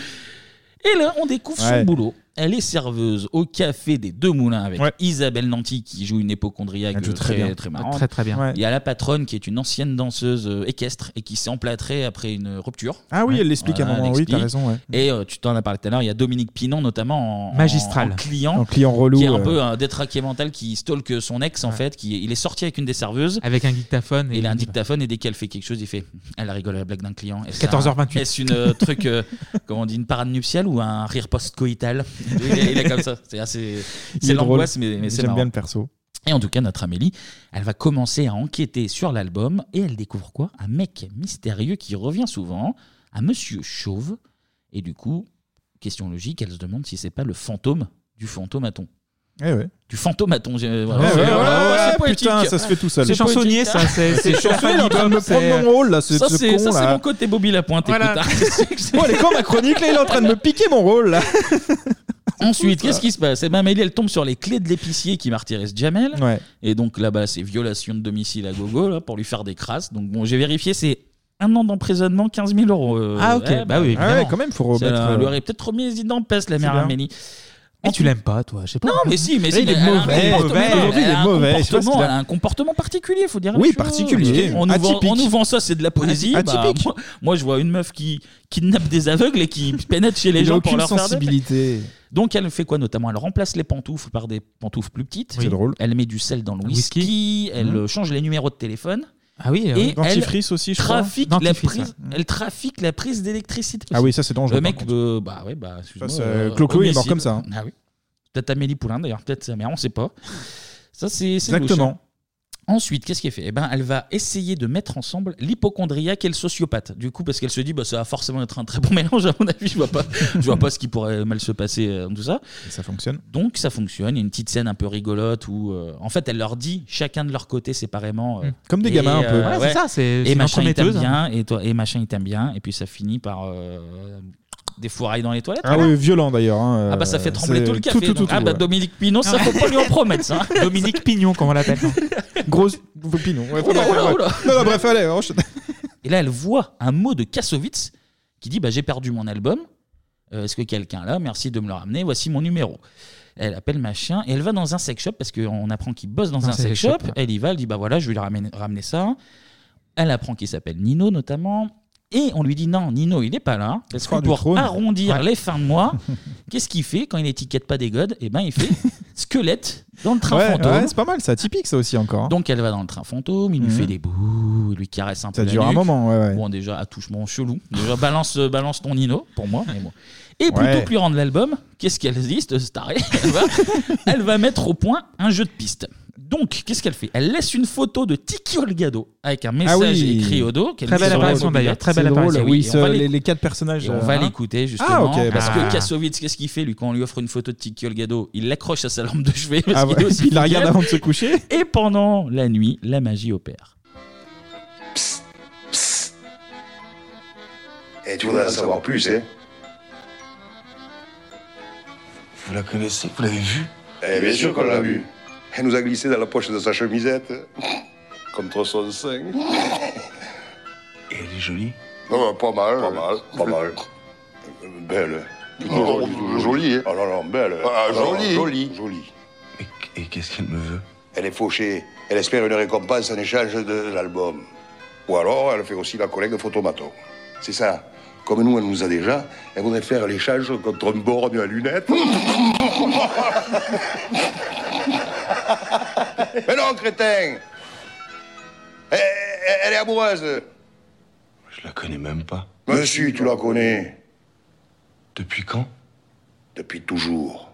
Speaker 1: Et là, on découvre
Speaker 8: Ouais.
Speaker 1: son boulot. Elle est serveuse au café des Deux Moulins avec Isabelle Nanty qui joue une hypochondriaque
Speaker 7: Elle joue
Speaker 1: euh,
Speaker 7: très
Speaker 1: très,
Speaker 7: bien.
Speaker 1: très, marrante.
Speaker 7: Très, très bien. Ouais.
Speaker 1: Il y a la patronne qui est une ancienne danseuse euh, équestre et qui s'est emplâtrée après une rupture.
Speaker 8: Ah oui, elle l'explique à un moment, oui,
Speaker 1: l'explique.
Speaker 8: t'as raison, ouais.
Speaker 1: Et euh, tu t'en as parlé tout à l'heure, il y a Dominique Pinon notamment en,
Speaker 8: Magistral.
Speaker 1: en client.
Speaker 8: En client relou, euh,
Speaker 1: Qui est un
Speaker 8: ouais.
Speaker 1: peu un détraqué mental qui stalke son ex en fait. Qui, il est sorti avec une des serveuses.
Speaker 7: Avec un dictaphone.
Speaker 1: Et il a un dictaphone et dès qu'elle fait quelque chose, il fait Elle rigole à la blague d'un client. Est-ce
Speaker 7: 14h28.
Speaker 1: un- Est-ce une euh, truc, euh, comment on dit, une parade nuptiale ou un rire post-coïtal il, est- il est comme ça. C'est assez.
Speaker 8: Il
Speaker 1: C'est
Speaker 8: est drôle.
Speaker 1: l'angoisse, mais, mais c'est
Speaker 8: J'aime
Speaker 1: marrant.
Speaker 8: bien le perso.
Speaker 1: Et en tout cas, notre Amélie, elle va commencer à enquêter sur l'album et elle découvre quoi Un mec mystérieux qui revient souvent, un monsieur chauve. Et du coup, question logique, elle se demande si c'est pas le fantôme du fantomaton.
Speaker 8: Eh ouais. Eh
Speaker 1: Du fantomaton. j'ai- voilà.
Speaker 8: ouais,
Speaker 1: C'est-
Speaker 8: ouais,
Speaker 1: voilà,
Speaker 8: ouais,
Speaker 1: c'est poétique.
Speaker 8: putain, ça se fait tout seul.
Speaker 1: C'est
Speaker 8: C'est chansonnier,
Speaker 1: poétique.
Speaker 8: ça, c'est- c'est
Speaker 1: C'est
Speaker 8: chansonnier, il est en train de me
Speaker 1: c'est-
Speaker 8: prendre mon rôle, là, ce-
Speaker 1: ça,
Speaker 8: ce
Speaker 1: c'est-
Speaker 8: con,
Speaker 1: ça, c'est
Speaker 8: là.
Speaker 1: mon côté Bobby Lapointe.
Speaker 8: Voilà.
Speaker 1: écoute, hein.
Speaker 8: Bon, Oh, elle est quand ma chronique, là, il est en train de me piquer mon rôle, là.
Speaker 1: Ensuite, qu'est-ce qui se passe Eh ben, Amélie, elle tombe sur les clés de l'épicier qui martyrise Jamel. Et donc là-bas, c'est violation de domicile à gogo là, pour lui faire des crasses. Donc bon, j'ai vérifié, c'est un an d'emprisonnement, 15 000 euros. euh,
Speaker 7: Ah, ok. Bah oui,
Speaker 1: évidemment.
Speaker 7: ouais, quand même, faut
Speaker 1: C'est,
Speaker 7: remettre,
Speaker 1: euh,
Speaker 7: euh,
Speaker 1: Lui aurait peut-être remis les idées en peste, la mère
Speaker 7: bien.
Speaker 1: Amélie.
Speaker 7: Et tu l'aimes pas, toi, je sais pas.
Speaker 1: Non, mais si, mais
Speaker 7: Là,
Speaker 1: si,
Speaker 7: il
Speaker 1: mais
Speaker 7: est
Speaker 1: elle a un
Speaker 7: mauvais,
Speaker 1: comportement-
Speaker 7: mauvais.
Speaker 1: elle a un
Speaker 7: Aujourd'hui, il est mauvais, je sais pas ce
Speaker 1: comportement-
Speaker 7: qu'il a.
Speaker 1: Elle a un comportement particulier, faut dire. la
Speaker 8: Oui,
Speaker 1: chose.
Speaker 8: particulier,
Speaker 1: On nous, vend,
Speaker 8: atypique.
Speaker 1: on nous vend ça, c'est de la poésie.
Speaker 8: Aty-
Speaker 1: Bah,
Speaker 8: atypique.
Speaker 1: moi, moi, je vois une meuf qui kidnappe des aveugles et qui pénètre chez les
Speaker 8: Il a
Speaker 1: gens pour
Speaker 8: aucune
Speaker 1: leur faire des-
Speaker 8: sensibilité.
Speaker 1: donc elle fait quoi notamment Elle remplace les pantoufles par des pantoufles plus petites.
Speaker 8: C'est Oui. drôle.
Speaker 1: Elle met du sel dans le
Speaker 8: Whisky.
Speaker 1: whisky. Elle
Speaker 8: Mhm.
Speaker 1: euh, change les numéros de téléphone.
Speaker 7: Ah oui, euh,
Speaker 1: et
Speaker 8: dentifrice
Speaker 1: elle
Speaker 8: aussi, je crois.
Speaker 1: trafique la
Speaker 8: Dentifrice,
Speaker 1: prise,
Speaker 8: ouais. Mhm.
Speaker 1: Elle trafique la prise d'électricité.
Speaker 8: Ah
Speaker 1: aussi.
Speaker 8: oui, ça, c'est dangereux,
Speaker 1: Le mec,
Speaker 8: par
Speaker 1: euh, bah ouais, bah excuse-moi.
Speaker 8: Ça, c'est, Clo-Clo, il est mort
Speaker 1: homicide.
Speaker 8: comme ça, hein.
Speaker 1: Ah oui. Peut-être Amélie Poulain d'ailleurs, peut-être, mais on sait pas. Ça c'est c'est
Speaker 8: Exactement.
Speaker 1: louche, hein. Ensuite, qu'est-ce qu'elle fait Eh ben, elle va essayer de mettre ensemble l'hypochondriaque et le sociopathe. Du coup, parce qu'elle se dit, bah, ça va forcément être un très bon mélange. À mon avis, je vois pas, je vois pas ce qui pourrait mal se passer euh, dans tout ça.
Speaker 8: ça fonctionne.
Speaker 1: Donc, ça fonctionne. Il y a une petite scène un peu rigolote où, euh, en fait, elle leur dit, chacun de leur côté séparément. euh,
Speaker 8: Mm. Comme des
Speaker 1: et,
Speaker 8: gamins, un peu. Ouais, c'est ça, c'est- c'est
Speaker 1: Et
Speaker 8: une
Speaker 1: machin, il t'aime
Speaker 8: entremetteuse,
Speaker 1: bien.
Speaker 8: hein.
Speaker 1: Et toi, et machin, il t'aime bien. Et puis, ça finit par euh, des fourrailles dans les toilettes.
Speaker 8: Ah
Speaker 1: voilà.
Speaker 8: oui, violent d'ailleurs. hein,
Speaker 1: Ah bah ça
Speaker 8: euh,
Speaker 1: fait trembler
Speaker 8: c'est
Speaker 1: tout le café.
Speaker 8: Tout, tout,
Speaker 1: donc. ah
Speaker 8: tout,
Speaker 1: bah
Speaker 8: ouais.
Speaker 1: Dominique Pinon, ça faut pas lui en promettre ça.
Speaker 7: Dominique Pignon, comme on l'appelle.
Speaker 8: Grosse Pinon. ouais,
Speaker 1: Oula,
Speaker 8: bref,
Speaker 1: oula,
Speaker 8: bref.
Speaker 1: oula.
Speaker 8: Non, non, bref, allez, enchaîne.
Speaker 1: Et là, elle voit un mot de Kassovitz qui dit bah, J'ai perdu mon album. Euh, Est-ce que quelqu'un là Merci de me le ramener. Voici mon numéro. Elle appelle machin et elle va dans un sex shop parce qu'on apprend qu'il bosse dans
Speaker 7: Dans
Speaker 1: un sex shop. Elle y va, elle dit Bah voilà, je vais lui ramener, ramener ça. Elle apprend qu'il s'appelle Nino notamment. Et on lui dit non, Nino, il n'est pas là. Parce que
Speaker 7: Frère du
Speaker 1: pour
Speaker 7: trône.
Speaker 1: arrondir
Speaker 7: Ouais.
Speaker 1: les fins de mois, qu'est-ce qu'il fait quand il étiquette pas des godes Eh ben, il fait squelette dans le train
Speaker 8: Ouais,
Speaker 1: fantôme.
Speaker 8: ouais, c'est pas mal, c'est atypique ça aussi encore. hein.
Speaker 1: Donc elle va dans le train fantôme, il lui
Speaker 8: Mhm.
Speaker 1: fait des bouts, il lui caresse un peu.
Speaker 8: Ça
Speaker 1: la
Speaker 8: dure un
Speaker 1: nuque.
Speaker 8: moment, ouais, ouais.
Speaker 1: Bon, déjà, attouchement chelou. Déjà, balance, euh, balance ton Nino, pour moi. Mais bon. Et plutôt
Speaker 8: Ouais.
Speaker 1: que lui rendre l'album, qu'est-ce qu'elle dit, cette starée elle va, elle va mettre au point un jeu de piste. Donc, qu'est-ce qu'elle fait Elle laisse une photo de Tiki Olgado avec un message
Speaker 8: Ah oui.
Speaker 1: écrit au dos. qu'elle
Speaker 8: Très
Speaker 1: met
Speaker 8: belle
Speaker 1: sur la
Speaker 8: apparition,
Speaker 1: mobilette.
Speaker 8: d'ailleurs, très belle
Speaker 1: C'est drôle,
Speaker 8: apparition.
Speaker 1: oui,
Speaker 8: Oui,
Speaker 1: et
Speaker 8: ce-
Speaker 1: on va
Speaker 8: les-
Speaker 1: l'écouter.
Speaker 8: les quatre personnages,
Speaker 1: Et on
Speaker 8: euh,
Speaker 1: va
Speaker 8: hein.
Speaker 1: l'écouter justement.
Speaker 8: Ah, ok,
Speaker 1: parce
Speaker 8: bah,
Speaker 1: que
Speaker 8: ah.
Speaker 1: Kassovitz, qu'est-ce qu'il fait lui quand on lui offre une photo de Tiki Olgado Il l'accroche à sa lampe de chevet. Parce
Speaker 8: Ah
Speaker 1: qu'il
Speaker 8: ouais,
Speaker 1: est aussi
Speaker 8: puis il la regarde
Speaker 1: fidèle.
Speaker 8: avant de se coucher.
Speaker 1: Et pendant la nuit, la magie opère.
Speaker 12: Et tu voudrais en savoir plus, hein
Speaker 14: Vous la connaissez Vous l'avez vue
Speaker 12: Eh bien sûr qu'on l'a vu. Elle nous a glissé dans la poche de sa chemisette. Contre son sein.
Speaker 14: Et elle est jolie
Speaker 12: Non, pas mal. Pas mal, pas mal. Belle.
Speaker 14: Oh,
Speaker 12: jolie, hein Ah non, non, belle.
Speaker 14: Ah,
Speaker 12: Non,
Speaker 14: jolie.
Speaker 12: Jolie. Jolie.
Speaker 14: Et qu'est-ce qu'elle me veut
Speaker 12: Elle est fauchée. Elle espère une récompense en échange de l'album. Ou alors, elle fait aussi la collègue photomaton. C'est ça. Comme nous, elle nous a déjà, elle voudrait faire l'échange contre un borgne à lunettes. Mais non, crétin
Speaker 6: Eh,
Speaker 12: elle, elle- elle est amoureuse
Speaker 14: Je la connais même pas.
Speaker 12: Mais si, tu la connais.
Speaker 14: Depuis quand
Speaker 12: Depuis toujours.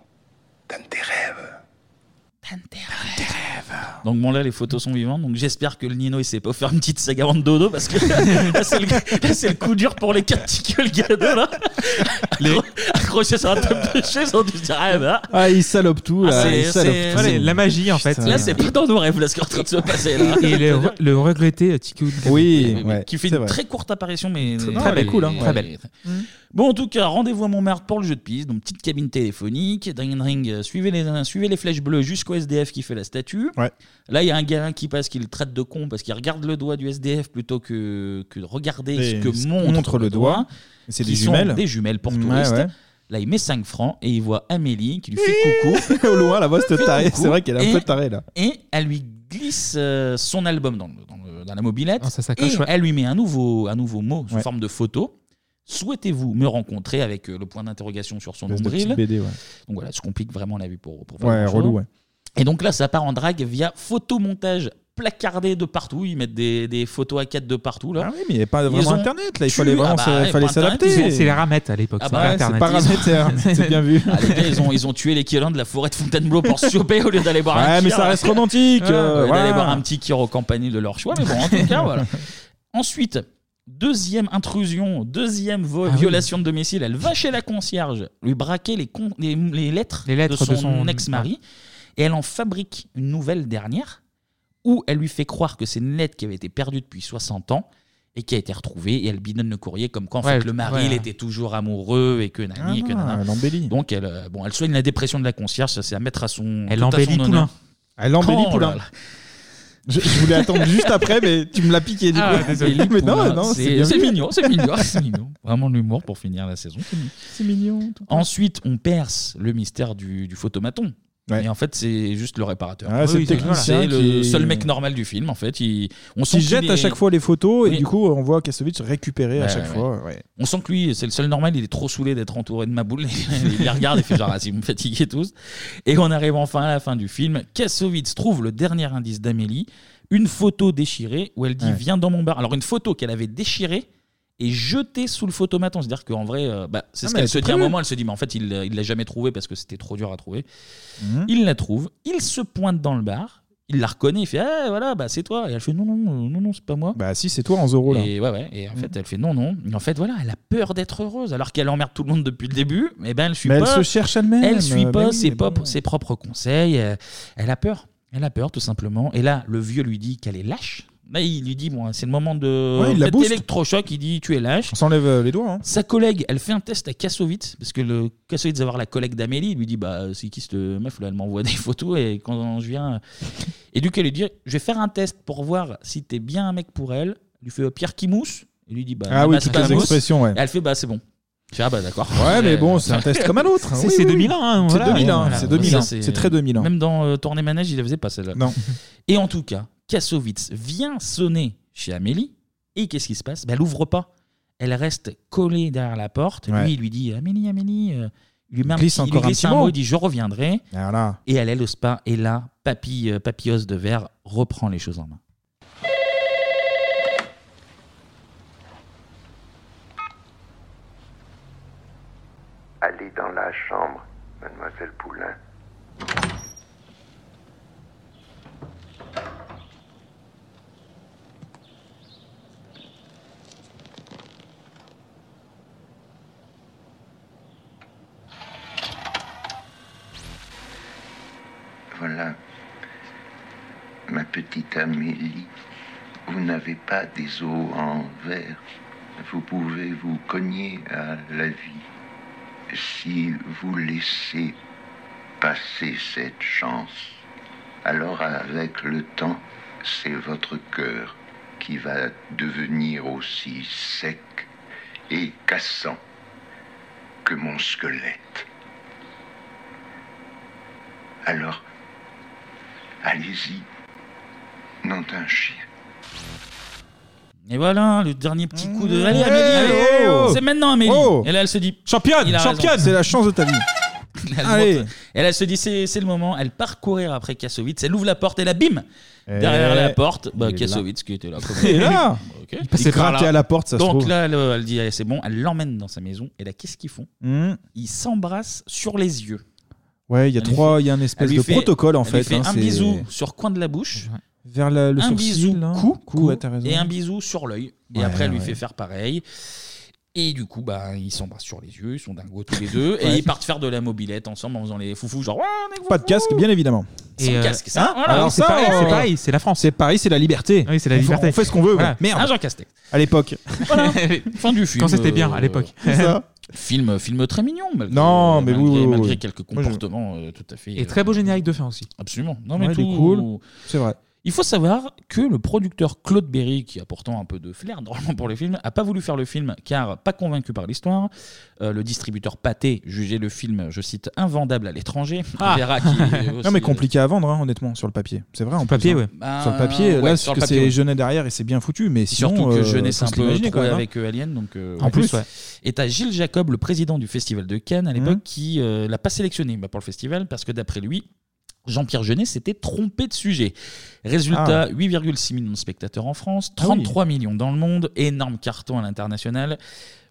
Speaker 1: Donc bon là les photos sont vivantes donc j'espère que le Nino il s'est pas offert une petite saga de dodo parce que là c'est le, là, c'est le coup dur pour les caticules gado là les... accrochés sur la table de chaise on dû se dire ah, bah,
Speaker 8: Ah, il salope tout.
Speaker 1: ah,
Speaker 8: Là,
Speaker 1: c'est-
Speaker 8: il salope
Speaker 1: c'est-
Speaker 8: tout.
Speaker 1: c'est- là
Speaker 8: Putain.
Speaker 1: c'est pas dans nos rêves là ce qui est en train de se passer là
Speaker 7: Et le, le
Speaker 1: euh,
Speaker 7: regretté Tiki Oudgado.
Speaker 8: Oui, ouais,
Speaker 1: qui fait
Speaker 8: c'est
Speaker 1: une
Speaker 8: vrai.
Speaker 1: très courte apparition, mais
Speaker 7: Très-
Speaker 1: mais-
Speaker 7: très belle,
Speaker 1: mais-
Speaker 7: cool, hein,
Speaker 1: mais-
Speaker 7: très belle.
Speaker 1: mais- Bon, en tout cas, rendez-vous à Montmartre pour le jeu de piste. Donc, petite cabine téléphonique, dring dring, euh, suivez les, euh, suivez les flèches bleues jusqu'au SDF qui fait la statue. Là, il y a un gars qui passe, qui le traite de con parce qu'il regarde le doigt du SDF plutôt que, que de regarder
Speaker 8: Et
Speaker 1: ce que
Speaker 8: ce-
Speaker 1: montre,
Speaker 8: montre le doigt. C'est
Speaker 1: qui
Speaker 8: des
Speaker 1: sont
Speaker 8: jumelles.
Speaker 1: Des jumelles pour
Speaker 8: Ouais,
Speaker 1: touristes.
Speaker 8: ouais.
Speaker 1: Là, il met 5 francs et il voit Amélie qui lui fait coucou.
Speaker 8: Au loin, la voix, cette
Speaker 1: Fait
Speaker 8: tarée.
Speaker 1: coucou.
Speaker 8: C'est vrai qu'elle est un
Speaker 1: Et-
Speaker 8: peu tarée là.
Speaker 1: et elle lui glisse euh, son album dans, le- dans le- dans la mobilette.
Speaker 7: Dans sa sacoche,
Speaker 1: et
Speaker 7: ouais.
Speaker 1: elle lui met un nouveau, un nouveau mot sous
Speaker 7: Ouais.
Speaker 1: forme de photo. Souhaitez-vous me rencontrer avec euh, le point d'interrogation sur son
Speaker 8: Espèce de
Speaker 1: nombril
Speaker 8: petite BD, ouais.
Speaker 1: Donc voilà, ça complique vraiment la vie pour, pour
Speaker 8: Ouais,
Speaker 1: grand-chose.
Speaker 8: relou, ouais.
Speaker 1: Et donc là, ça part en drague via photomontage placardé de partout. Ils mettent des, des photos à 4 de partout. Là. Ah
Speaker 8: oui, mais il n'y a pas vraiment Internet, là. Il fallait
Speaker 1: bah,
Speaker 8: vraiment se- fallait s'adapter. C'est- c'est les ramettes à l'époque,
Speaker 1: Ah
Speaker 8: c'est
Speaker 1: bah
Speaker 8: pas
Speaker 1: ouais,
Speaker 8: Internet.
Speaker 1: c'est pas
Speaker 8: Ils ont-
Speaker 1: ramettes, hein.
Speaker 8: C'est bien vu.
Speaker 1: Ah, les gars, ils ont, ils ont tué l'équivalent de la forêt de Fontainebleau pour se choper au lieu d'aller boire un
Speaker 8: Ouais, mais
Speaker 1: kir.
Speaker 8: ça reste romantique,
Speaker 1: Ouais,
Speaker 8: euh,
Speaker 1: au lieu d'aller
Speaker 8: voilà.
Speaker 1: boire un petit kir au campanile de leur choix. Mais bon, en tout cas, voilà. Ensuite, deuxième intrusion, deuxième
Speaker 7: Ah
Speaker 1: vo- violation de domicile. Elle va chez la concierge lui braquer les, con- les, les lettres,
Speaker 7: Les lettres
Speaker 1: de son,
Speaker 7: de son-
Speaker 1: ex-mari. Et elle en fabrique une nouvelle dernière où elle lui fait croire que c'est une lettre qui avait été perdue depuis 60 ans et qui a été retrouvée. Et elle bidonne le courrier comme quand en
Speaker 7: Ouais,
Speaker 1: fait, le mari,
Speaker 7: ouais.
Speaker 1: il était toujours amoureux et que nani et que
Speaker 7: Ah,
Speaker 1: nana.
Speaker 7: elle
Speaker 1: Donc elle, euh, bon, elle soigne la dépression de la concierge, ça c'est à mettre à son.
Speaker 7: Elle
Speaker 1: tout à son
Speaker 7: embellit
Speaker 1: honneur.
Speaker 7: Poulain.
Speaker 8: Elle embellit
Speaker 1: Oh
Speaker 8: Poulain.
Speaker 1: là là.
Speaker 8: Je, je voulais attendre juste après, mais tu me l'as piqué du
Speaker 1: Ah,
Speaker 8: coup.
Speaker 1: désolé,
Speaker 8: mais non,
Speaker 1: Poulain,
Speaker 8: non,
Speaker 1: c'est-
Speaker 8: bien
Speaker 1: c'est
Speaker 8: vu.
Speaker 1: mignon, c'est mignon, ah, c'est mignon. Vraiment de l'humour pour finir la saison. c'est mignon.
Speaker 8: C'est mignon.
Speaker 1: Ensuite, on perce le mystère du, du photomaton. Et en fait, c'est juste le réparateur.
Speaker 8: Ah, c'est le technicien
Speaker 1: c'est le
Speaker 8: qui-
Speaker 1: seul mec normal du film. En fait, il, on sent
Speaker 8: Qui
Speaker 1: qu'il
Speaker 8: jette à
Speaker 1: est-
Speaker 8: chaque fois les photos
Speaker 1: Oui.
Speaker 8: et du coup on voit Kassovitz récupérer à
Speaker 1: Ouais,
Speaker 8: chaque
Speaker 1: Bah, ouais,
Speaker 8: fois.
Speaker 1: ouais. On sent que lui, c'est le seul normal, il est trop saoulé d'être entouré de ma boule. il les regarde et fait genre, ah, si vous me fatiguez tous. Et on arrive enfin à la fin du film. Kassovitz trouve le dernier indice d'Amélie, une photo déchirée où elle dit
Speaker 7: Ouais.
Speaker 1: Viens dans mon bar. Alors, une photo qu'elle avait déchirée et jetée sous le photomaton. C'est-à-dire qu'en vrai, euh, bah, c'est
Speaker 7: Ah,
Speaker 1: ce
Speaker 7: mais
Speaker 1: qu'elle
Speaker 7: elle
Speaker 1: se
Speaker 7: était
Speaker 1: dit à un
Speaker 7: prévue.
Speaker 1: moment. Elle se dit Mais en fait, il
Speaker 8: Mhm.
Speaker 1: ne l'a jamais trouvé parce que c'était trop dur à trouver. Il la trouve, il se pointe dans le bar. il la reconnaît, il fait Ah, voilà, bah, c'est toi. Et elle fait Non, non, non, non, non, c'est pas moi.
Speaker 8: Bah si, c'est toi en Zoro là. Mhm.
Speaker 1: Et, ouais, ouais. et en fait, elle fait non, non. Et en fait, voilà, elle a peur d'être heureuse, alors qu'elle emmerde tout le monde depuis le début. Et ben, elle suit
Speaker 8: Mais elle
Speaker 1: pas.
Speaker 8: se cherche elle-même. euh,
Speaker 1: Elle suit
Speaker 8: Mais
Speaker 1: pas
Speaker 8: oui,
Speaker 1: ses,
Speaker 8: mais
Speaker 1: pop-
Speaker 8: bon.
Speaker 1: ses propres conseils. euh, Elle a peur. Elle a peur, tout simplement. Et là, le vieux lui dit qu'elle est lâche. Là, il lui dit, bon, c'est le moment de
Speaker 8: Euh, Ouais, il la
Speaker 1: mettre
Speaker 8: booste.
Speaker 1: électrochoc. Il dit, tu es lâche.
Speaker 8: On s'enlève euh, les doigts. hein.
Speaker 1: Sa collègue, elle fait un test à Kassovitz, parce que le Kassovitz va voir la collègue d'Amélie, il lui dit Bah, c'est qui cette meuf là Elle m'envoie des photos, et quand je viens. Et du coup, elle lui dit Je vais faire un test pour voir si t'es bien un mec pour elle. Il lui fait euh, Pierre qui mousse Il lui dit Bah,
Speaker 8: Ah
Speaker 1: non,
Speaker 8: oui,
Speaker 1: bah, c'est
Speaker 8: toutes
Speaker 1: pas
Speaker 8: les
Speaker 1: un mousse.
Speaker 8: expressions, ouais.
Speaker 1: Et elle fait Bah, c'est bon. Je fais, Ah, bah, d'accord.
Speaker 8: Ouais, mais bon, c'est un test comme un autre, hein. C'est- Oui, c'est oui, 2001, hein, c'est voilà. 2001, c'est 2001,
Speaker 1: Ça,
Speaker 8: c'est très 2001.
Speaker 1: Même dans euh, Tournée Manège, il la faisait pas celle-là.
Speaker 8: Non.
Speaker 1: Et en tout cas, Kassovitz vient sonner chez Amélie. Et qu'est-ce qui se passe Ben, Elle ouvre pas. Elle reste collée derrière la porte.
Speaker 8: Ouais.
Speaker 1: Lui, il lui dit Amélie, Amélie. euh, il lui met un
Speaker 8: Glisse
Speaker 1: petit- il lui
Speaker 8: encore un
Speaker 1: glisse
Speaker 8: petit
Speaker 1: un
Speaker 8: mot.
Speaker 1: mot. Il dit Je reviendrai.
Speaker 8: Voilà.
Speaker 1: Et elle est au spa. Et là, papy, euh, Papillos de verre reprend les choses en main.
Speaker 15: Allez dans la chambre, mademoiselle Poulain. Voilà, ma petite Amélie, vous n'avez pas des os en verre. Vous pouvez vous cogner à la vie si vous laissez passer cette chance, alors avec le temps, c'est votre cœur qui va devenir aussi sec et cassant que mon squelette. Alors, allez-y, nom d'un chien.
Speaker 1: Et voilà, le dernier petit coup de.
Speaker 15: Mmh.
Speaker 1: Allez, Amélie,
Speaker 15: Hey,
Speaker 1: allez,
Speaker 8: oh.
Speaker 1: c'est maintenant Amélie.
Speaker 8: Oh.
Speaker 1: Et là, elle se dit
Speaker 8: Championne,
Speaker 1: Il a raison.
Speaker 8: championne, c'est la chance de ta vie.
Speaker 1: Elle
Speaker 8: Allez.
Speaker 1: monte. Et là, elle se dit, c'est c'est le moment. Elle part courir après Kassovitz. Elle ouvre la porte et là, bim
Speaker 8: Eh,
Speaker 1: Derrière la porte, bah,
Speaker 8: il est
Speaker 1: Kassovitz qui était là. comme-
Speaker 8: Il est là.
Speaker 1: Ok.
Speaker 8: Il passait
Speaker 1: craint,
Speaker 8: gratter
Speaker 1: là.
Speaker 8: à la porte, ça se
Speaker 1: Donc
Speaker 8: trouve.
Speaker 1: là, elle, elle dit, allez, c'est bon. Elle l'emmène dans sa maison. Et là, qu'est-ce qu'ils font
Speaker 8: Hmm.
Speaker 1: Ils s'embrassent sur les yeux.
Speaker 8: Ouais, il y a
Speaker 1: Elle lui
Speaker 8: trois,
Speaker 1: fait-
Speaker 8: il y a un
Speaker 1: elle
Speaker 8: espèce
Speaker 1: lui
Speaker 8: de
Speaker 1: fait-
Speaker 8: protocole en fait.
Speaker 1: Elle lui fait
Speaker 8: hein,
Speaker 1: un
Speaker 8: c'est-
Speaker 1: bisou sur coin de la bouche.
Speaker 8: vers
Speaker 7: Euh,
Speaker 8: la- le
Speaker 1: un
Speaker 8: sourcil.
Speaker 1: bisou
Speaker 7: hein.
Speaker 8: là.
Speaker 1: cou,
Speaker 8: cou, ouais, t'as raison.
Speaker 1: et un bisou sur l'œil. et
Speaker 8: Ouais,
Speaker 1: après, elle lui
Speaker 8: ouais.
Speaker 1: fait faire pareil. Et du coup, bah, ils s'embrassent sur les yeux, ils sont dingos tous les deux, et
Speaker 8: Ouais.
Speaker 1: ils partent faire de la mobilette ensemble en faisant les foufous, genre. Ouais, on est
Speaker 8: Pas de casque, bien évidemment.
Speaker 1: Sans Et, euh, casque, ça, voilà.
Speaker 8: Alors
Speaker 1: c'est
Speaker 8: ça,
Speaker 1: pareil,
Speaker 8: on-
Speaker 1: c'est pareil,
Speaker 7: c'est la France.
Speaker 8: C'est Paris, c'est la liberté. Oui, c'est
Speaker 7: la liberté.
Speaker 8: On fait ce qu'on veut.
Speaker 7: Voilà.
Speaker 8: ouais. Merde.
Speaker 1: Ah, Jean Castex.
Speaker 8: À l'époque.
Speaker 1: Voilà. fin du film.
Speaker 7: Quand c'était bien, à l'époque.
Speaker 1: euh,
Speaker 7: C'est ça.
Speaker 1: Film, film très mignon, malgré,
Speaker 7: Non, mais oui,
Speaker 1: malgré,
Speaker 7: oui, oui.
Speaker 1: malgré quelques
Speaker 7: Moi, je-
Speaker 1: comportements euh, tout à fait.
Speaker 7: Et très beau générique de fin aussi.
Speaker 1: Absolument. Non, mais
Speaker 7: Ouais, il est
Speaker 1: tout.
Speaker 7: cool.
Speaker 8: C'est vrai.
Speaker 1: Il faut savoir que le producteur Claude Berry, qui a pourtant un peu de flair normalement pour les films, a pas voulu faire le film car pas convaincu par l'histoire. Euh, le distributeur Pathé jugeait le film, je cite, invendable à l'étranger. On verra qui. est
Speaker 8: Ah non mais
Speaker 1: aussi- euh,
Speaker 8: compliqué à vendre hein, honnêtement sur le papier. C'est vrai en plus,
Speaker 1: papier,
Speaker 8: hein.
Speaker 1: ouais. Bah,
Speaker 8: Sur le papier
Speaker 1: ouais,
Speaker 8: là
Speaker 1: sur
Speaker 8: parce
Speaker 1: le
Speaker 8: que
Speaker 1: papier,
Speaker 8: c'est
Speaker 1: ouais.
Speaker 8: Jeunet derrière et c'est bien foutu mais sinon
Speaker 1: Surtout que
Speaker 8: euh,
Speaker 1: Jeunet
Speaker 8: faut
Speaker 1: s'est un
Speaker 8: se
Speaker 1: peu
Speaker 8: l'imaginer, quand
Speaker 1: troué
Speaker 8: même, hein.
Speaker 1: avec euh, Alien. Donc, euh,
Speaker 8: En plus, ouais. Mhm.
Speaker 1: Et t'as Gilles Jacob, le président du Festival de Cannes à l'époque, qui euh, l'a pas sélectionné bah, pour le festival parce que d'après lui, Jean-Pierre Jeunet s'était trompé de sujet.
Speaker 8: Ah.
Speaker 1: Résultat, 8,6 millions de spectateurs en France,
Speaker 8: Ah oui.
Speaker 1: 33 millions dans le monde, énorme carton à l'international,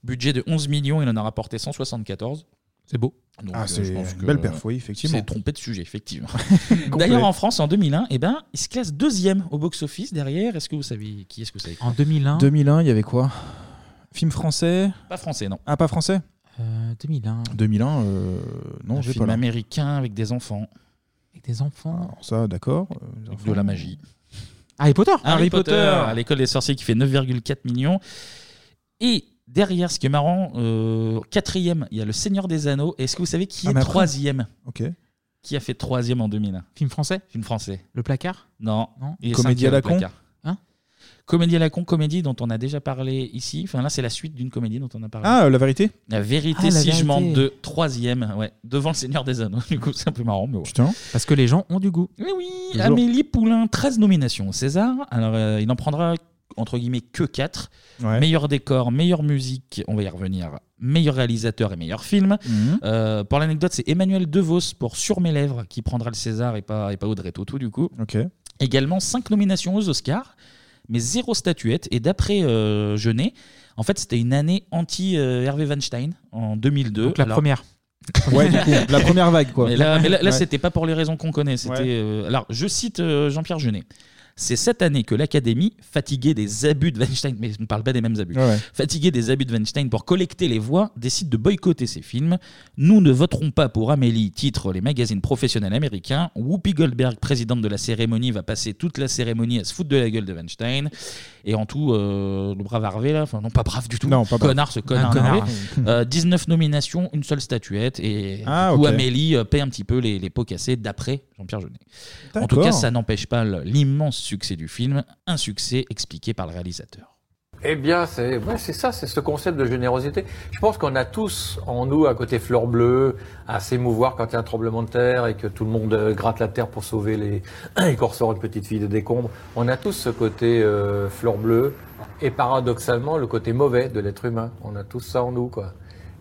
Speaker 1: budget de 11 millions, il en a rapporté 174.
Speaker 7: C'est beau.
Speaker 8: Ah,
Speaker 1: euh,
Speaker 8: c'est une belle perf, oui, effectivement.
Speaker 1: C'est trompé de sujet, effectivement. D'ailleurs, en France, en 2001, eh ben, il se classe deuxième au box-office derrière. Est-ce que vous savez qui est-ce que c'est
Speaker 7: En 2001.
Speaker 8: 2001, il y avait quoi Film français
Speaker 1: Pas français, non.
Speaker 8: Ah, pas français
Speaker 7: Euh, 2001.
Speaker 8: 2001, euh, non,
Speaker 1: Un
Speaker 8: j'ai
Speaker 1: film
Speaker 8: pas là.
Speaker 1: américain avec des enfants.
Speaker 7: Avec des enfants.
Speaker 8: Alors ça, d'accord. euh, les
Speaker 1: de
Speaker 8: enfants.
Speaker 1: la magie.
Speaker 7: Harry Potter.
Speaker 1: Harry Potter, à l'école des sorciers qui fait 9,4 millions. Et derrière, ce qui est marrant, euh, quatrième, il y a le Seigneur des Anneaux. Est-ce que vous savez qui
Speaker 7: Ah,
Speaker 1: est
Speaker 7: mais après-
Speaker 1: troisième
Speaker 8: Ok.
Speaker 1: Qui a fait troisième en 2001
Speaker 7: Film français
Speaker 1: Film français.
Speaker 7: Le placard
Speaker 1: Non.
Speaker 7: Non.
Speaker 1: Il est
Speaker 8: Comédie à
Speaker 1: cinquième,
Speaker 8: la
Speaker 1: le
Speaker 8: con
Speaker 1: placard.
Speaker 7: Hein
Speaker 1: Comédie à la con, comédie dont on a déjà parlé ici. Enfin là, c'est la suite d'une comédie dont on a parlé.
Speaker 8: Ah, euh, La Vérité
Speaker 1: La vérité,
Speaker 7: Ah, La
Speaker 1: si
Speaker 7: Vérité.
Speaker 1: je mens, de troisième, ouais, devant le Seigneur des Anneaux. Du coup, c'est un peu marrant, mais ouais.
Speaker 8: Putain.
Speaker 7: Parce que les gens ont du goût.
Speaker 1: Mais oui,
Speaker 7: Toujours.
Speaker 1: Amélie Poulain, 13 nominations au César. Alors, euh, il n'en prendra entre guillemets que 4.
Speaker 8: Ouais.
Speaker 1: Meilleur décor, meilleure musique, on va y revenir, meilleur réalisateur et meilleur film.
Speaker 8: Mhm.
Speaker 1: Euh, pour l'anecdote, c'est Emmanuel DeVos pour Sur mes lèvres qui prendra le César et pas, et pas Audrey Tautou du coup.
Speaker 8: Ok.
Speaker 1: Également 5 nominations aux Oscars, mais zéro statuette. Et d'après euh, Jeunet, en fait, c'était une année anti-Hervé euh, Weinstein en 2002.
Speaker 7: Donc la
Speaker 1: Alors,
Speaker 7: première.
Speaker 8: Ouais, du coup, la première vague, quoi.
Speaker 1: Mais là, mais là- là,
Speaker 8: Ouais.
Speaker 1: c'était pas pour les raisons qu'on connaît. C'était.
Speaker 8: Ouais.
Speaker 1: euh, alors, je cite euh, Jean-Pierre Jeunet. C'est cette année que l'Académie, fatiguée des abus de Weinstein, mais je ne parle pas des mêmes abus,
Speaker 8: Ouais, ouais.
Speaker 1: fatiguée des abus de Weinstein pour collecter les voix, décide de boycotter ses films. Nous ne voterons pas pour Amélie, titre les magazines professionnels américains. Whoopi Goldberg, présidente de la cérémonie, va passer toute la cérémonie à se foutre de la gueule de Weinstein. Et en tout, euh, le brave Harvey, là, enfin non, pas brave du tout,
Speaker 8: Non, pas brave.
Speaker 1: connard, ce connard.
Speaker 8: Un connard,
Speaker 1: Harvey.
Speaker 8: oui.
Speaker 1: Euh, 19 nominations, une seule statuette. Et
Speaker 8: Ah,
Speaker 1: du coup,
Speaker 8: ok.
Speaker 1: Amélie euh, paie un petit peu les, les pots cassés d'après Jean-Pierre Jeunet. En tout
Speaker 8: D'accord.
Speaker 1: cas, ça n'empêche pas le- l'immense succès du film, un succès expliqué par le réalisateur.
Speaker 3: Eh bien, c'est ouais, c'est ça, c'est ce concept de générosité. Je pense qu'on a tous en nous un côté fleur bleue, à s'émouvoir quand il y a un tremblement de terre et que tout le monde euh, gratte la terre pour sauver les et qu'on ressort une petite fille des décombres. On a tous ce côté euh, fleur bleue et paradoxalement le côté mauvais de l'être humain. On a tous ça en nous, quoi.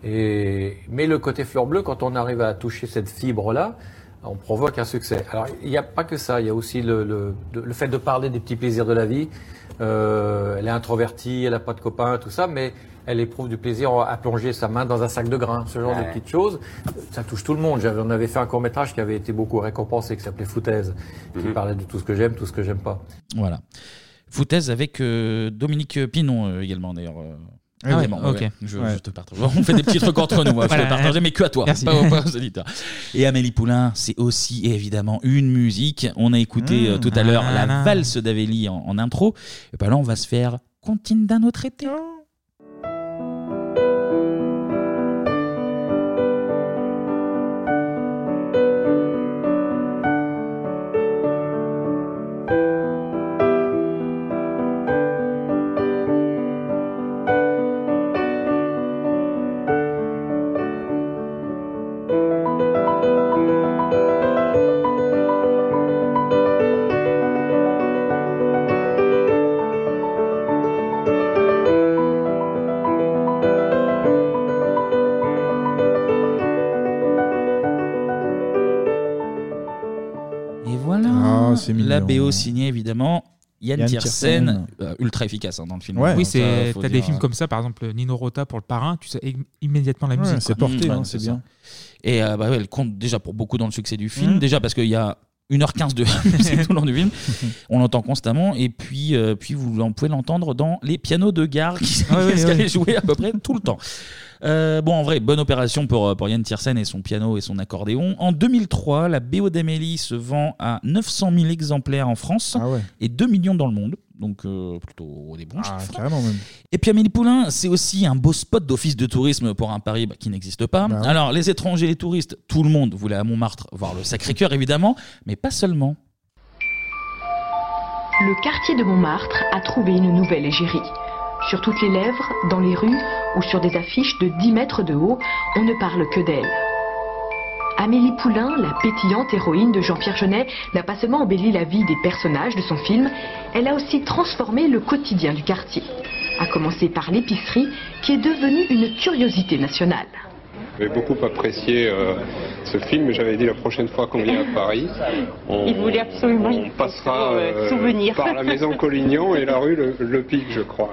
Speaker 3: Et mais le côté fleur bleue, quand on arrive à toucher cette fibre là. On provoque un succès. Alors, il n'y a pas que ça. Il y a aussi le, le, de- le fait de parler des petits plaisirs de la vie. Euh, elle est introvertie, elle n'a pas de copains, tout ça, mais elle éprouve du plaisir à plonger sa main dans un sac de grains, ce genre de
Speaker 16: Ouais.
Speaker 3: petites choses. Ça touche tout le monde. J'avais- On avait fait un court métrage qui avait été beaucoup récompensé, qui s'appelait Foutaise, qui parlait de tout ce que j'aime, tout ce que j'aime pas.
Speaker 1: Voilà. Foutaise avec euh, Dominique Pinon euh, également, d'ailleurs. euh,
Speaker 7: Ah ouais,
Speaker 1: vraiment,
Speaker 7: ok.
Speaker 1: Je,
Speaker 7: Ouais.
Speaker 1: je te partage. On fait des petits trucs entre nous. hein, je
Speaker 7: Voilà.
Speaker 1: te partageais, mais que à toi,
Speaker 7: Merci.
Speaker 1: pas, aux- pas aux auditeurs. Et Amélie Poulain, c'est aussi évidemment une musique. On a écouté
Speaker 7: Mmh.
Speaker 1: euh, tout à l'heure
Speaker 7: Ah là
Speaker 1: la
Speaker 7: là.
Speaker 1: valse d'Avélie en, en intro. Et ben là, on va se faire Contine d'un autre été. Et voilà.
Speaker 8: Ah, c'est mignon.
Speaker 1: la BO signée évidemment. Yann,
Speaker 8: Yann
Speaker 1: Tiersen,
Speaker 8: Tiersen.
Speaker 1: euh, ultra efficace hein, dans le film.
Speaker 8: Ouais.
Speaker 7: oui,
Speaker 1: Ça,
Speaker 7: c'est
Speaker 1: faut
Speaker 7: t'as des
Speaker 1: dire,
Speaker 7: films
Speaker 1: euh,
Speaker 7: comme ça, par exemple Nino Rota pour le parrain, tu sais im- immédiatement la
Speaker 8: Ouais,
Speaker 7: musique.
Speaker 8: c'est
Speaker 7: quoi.
Speaker 8: porté, hein, c'est
Speaker 1: ça.
Speaker 8: bien. Mmh.
Speaker 1: Et euh, bah ouais, elle compte déjà pour beaucoup dans le succès du film.
Speaker 7: Mhm.
Speaker 1: Déjà parce qu'il y a 1h15 de musique tout le long du film. On l'entend constamment. Et puis, euh, puis vous l'en- pouvez l'entendre dans les pianos de gare qui
Speaker 7: Ah ouais,
Speaker 1: qu'est-ce
Speaker 7: ouais,
Speaker 1: qu'elle
Speaker 7: ouais.
Speaker 1: est jouée à peu près tout le temps. Euh, bon, en vrai, bonne opération pour, euh, pour Yann Tiersen et son piano et son accordéon. En 2003, la BO d'Amélie se vend à 900 000 exemplaires en France
Speaker 8: Ah
Speaker 1: et 2 millions dans le monde. Donc, euh, plutôt des bons chiffres.
Speaker 8: Ah, Carrément, même.
Speaker 1: Et puis Amélie Poulain, c'est aussi un beau spot d'office de tourisme pour un Paris bah, qui n'existe pas.
Speaker 8: Bah ouais.
Speaker 1: Alors, les étrangers, les touristes, tout le monde voulait à Montmartre voir le Sacré-Cœur, évidemment, mais pas seulement.
Speaker 17: Le quartier de Montmartre a trouvé une nouvelle égérie. Sur toutes les lèvres, dans les rues ou sur des affiches de 10 mètres de haut, on ne parle que d'elle. Amélie Poulain, la pétillante héroïne de Jean-Pierre Jeunet, n'a pas seulement embelli la vie des personnages de son film, elle a aussi transformé le quotidien du quartier. À commencer par l'épicerie, qui est devenue une curiosité nationale.
Speaker 19: J'avais beaucoup apprécié euh, ce film et j'avais dit la prochaine fois qu'on vient à Paris, on,
Speaker 17: Il voulait absolument
Speaker 19: on passera euh,
Speaker 17: souvenir.
Speaker 19: par la maison Collignon et la rue Le, Le Pic, je crois.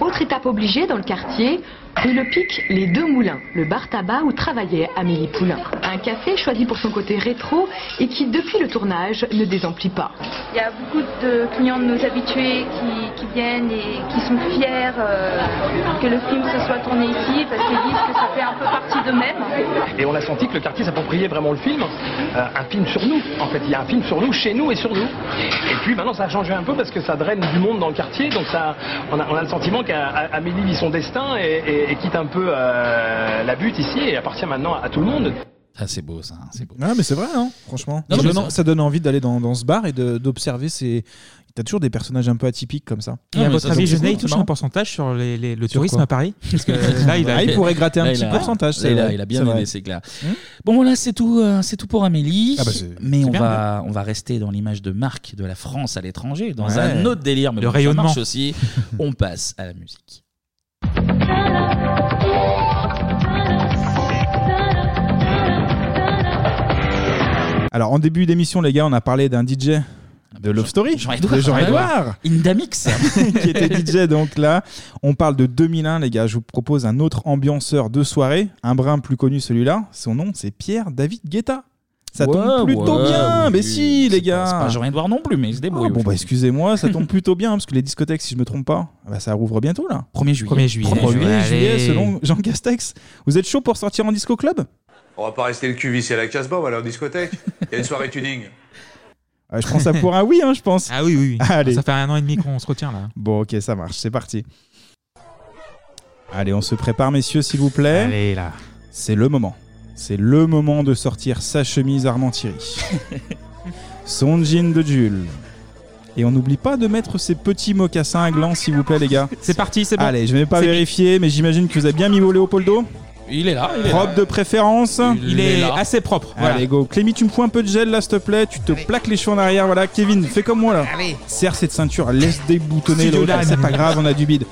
Speaker 17: Autre étape obligée dans le quartier, rue Le Pic, les deux moulins, le bar tabac où travaillait Amélie Poulain. Un café choisi pour son côté rétro et qui, depuis le tournage, ne désemplit pas.
Speaker 20: Il y a beaucoup de clients de nos habitués qui, qui viennent et qui sont fiers euh, que le film se soit tourné ici parce qu'ils disent que ça fait un peu partie d'eux-mêmes.
Speaker 22: Et on a senti que le quartier s'appropriait vraiment le film, euh, un film sur nous. En fait, il y a un film sur nous, chez nous et sur nous. Et puis maintenant, ça a changé un peu parce que ça draine du monde dans le quartier, donc ça, on a, on a le sentiment qu'Amélie vit son destin et, et- et quitte un peu euh, la butte ici et appartient maintenant à tout le monde.
Speaker 1: Ah, c'est beau ça, c'est beau.
Speaker 8: Ah, mais c'est vrai, hein, franchement.
Speaker 1: Non,
Speaker 8: ça,
Speaker 1: mais
Speaker 8: donne,
Speaker 1: c'est-
Speaker 8: ça donne envie d'aller dans, dans ce bar et de- d'observer ces. T'as toujours des personnages un peu atypiques comme ça.
Speaker 7: Et à votre avis, Jeunet, il touche un
Speaker 8: Non.
Speaker 7: pourcentage sur les- les- le
Speaker 8: Sur
Speaker 7: tourisme
Speaker 8: quoi
Speaker 7: à Paris Parce que là, il, a-
Speaker 8: Ah, il pourrait gratter un
Speaker 1: Là,
Speaker 8: petit
Speaker 1: il a-
Speaker 8: pourcentage.
Speaker 1: là,
Speaker 8: c'est
Speaker 1: il, a,
Speaker 8: vrai,
Speaker 1: il a bien
Speaker 8: c'est vrai.
Speaker 1: aidé, c'est clair. Bon, voilà, c'est tout, euh, c'est tout pour Amélie.
Speaker 8: Ah bah, c'est-
Speaker 1: mais
Speaker 8: c'est
Speaker 1: on
Speaker 8: bien,
Speaker 1: va, on va rester dans l'image de marque de la France à l'étranger, dans
Speaker 8: Ouais.
Speaker 1: un autre délire, mais
Speaker 7: Le
Speaker 1: bon, ça
Speaker 7: rayonnement.
Speaker 1: marche aussi. on passe à la musique. Ah,
Speaker 8: Alors en début d'émission, les gars, on a parlé d'un DJ de Love Story
Speaker 1: Jean-Édouard.
Speaker 8: de Jean-Édouard
Speaker 1: Jean-Édouard. Indamix.
Speaker 8: qui était DJ donc là. On parle de 2001 les gars, je vous propose un autre ambianceur de soirée, un brin plus connu celui-là, son nom c'est Pierre David Guetta. Ça
Speaker 1: Ouais,
Speaker 8: tombe plutôt
Speaker 1: ouais,
Speaker 8: bien,
Speaker 1: oui.
Speaker 8: mais si les gars.
Speaker 1: C'est pas Jean-Édouard non plus, mais il se débrouille.
Speaker 8: Ah, bon
Speaker 1: au
Speaker 8: bah
Speaker 1: final.
Speaker 8: excusez-moi, ça tombe plutôt bien parce que les discothèques si je me trompe pas, bah, ça rouvre bientôt là.
Speaker 1: 1er juillet.
Speaker 8: 1er juillet,
Speaker 1: 1er juillet, allez.
Speaker 8: selon Jean Castex. Vous êtes chaud pour sortir en disco club
Speaker 9: On va pas rester le cul vissé à la casse on va aller en discothèque. Il y a une soirée tuning.
Speaker 8: Ah, Je prends ça pour un oui hein, je pense.
Speaker 7: Ah oui oui. oui.
Speaker 8: Allez.
Speaker 7: Ça fait un an et demi qu'on se retient là.
Speaker 8: Bon, ok, ça marche, c'est parti. Allez, on se prépare, messieurs, s'il vous plaît.
Speaker 7: Allez, là.
Speaker 8: C'est le moment. C'est le moment de sortir sa chemise Armentieri, son jean de Jules. Et on n'oublie pas de mettre ses petits mocassins à gland, s'il vous plaît, les gars.
Speaker 7: C'est parti, c'est bon.
Speaker 8: Allez, je vais pas
Speaker 7: C'est-
Speaker 8: vérifier, mais j'imagine que vous avez bien mis vos Léopoldo.
Speaker 1: Il est là. il est
Speaker 8: Propre
Speaker 1: là.
Speaker 8: de préférence.
Speaker 1: Il Il est est là. assez
Speaker 7: propre.
Speaker 1: voilà.
Speaker 8: Allez, go. Clémy, tu me fous un peu de gel là, s'il te plaît. Tu te plaques les cheveux en arrière. Voilà, Kevin, fais comme moi là.
Speaker 7: Allez.
Speaker 8: Serre cette ceinture, laisse déboutonner
Speaker 7: Studio
Speaker 8: l'autre.
Speaker 7: Dan.
Speaker 8: C'est pas grave, on a du bide.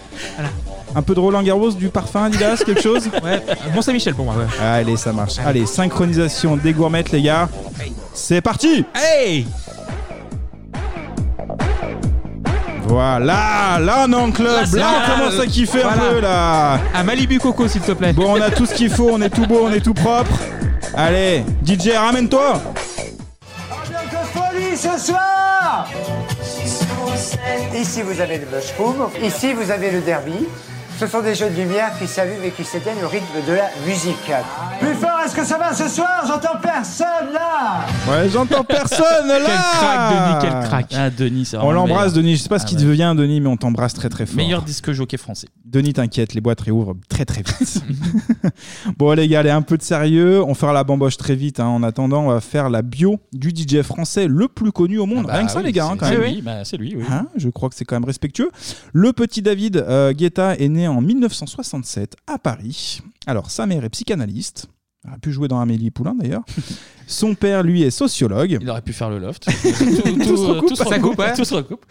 Speaker 8: Un peu de Roland Garros, du parfum Adidas, quelque chose
Speaker 7: Ouais, bon Saint-Michel pour moi.
Speaker 8: Allez, ça marche. Allez, synchronisation des gourmettes, les gars. C'est parti
Speaker 7: Hey
Speaker 8: Voilà, là on est en
Speaker 7: Là,
Speaker 8: club,
Speaker 7: c'est
Speaker 8: là on
Speaker 7: là,
Speaker 8: commence à
Speaker 7: euh,
Speaker 8: kiffer un
Speaker 7: voilà.
Speaker 8: peu là.
Speaker 7: À Malibu Coco s'il te plaît.
Speaker 8: Bon, on a tout ce qu'il faut, on est tout beau, on est tout propre. Allez, DJ, ramène-toi.
Speaker 11: Francophonie ce soir Ici vous avez le Bush ici vous avez le derby. Ce sont des jeux de lumière qui s'allument et qui s'éteignent au rythme de la musique. Plus fort, est-ce que ça va ce soir J'entends personne là
Speaker 8: Ouais, j'entends Oh, personne là.
Speaker 1: Quel crack, Denis, quel crack. Ah, Denis, c'est
Speaker 8: On
Speaker 1: vraiment
Speaker 8: l'embrasse,
Speaker 1: le meilleur.
Speaker 8: Denis. Je sais pas ce
Speaker 1: Ah
Speaker 8: qu'il
Speaker 1: ouais.
Speaker 8: devient, Denis, mais on t'embrasse très très fort.
Speaker 1: Meilleur disque jockey français.
Speaker 8: Denis, t'inquiète, les boîtes réouvrent très très vite. bon, les gars, allez, un peu de sérieux. On fera la bamboche très vite. hein. En attendant, on va faire la bio du DJ français le plus connu au monde.
Speaker 1: Bah
Speaker 8: Rien que ça,
Speaker 1: oui,
Speaker 8: les gars, hein,
Speaker 1: c'est-
Speaker 8: quand
Speaker 1: c'est
Speaker 8: même.
Speaker 1: lui, bah, c'est lui, oui.
Speaker 8: Hein, je crois que c'est quand même respectueux. Le petit David euh, Guetta est né en 1967 à Paris. Alors, sa mère est psychanalyste. Elle a pu jouer dans Amélie Poulain d'ailleurs. Son père, lui, est sociologue.
Speaker 1: Il aurait pu faire le loft.
Speaker 8: tout,
Speaker 1: tout, euh, tout se
Speaker 8: ça
Speaker 1: recoupe,
Speaker 8: coupe, hein.
Speaker 1: tout se recoupe.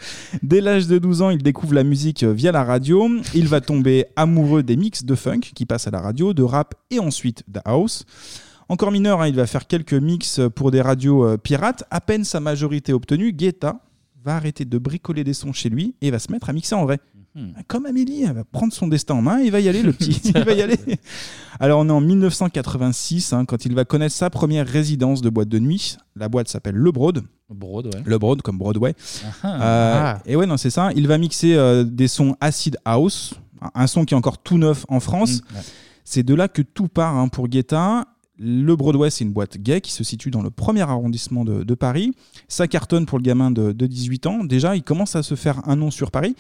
Speaker 8: Dès l'âge de 12 ans, il découvre la musique euh, via la radio. Il va tomber amoureux des mix de funk qui passent à la radio, de rap et ensuite de house. Encore mineur, hein, il va faire quelques mix pour des radios euh, pirates. À peine sa majorité obtenue, Guetta va arrêter de bricoler des sons chez lui et va se mettre à mixer en vrai.
Speaker 1: Mhm.
Speaker 8: Comme Amélie, elle va prendre son destin en main, il va y aller le petit, il va y aller. Alors on est en 1986 hein, quand il va connaître sa première résidence de boîte de nuit. La boîte s'appelle Le Broad.
Speaker 1: Broad, ouais.
Speaker 8: Le Broad comme Broadway.
Speaker 1: Ah.
Speaker 8: Euh, Et ouais, non, c'est ça. Il va mixer euh, des sons acid house, un son qui est encore tout neuf en France.
Speaker 1: Mm, ouais.
Speaker 8: C'est de là que tout part hein, pour Guetta. Le Broadway, c'est une boîte gay qui se situe dans le premier arrondissement de, de Paris. Ça cartonne pour le gamin de, de 18 ans. Déjà, il commence à se faire un nom sur Paris.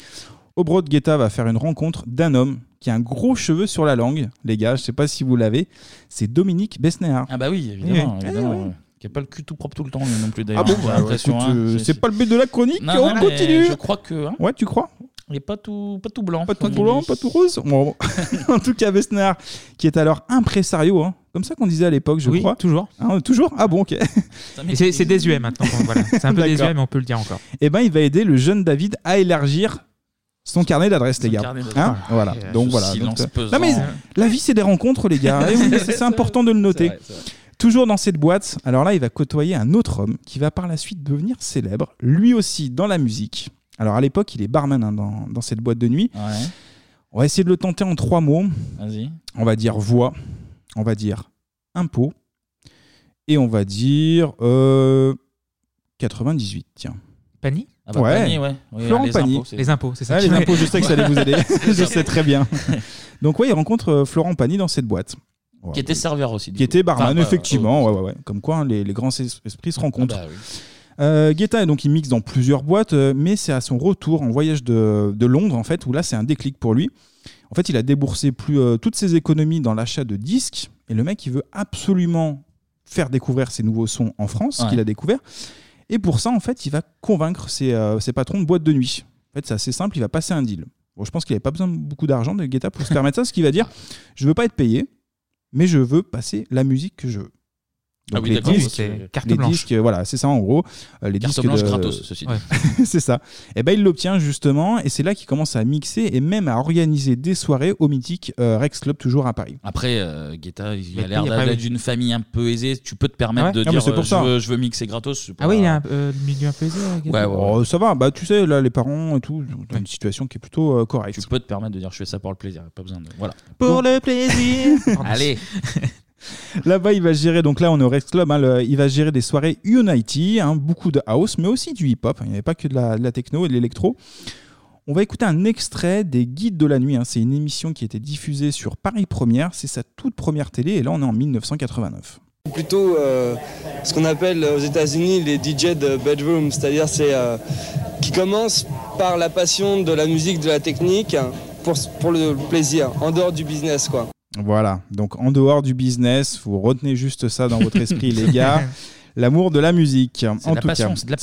Speaker 8: Au Broad, Guetta va faire une rencontre d'un homme qui a un gros cheveu sur la langue. Les gars, je sais pas si vous l'avez. C'est Dominique Besnéard.
Speaker 1: Ah bah oui, évidemment.
Speaker 8: Eh
Speaker 1: évidemment,
Speaker 8: oui.
Speaker 1: ouais. Qui a pas le cul tout propre tout le temps, lui non plus
Speaker 8: Ah
Speaker 1: d'ailleurs.
Speaker 8: bon,
Speaker 1: J'ai
Speaker 8: bah,
Speaker 1: l'impression,
Speaker 8: écoute,
Speaker 1: hein.
Speaker 8: euh, c'est pas le but de la chronique.
Speaker 1: Non,
Speaker 8: on
Speaker 1: non, mais
Speaker 8: continue.
Speaker 1: Je crois que. hein,
Speaker 8: Ouais, tu crois
Speaker 1: il est pas tout, pas tout blanc.
Speaker 8: Pas tout blanc, pas tout rose. Bon, en tout cas, Besnard, qui est alors impresario, hein. comme ça qu'on disait à l'époque, je
Speaker 7: Oui,
Speaker 8: crois.
Speaker 7: toujours.
Speaker 8: Hein, toujours Ah bon, ok.
Speaker 7: Et c'est- C'est désuet maintenant. bon, voilà. C'est un peu
Speaker 8: D'accord.
Speaker 7: désuet, mais on peut le dire encore.
Speaker 8: Eh ben, il va aider le jeune David à élargir son carnet d'adresses, les gars.
Speaker 7: carnet d'adresses.
Speaker 8: Hein voilà.
Speaker 7: Et, euh,
Speaker 8: Donc
Speaker 7: ce
Speaker 8: voilà.
Speaker 7: silence
Speaker 8: Donc, euh,
Speaker 7: pesant.
Speaker 8: Non, mais la vie, c'est des rencontres, les gars. Et oui, c'est- c'est important de le noter. Toujours dans cette boîte, alors là, il va côtoyer un autre homme qui va par la suite devenir célèbre, lui aussi dans la musique. Alors à l'époque, il est barman hein, dans, dans cette boîte de nuit. On va essayer de le tenter en trois mots.
Speaker 1: Vas-y.
Speaker 8: On va dire voix, on va dire impôt, et on va dire euh, 98, tiens.
Speaker 7: Pani
Speaker 1: Ah bah, Pani, ouais. Oui,
Speaker 8: Florent
Speaker 1: les
Speaker 8: Pani.
Speaker 1: impôts, c'est- Les impôts, c'est ça
Speaker 8: Ah,
Speaker 1: qui
Speaker 8: les
Speaker 1: m'a-
Speaker 8: impôts, je sais que ça allait vous aider.
Speaker 1: C'est
Speaker 8: je
Speaker 1: ça.
Speaker 8: sais très bien. Donc, ouais, il rencontre euh, Florent Pani dans cette boîte. Ouais.
Speaker 1: Qui était serveur aussi. du
Speaker 8: Qui
Speaker 1: coup.
Speaker 8: était barman,
Speaker 1: Enfin, euh,
Speaker 8: effectivement. ouais, ouais, ouais. Comme quoi, hein, les, les grands es- esprits se rencontrent.
Speaker 1: Ah bah oui.
Speaker 8: Euh, Guetta, donc, il mixe dans plusieurs boîtes, euh, mais c'est à son retour en voyage de, de Londres, en fait, où là, c'est un déclic pour lui. En fait, il a déboursé plus, euh, toutes ses économies dans l'achat de disques, et le mec, il veut absolument faire découvrir ses nouveaux sons en France,
Speaker 1: Ouais.
Speaker 8: qu'il a découvert. Et pour ça, en fait, il va convaincre ses, euh, ses patrons de boîte de nuit. En fait, c'est assez simple, il va passer un deal. Bon, je pense qu'il n'avait pas besoin de beaucoup d'argent de Guetta pour se permettre ça, ce qui va dire je veux pas être payé, mais je veux passer la musique que je veux. Donc
Speaker 1: Ah oui,
Speaker 8: les
Speaker 1: d'accord,
Speaker 8: disques,
Speaker 1: c'est carte
Speaker 8: les
Speaker 1: blanche.
Speaker 8: disques, euh, voilà, c'est ça en gros. Euh, les
Speaker 1: Carte
Speaker 8: disques
Speaker 1: blanche
Speaker 8: de-
Speaker 1: gratos, ceci dit.
Speaker 8: c'est ça. Et ben il l'obtient justement, et c'est là qu'il commence à mixer et même à organiser des soirées au mythique euh, Rex Club, toujours à Paris.
Speaker 1: Après, euh, Guetta, il a
Speaker 8: Mais
Speaker 1: l'air
Speaker 8: il y a pas-
Speaker 1: d'être d'une famille un peu aisée. Tu peux te
Speaker 8: Ah
Speaker 1: permettre
Speaker 8: ouais
Speaker 1: de
Speaker 8: Non, mais
Speaker 1: dire
Speaker 8: c'est pour
Speaker 1: euh, je,
Speaker 8: ça.
Speaker 1: veux, je veux mixer gratos. c'est pas-
Speaker 7: Ah oui, il y a un euh, milieu un peu aisé. euh, Gaëtan.
Speaker 8: Oh, ça va, bah tu sais, là les parents et tout, dans une situation qui est plutôt euh, correcte.
Speaker 1: Tu peux te permettre de dire je fais ça pour le plaisir. Pas besoin de. Voilà.
Speaker 7: Pour le plaisir. Pardon.
Speaker 1: Allez.
Speaker 8: Là-bas, il va gérer, donc là on est au Rex Club, hein, le- il va gérer des soirées Unity, hein, beaucoup de house, mais aussi du hip-hop. hein. Il n'y avait pas que de la, de la techno et de l'électro. On va écouter un extrait des Guides de la nuit. hein. C'est une émission qui a été diffusée sur Paris Première. C'est sa toute première télé, et là on est en 1989.
Speaker 2: plutôt euh, ce qu'on appelle euh, aux États-Unis les DJ de bedroom, c'est-à-dire c'est euh, qui commence par la passion de la musique, de la technique pour, pour le plaisir, en dehors du business quoi.
Speaker 8: Voilà, donc en dehors du business, vous retenez juste ça dans votre esprit, les gars. L'amour de la musique. En
Speaker 1: de la
Speaker 8: tout
Speaker 1: passion,
Speaker 8: cas,
Speaker 1: c'est de la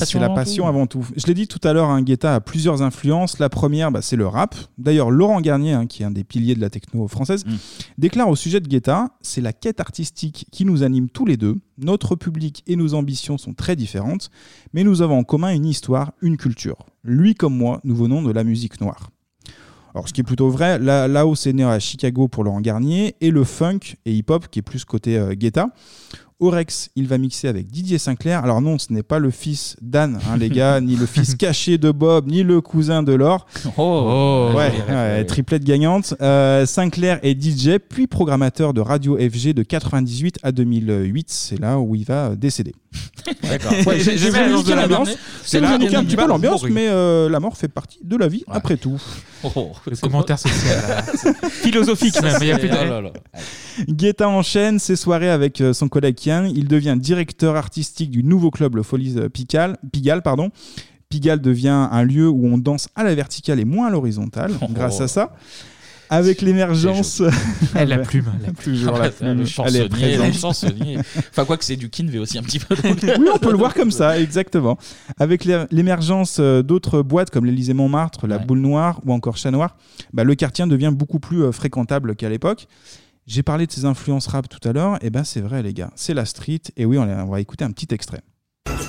Speaker 8: c'est
Speaker 1: passion avant tout.
Speaker 8: avant tout. Je l'ai dit tout à l'heure, hein, Guetta a plusieurs influences. La première, bah, c'est le rap. D'ailleurs, Laurent Garnier, hein, qui est un des piliers de la techno française,
Speaker 1: Mm.
Speaker 8: déclare au sujet de Guetta C'est la quête artistique qui nous anime tous les deux. Notre public et nos ambitions sont très différentes, mais nous avons en commun une histoire, une culture. Lui comme moi, nous venons de la musique noire. Alors, ce qui est plutôt vrai, la, la hausse est née à Chicago pour Laurent Garnier et le funk et hip-hop qui est plus côté euh, Guetta. Orex, il va mixer avec Didier Sinclair. Alors non, ce n'est pas le fils d'Anne, hein, les gars, ni le fils caché de Bob, ni le cousin de Laure.
Speaker 1: Oh,
Speaker 8: ouais,
Speaker 1: joli
Speaker 8: ouais, triplette gagnante. Euh, Sinclair est DJ, puis programmateur de Radio FG de 98 à 2008. C'est là où il va euh, décéder.
Speaker 1: D'accord.
Speaker 8: Ouais, j'ai- j'ai voulu niquer l'ambiance. C'est là niquer un petit peu l'ambiance, mais euh, la mort fait partie de la vie, après tout.
Speaker 1: Oh,
Speaker 7: Le commentaire social. euh, philosophique même. Il y a plus de...
Speaker 1: oh
Speaker 8: Guetta enchaîne ses soirées avec euh, son collègue Kian. Il devient directeur artistique du nouveau club Le Folies euh, Pigalle. Pigalle, pardon. Pigalle devient un lieu où on danse à la verticale et moins à l'horizontale,
Speaker 1: Oh.
Speaker 8: grâce à ça. Avec l'émergence.
Speaker 7: Eh, la plume, la
Speaker 8: plume. toujours la plume.
Speaker 1: Ah, bah, Le
Speaker 8: Elle est
Speaker 1: chansonnier,
Speaker 8: présente.
Speaker 1: le chansonnier. Enfin, quoi que c'est du Kinvé aussi un petit peu.
Speaker 8: oui, on peut le voir comme ça, exactement. Avec l'é- l'émergence euh, d'autres boîtes comme l'Élysée Montmartre, la Boule Noire ou encore Chat Noir, bah, le quartier devient beaucoup plus euh, fréquentable qu'à l'époque. J'ai parlé de ces influences rap tout à l'heure, et ben c'est vrai les gars, c'est la street, et oui, on, on va écouter un petit extrait.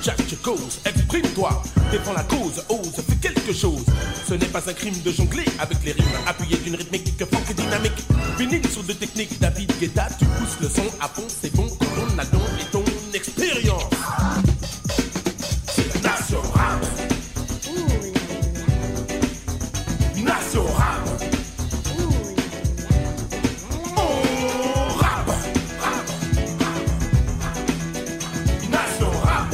Speaker 10: Jack, je cause, exprime-toi, défends la cause, ose, fais quelque chose. Ce n'est pas un crime de jongler avec les rimes, appuyé d'une rythmique que funk et dynamique. Vinyle sur deux techniques, David Guetta, tu pousses le son à fond, c'est bon, quand on a don et ton expérience. C'est Nation Rap. Nation Rap. On rap. Rap. Nation Rap.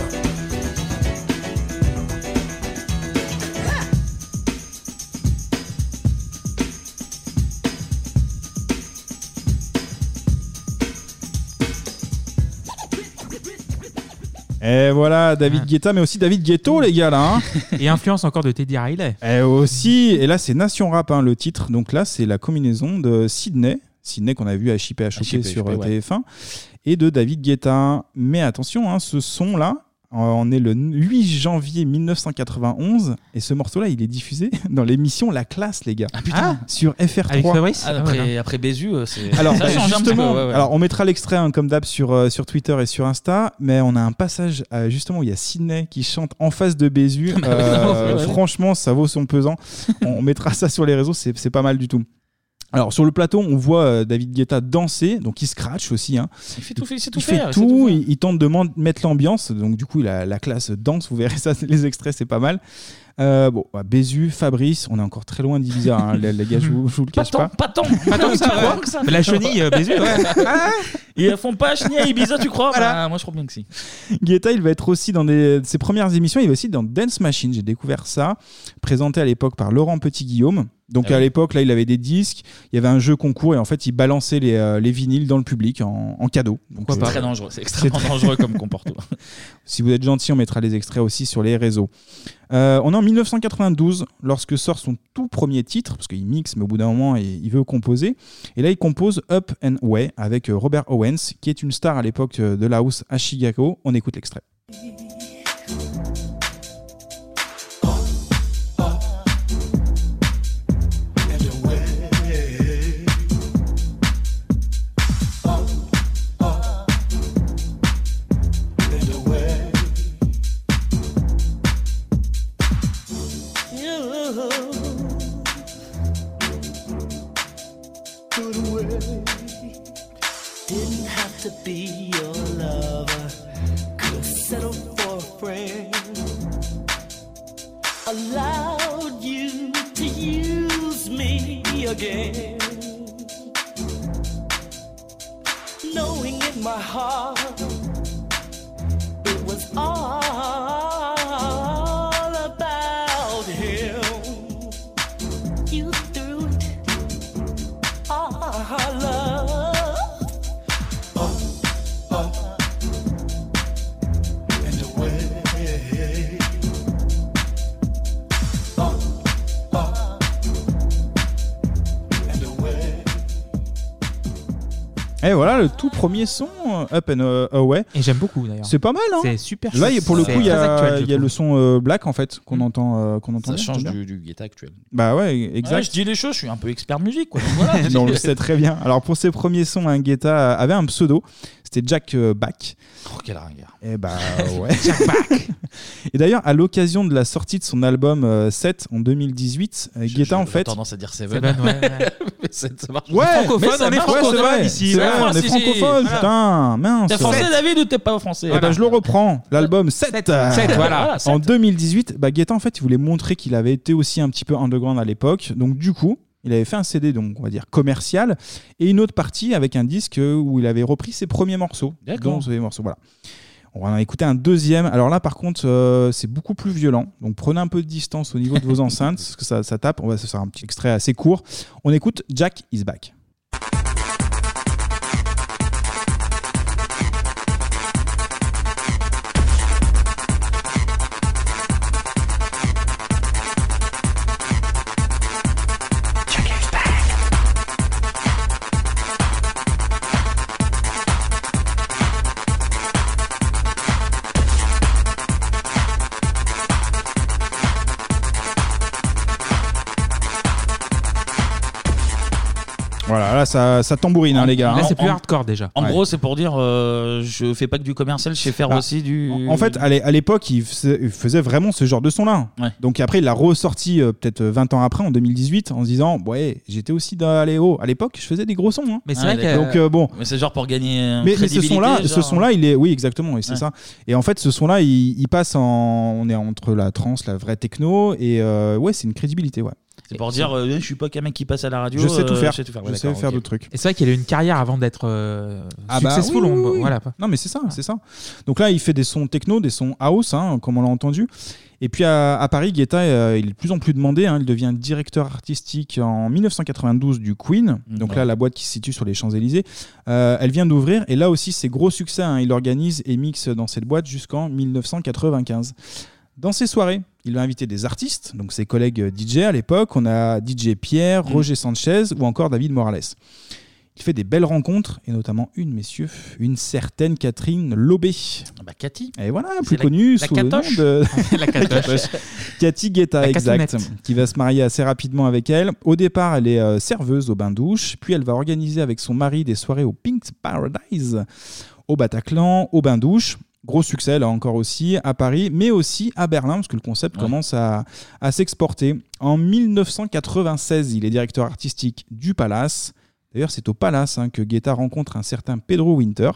Speaker 8: Et voilà, David Guetta, mais aussi David Ghetto, les gars, là. hein.
Speaker 7: Et influence encore de Teddy Riley.
Speaker 8: Et Eh, aussi, et là, c'est Nation Rap, hein, le titre. Donc là, c'est la combinaison de Sydney, Sydney qu'on a vu à HIP à choquer
Speaker 1: HIP,
Speaker 8: sur euh,
Speaker 1: ouais.
Speaker 8: TF1, et de David Guetta. Mais attention, hein, ce son-là, euh, on est le 8 janvier 1991, et ce morceau-là, il est diffusé dans l'émission La Classe, les gars. Ah, Sur FR3.
Speaker 1: Ah, Avec Fabrice Après, après Bézu, euh, c'est.
Speaker 8: Ah, Alors, bah,
Speaker 1: ça change un petit peu.
Speaker 8: justement,
Speaker 1: ouais, ouais.
Speaker 8: alors on mettra l'extrait hein, comme d'hab sur, euh, sur Twitter et sur Insta, mais on a un passage euh, justement où il y a Sydney qui chante en face de Bézu.
Speaker 1: Bah oui,
Speaker 8: Euh,
Speaker 1: non, ouais, ouais.
Speaker 8: Franchement, ça vaut son pesant. on mettra ça sur les réseaux, c'est c'est pas mal du tout. Alors sur le plateau, on voit euh, David Guetta danser, donc il scratch aussi. hein.
Speaker 1: Il fait tout, il sait tout
Speaker 8: Il fait
Speaker 1: faire, il sait
Speaker 8: tout, il, il tente de man- mettre l'ambiance, donc du coup la, la classe danse, vous verrez ça, les extraits c'est pas mal. Euh, bon, bah, Bézu, Fabrice, on est encore très loin d'Ibiza, hein, les, les gars, je vous, je vous le cache pas.
Speaker 1: Pas tant Pas tant que tu crois
Speaker 8: Mais la chenille, euh, Bézu, ouais. Ah
Speaker 1: Ils font pas chenille à Ibiza, tu crois
Speaker 8: Voilà.
Speaker 1: Bah, Moi, je crois bien que si.
Speaker 8: Guetta, il va être aussi dans des- ses premières émissions, il va aussi dans Dance Machine. J'ai découvert ça, présenté à l'époque par Laurent Petit-Guillaume. Donc
Speaker 1: Ah
Speaker 8: à
Speaker 1: oui.
Speaker 8: l'époque, là, il avait des disques, il y avait un jeu concours et en fait, il balançait les, euh, les vinyles dans le public en, en cadeau. Donc,
Speaker 1: C'est
Speaker 8: euh,
Speaker 1: très dangereux, c'est extrêmement
Speaker 8: très-
Speaker 1: dangereux comme comportement.
Speaker 8: si vous êtes gentil, on mettra les extraits aussi sur les réseaux. Euh, on est en 1992 lorsque sort son tout premier titre, parce qu'il mixe, mais au bout d'un moment, il, il veut composer. Et là, il compose Up and Way avec euh, Robert Owens, qui est une star à l'époque euh, de la house à Chicago. On écoute l'extrait.
Speaker 10: Up,
Speaker 4: could wait. Didn't have to be your lover. Could have settled for a friend. Allowed you to use me again. Knowing in my heart it was all about him. You threw it our love. Up, up, and away. Up, up, and away.
Speaker 8: Et voilà le tout premier son euh, Up and euh, Away.
Speaker 7: Et j'aime beaucoup d'ailleurs.
Speaker 8: C'est pas mal, hein
Speaker 7: C'est super
Speaker 8: Là, il y a- pour le
Speaker 7: c'est
Speaker 8: coup, il y
Speaker 7: très actuel,
Speaker 8: a,
Speaker 7: je
Speaker 8: il y a
Speaker 7: trouve. Mm.
Speaker 8: le son euh, Black en fait qu'on entend, euh, qu'on entend.
Speaker 1: Ça
Speaker 8: bien,
Speaker 1: change
Speaker 8: j'aime bien.
Speaker 1: du, du guetta actuel.
Speaker 8: Bah ouais, exact.
Speaker 1: Ouais, je dis les choses, je suis un peu expert de musique. Quoi. Donc voilà.
Speaker 8: on le sait très bien. Alors pour ses premiers sons, hein, Guetta avait un pseudo. C'était Jack euh, Back.
Speaker 1: Oh, quel ringard.
Speaker 8: Et bah ouais. Et d'ailleurs, à l'occasion de la sortie de son album euh, 7 en 2018, euh, Guetta en fait.
Speaker 1: tendance à dire Seven.
Speaker 8: Seven, ouais, ouais.
Speaker 1: Mais c'est- ça marche.
Speaker 8: Ouais,
Speaker 1: Mais ça
Speaker 8: on est
Speaker 1: marche,
Speaker 8: francophone
Speaker 1: c'est vrai.
Speaker 8: ici.
Speaker 1: C'est
Speaker 8: Ouais, on
Speaker 1: vrai,
Speaker 8: est
Speaker 1: si, si.
Speaker 8: francophone,
Speaker 1: Voilà.
Speaker 8: putain, mince.
Speaker 1: T'es français,
Speaker 8: Sept.
Speaker 1: David, ou t'es pas français
Speaker 8: Eh ben, je le reprends, l'album 7.
Speaker 1: Sept, voilà. Voilà, sept.
Speaker 8: En 2018, bah, Guetta, en fait, il voulait montrer qu'il avait été aussi un petit peu underground à l'époque. Donc, du coup, il avait fait un CD, donc, on va dire, commercial, et une autre partie avec un disque où il avait repris ses premiers morceaux.
Speaker 1: D'accord.
Speaker 8: dont ses morceaux, voilà. On va en écouter un deuxième. Alors là, par contre, euh, c'est beaucoup plus violent. Donc prenez un peu de distance au niveau de vos enceintes, parce que ça, ça tape. On va se faire un petit extrait assez court. On écoute Jack is back. Voilà, là, ça, ça tambourine, hein, les
Speaker 1: Ah,
Speaker 8: gars. hein. En-
Speaker 1: En
Speaker 8: Ouais.
Speaker 1: gros, c'est pour dire, euh, je fais pas que du commercial, je sais faire
Speaker 8: Bah,
Speaker 1: aussi du.
Speaker 8: En fait, à l'é- à l'époque, il faisait il faisait vraiment ce genre de son-là. Donc après, il l'a ressorti euh, peut-être 20 ans après, en 2018, en se disant Ouais, j'étais aussi dans les hauts. À l'époque, je faisais des gros sons. hein.
Speaker 1: Mais c'est vrai que.
Speaker 8: Donc euh, bon.
Speaker 1: Mais c'est genre pour gagner. euh,
Speaker 8: Mais, mais ce
Speaker 1: crédibilité,
Speaker 8: son-là, ce
Speaker 1: genre.
Speaker 8: son-là, il est, oui, exactement, et c'est
Speaker 1: Ouais.
Speaker 8: ça. Et en fait, ce son-là, il, il passe en, on est entre la trance, la vraie techno, et euh, ouais, c'est une crédibilité, ouais.
Speaker 1: C'est pour dire, euh, je suis pas qu'un mec qui passe à la radio.
Speaker 8: Je sais tout
Speaker 1: euh,
Speaker 8: faire.
Speaker 1: Je sais tout faire,
Speaker 8: Je sais faire d'autres trucs.
Speaker 7: Et c'est vrai qu'il a eu une carrière avant d'être euh,
Speaker 8: Ah bah
Speaker 7: successful.
Speaker 8: oui, oui,
Speaker 7: on-
Speaker 8: oui.
Speaker 7: Voilà.
Speaker 8: Non, mais c'est ça, c'est ça. Donc là, il fait des sons techno, des sons house, hein, comme on l'a entendu. Et puis à, à Paris, Guetta, euh, il est de plus en plus demandé. hein. il devient directeur artistique en 1992 du Queen. Donc
Speaker 1: Ouais.
Speaker 8: là, la boîte qui se situe sur les Champs-Élysées, euh, elle vient d'ouvrir. Et là aussi, c'est gros succès. hein. il organise et mixe dans cette boîte jusqu'en 1995. Dans ses soirées, il va inviter des artistes, donc ses collègues euh, DJ à l'époque. On a DJ Pierre,
Speaker 1: Mm.
Speaker 8: Roger Sanchez ou encore David Morales. Il fait des belles rencontres, et notamment une, messieurs, une certaine Catherine Lobé.
Speaker 1: Bah, Cathy.
Speaker 8: Et voilà,
Speaker 1: C'est
Speaker 8: plus
Speaker 1: la-
Speaker 8: connue
Speaker 1: la
Speaker 8: sous le nom
Speaker 1: catoche.
Speaker 8: de
Speaker 1: La catoche.
Speaker 8: Cathy Guetta,
Speaker 1: La
Speaker 8: exact,
Speaker 1: catounette.
Speaker 8: qui va se marier assez rapidement avec elle. Au départ, elle est euh, serveuse au bain-douche, puis elle va organiser avec son mari des soirées au Pink Paradise, au Bataclan, au bain-douche. Gros succès là encore aussi à Paris, mais aussi à Berlin, parce que le concept commence à, à s'exporter. En 1996, il est directeur artistique du Palace. D'ailleurs, c'est au Palace hein, que Guetta rencontre un certain Pedro Winter.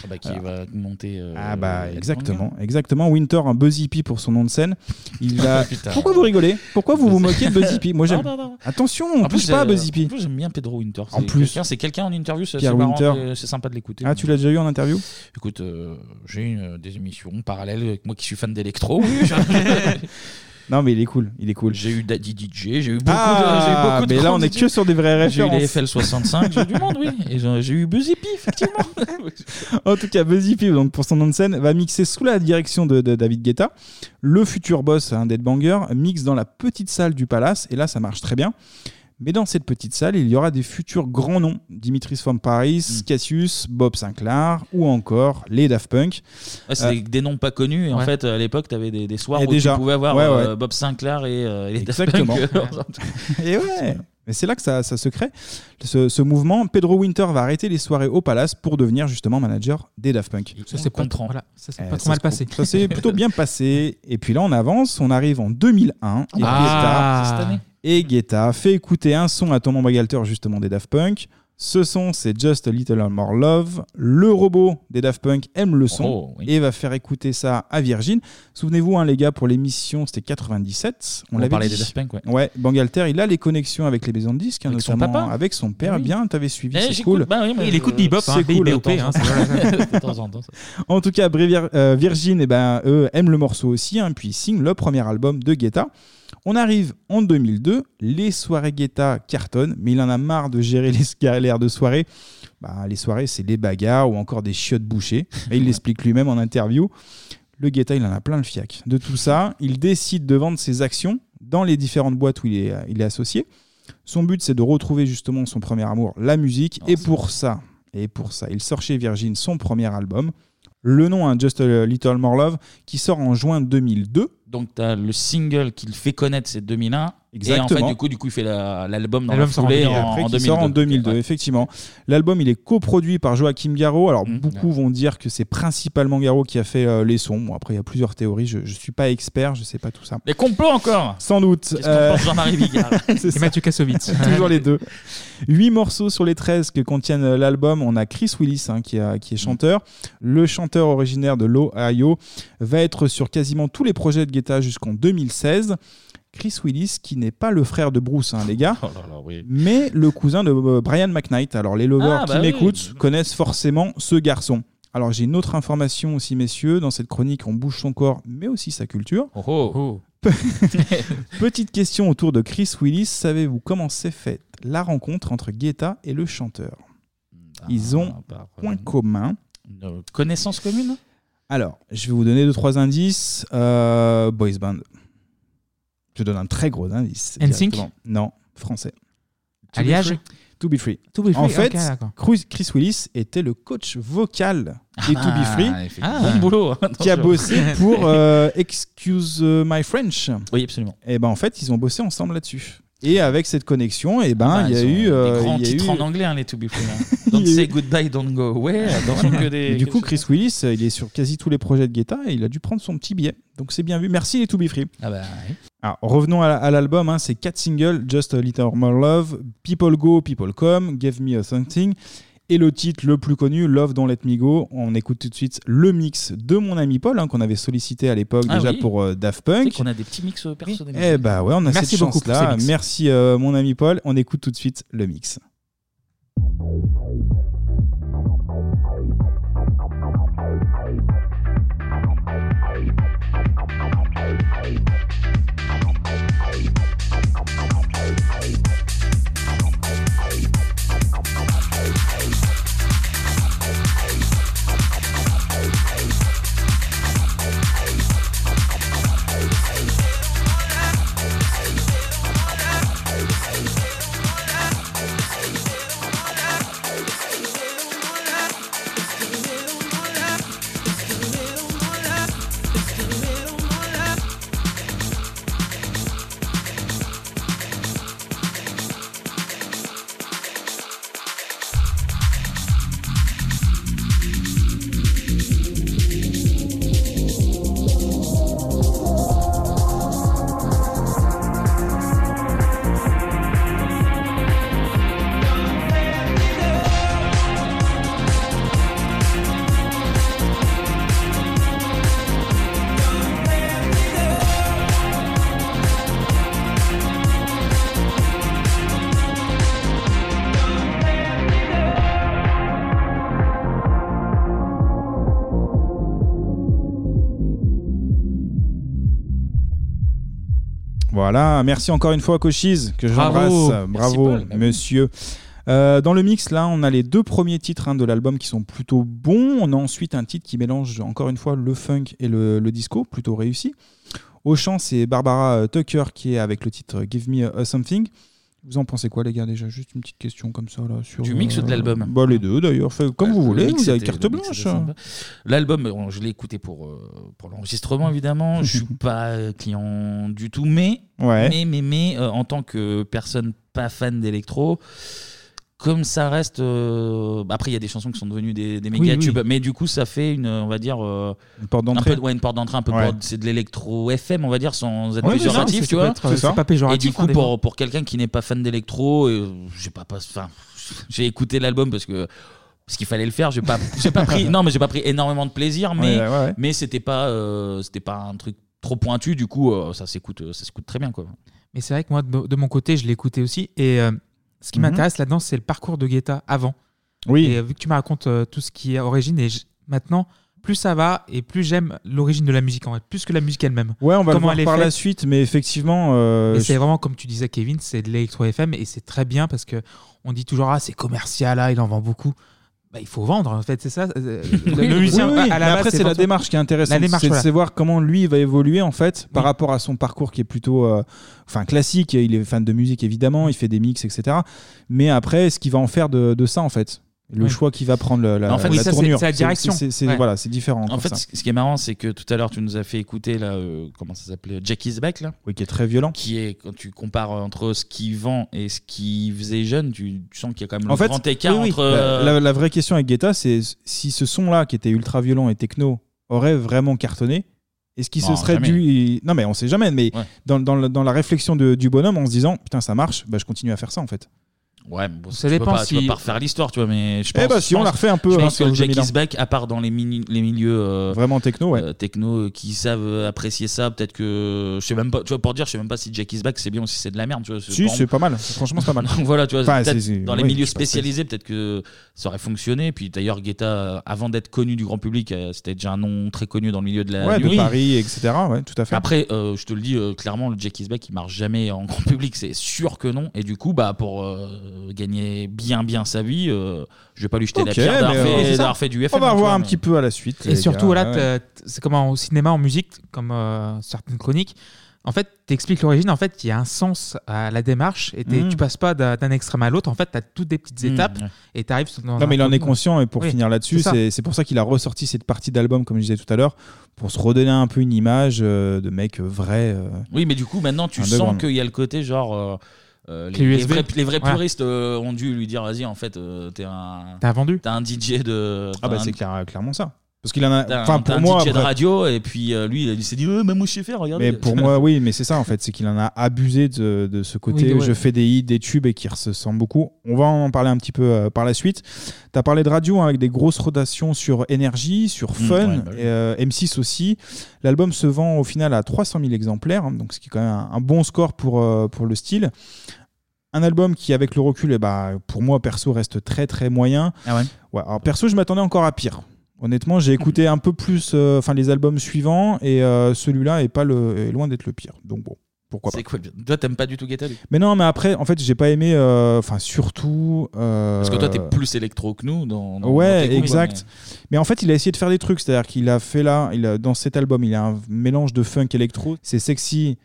Speaker 1: Ah bah, qui va monter. euh,
Speaker 8: Ah bah
Speaker 1: Ed
Speaker 8: exactement, exactement. Winter, un Buzz Hippie pour son nom de scène. Il va.
Speaker 1: Ah, Putain.
Speaker 8: Pourquoi vous rigolez Pourquoi vous vous moquez de Buzz Hippie Moi j'aime.
Speaker 1: Non, non, non.
Speaker 8: Attention, on
Speaker 1: En plus,
Speaker 8: touche pas à
Speaker 1: euh,
Speaker 8: Buzz Hippie.
Speaker 1: En plus, j'aime bien Pedro Winter.
Speaker 8: En
Speaker 1: C'est
Speaker 8: plus.
Speaker 1: quelqu'un- C'est quelqu'un en interview, c'est
Speaker 8: Pierre
Speaker 1: c'est marrant,
Speaker 8: Winter.
Speaker 1: euh, c'est sympa de l'écouter.
Speaker 8: Ah, tu l'as déjà eu en interview
Speaker 1: Écoute, euh, j'ai eu euh, des émissions parallèles avec euh, moi qui suis fan d'électro.
Speaker 8: Non mais il est cool, il est cool.
Speaker 1: J'ai eu Daddy DJ, j'ai eu beaucoup de. j'ai eu
Speaker 8: Ah,
Speaker 1: beaucoup de
Speaker 8: mais là
Speaker 1: grands
Speaker 8: on est
Speaker 1: DJ.
Speaker 8: que sur des vraies
Speaker 1: J'ai eu
Speaker 8: références.
Speaker 1: les FL65, j'ai eu du monde, oui. Et j'ai j'ai eu Buzz Hippie, effectivement.
Speaker 8: en tout cas, Buzz Hippie, donc pour son nom de scène, va mixer sous la direction de, de David Guetta. Le futur boss, un deadbanger, mixe dans la petite salle du palace, et là ça marche très bien. Mais dans cette petite salle, il y aura des futurs grands noms Dimitris from Paris,
Speaker 1: Mm.
Speaker 8: Cassius, Bob Sinclair ou encore les Daft Punk.
Speaker 1: Ouais, Ah, c'est
Speaker 8: Euh,
Speaker 1: des, des noms pas connus. Et en
Speaker 8: ouais.
Speaker 1: fait, à l'époque, t'avais des, des soirs
Speaker 8: Et
Speaker 1: où
Speaker 8: déjà.
Speaker 1: tu pouvais avoir
Speaker 8: Ouais,
Speaker 1: euh,
Speaker 8: ouais.
Speaker 1: Bob Sinclair et euh, et les Daft
Speaker 8: Exactement.
Speaker 1: Punk.
Speaker 8: Et ouais. Mais c'est là que ça, ça se crée, ce, ce mouvement. Pedro Winter va arrêter les soirées au Palace pour devenir justement manager des Daft Punk.
Speaker 7: Ça, c'est pas trop, voilà. Ça, c'est
Speaker 8: Eh,
Speaker 7: pas trop
Speaker 8: ça
Speaker 7: mal
Speaker 8: se-
Speaker 7: passé.
Speaker 8: Ça s'est plutôt bien passé. Et puis là, on avance, on arrive en 2001. Et,
Speaker 7: Ah, c'est cette
Speaker 8: Guetta,
Speaker 7: année.
Speaker 8: et Guetta fait écouter un son à Tom Bagalter justement des Daft Punk. Ce son, c'est Just a Little More Love. Le robot des Daft Punk aime le son
Speaker 1: Oh, oui.
Speaker 8: et va faire écouter ça à Virgin. Souvenez-vous, hein, les gars, pour l'émission, c'était 97.
Speaker 1: On
Speaker 8: l'avait
Speaker 1: parlait
Speaker 8: dit.
Speaker 1: des Daft Punk, ouais.
Speaker 8: Bangalter, il a les connexions avec les maisons de disques, hein,
Speaker 1: Avec son
Speaker 8: notamment
Speaker 1: papa.
Speaker 8: avec son père.
Speaker 1: Oui.
Speaker 8: Bien, t'avais suivi,
Speaker 1: Eh,
Speaker 8: c'est
Speaker 1: j'écoute-
Speaker 8: cool.
Speaker 1: bah oui, mais Il écoute je- Bebop, hein,
Speaker 8: c'est cool.
Speaker 1: BIBOP, hein, c'est- voilà. De temps en temps, ça.
Speaker 8: En tout cas, Brévier- euh, Virgin, eh ben, eux aiment le morceau aussi, hein, puis ils signent le premier album de Guetta. On arrive en 2002, les soirées Guetta cartonnent, mais il en a marre de gérer les galères de soirée. Bah, les soirées, c'est des bagarres ou encore des chiottes bouchées. Et il l'explique lui-même en interview. Le Guetta, il en a plein le fiac. De tout ça, il décide de vendre ses actions dans les différentes boîtes où il est, il est associé. Son but, c'est de retrouver justement son premier amour, la musique. et pour ça, et pour ça, il sort chez Virgin son premier album. Le nom, hein, Just a Little More Love, qui sort en juin 2002.
Speaker 1: Donc, tu as le single qu'il fait connaître, c'est 2001. Et en
Speaker 8: Exactement.
Speaker 1: fait, du coup, du coup il fait la- l'album dans la
Speaker 8: L'album sort en
Speaker 1: foulée
Speaker 8: 2000,
Speaker 1: en,
Speaker 8: après,
Speaker 1: en
Speaker 8: qui sort en
Speaker 1: 2002.
Speaker 8: 2002, effectivement. L'album, il est coproduit par Joachim Garraud. Alors,
Speaker 1: Mmh.
Speaker 8: beaucoup vont dire que c'est principalement Garraud qui a fait euh, les sons. Bon, après, il y a plusieurs théories. Je ne suis pas expert, je ne sais pas tout ça.
Speaker 1: Les complots encore
Speaker 8: Sans doute. euh,
Speaker 1: Qu'est-ce qu'on pense Jean-Marie Bigard
Speaker 8: C'est ça. Toujours les deux. Huit morceaux sur les 13 que contiennent euh, l'album. On a Chris Willis hein, qui, a-
Speaker 1: Mmh.
Speaker 8: qui est chanteur. Le chanteur originaire de l'Ohio va être sur quasiment tous les projets de Guetta jusqu'en 2016. Chris Willis, qui n'est pas le frère de Bruce, hein, les gars,
Speaker 1: Oh
Speaker 8: mais le cousin de euh, Brian McKnight. Alors, les lovers
Speaker 1: Ah,
Speaker 8: qui
Speaker 1: bah oui.
Speaker 8: m'écoutent connaissent forcément ce garçon. Alors, j'ai une autre information aussi, messieurs. Dans cette chronique, on bouge son corps, mais aussi sa culture.
Speaker 1: Oh,
Speaker 8: Petite question autour de Chris Willis. Savez-vous comment s'est faite la rencontre entre Guetta et le chanteur Ils ont point commun.
Speaker 1: Ah, Une euh, connaissance commune
Speaker 8: Alors, je vais vous donner deux trois indices. Euh, boys band. Je donne un très gros indice.
Speaker 7: NSYNC?
Speaker 8: directement. Non, français. To
Speaker 7: Alliage?
Speaker 8: be free. To be free.
Speaker 7: To Be Free,
Speaker 8: En
Speaker 7: ok,
Speaker 8: fait,
Speaker 7: d'accord.
Speaker 8: Chris Chris Willis était le coach vocal des
Speaker 1: Ah,
Speaker 8: To Be Free.
Speaker 1: effectivement. Ah. Bon boulot,
Speaker 8: Qui a
Speaker 1: attention.
Speaker 8: bossé pour euh, Excuse euh, My French.
Speaker 1: Oui, absolument.
Speaker 8: Et ben en fait, ils ont bossé ensemble là-dessus. Et avec cette connexion, et ben
Speaker 1: Ah,
Speaker 8: il y a
Speaker 1: ils ont
Speaker 8: eu euh,
Speaker 1: des grands
Speaker 8: il y a
Speaker 1: titres
Speaker 8: eu-
Speaker 1: en anglais, hein, les To Be Free. hein. Don't say goodbye, don't go away. euh, Attention Ah, que des-
Speaker 8: Mais du
Speaker 1: que
Speaker 8: coup, Chris Willis, euh, il est sur quasi tous les projets de Guetta et il a dû prendre son petit billet. Donc c'est bien vu. Merci les To Be Free.
Speaker 1: Ah, bah,
Speaker 8: Alors, revenons à, à l'album. hein. c'est quatre singles Just a Little More Love, People Go, People Come, Give Me a Something. Et le titre le plus connu, Love Don't Let Me Go. On écoute tout de suite le mix de mon ami Paul, hein, qu'on avait sollicité à l'époque
Speaker 1: Ah
Speaker 8: déjà
Speaker 1: oui.
Speaker 8: pour euh, Daft
Speaker 1: C'est
Speaker 8: Punk.
Speaker 1: qu'on a des petits mix personnels.
Speaker 8: Eh bah ouais, on a
Speaker 1: Merci
Speaker 8: cette
Speaker 1: beaucoup
Speaker 8: chance
Speaker 1: pour ces
Speaker 8: là.
Speaker 1: mix.
Speaker 8: Merci euh, mon ami Paul. On écoute tout de suite le mix. Voilà, merci encore une fois à Cochise que j'embrasse.
Speaker 7: Bravo.
Speaker 8: Bravo,
Speaker 7: Merci, Paul. Bah oui.
Speaker 8: monsieur. Euh, dans le mix, là, on a les deux premiers titres hein, de l'album qui sont plutôt bons. On a ensuite un titre qui mélange encore une fois le funk et le, le disco, plutôt réussi. Au chant, c'est Barbara euh, Tucker qui est avec le titre Give Me a Something. Vous en pensez quoi, les gars Déjà, juste une petite question comme ça. Là, sur,
Speaker 1: Du mix ou de l'album
Speaker 8: bah, Les deux, d'ailleurs. Faites Comme vous voulez, vous avez carte blanche. hein.
Speaker 1: L'album, bon, je l'ai écouté pour, euh, pour l'enregistrement, évidemment. Je suis pas euh, client du tout, mais,
Speaker 8: Ouais.
Speaker 1: mais, mais, mais, euh, en tant que personne pas fan d'électro, comme ça reste. euh, Après, il y a des chansons qui sont devenues des, des
Speaker 8: Oui,
Speaker 1: méga
Speaker 8: oui.
Speaker 1: tubes, mais du coup, ça fait une, on va dire. euh,
Speaker 8: Une porte
Speaker 1: un
Speaker 8: d'entrée.
Speaker 1: peu, ouais, une porte d'entrée, un peu
Speaker 8: Ouais.
Speaker 1: pour- c'est de l'électro FM, on va dire, sans être
Speaker 8: Ouais, mais
Speaker 1: péjoratif,
Speaker 8: ça,
Speaker 1: tu
Speaker 8: ça peut
Speaker 1: vois.
Speaker 8: être- C'est c'est ça. pas péjoratif,
Speaker 1: Et du
Speaker 8: hein,
Speaker 1: coup,
Speaker 8: des
Speaker 1: pour, pour quelqu'un qui n'est pas fan d'électro, euh, j'ai pas, pas- enfin, j'ai écouté l'album parce que. Parce qu'il fallait le faire, j'ai pas, j'ai pas pris, non mais j'ai pas pris énormément de plaisir, mais
Speaker 8: Ouais, ouais, ouais.
Speaker 1: mais c'était pas, euh, c'était pas un truc trop pointu, du coup euh, ça s'écoute, euh, ça s'écoute très bien quoi.
Speaker 7: Mais c'est vrai que moi, de, de mon côté, je l'écoutais aussi. Et euh, ce qui
Speaker 1: Mhm.
Speaker 7: m'intéresse là-dedans, c'est le parcours de Guetta avant.
Speaker 8: Oui.
Speaker 7: Et euh, vu que tu me racontes euh, tout ce qui est origine, et j- maintenant, plus ça va, et plus j'aime l'origine de la musique, en fait, plus que la musique elle-même.
Speaker 8: Ouais, on va
Speaker 7: Comment
Speaker 8: le
Speaker 7: elle est
Speaker 8: voir par la
Speaker 7: faite.
Speaker 8: suite, mais effectivement. euh,
Speaker 7: Mais
Speaker 8: je-
Speaker 7: c'est vraiment comme tu disais, Kevin, c'est de l'électro FM et c'est très bien parce que on dit toujours ah c'est commercial, ah, il en vend beaucoup. Bah, il faut vendre en fait, c'est ça. euh, le-
Speaker 8: Oui,
Speaker 7: le
Speaker 8: oui,
Speaker 7: musicien,
Speaker 8: oui,
Speaker 7: à
Speaker 8: mais
Speaker 7: la base,
Speaker 8: après, c'est la
Speaker 7: forcément-
Speaker 8: démarche qui est
Speaker 7: La
Speaker 8: intéressante.
Speaker 7: démarche,
Speaker 8: C'est de
Speaker 7: voilà.
Speaker 8: savoir comment lui va évoluer en fait par rapport à son parcours qui est plutôt euh, enfin classique. Il est fan de musique évidemment, il fait des mix, etc. Mais après, ce qu'il va en faire de, de ça en fait, le
Speaker 1: Oui.
Speaker 8: choix qu'il va prendre, la, la-
Speaker 1: En fait,
Speaker 8: la
Speaker 1: oui, ça, c'est-
Speaker 8: tournure,
Speaker 1: c'est la direction.
Speaker 8: c'est- c'est-
Speaker 1: Ouais.
Speaker 8: Voilà, c'est différent.
Speaker 1: En
Speaker 8: comme
Speaker 1: fait,
Speaker 8: ça.
Speaker 1: ce ce qui est marrant, c'est que tout à l'heure, tu nous as fait écouter là, euh, comment ça s'appelait, Jackie's Back là.
Speaker 8: Oui, qui est très violent.
Speaker 1: Qui est quand tu compares euh, entre ce qui vend et ce qui faisait jeune, tu, tu sens qu'il y a quand même le grand écart
Speaker 8: oui, oui.
Speaker 1: entre.
Speaker 8: La-
Speaker 1: euh,
Speaker 8: la, la vraie question avec Guetta, c'est si ce son-là, qui était ultra violent et techno, aurait vraiment cartonné. Est-ce qu'il se
Speaker 1: Non,
Speaker 8: serait
Speaker 1: jamais.
Speaker 8: dû. Non, mais on sait jamais. Mais dans, dans la- dans la réflexion de- du bonhomme, en se disant Putain, ça marche, bah, je continue à faire ça en fait.
Speaker 1: Ouais, mais bon,
Speaker 8: Ça
Speaker 1: tu
Speaker 8: dépend
Speaker 1: peux pas, Tu
Speaker 8: si-
Speaker 1: peux pas refaire l'histoire, tu vois, mais je
Speaker 8: Eh
Speaker 1: pense.
Speaker 8: bah, si
Speaker 1: je
Speaker 8: on la
Speaker 1: pense-
Speaker 8: refait un peu,
Speaker 1: Je
Speaker 8: hein,
Speaker 1: pense
Speaker 8: sur
Speaker 1: que le
Speaker 8: le
Speaker 1: Jack
Speaker 8: 2000.
Speaker 1: is back, à part dans les, mini- les milieux.
Speaker 8: Vraiment techno, ouais.
Speaker 1: techno euh, qui savent euh, apprécier ça, peut-être que. Je sais même pas, tu vois, pour dire, je sais même pas si Jack is back c'est bien ou si c'est de la merde, tu vois.
Speaker 8: Si, c'est pas mal. Franchement, c'est pas mal.
Speaker 1: voilà, tu vois,
Speaker 8: Enfin,
Speaker 1: peut-être
Speaker 8: c'est- c'est-
Speaker 1: dans les
Speaker 8: oui,
Speaker 1: milieux
Speaker 8: je sais pas, c'est-
Speaker 1: spécialisés, peut-être que ça aurait fonctionné. Puis d'ailleurs, Guetta, euh, avant d'être connu du grand public, euh, c'était déjà un nom très connu dans le milieu de la
Speaker 8: Ouais, de
Speaker 1: nuit.
Speaker 8: Paris, etc. Ouais, tout à fait.
Speaker 1: Après, euh, je te le dis euh, clairement, le Jack is Back, il marche jamais en grand public, c'est sûr que non. Et du coup, bah, pour euh, gagner bien, bien sa vie, euh, je vais pas lui jeter
Speaker 8: Ok,
Speaker 1: la pierre d'avoir
Speaker 8: mais, euh,
Speaker 1: fait,
Speaker 8: c'est ça.
Speaker 1: d'avoir fait du hein. FM.
Speaker 8: On va
Speaker 1: tu
Speaker 8: voir
Speaker 1: vois,
Speaker 8: un
Speaker 1: mais-
Speaker 8: petit peu à la suite.
Speaker 7: Et
Speaker 8: les
Speaker 7: surtout,
Speaker 8: gars.
Speaker 7: voilà,
Speaker 8: Ouais.
Speaker 7: t'as- t- c'est comme en- au cinéma, en musique, comme euh, certaines chroniques. En fait, t'expliques l'origine, en fait, il y a un sens à la démarche et t'es-
Speaker 8: Mm.
Speaker 7: tu passes pas d'un d'un extrême à l'autre. En fait, t'as toutes des petites
Speaker 8: Mm,
Speaker 7: étapes
Speaker 8: ouais.
Speaker 7: et t'arrives sur- dans
Speaker 8: Non, mais il
Speaker 7: un
Speaker 8: en est
Speaker 7: contenu.
Speaker 8: conscient et pour
Speaker 7: Oui,
Speaker 8: finir là-dessus,
Speaker 7: ça.
Speaker 8: c'est c'est pour ça qu'il a ressorti cette partie d'album, comme je disais tout à l'heure, pour se redonner un peu une image euh, de mec vrai. euh,
Speaker 1: Oui, mais du coup, maintenant, tu sens
Speaker 8: underground.
Speaker 1: qu'il y a le côté genre. euh, euh, les,
Speaker 8: Clé
Speaker 1: les
Speaker 8: USB.
Speaker 1: vrais, les vrais
Speaker 8: Ouais.
Speaker 1: puristes euh, ont dû lui dire vas-y en fait euh, t'es un
Speaker 7: T'as vendu
Speaker 1: t'es un DJ de
Speaker 8: Ah, bah,
Speaker 1: t'es un-
Speaker 8: c'est clair- clairement ça. Parce qu'il en a.
Speaker 1: t'es un-
Speaker 8: Enfin,
Speaker 1: t'es
Speaker 8: pour
Speaker 1: un
Speaker 8: moi.
Speaker 1: DJ de
Speaker 8: après-
Speaker 1: radio et puis euh, lui il s'est dit euh, même moi je sais faire regardez
Speaker 8: Mais pour moi, oui, mais c'est ça en fait, c'est qu'il en a abusé de, de ce côté
Speaker 1: Oui, ouais.
Speaker 8: je fais des hits, des tubes et qui ressemble beaucoup. On va en parler un petit peu euh, par la suite. Tu as parlé de radio hein, avec des grosses rotations sur énergie, sur fun,
Speaker 1: ouais, bah oui.
Speaker 8: et, euh, M6 aussi. L'album se vend au final à 300 000 exemplaires, hein, donc ce qui est quand même un, un bon score pour, euh, pour le style. Un album qui, avec le recul, eh bah, pour moi perso, reste très très moyen.
Speaker 1: Ah ouais
Speaker 8: Ouais, alors perso, je m'attendais encore à pire. Honnêtement, j'ai écouté
Speaker 1: Mhm.
Speaker 8: un peu plus euh, enfin les albums suivants et euh, celui-là est pas le est loin d'être le pire. Donc bon, pourquoi pas.
Speaker 1: c'est cool toi t'aimes pas du tout Guetta lui
Speaker 8: Mais non, mais après en fait, j'ai pas aimé euh, enfin surtout euh,
Speaker 1: parce que toi t'es plus électro que nous dans, dans- dans tes
Speaker 8: Ouais,
Speaker 1: goûts,
Speaker 8: exact. Mais... en fait, il a essayé de faire des trucs, c'est-à-dire qu'il a fait là, il a, dans cet album, il a un mélange de funk électro, c'est sexy.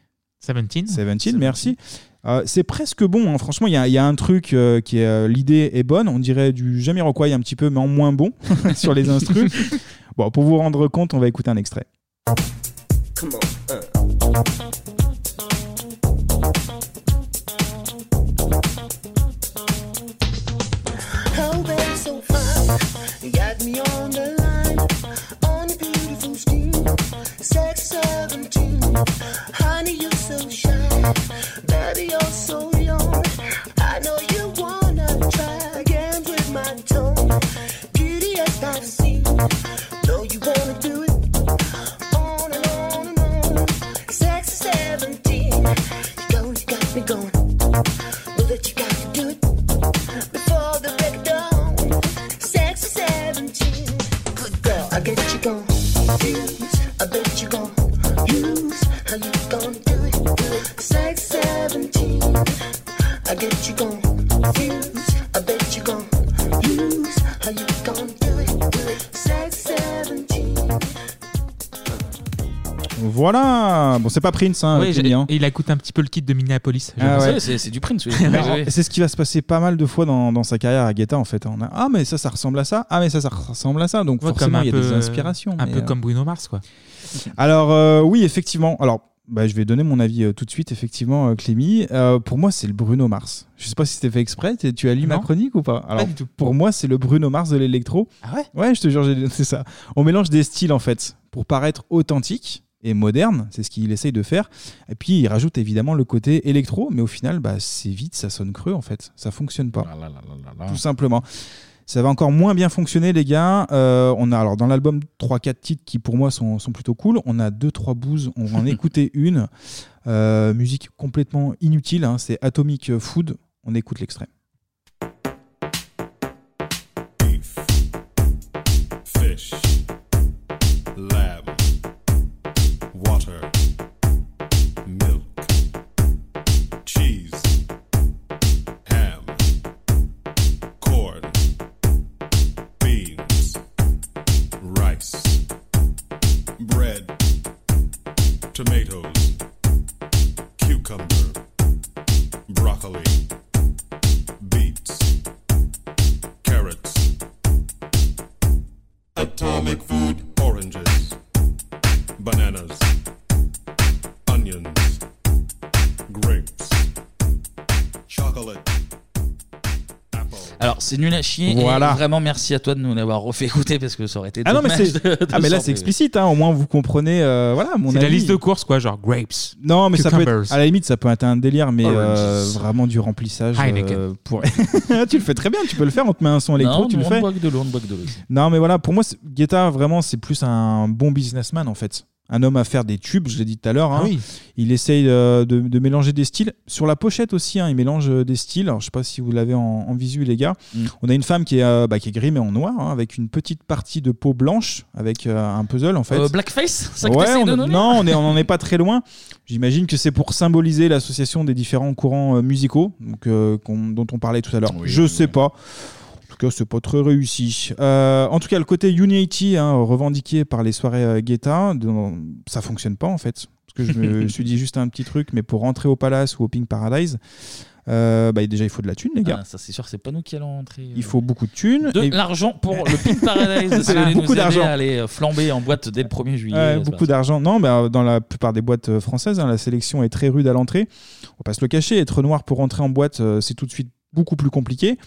Speaker 7: Seventeen.
Speaker 8: Seventeen, merci. Euh, c'est presque bon, hein. franchement, il y a, il y a un truc euh, qui est. euh, L'idée est bonne, on dirait du Jamiroquai un petit peu, mais en moins bon sur les instrus. bon, pour vous rendre compte, on va écouter un extrait.
Speaker 4: Come on. Uh.
Speaker 5: Oh, baby, so fine. Got me on the line. On a beautiful skin. Sex 17. Honey, you're so shy. Baby, you're so young. I know you wanna try games with my tongue. Beauty as I've seen. Know you wanna do it. On and on and on. Sex 17. You go, you got me going. Know that you got to do it before the break of dawn. Sexy 17. Good girl, I get you gon' use. I bet you gon' use. How you gon' do it? Sexy 17. I get you gon' use. I bet you gon' use. How you gon' do it? Sexy 17.
Speaker 8: Voilà Bon, c'est pas Prince, hein,
Speaker 7: Oui, j'ai-
Speaker 8: Kenny, hein.
Speaker 7: et il écoute un petit peu le kit de Minneapolis.
Speaker 8: Ah ouais. Alors,
Speaker 7: Ouais, ouais.
Speaker 8: C'est ce qui va se passer pas mal de fois dans, dans sa carrière à Guetta en fait. On a, ah mais ça ça ressemble à ça, ah mais ça ça ressemble à ça. Donc
Speaker 7: Ouais, comme
Speaker 8: forcément
Speaker 7: un
Speaker 8: il y a
Speaker 7: peu,
Speaker 8: des
Speaker 7: euh,
Speaker 8: inspirations.
Speaker 7: Un
Speaker 8: mais,
Speaker 7: peu
Speaker 8: euh,
Speaker 7: comme Bruno Mars, quoi.
Speaker 8: Alors euh, oui effectivement. Alors Bah, je vais donner mon avis euh, tout de suite, effectivement, euh, Clémy. Euh, pour moi, c'est le Bruno Mars. Je sais pas si c'était fait exprès. t'es- Tu as lu ma
Speaker 7: Non.
Speaker 8: chronique ou pas Alors,
Speaker 7: du tout.
Speaker 8: Pour moi, c'est le Bruno Mars de l'électro.
Speaker 7: Ah ouais
Speaker 8: Ouais, je te jure, j'ai- c'est ça. On mélange des styles, en fait, pour paraître authentique et moderne. C'est ce qu'il essaye de faire. Et puis, il rajoute évidemment le côté électro. Mais au final, bah, c'est vite, ça sonne creux, en fait. Ça fonctionne pas. Tout simplement. Ça va encore moins bien fonctionner, les gars. Euh, on a alors dans l'album 3-4 titres qui, pour moi, sont, sont plutôt cool. On a 2-3 bouses, on va en écouter une. Euh, musique complètement inutile, hein, c'est Atomic Food. On écoute l'extrait.
Speaker 13: fish, lamb, water, milk, cheese, ham, corn, beans, rice, bread, tomatoes, cucumber, broccoli, beets, carrots. Atomic food. Oranges. Bananas. Onions. Grapes. Chocolate.
Speaker 1: Alors, c'est nul à chier.
Speaker 8: Voilà.
Speaker 1: Et vraiment, merci à toi de nous l'avoir refait écouter parce que ça aurait été
Speaker 8: Ah non, mais,
Speaker 1: dommage
Speaker 8: c'est-
Speaker 1: de- de
Speaker 8: ah, mais là,
Speaker 1: s'en-
Speaker 8: c'est explicite. hein, au moins, vous comprenez. euh, voilà, mon
Speaker 7: C'est la
Speaker 8: avis.
Speaker 7: liste de courses, quoi, genre grapes.
Speaker 8: Non, mais ça peut être,
Speaker 7: cucumbers.
Speaker 8: à la limite, ça peut être un délire, mais
Speaker 7: Oranges.
Speaker 8: euh, vraiment du remplissage. euh,
Speaker 7: Heineken.
Speaker 8: pour... tu le fais très bien, tu peux le faire. On te met un son électro,
Speaker 1: Non,
Speaker 8: tu
Speaker 1: on
Speaker 8: le fais.
Speaker 1: boit que de l'eau, on boit que de l'eau.
Speaker 8: Non, mais voilà, pour moi, c'est- Guetta, vraiment, c'est plus un bon businessman, en fait. Un homme à faire des tubes, je l'ai dit tout à l'heure. hein.
Speaker 1: Ah oui.
Speaker 8: Il essaye euh, de, de mélanger des styles. Sur la pochette aussi, hein, il mélange euh, des styles. Alors, je sais pas si vous l'avez en, en visu, les gars.
Speaker 1: Mm.
Speaker 8: On a une femme qui est, euh, bah, qui est grimée en noir, hein, avec une petite partie de peau blanche, avec euh, un puzzle, en fait.
Speaker 1: Euh, blackface ça que
Speaker 8: Ouais,
Speaker 1: t'essayes
Speaker 8: on-
Speaker 1: de nous dire
Speaker 8: non, on est- on n'en est pas très loin. J'imagine que c'est pour symboliser l'association des différents courants euh, musicaux donc, euh, qu'on- dont on parlait tout à l'heure. Je sais pas. En tout cas, c'est pas très réussi. Euh, en tout cas, le côté Unity hein, revendiqué par les soirées euh, Guetta, dont- ça fonctionne pas en fait. Parce que je me suis dit juste un petit truc, mais pour rentrer au Palace ou au Pink Paradise, euh, bah, déjà il faut de la thune, les gars.
Speaker 1: Ah, ça, c'est sûr, c'est pas nous qui allons entrer.
Speaker 8: il faut beaucoup de thunes.
Speaker 1: De
Speaker 8: Et-
Speaker 1: l'argent pour le Pink Paradise.
Speaker 8: C'est
Speaker 1: Allez nous
Speaker 8: beaucoup
Speaker 1: aider
Speaker 8: d'argent.
Speaker 1: à aller euh, flamber en boîte dès le 1er juillet.
Speaker 8: Ouais,
Speaker 1: ça va.
Speaker 8: beaucoup d'argent. Non, mais euh, dans la plupart des boîtes euh, françaises, hein, la sélection est très rude à l'entrée. On passe le cachet. Être noir pour entrer en boîte, euh, c'est tout de suite beaucoup plus compliqué.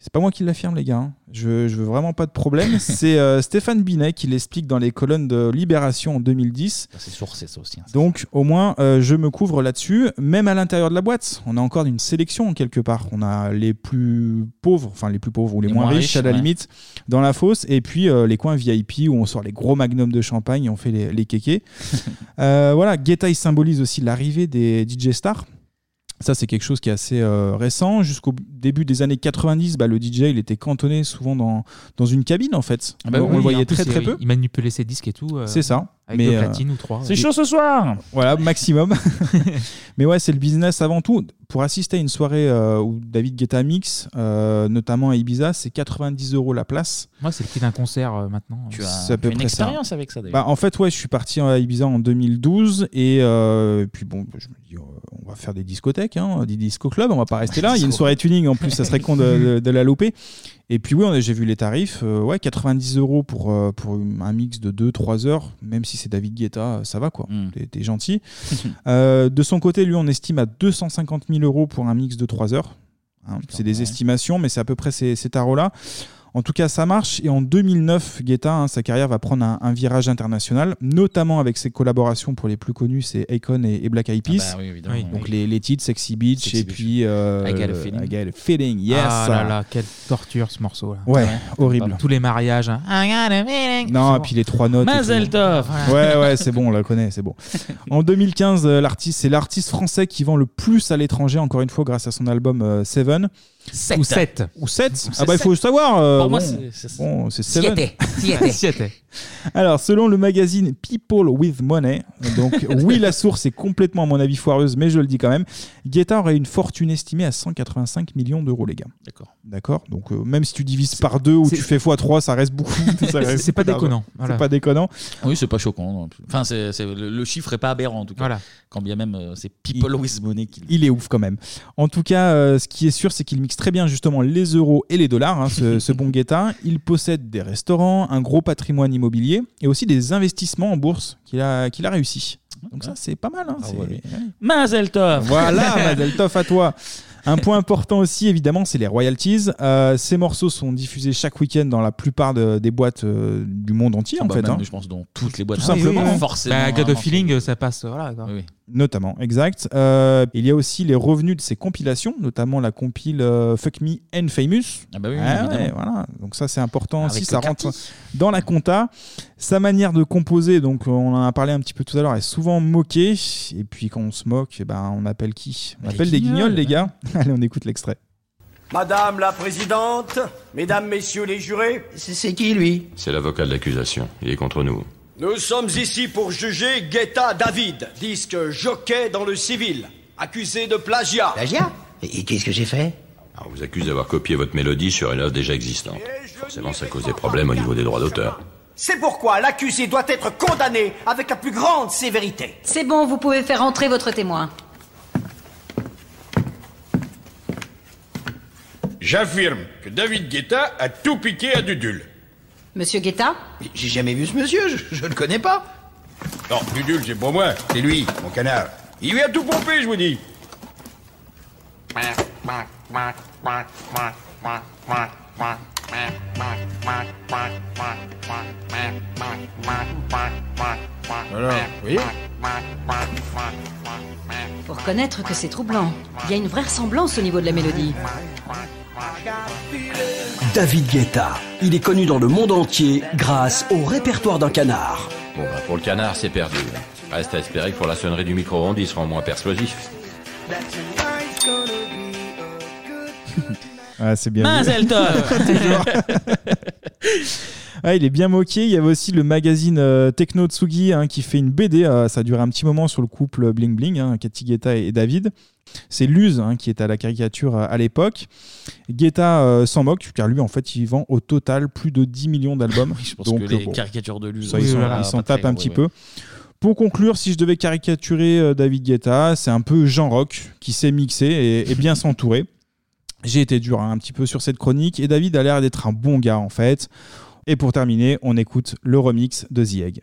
Speaker 8: C'est pas moi qui l'affirme, les gars. hein. Je, je veux vraiment pas de problème. c'est euh, Stéphane Binet qui l'explique dans les colonnes de Libération en 2010.
Speaker 1: C'est sourcé, ça aussi. hein.
Speaker 8: Donc au moins euh, je me couvre là-dessus, même à l'intérieur de la boîte. On a encore une sélection quelque part. On a les plus pauvres, enfin les plus pauvres ou les, moins, riches, à la
Speaker 1: ouais.
Speaker 8: limite, dans la fosse. Et puis euh, les coins VIP où on sort les gros magnums de champagne et on fait les, les kékés. Euh, voilà, Guetta il symbolise aussi l'arrivée des DJ stars. Ça, c'est quelque chose qui est assez euh, récent. Jusqu'au début des années 90, bah, le DJ, il était cantonné souvent dans, dans une cabine, en fait.
Speaker 7: Ah bah
Speaker 8: on
Speaker 7: oui,
Speaker 8: le voyait
Speaker 7: en plus,
Speaker 8: très, très
Speaker 7: il-
Speaker 8: peu.
Speaker 7: Il manipulait ses disques et tout. euh,
Speaker 8: C'est ça.
Speaker 7: Avec
Speaker 8: Mais,
Speaker 7: deux
Speaker 8: euh,
Speaker 7: platines ou trois.
Speaker 8: C'est chaud
Speaker 1: ce soir
Speaker 8: Voilà, maximum. Mais ouais, c'est le business avant tout. Pour assister à une soirée euh, où David Guetta mix, euh, notamment à Ibiza, c'est 90 euros la place.
Speaker 7: Moi, c'est le prix d'un concert euh, maintenant.
Speaker 1: Tu as- C'est à tu as peu une près ça. expérience avec ça, d'ailleurs.
Speaker 8: Bah, en fait, ouais, je suis parti à Ibiza en 2012 et euh, et puis bon, je me dis, euh, on va faire des discothèques, hein, des disco clubs, on va pas rester là. Il y a une soirée tuning en plus, ça serait con de, de- de la louper. Et puis oui, on a- j'ai vu les tarifs, euh, ouais, 90 euros pour, euh, pour un mix de 2-3 heures, même si c'est David Guetta, ça va quoi,
Speaker 1: Mm.
Speaker 8: t'es t'es gentil. Euh, de son côté, lui, on estime à 250 000 euros pour un mix de 3 heures. Hein, c'est des estimations, mais c'est à peu près ces, ces tarots-là. En tout cas, ça marche. Et en 2009, Guetta, hein, sa carrière va prendre un, un virage international, notamment avec ses collaborations pour les plus connus, c'est Akon et, et Black Eyed Peas.
Speaker 1: Ah bah oui, évidemment. Oui.
Speaker 8: Donc les, les titres Sexy Beach et puis euh,
Speaker 7: I Got a Feeling.
Speaker 8: I Got a Feeling, yes.
Speaker 7: Ah là là, quelle torture ce morceau là.
Speaker 8: Ouais, horrible.
Speaker 7: Tous les mariages. hein.
Speaker 8: Non, et puis les trois notes. et
Speaker 1: Mazel
Speaker 8: tout.
Speaker 1: tov.
Speaker 8: Ouais, ouais, c'est bon, on la connaît, c'est bon. En 2015, euh, l'artiste, c'est l'artiste français qui vend le plus à l'étranger, encore une fois, grâce à son album euh, Seven.
Speaker 7: Sept.
Speaker 8: Ou
Speaker 7: Sept.
Speaker 8: 7. Ou 7. Ah
Speaker 7: C'est
Speaker 8: bah, il faut
Speaker 7: sept.
Speaker 8: savoir. euh,
Speaker 7: Pour moi,
Speaker 8: bon,
Speaker 7: c'est- c'est-
Speaker 8: bon, c'est
Speaker 7: Siete.
Speaker 8: Seven.
Speaker 7: Siete. Siete.
Speaker 8: Alors, selon le magazine People with Money, donc oui, la source est complètement, à mon avis, foireuse, mais je le dis quand même, Guetta aurait une fortune estimée à 185 millions d'euros, les gars.
Speaker 1: D'accord.
Speaker 8: D'accord Donc, euh, même si tu divises par deux ou tu fais fois 3 ça reste beaucoup. ça reste
Speaker 7: C'est pas
Speaker 8: beaucoup d'argent.
Speaker 7: déconnant, voilà.
Speaker 8: C'est pas déconnant.
Speaker 1: Oui, c'est pas choquant. non plus. Enfin, c'est- c'est- le, le chiffre est pas aberrant en tout cas.
Speaker 8: Voilà.
Speaker 1: Quand bien même euh, c'est People with Money qui
Speaker 8: Il est ouf quand même. En tout cas, euh, ce qui est sûr, c'est qu'il mixe très bien justement les euros et les dollars, hein, ce, ce bon Guetta. Il possède des restaurants, un gros patrimoine immobilier et aussi des investissements en bourse qu'il a, qu'il a réussi. Donc ça, c'est pas mal. Hein,
Speaker 1: Ah
Speaker 8: c'est-
Speaker 1: Mazel Tov
Speaker 8: Voilà, Mazel Tov, à toi. Un point important aussi, évidemment, c'est les royalties. Euh, ces morceaux sont diffusés chaque week-end dans la plupart de- des boîtes euh, du monde entier,
Speaker 1: Ah
Speaker 8: en
Speaker 1: bah
Speaker 8: fait.
Speaker 1: même,
Speaker 8: hein.
Speaker 1: je pense, dans toutes les boîtes.
Speaker 8: Tout simplement.
Speaker 1: Oui, oui, oui. Forcément,
Speaker 7: Bah, God
Speaker 1: hein,
Speaker 7: of Feeling, euh, ça passe. euh, Voilà, quoi.
Speaker 8: Notamment, exact. Euh, il y a aussi les revenus de ces compilations, notamment la compile euh, Fuck Me and Famous.
Speaker 1: Ah bah oui, oui,
Speaker 8: Ouais,
Speaker 1: évidemment.
Speaker 8: ouais, voilà. Donc ça c'est important
Speaker 1: Avec
Speaker 8: aussi,
Speaker 1: le
Speaker 8: ça rentre
Speaker 1: Carty.
Speaker 8: dans la compta. Sa manière de composer, donc euh, on en a parlé un petit peu tout à l'heure, est souvent moquée. Et puis quand on se moque, eh ben, on appelle qui On
Speaker 25: Les
Speaker 8: appelle des guignols,
Speaker 25: guignols,
Speaker 8: les gars. Allez, on écoute l'extrait.
Speaker 25: Madame la présidente, mesdames, messieurs les jurés. C'est qui lui
Speaker 14: C'est l'avocat de l'accusation. Il est contre nous.
Speaker 25: Nous sommes ici pour juger Guetta David, disque jockey dans le civil, accusé de plagiat. Plagiat
Speaker 14: Et qu'est-ce que j'ai fait On vous accuse d'avoir copié votre mélodie sur une œuvre déjà existante. Forcément, ça cause des problèmes au niveau des droits d'auteur.
Speaker 25: C'est pourquoi l'accusé doit être condamné avec la plus grande sévérité.
Speaker 4: C'est bon, vous pouvez faire entrer votre témoin.
Speaker 9: J'affirme que David Guetta a tout piqué à Dudul.
Speaker 4: Monsieur Guetta
Speaker 9: J'ai jamais vu ce monsieur, je, ne le connais pas. Non, Dudul, c'est pour moi, c'est lui, mon canard. Il lui a tout pompé, je vous dis.
Speaker 4: Voilà, vous voyez Pour reconnaître que c'est troublant. Il y a une vraisemblance au niveau de la mélodie.
Speaker 24: David Guetta. Il est connu dans le monde entier grâce au répertoire d'un canard.
Speaker 14: Bon, bah, pour le canard, c'est perdu. Reste à espérer que pour la sonnerie du micro-ondes, ils seront moins persuasifs.
Speaker 8: Ah, c'est bien. vu.
Speaker 1: Mazel tov.
Speaker 8: Toujours. Ah, il est bien moqué. Il y avait aussi le magazine euh, Techno Tsugi hein, qui fait une BD. euh, ça a duré un petit moment sur le couple Bling Bling, hein, Cathy Guetta et, et David. C'est Luz hein, qui est à la caricature euh, à l'époque. Guetta euh, s'en moque car lui, en fait, il vend au total plus de 10 millions d'albums.
Speaker 1: Je pense
Speaker 8: Donc,
Speaker 1: que
Speaker 8: euh,
Speaker 1: les
Speaker 8: bon,
Speaker 1: caricatures de Luz.
Speaker 8: ça, ils s'en- ils s'en tapent un petit peu. Pour conclure, si je devais caricaturer euh, David Guetta, c'est un peu Jean Rock qui sait mixer et, et bien s'entourer. J'ai été dur hein, un petit peu sur cette chronique et David a l'air d'être un bon gars en fait. Et pour terminer, on écoute le remix de The Egg.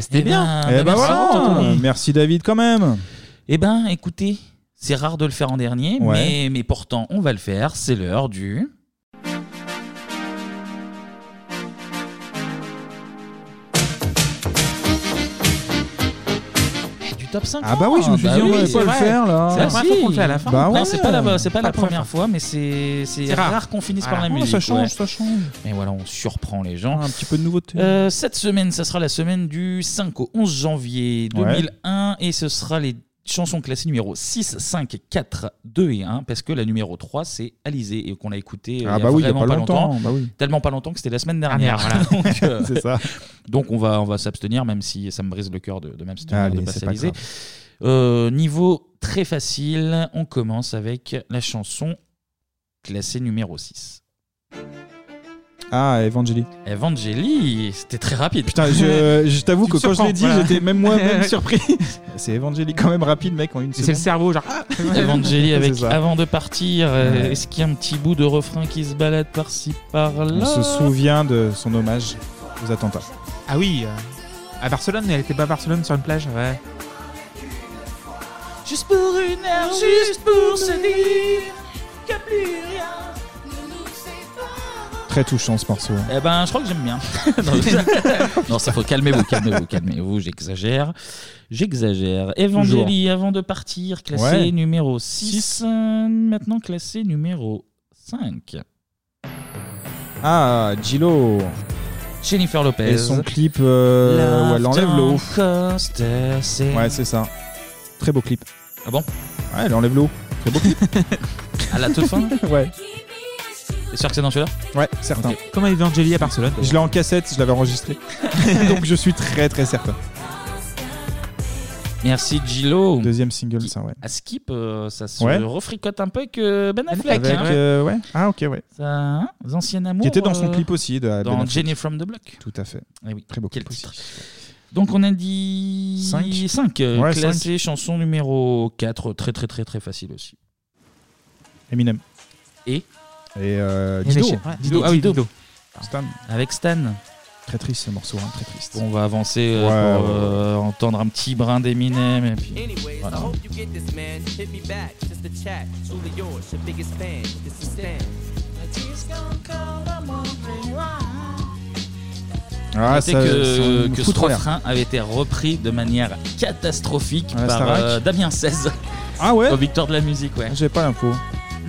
Speaker 1: C'était bien. bah,
Speaker 8: Eh ben
Speaker 1: merci
Speaker 8: voilà.
Speaker 1: Anthony.
Speaker 8: Merci David quand même.
Speaker 1: Eh ben, écoutez, c'est rare de le faire en dernier,
Speaker 8: Ouais.
Speaker 1: mais, mais pourtant, on va le faire. C'est l'heure du. Du Top 5
Speaker 8: Ah bah oui, je me suis dit, on va pas le faire, là.
Speaker 1: C'est la première fois qu'on le fait à la fin.
Speaker 8: Bah
Speaker 1: Non,
Speaker 8: ouais.
Speaker 1: c'est pas la, c'est pas
Speaker 8: Pas
Speaker 1: la
Speaker 8: la première
Speaker 1: première fois, mais c'est c'est
Speaker 8: C'est
Speaker 1: rare,
Speaker 8: rare.
Speaker 1: qu'on finisse
Speaker 8: Voilà.
Speaker 1: par la
Speaker 8: Ouais, ça
Speaker 1: musique.
Speaker 8: change,
Speaker 1: ouais.
Speaker 8: ça change.
Speaker 1: Et voilà, on surprend les gens.
Speaker 8: Un petit peu de nouveauté.
Speaker 1: Euh, cette semaine, ça sera la semaine du 5 au 11 janvier
Speaker 8: Ouais.
Speaker 1: 2001 et ce sera les chansons classées numéro 6, 5, 4, 2 et 1 parce que la numéro 3 c'est Alizé et qu'on a écouté euh,
Speaker 8: Ah
Speaker 1: il y
Speaker 8: bah
Speaker 1: a
Speaker 8: oui, il y a
Speaker 1: vraiment
Speaker 8: pas
Speaker 1: pas longtemps,
Speaker 8: longtemps, bah oui.
Speaker 1: tellement pas longtemps que c'était la semaine dernière.
Speaker 8: Ah merde.
Speaker 1: Voilà. donc, euh,
Speaker 8: C'est ça.
Speaker 1: donc on va on va s'abstenir même si ça me brise le cœur de, de m'abstenir
Speaker 8: Allez,
Speaker 1: de passer
Speaker 8: c'est pas
Speaker 1: Alizée.
Speaker 8: grave.
Speaker 1: Euh, niveau très facile, on commence avec la chanson classée numéro 6.
Speaker 8: Ah, Evangeli.
Speaker 1: Evangeli, c'était très rapide.
Speaker 8: Putain, je, je t'avoue
Speaker 1: Tu
Speaker 8: que
Speaker 1: te
Speaker 8: quand je
Speaker 1: surprends,
Speaker 8: l'ai dit,
Speaker 1: voilà.
Speaker 8: j'étais même moi-même surpris. C'est Evangeli quand même rapide, mec, en une seconde. Ah
Speaker 1: c'est le
Speaker 7: cerveau, genre.
Speaker 1: Evangeli
Speaker 8: C'est
Speaker 1: avec
Speaker 8: ça.
Speaker 1: avant de partir, euh,
Speaker 8: Ouais.
Speaker 1: est-ce qu'il y a un petit bout de refrain qui se balade par-ci par-là
Speaker 8: On se souvient de son hommage aux attentats.
Speaker 7: Ah oui, euh, à Barcelone, mais elle était pas à Barcelone sur une plage, ouais.
Speaker 4: Juste pour une heure, juste pour se dire que plus rien.
Speaker 8: Très touchant ce morceau.
Speaker 1: Eh ben, je crois que j'aime bien. non, je- non, c'est faux. Calmez-vous, calmez-vous, calmez-vous. J'exagère. J'exagère. Evangeli, avant de partir, classé
Speaker 7: Ouais.
Speaker 1: numéro 6. maintenant, classé numéro 5.
Speaker 8: Ah, Gillo.
Speaker 1: Jennifer Lopez.
Speaker 8: Et son clip euh, où elle enlève le haut. Ouais,
Speaker 1: Ouais,
Speaker 8: c'est ça. Très beau clip.
Speaker 1: Ah bon
Speaker 8: Ouais, elle enlève le haut. Très beau clip.
Speaker 1: À la toute fin
Speaker 8: Ouais.
Speaker 1: T'es sûr que c'est dans celui-là
Speaker 8: Ouais, certain.
Speaker 7: Comme Evangeli à Barcelone.
Speaker 8: Je l'ai en cassette, je l'avais enregistré. Donc je suis très très certain.
Speaker 1: Merci Gillo.
Speaker 8: Deuxième single, ça, ouais.
Speaker 1: À Skip, euh, ça se
Speaker 8: Ouais.
Speaker 1: refricote un peu avec euh, Ben Affleck.
Speaker 8: Avec,
Speaker 1: hein.
Speaker 8: euh, ouais. Ah, ok, ouais.
Speaker 1: Ça, hein, les anciens amours.
Speaker 8: Qui était dans son
Speaker 1: euh,
Speaker 8: clip aussi. De Ben
Speaker 1: dans Jenny from the Block. Eh
Speaker 8: Tout à fait. Très beau clip aussi.
Speaker 1: Donc on a dit euh, 5,
Speaker 8: Ouais,
Speaker 1: classé chanson numéro 4, très très très très facile aussi.
Speaker 8: Eminem.
Speaker 1: Et
Speaker 8: Et euh,
Speaker 1: Et les
Speaker 8: Dido.
Speaker 1: chiens, ouais. Dido, ah oui, Dido.
Speaker 8: Stan.
Speaker 1: Avec Stan.
Speaker 8: Très triste ce morceau, hein, très triste.
Speaker 1: Bon, on va avancer euh,
Speaker 8: Ouais,
Speaker 1: pour
Speaker 8: ouais, ouais.
Speaker 1: euh, entendre un petit brin d'Eminem et puis
Speaker 6: Anyways,
Speaker 1: voilà.
Speaker 6: I hope you get this, man. Hit me back, just a chat. Truly yours, your biggest fan. This is Stan.
Speaker 8: Ah,
Speaker 1: Notez
Speaker 8: ça-
Speaker 1: que,
Speaker 8: ça me
Speaker 1: que ce
Speaker 8: fout en l'air.
Speaker 1: refrain avait été repris de manière catastrophique
Speaker 8: Ah,
Speaker 1: par
Speaker 8: Starac.
Speaker 1: euh, Damien 16
Speaker 8: Ah ouais Ah,
Speaker 1: Au Victoire de la musique, ouais.
Speaker 8: J'ai pas l'info.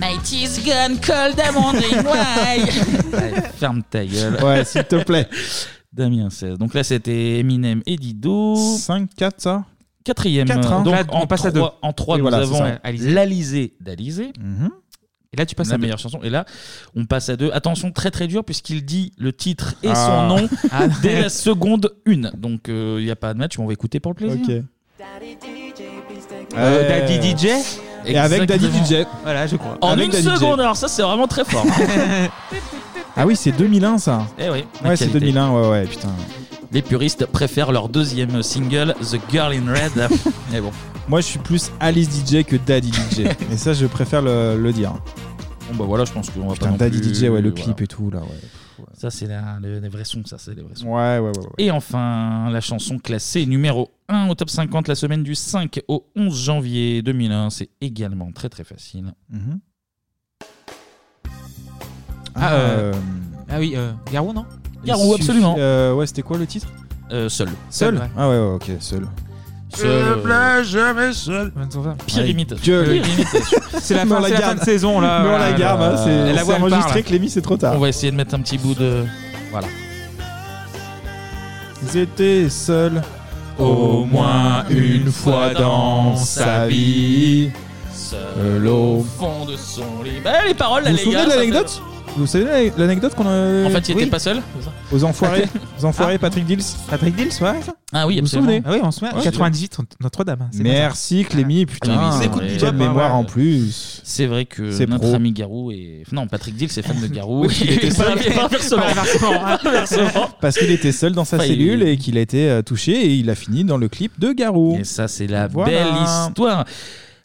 Speaker 4: My teeth gone cold, I'm wondering why.
Speaker 1: Allez, ferme ta gueule.
Speaker 8: Ouais, s'il te plaît.
Speaker 1: Damien 16. Donc là, c'était Eminem et Dido.
Speaker 8: 5, 4, ça
Speaker 1: Quatrième. euh,
Speaker 8: Quatre, hein.
Speaker 1: Donc
Speaker 8: Là,
Speaker 1: en
Speaker 8: on passe à
Speaker 1: trois-
Speaker 8: deux.
Speaker 1: En 3,
Speaker 8: Et
Speaker 1: nous
Speaker 8: voilà, c'est
Speaker 1: avons
Speaker 8: ça. Mhm. Alizé.
Speaker 1: l'Alizé d'Alizé.
Speaker 7: Et là, tu passes
Speaker 1: la
Speaker 7: à deux.
Speaker 1: meilleure chanson. Et là, on passe à deux. Attention, très très dur, puisqu'il dit le titre et
Speaker 7: Ah.
Speaker 1: son nom
Speaker 7: Ah, non.
Speaker 1: dès la seconde une. Donc euh, il n'y a pas de match, mais on va écouter pour le plaisir.
Speaker 8: Ok.
Speaker 1: Euh,
Speaker 7: Daddy DJ
Speaker 1: Et avec Daddy
Speaker 7: Exactement.
Speaker 1: DJ.
Speaker 7: Voilà, je crois.
Speaker 1: En
Speaker 7: Avec
Speaker 1: une
Speaker 7: Daddy DJ.
Speaker 1: seconde, alors ça c'est vraiment très fort. hein.
Speaker 8: Ah oui, c'est 2001 ça.
Speaker 1: Eh oui, la
Speaker 8: Ouais, c'est
Speaker 1: qualité.
Speaker 8: 2001, ouais, ouais, putain.
Speaker 1: Les puristes préfèrent leur deuxième single, The Girl in Red. Mais bon.
Speaker 8: Moi, je suis plus Alice DJ que Daddy DJ. et ça, je préfère le, le dire.
Speaker 1: Bon bah voilà, je pense qu'on va
Speaker 8: Putain,
Speaker 1: pas non
Speaker 8: Daddy
Speaker 1: plus-
Speaker 8: DJ, ouais, le
Speaker 1: voilà.
Speaker 8: clip et tout, là, ouais.
Speaker 1: Ça c'est la- le- les vrais sons, ça c'est les vrais sons.
Speaker 8: Ouais, ouais, ouais. ouais.
Speaker 1: Et enfin, la chanson classée numéro 1 au top 50 la semaine du 5 au 11 janvier 2001. C'est également très très facile.
Speaker 8: Mhm.
Speaker 7: Ah,
Speaker 8: euh,
Speaker 7: euh, ah oui, euh, Garou, non
Speaker 8: il suffit- euh, ouais, c'était quoi le titre
Speaker 1: Euh, seul. euh,
Speaker 8: Seul
Speaker 7: ouais.
Speaker 8: Ah ouais, ouais, ok, seul. Ah,
Speaker 7: jamais seul.
Speaker 1: Pire limite.
Speaker 8: Dieu.
Speaker 1: Pire imitation.
Speaker 7: C'est la, fin, c'est la fin de saison là.
Speaker 8: Mais on
Speaker 7: voilà,
Speaker 8: la garde,
Speaker 7: voilà.
Speaker 8: hein, c'est-
Speaker 7: Et la
Speaker 8: c'est
Speaker 7: voix, elle parle.
Speaker 8: enregistré, Clémy, c'est trop tard.
Speaker 1: On va essayer de mettre un petit bout de. Voilà.
Speaker 8: Ils étaient seuls
Speaker 1: Au moins une fois dans sa vie.
Speaker 8: Seul au
Speaker 1: Fond de son lit. Bah, les paroles là,
Speaker 8: Vous vous
Speaker 1: les
Speaker 8: souvenez
Speaker 1: gars.
Speaker 8: de
Speaker 1: ça
Speaker 8: l'anecdote Vous vous souvenez de l'anecdote qu'on a.
Speaker 1: fait- En fait, il
Speaker 8: Oui.
Speaker 1: était pas seul c'est ça
Speaker 8: Aux enfoirés, aux enfoirés Patrick Dills.
Speaker 7: Patrick Dills, ouais. ça
Speaker 1: Ah oui,
Speaker 7: vous vous
Speaker 1: absolument.
Speaker 7: souvenez Ah oui, on se souvient.
Speaker 1: Ouais,
Speaker 7: 98, Notre-Dame. hein, c'est bien ça.
Speaker 8: Merci Clémy,
Speaker 1: Ah,
Speaker 8: putain.
Speaker 1: mais c'est
Speaker 8: Bonne
Speaker 1: vrai.
Speaker 8: mémoire en plus.
Speaker 1: C'est vrai que
Speaker 8: C'est
Speaker 1: notre
Speaker 8: pro.
Speaker 1: ami Garou est. Non, Patrick Dill, c'est fan de Garou.
Speaker 8: Oui, il était
Speaker 1: Et
Speaker 8: seul.
Speaker 1: pas- pas inversement.
Speaker 8: Pas inversement, hein.
Speaker 1: Inversement.
Speaker 8: Parce qu'il était seul dans sa
Speaker 1: Enfin, il-
Speaker 8: cellule et qu'il a été euh, touché et il a fini dans le clip de Garou. Et
Speaker 1: ça, c'est la Belle
Speaker 8: Voilà.
Speaker 1: histoire.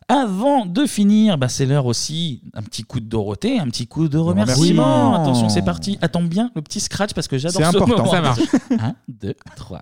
Speaker 1: Avant de finir, bah, c'est l'heure aussi, un petit coup de Dorothée, un petit coup de remerciement.
Speaker 8: remerciement.
Speaker 1: Attention, c'est parti. Attends bien le petit scratch parce que j'adore
Speaker 8: C'est
Speaker 1: ce
Speaker 8: important.
Speaker 1: moment.
Speaker 8: Ça marche.
Speaker 1: 1, 2, 3.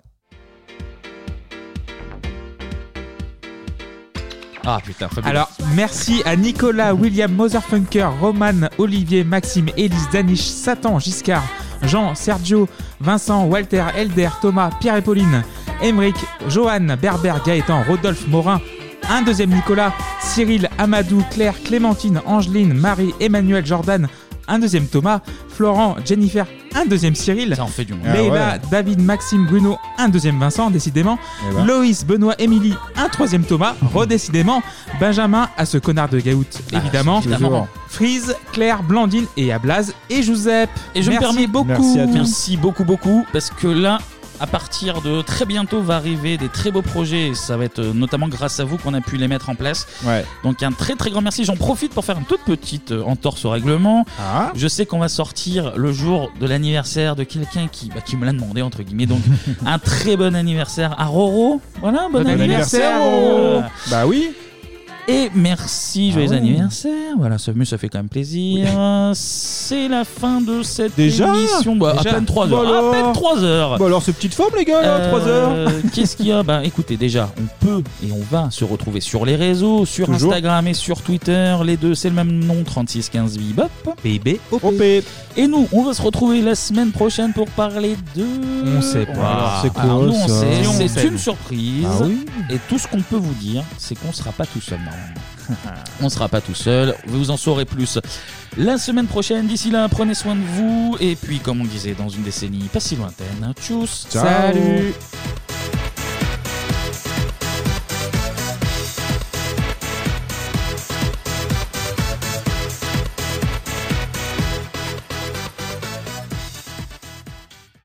Speaker 1: Ah putain, fabuleux.
Speaker 7: Alors, merci à Nicolas, William, Motherfunker, Roman, Olivier, Maxime, Élise, Danish, Satan, Giscard, Jean, Sergio, Vincent, Walter, Elder, Thomas, Pierre et Pauline, Emeric, Johan, Berber, Gaëtan, Rodolphe, Morin, un deuxième Nicolas, Cyril, Amadou, Claire, Clémentine, Angeline, Marie, Emmanuel, Jordan, un deuxième Thomas, Florent, Jennifer, un deuxième Cyril,
Speaker 1: Ça en fait du monde.
Speaker 7: Leïla,
Speaker 1: Ah ouais.
Speaker 7: David, Maxime, Bruno, un deuxième Vincent, décidément.
Speaker 1: Eh ben.
Speaker 7: Loïs, Benoît, Émilie, un troisième Thomas, redécidément. Benjamin, à ce connard de Gaout,
Speaker 1: Ah,
Speaker 7: évidemment.
Speaker 1: évidemment.
Speaker 7: Frise, Claire, Blandine et à Blaze et Joseph.
Speaker 1: Et je
Speaker 7: Merci
Speaker 1: me permets
Speaker 7: beaucoup.
Speaker 1: Merci beaucoup, beaucoup, parce que là, à partir de très bientôt va arriver des très beaux projets. et Ça va être euh, notamment grâce à vous qu'on a pu les mettre en place. Donc un très très grand merci. J'en profite pour faire une toute petite euh, entorse au règlement.
Speaker 8: Ah.
Speaker 1: Je sais qu'on va sortir le jour de l'anniversaire de quelqu'un qui, bah, qui me l'a demandé entre guillemets. Donc un très bon anniversaire à Roro. Voilà, bon,
Speaker 8: Bon anniversaire, Roro. Ah
Speaker 1: Bah oui. Et merci, joyeux
Speaker 8: ouais.
Speaker 1: anniversaire. Voilà, ça, mais ça fait quand même plaisir. C'est la fin de cette
Speaker 8: Déjà
Speaker 1: émission. Bah,
Speaker 8: Déjà
Speaker 1: à peine 3
Speaker 8: Bah
Speaker 1: heures.
Speaker 8: alors.
Speaker 1: à peine 3 heures.
Speaker 8: Bah alors, c'est petite forme, les gars, là,
Speaker 1: Euh,
Speaker 8: 3 heures.
Speaker 1: Qu'est-ce qu'il y a Bah écoutez, déjà, on peut et on va se retrouver sur les réseaux, sur
Speaker 8: Toujours.
Speaker 1: Instagram et sur Twitter. Les deux, c'est le même nom 3615 Bibop. BBOP. Et nous, on va se retrouver la semaine prochaine pour parler de.
Speaker 7: On sait pas.
Speaker 1: Alors,
Speaker 7: C'est quoi,
Speaker 1: alors, nous, on
Speaker 7: ça
Speaker 1: sait.
Speaker 7: Si on
Speaker 1: C'est
Speaker 7: sait.
Speaker 1: une surprise.
Speaker 7: Ah oui.
Speaker 1: Et tout ce qu'on peut vous dire, c'est qu'on sera pas tout seul normalement. On sera pas tout seul, vous en saurez plus la semaine prochaine. D'ici là, prenez soin de vous. Et puis, comme on disait dans une décennie pas si lointaine, tchuss
Speaker 7: Ciao. Salut.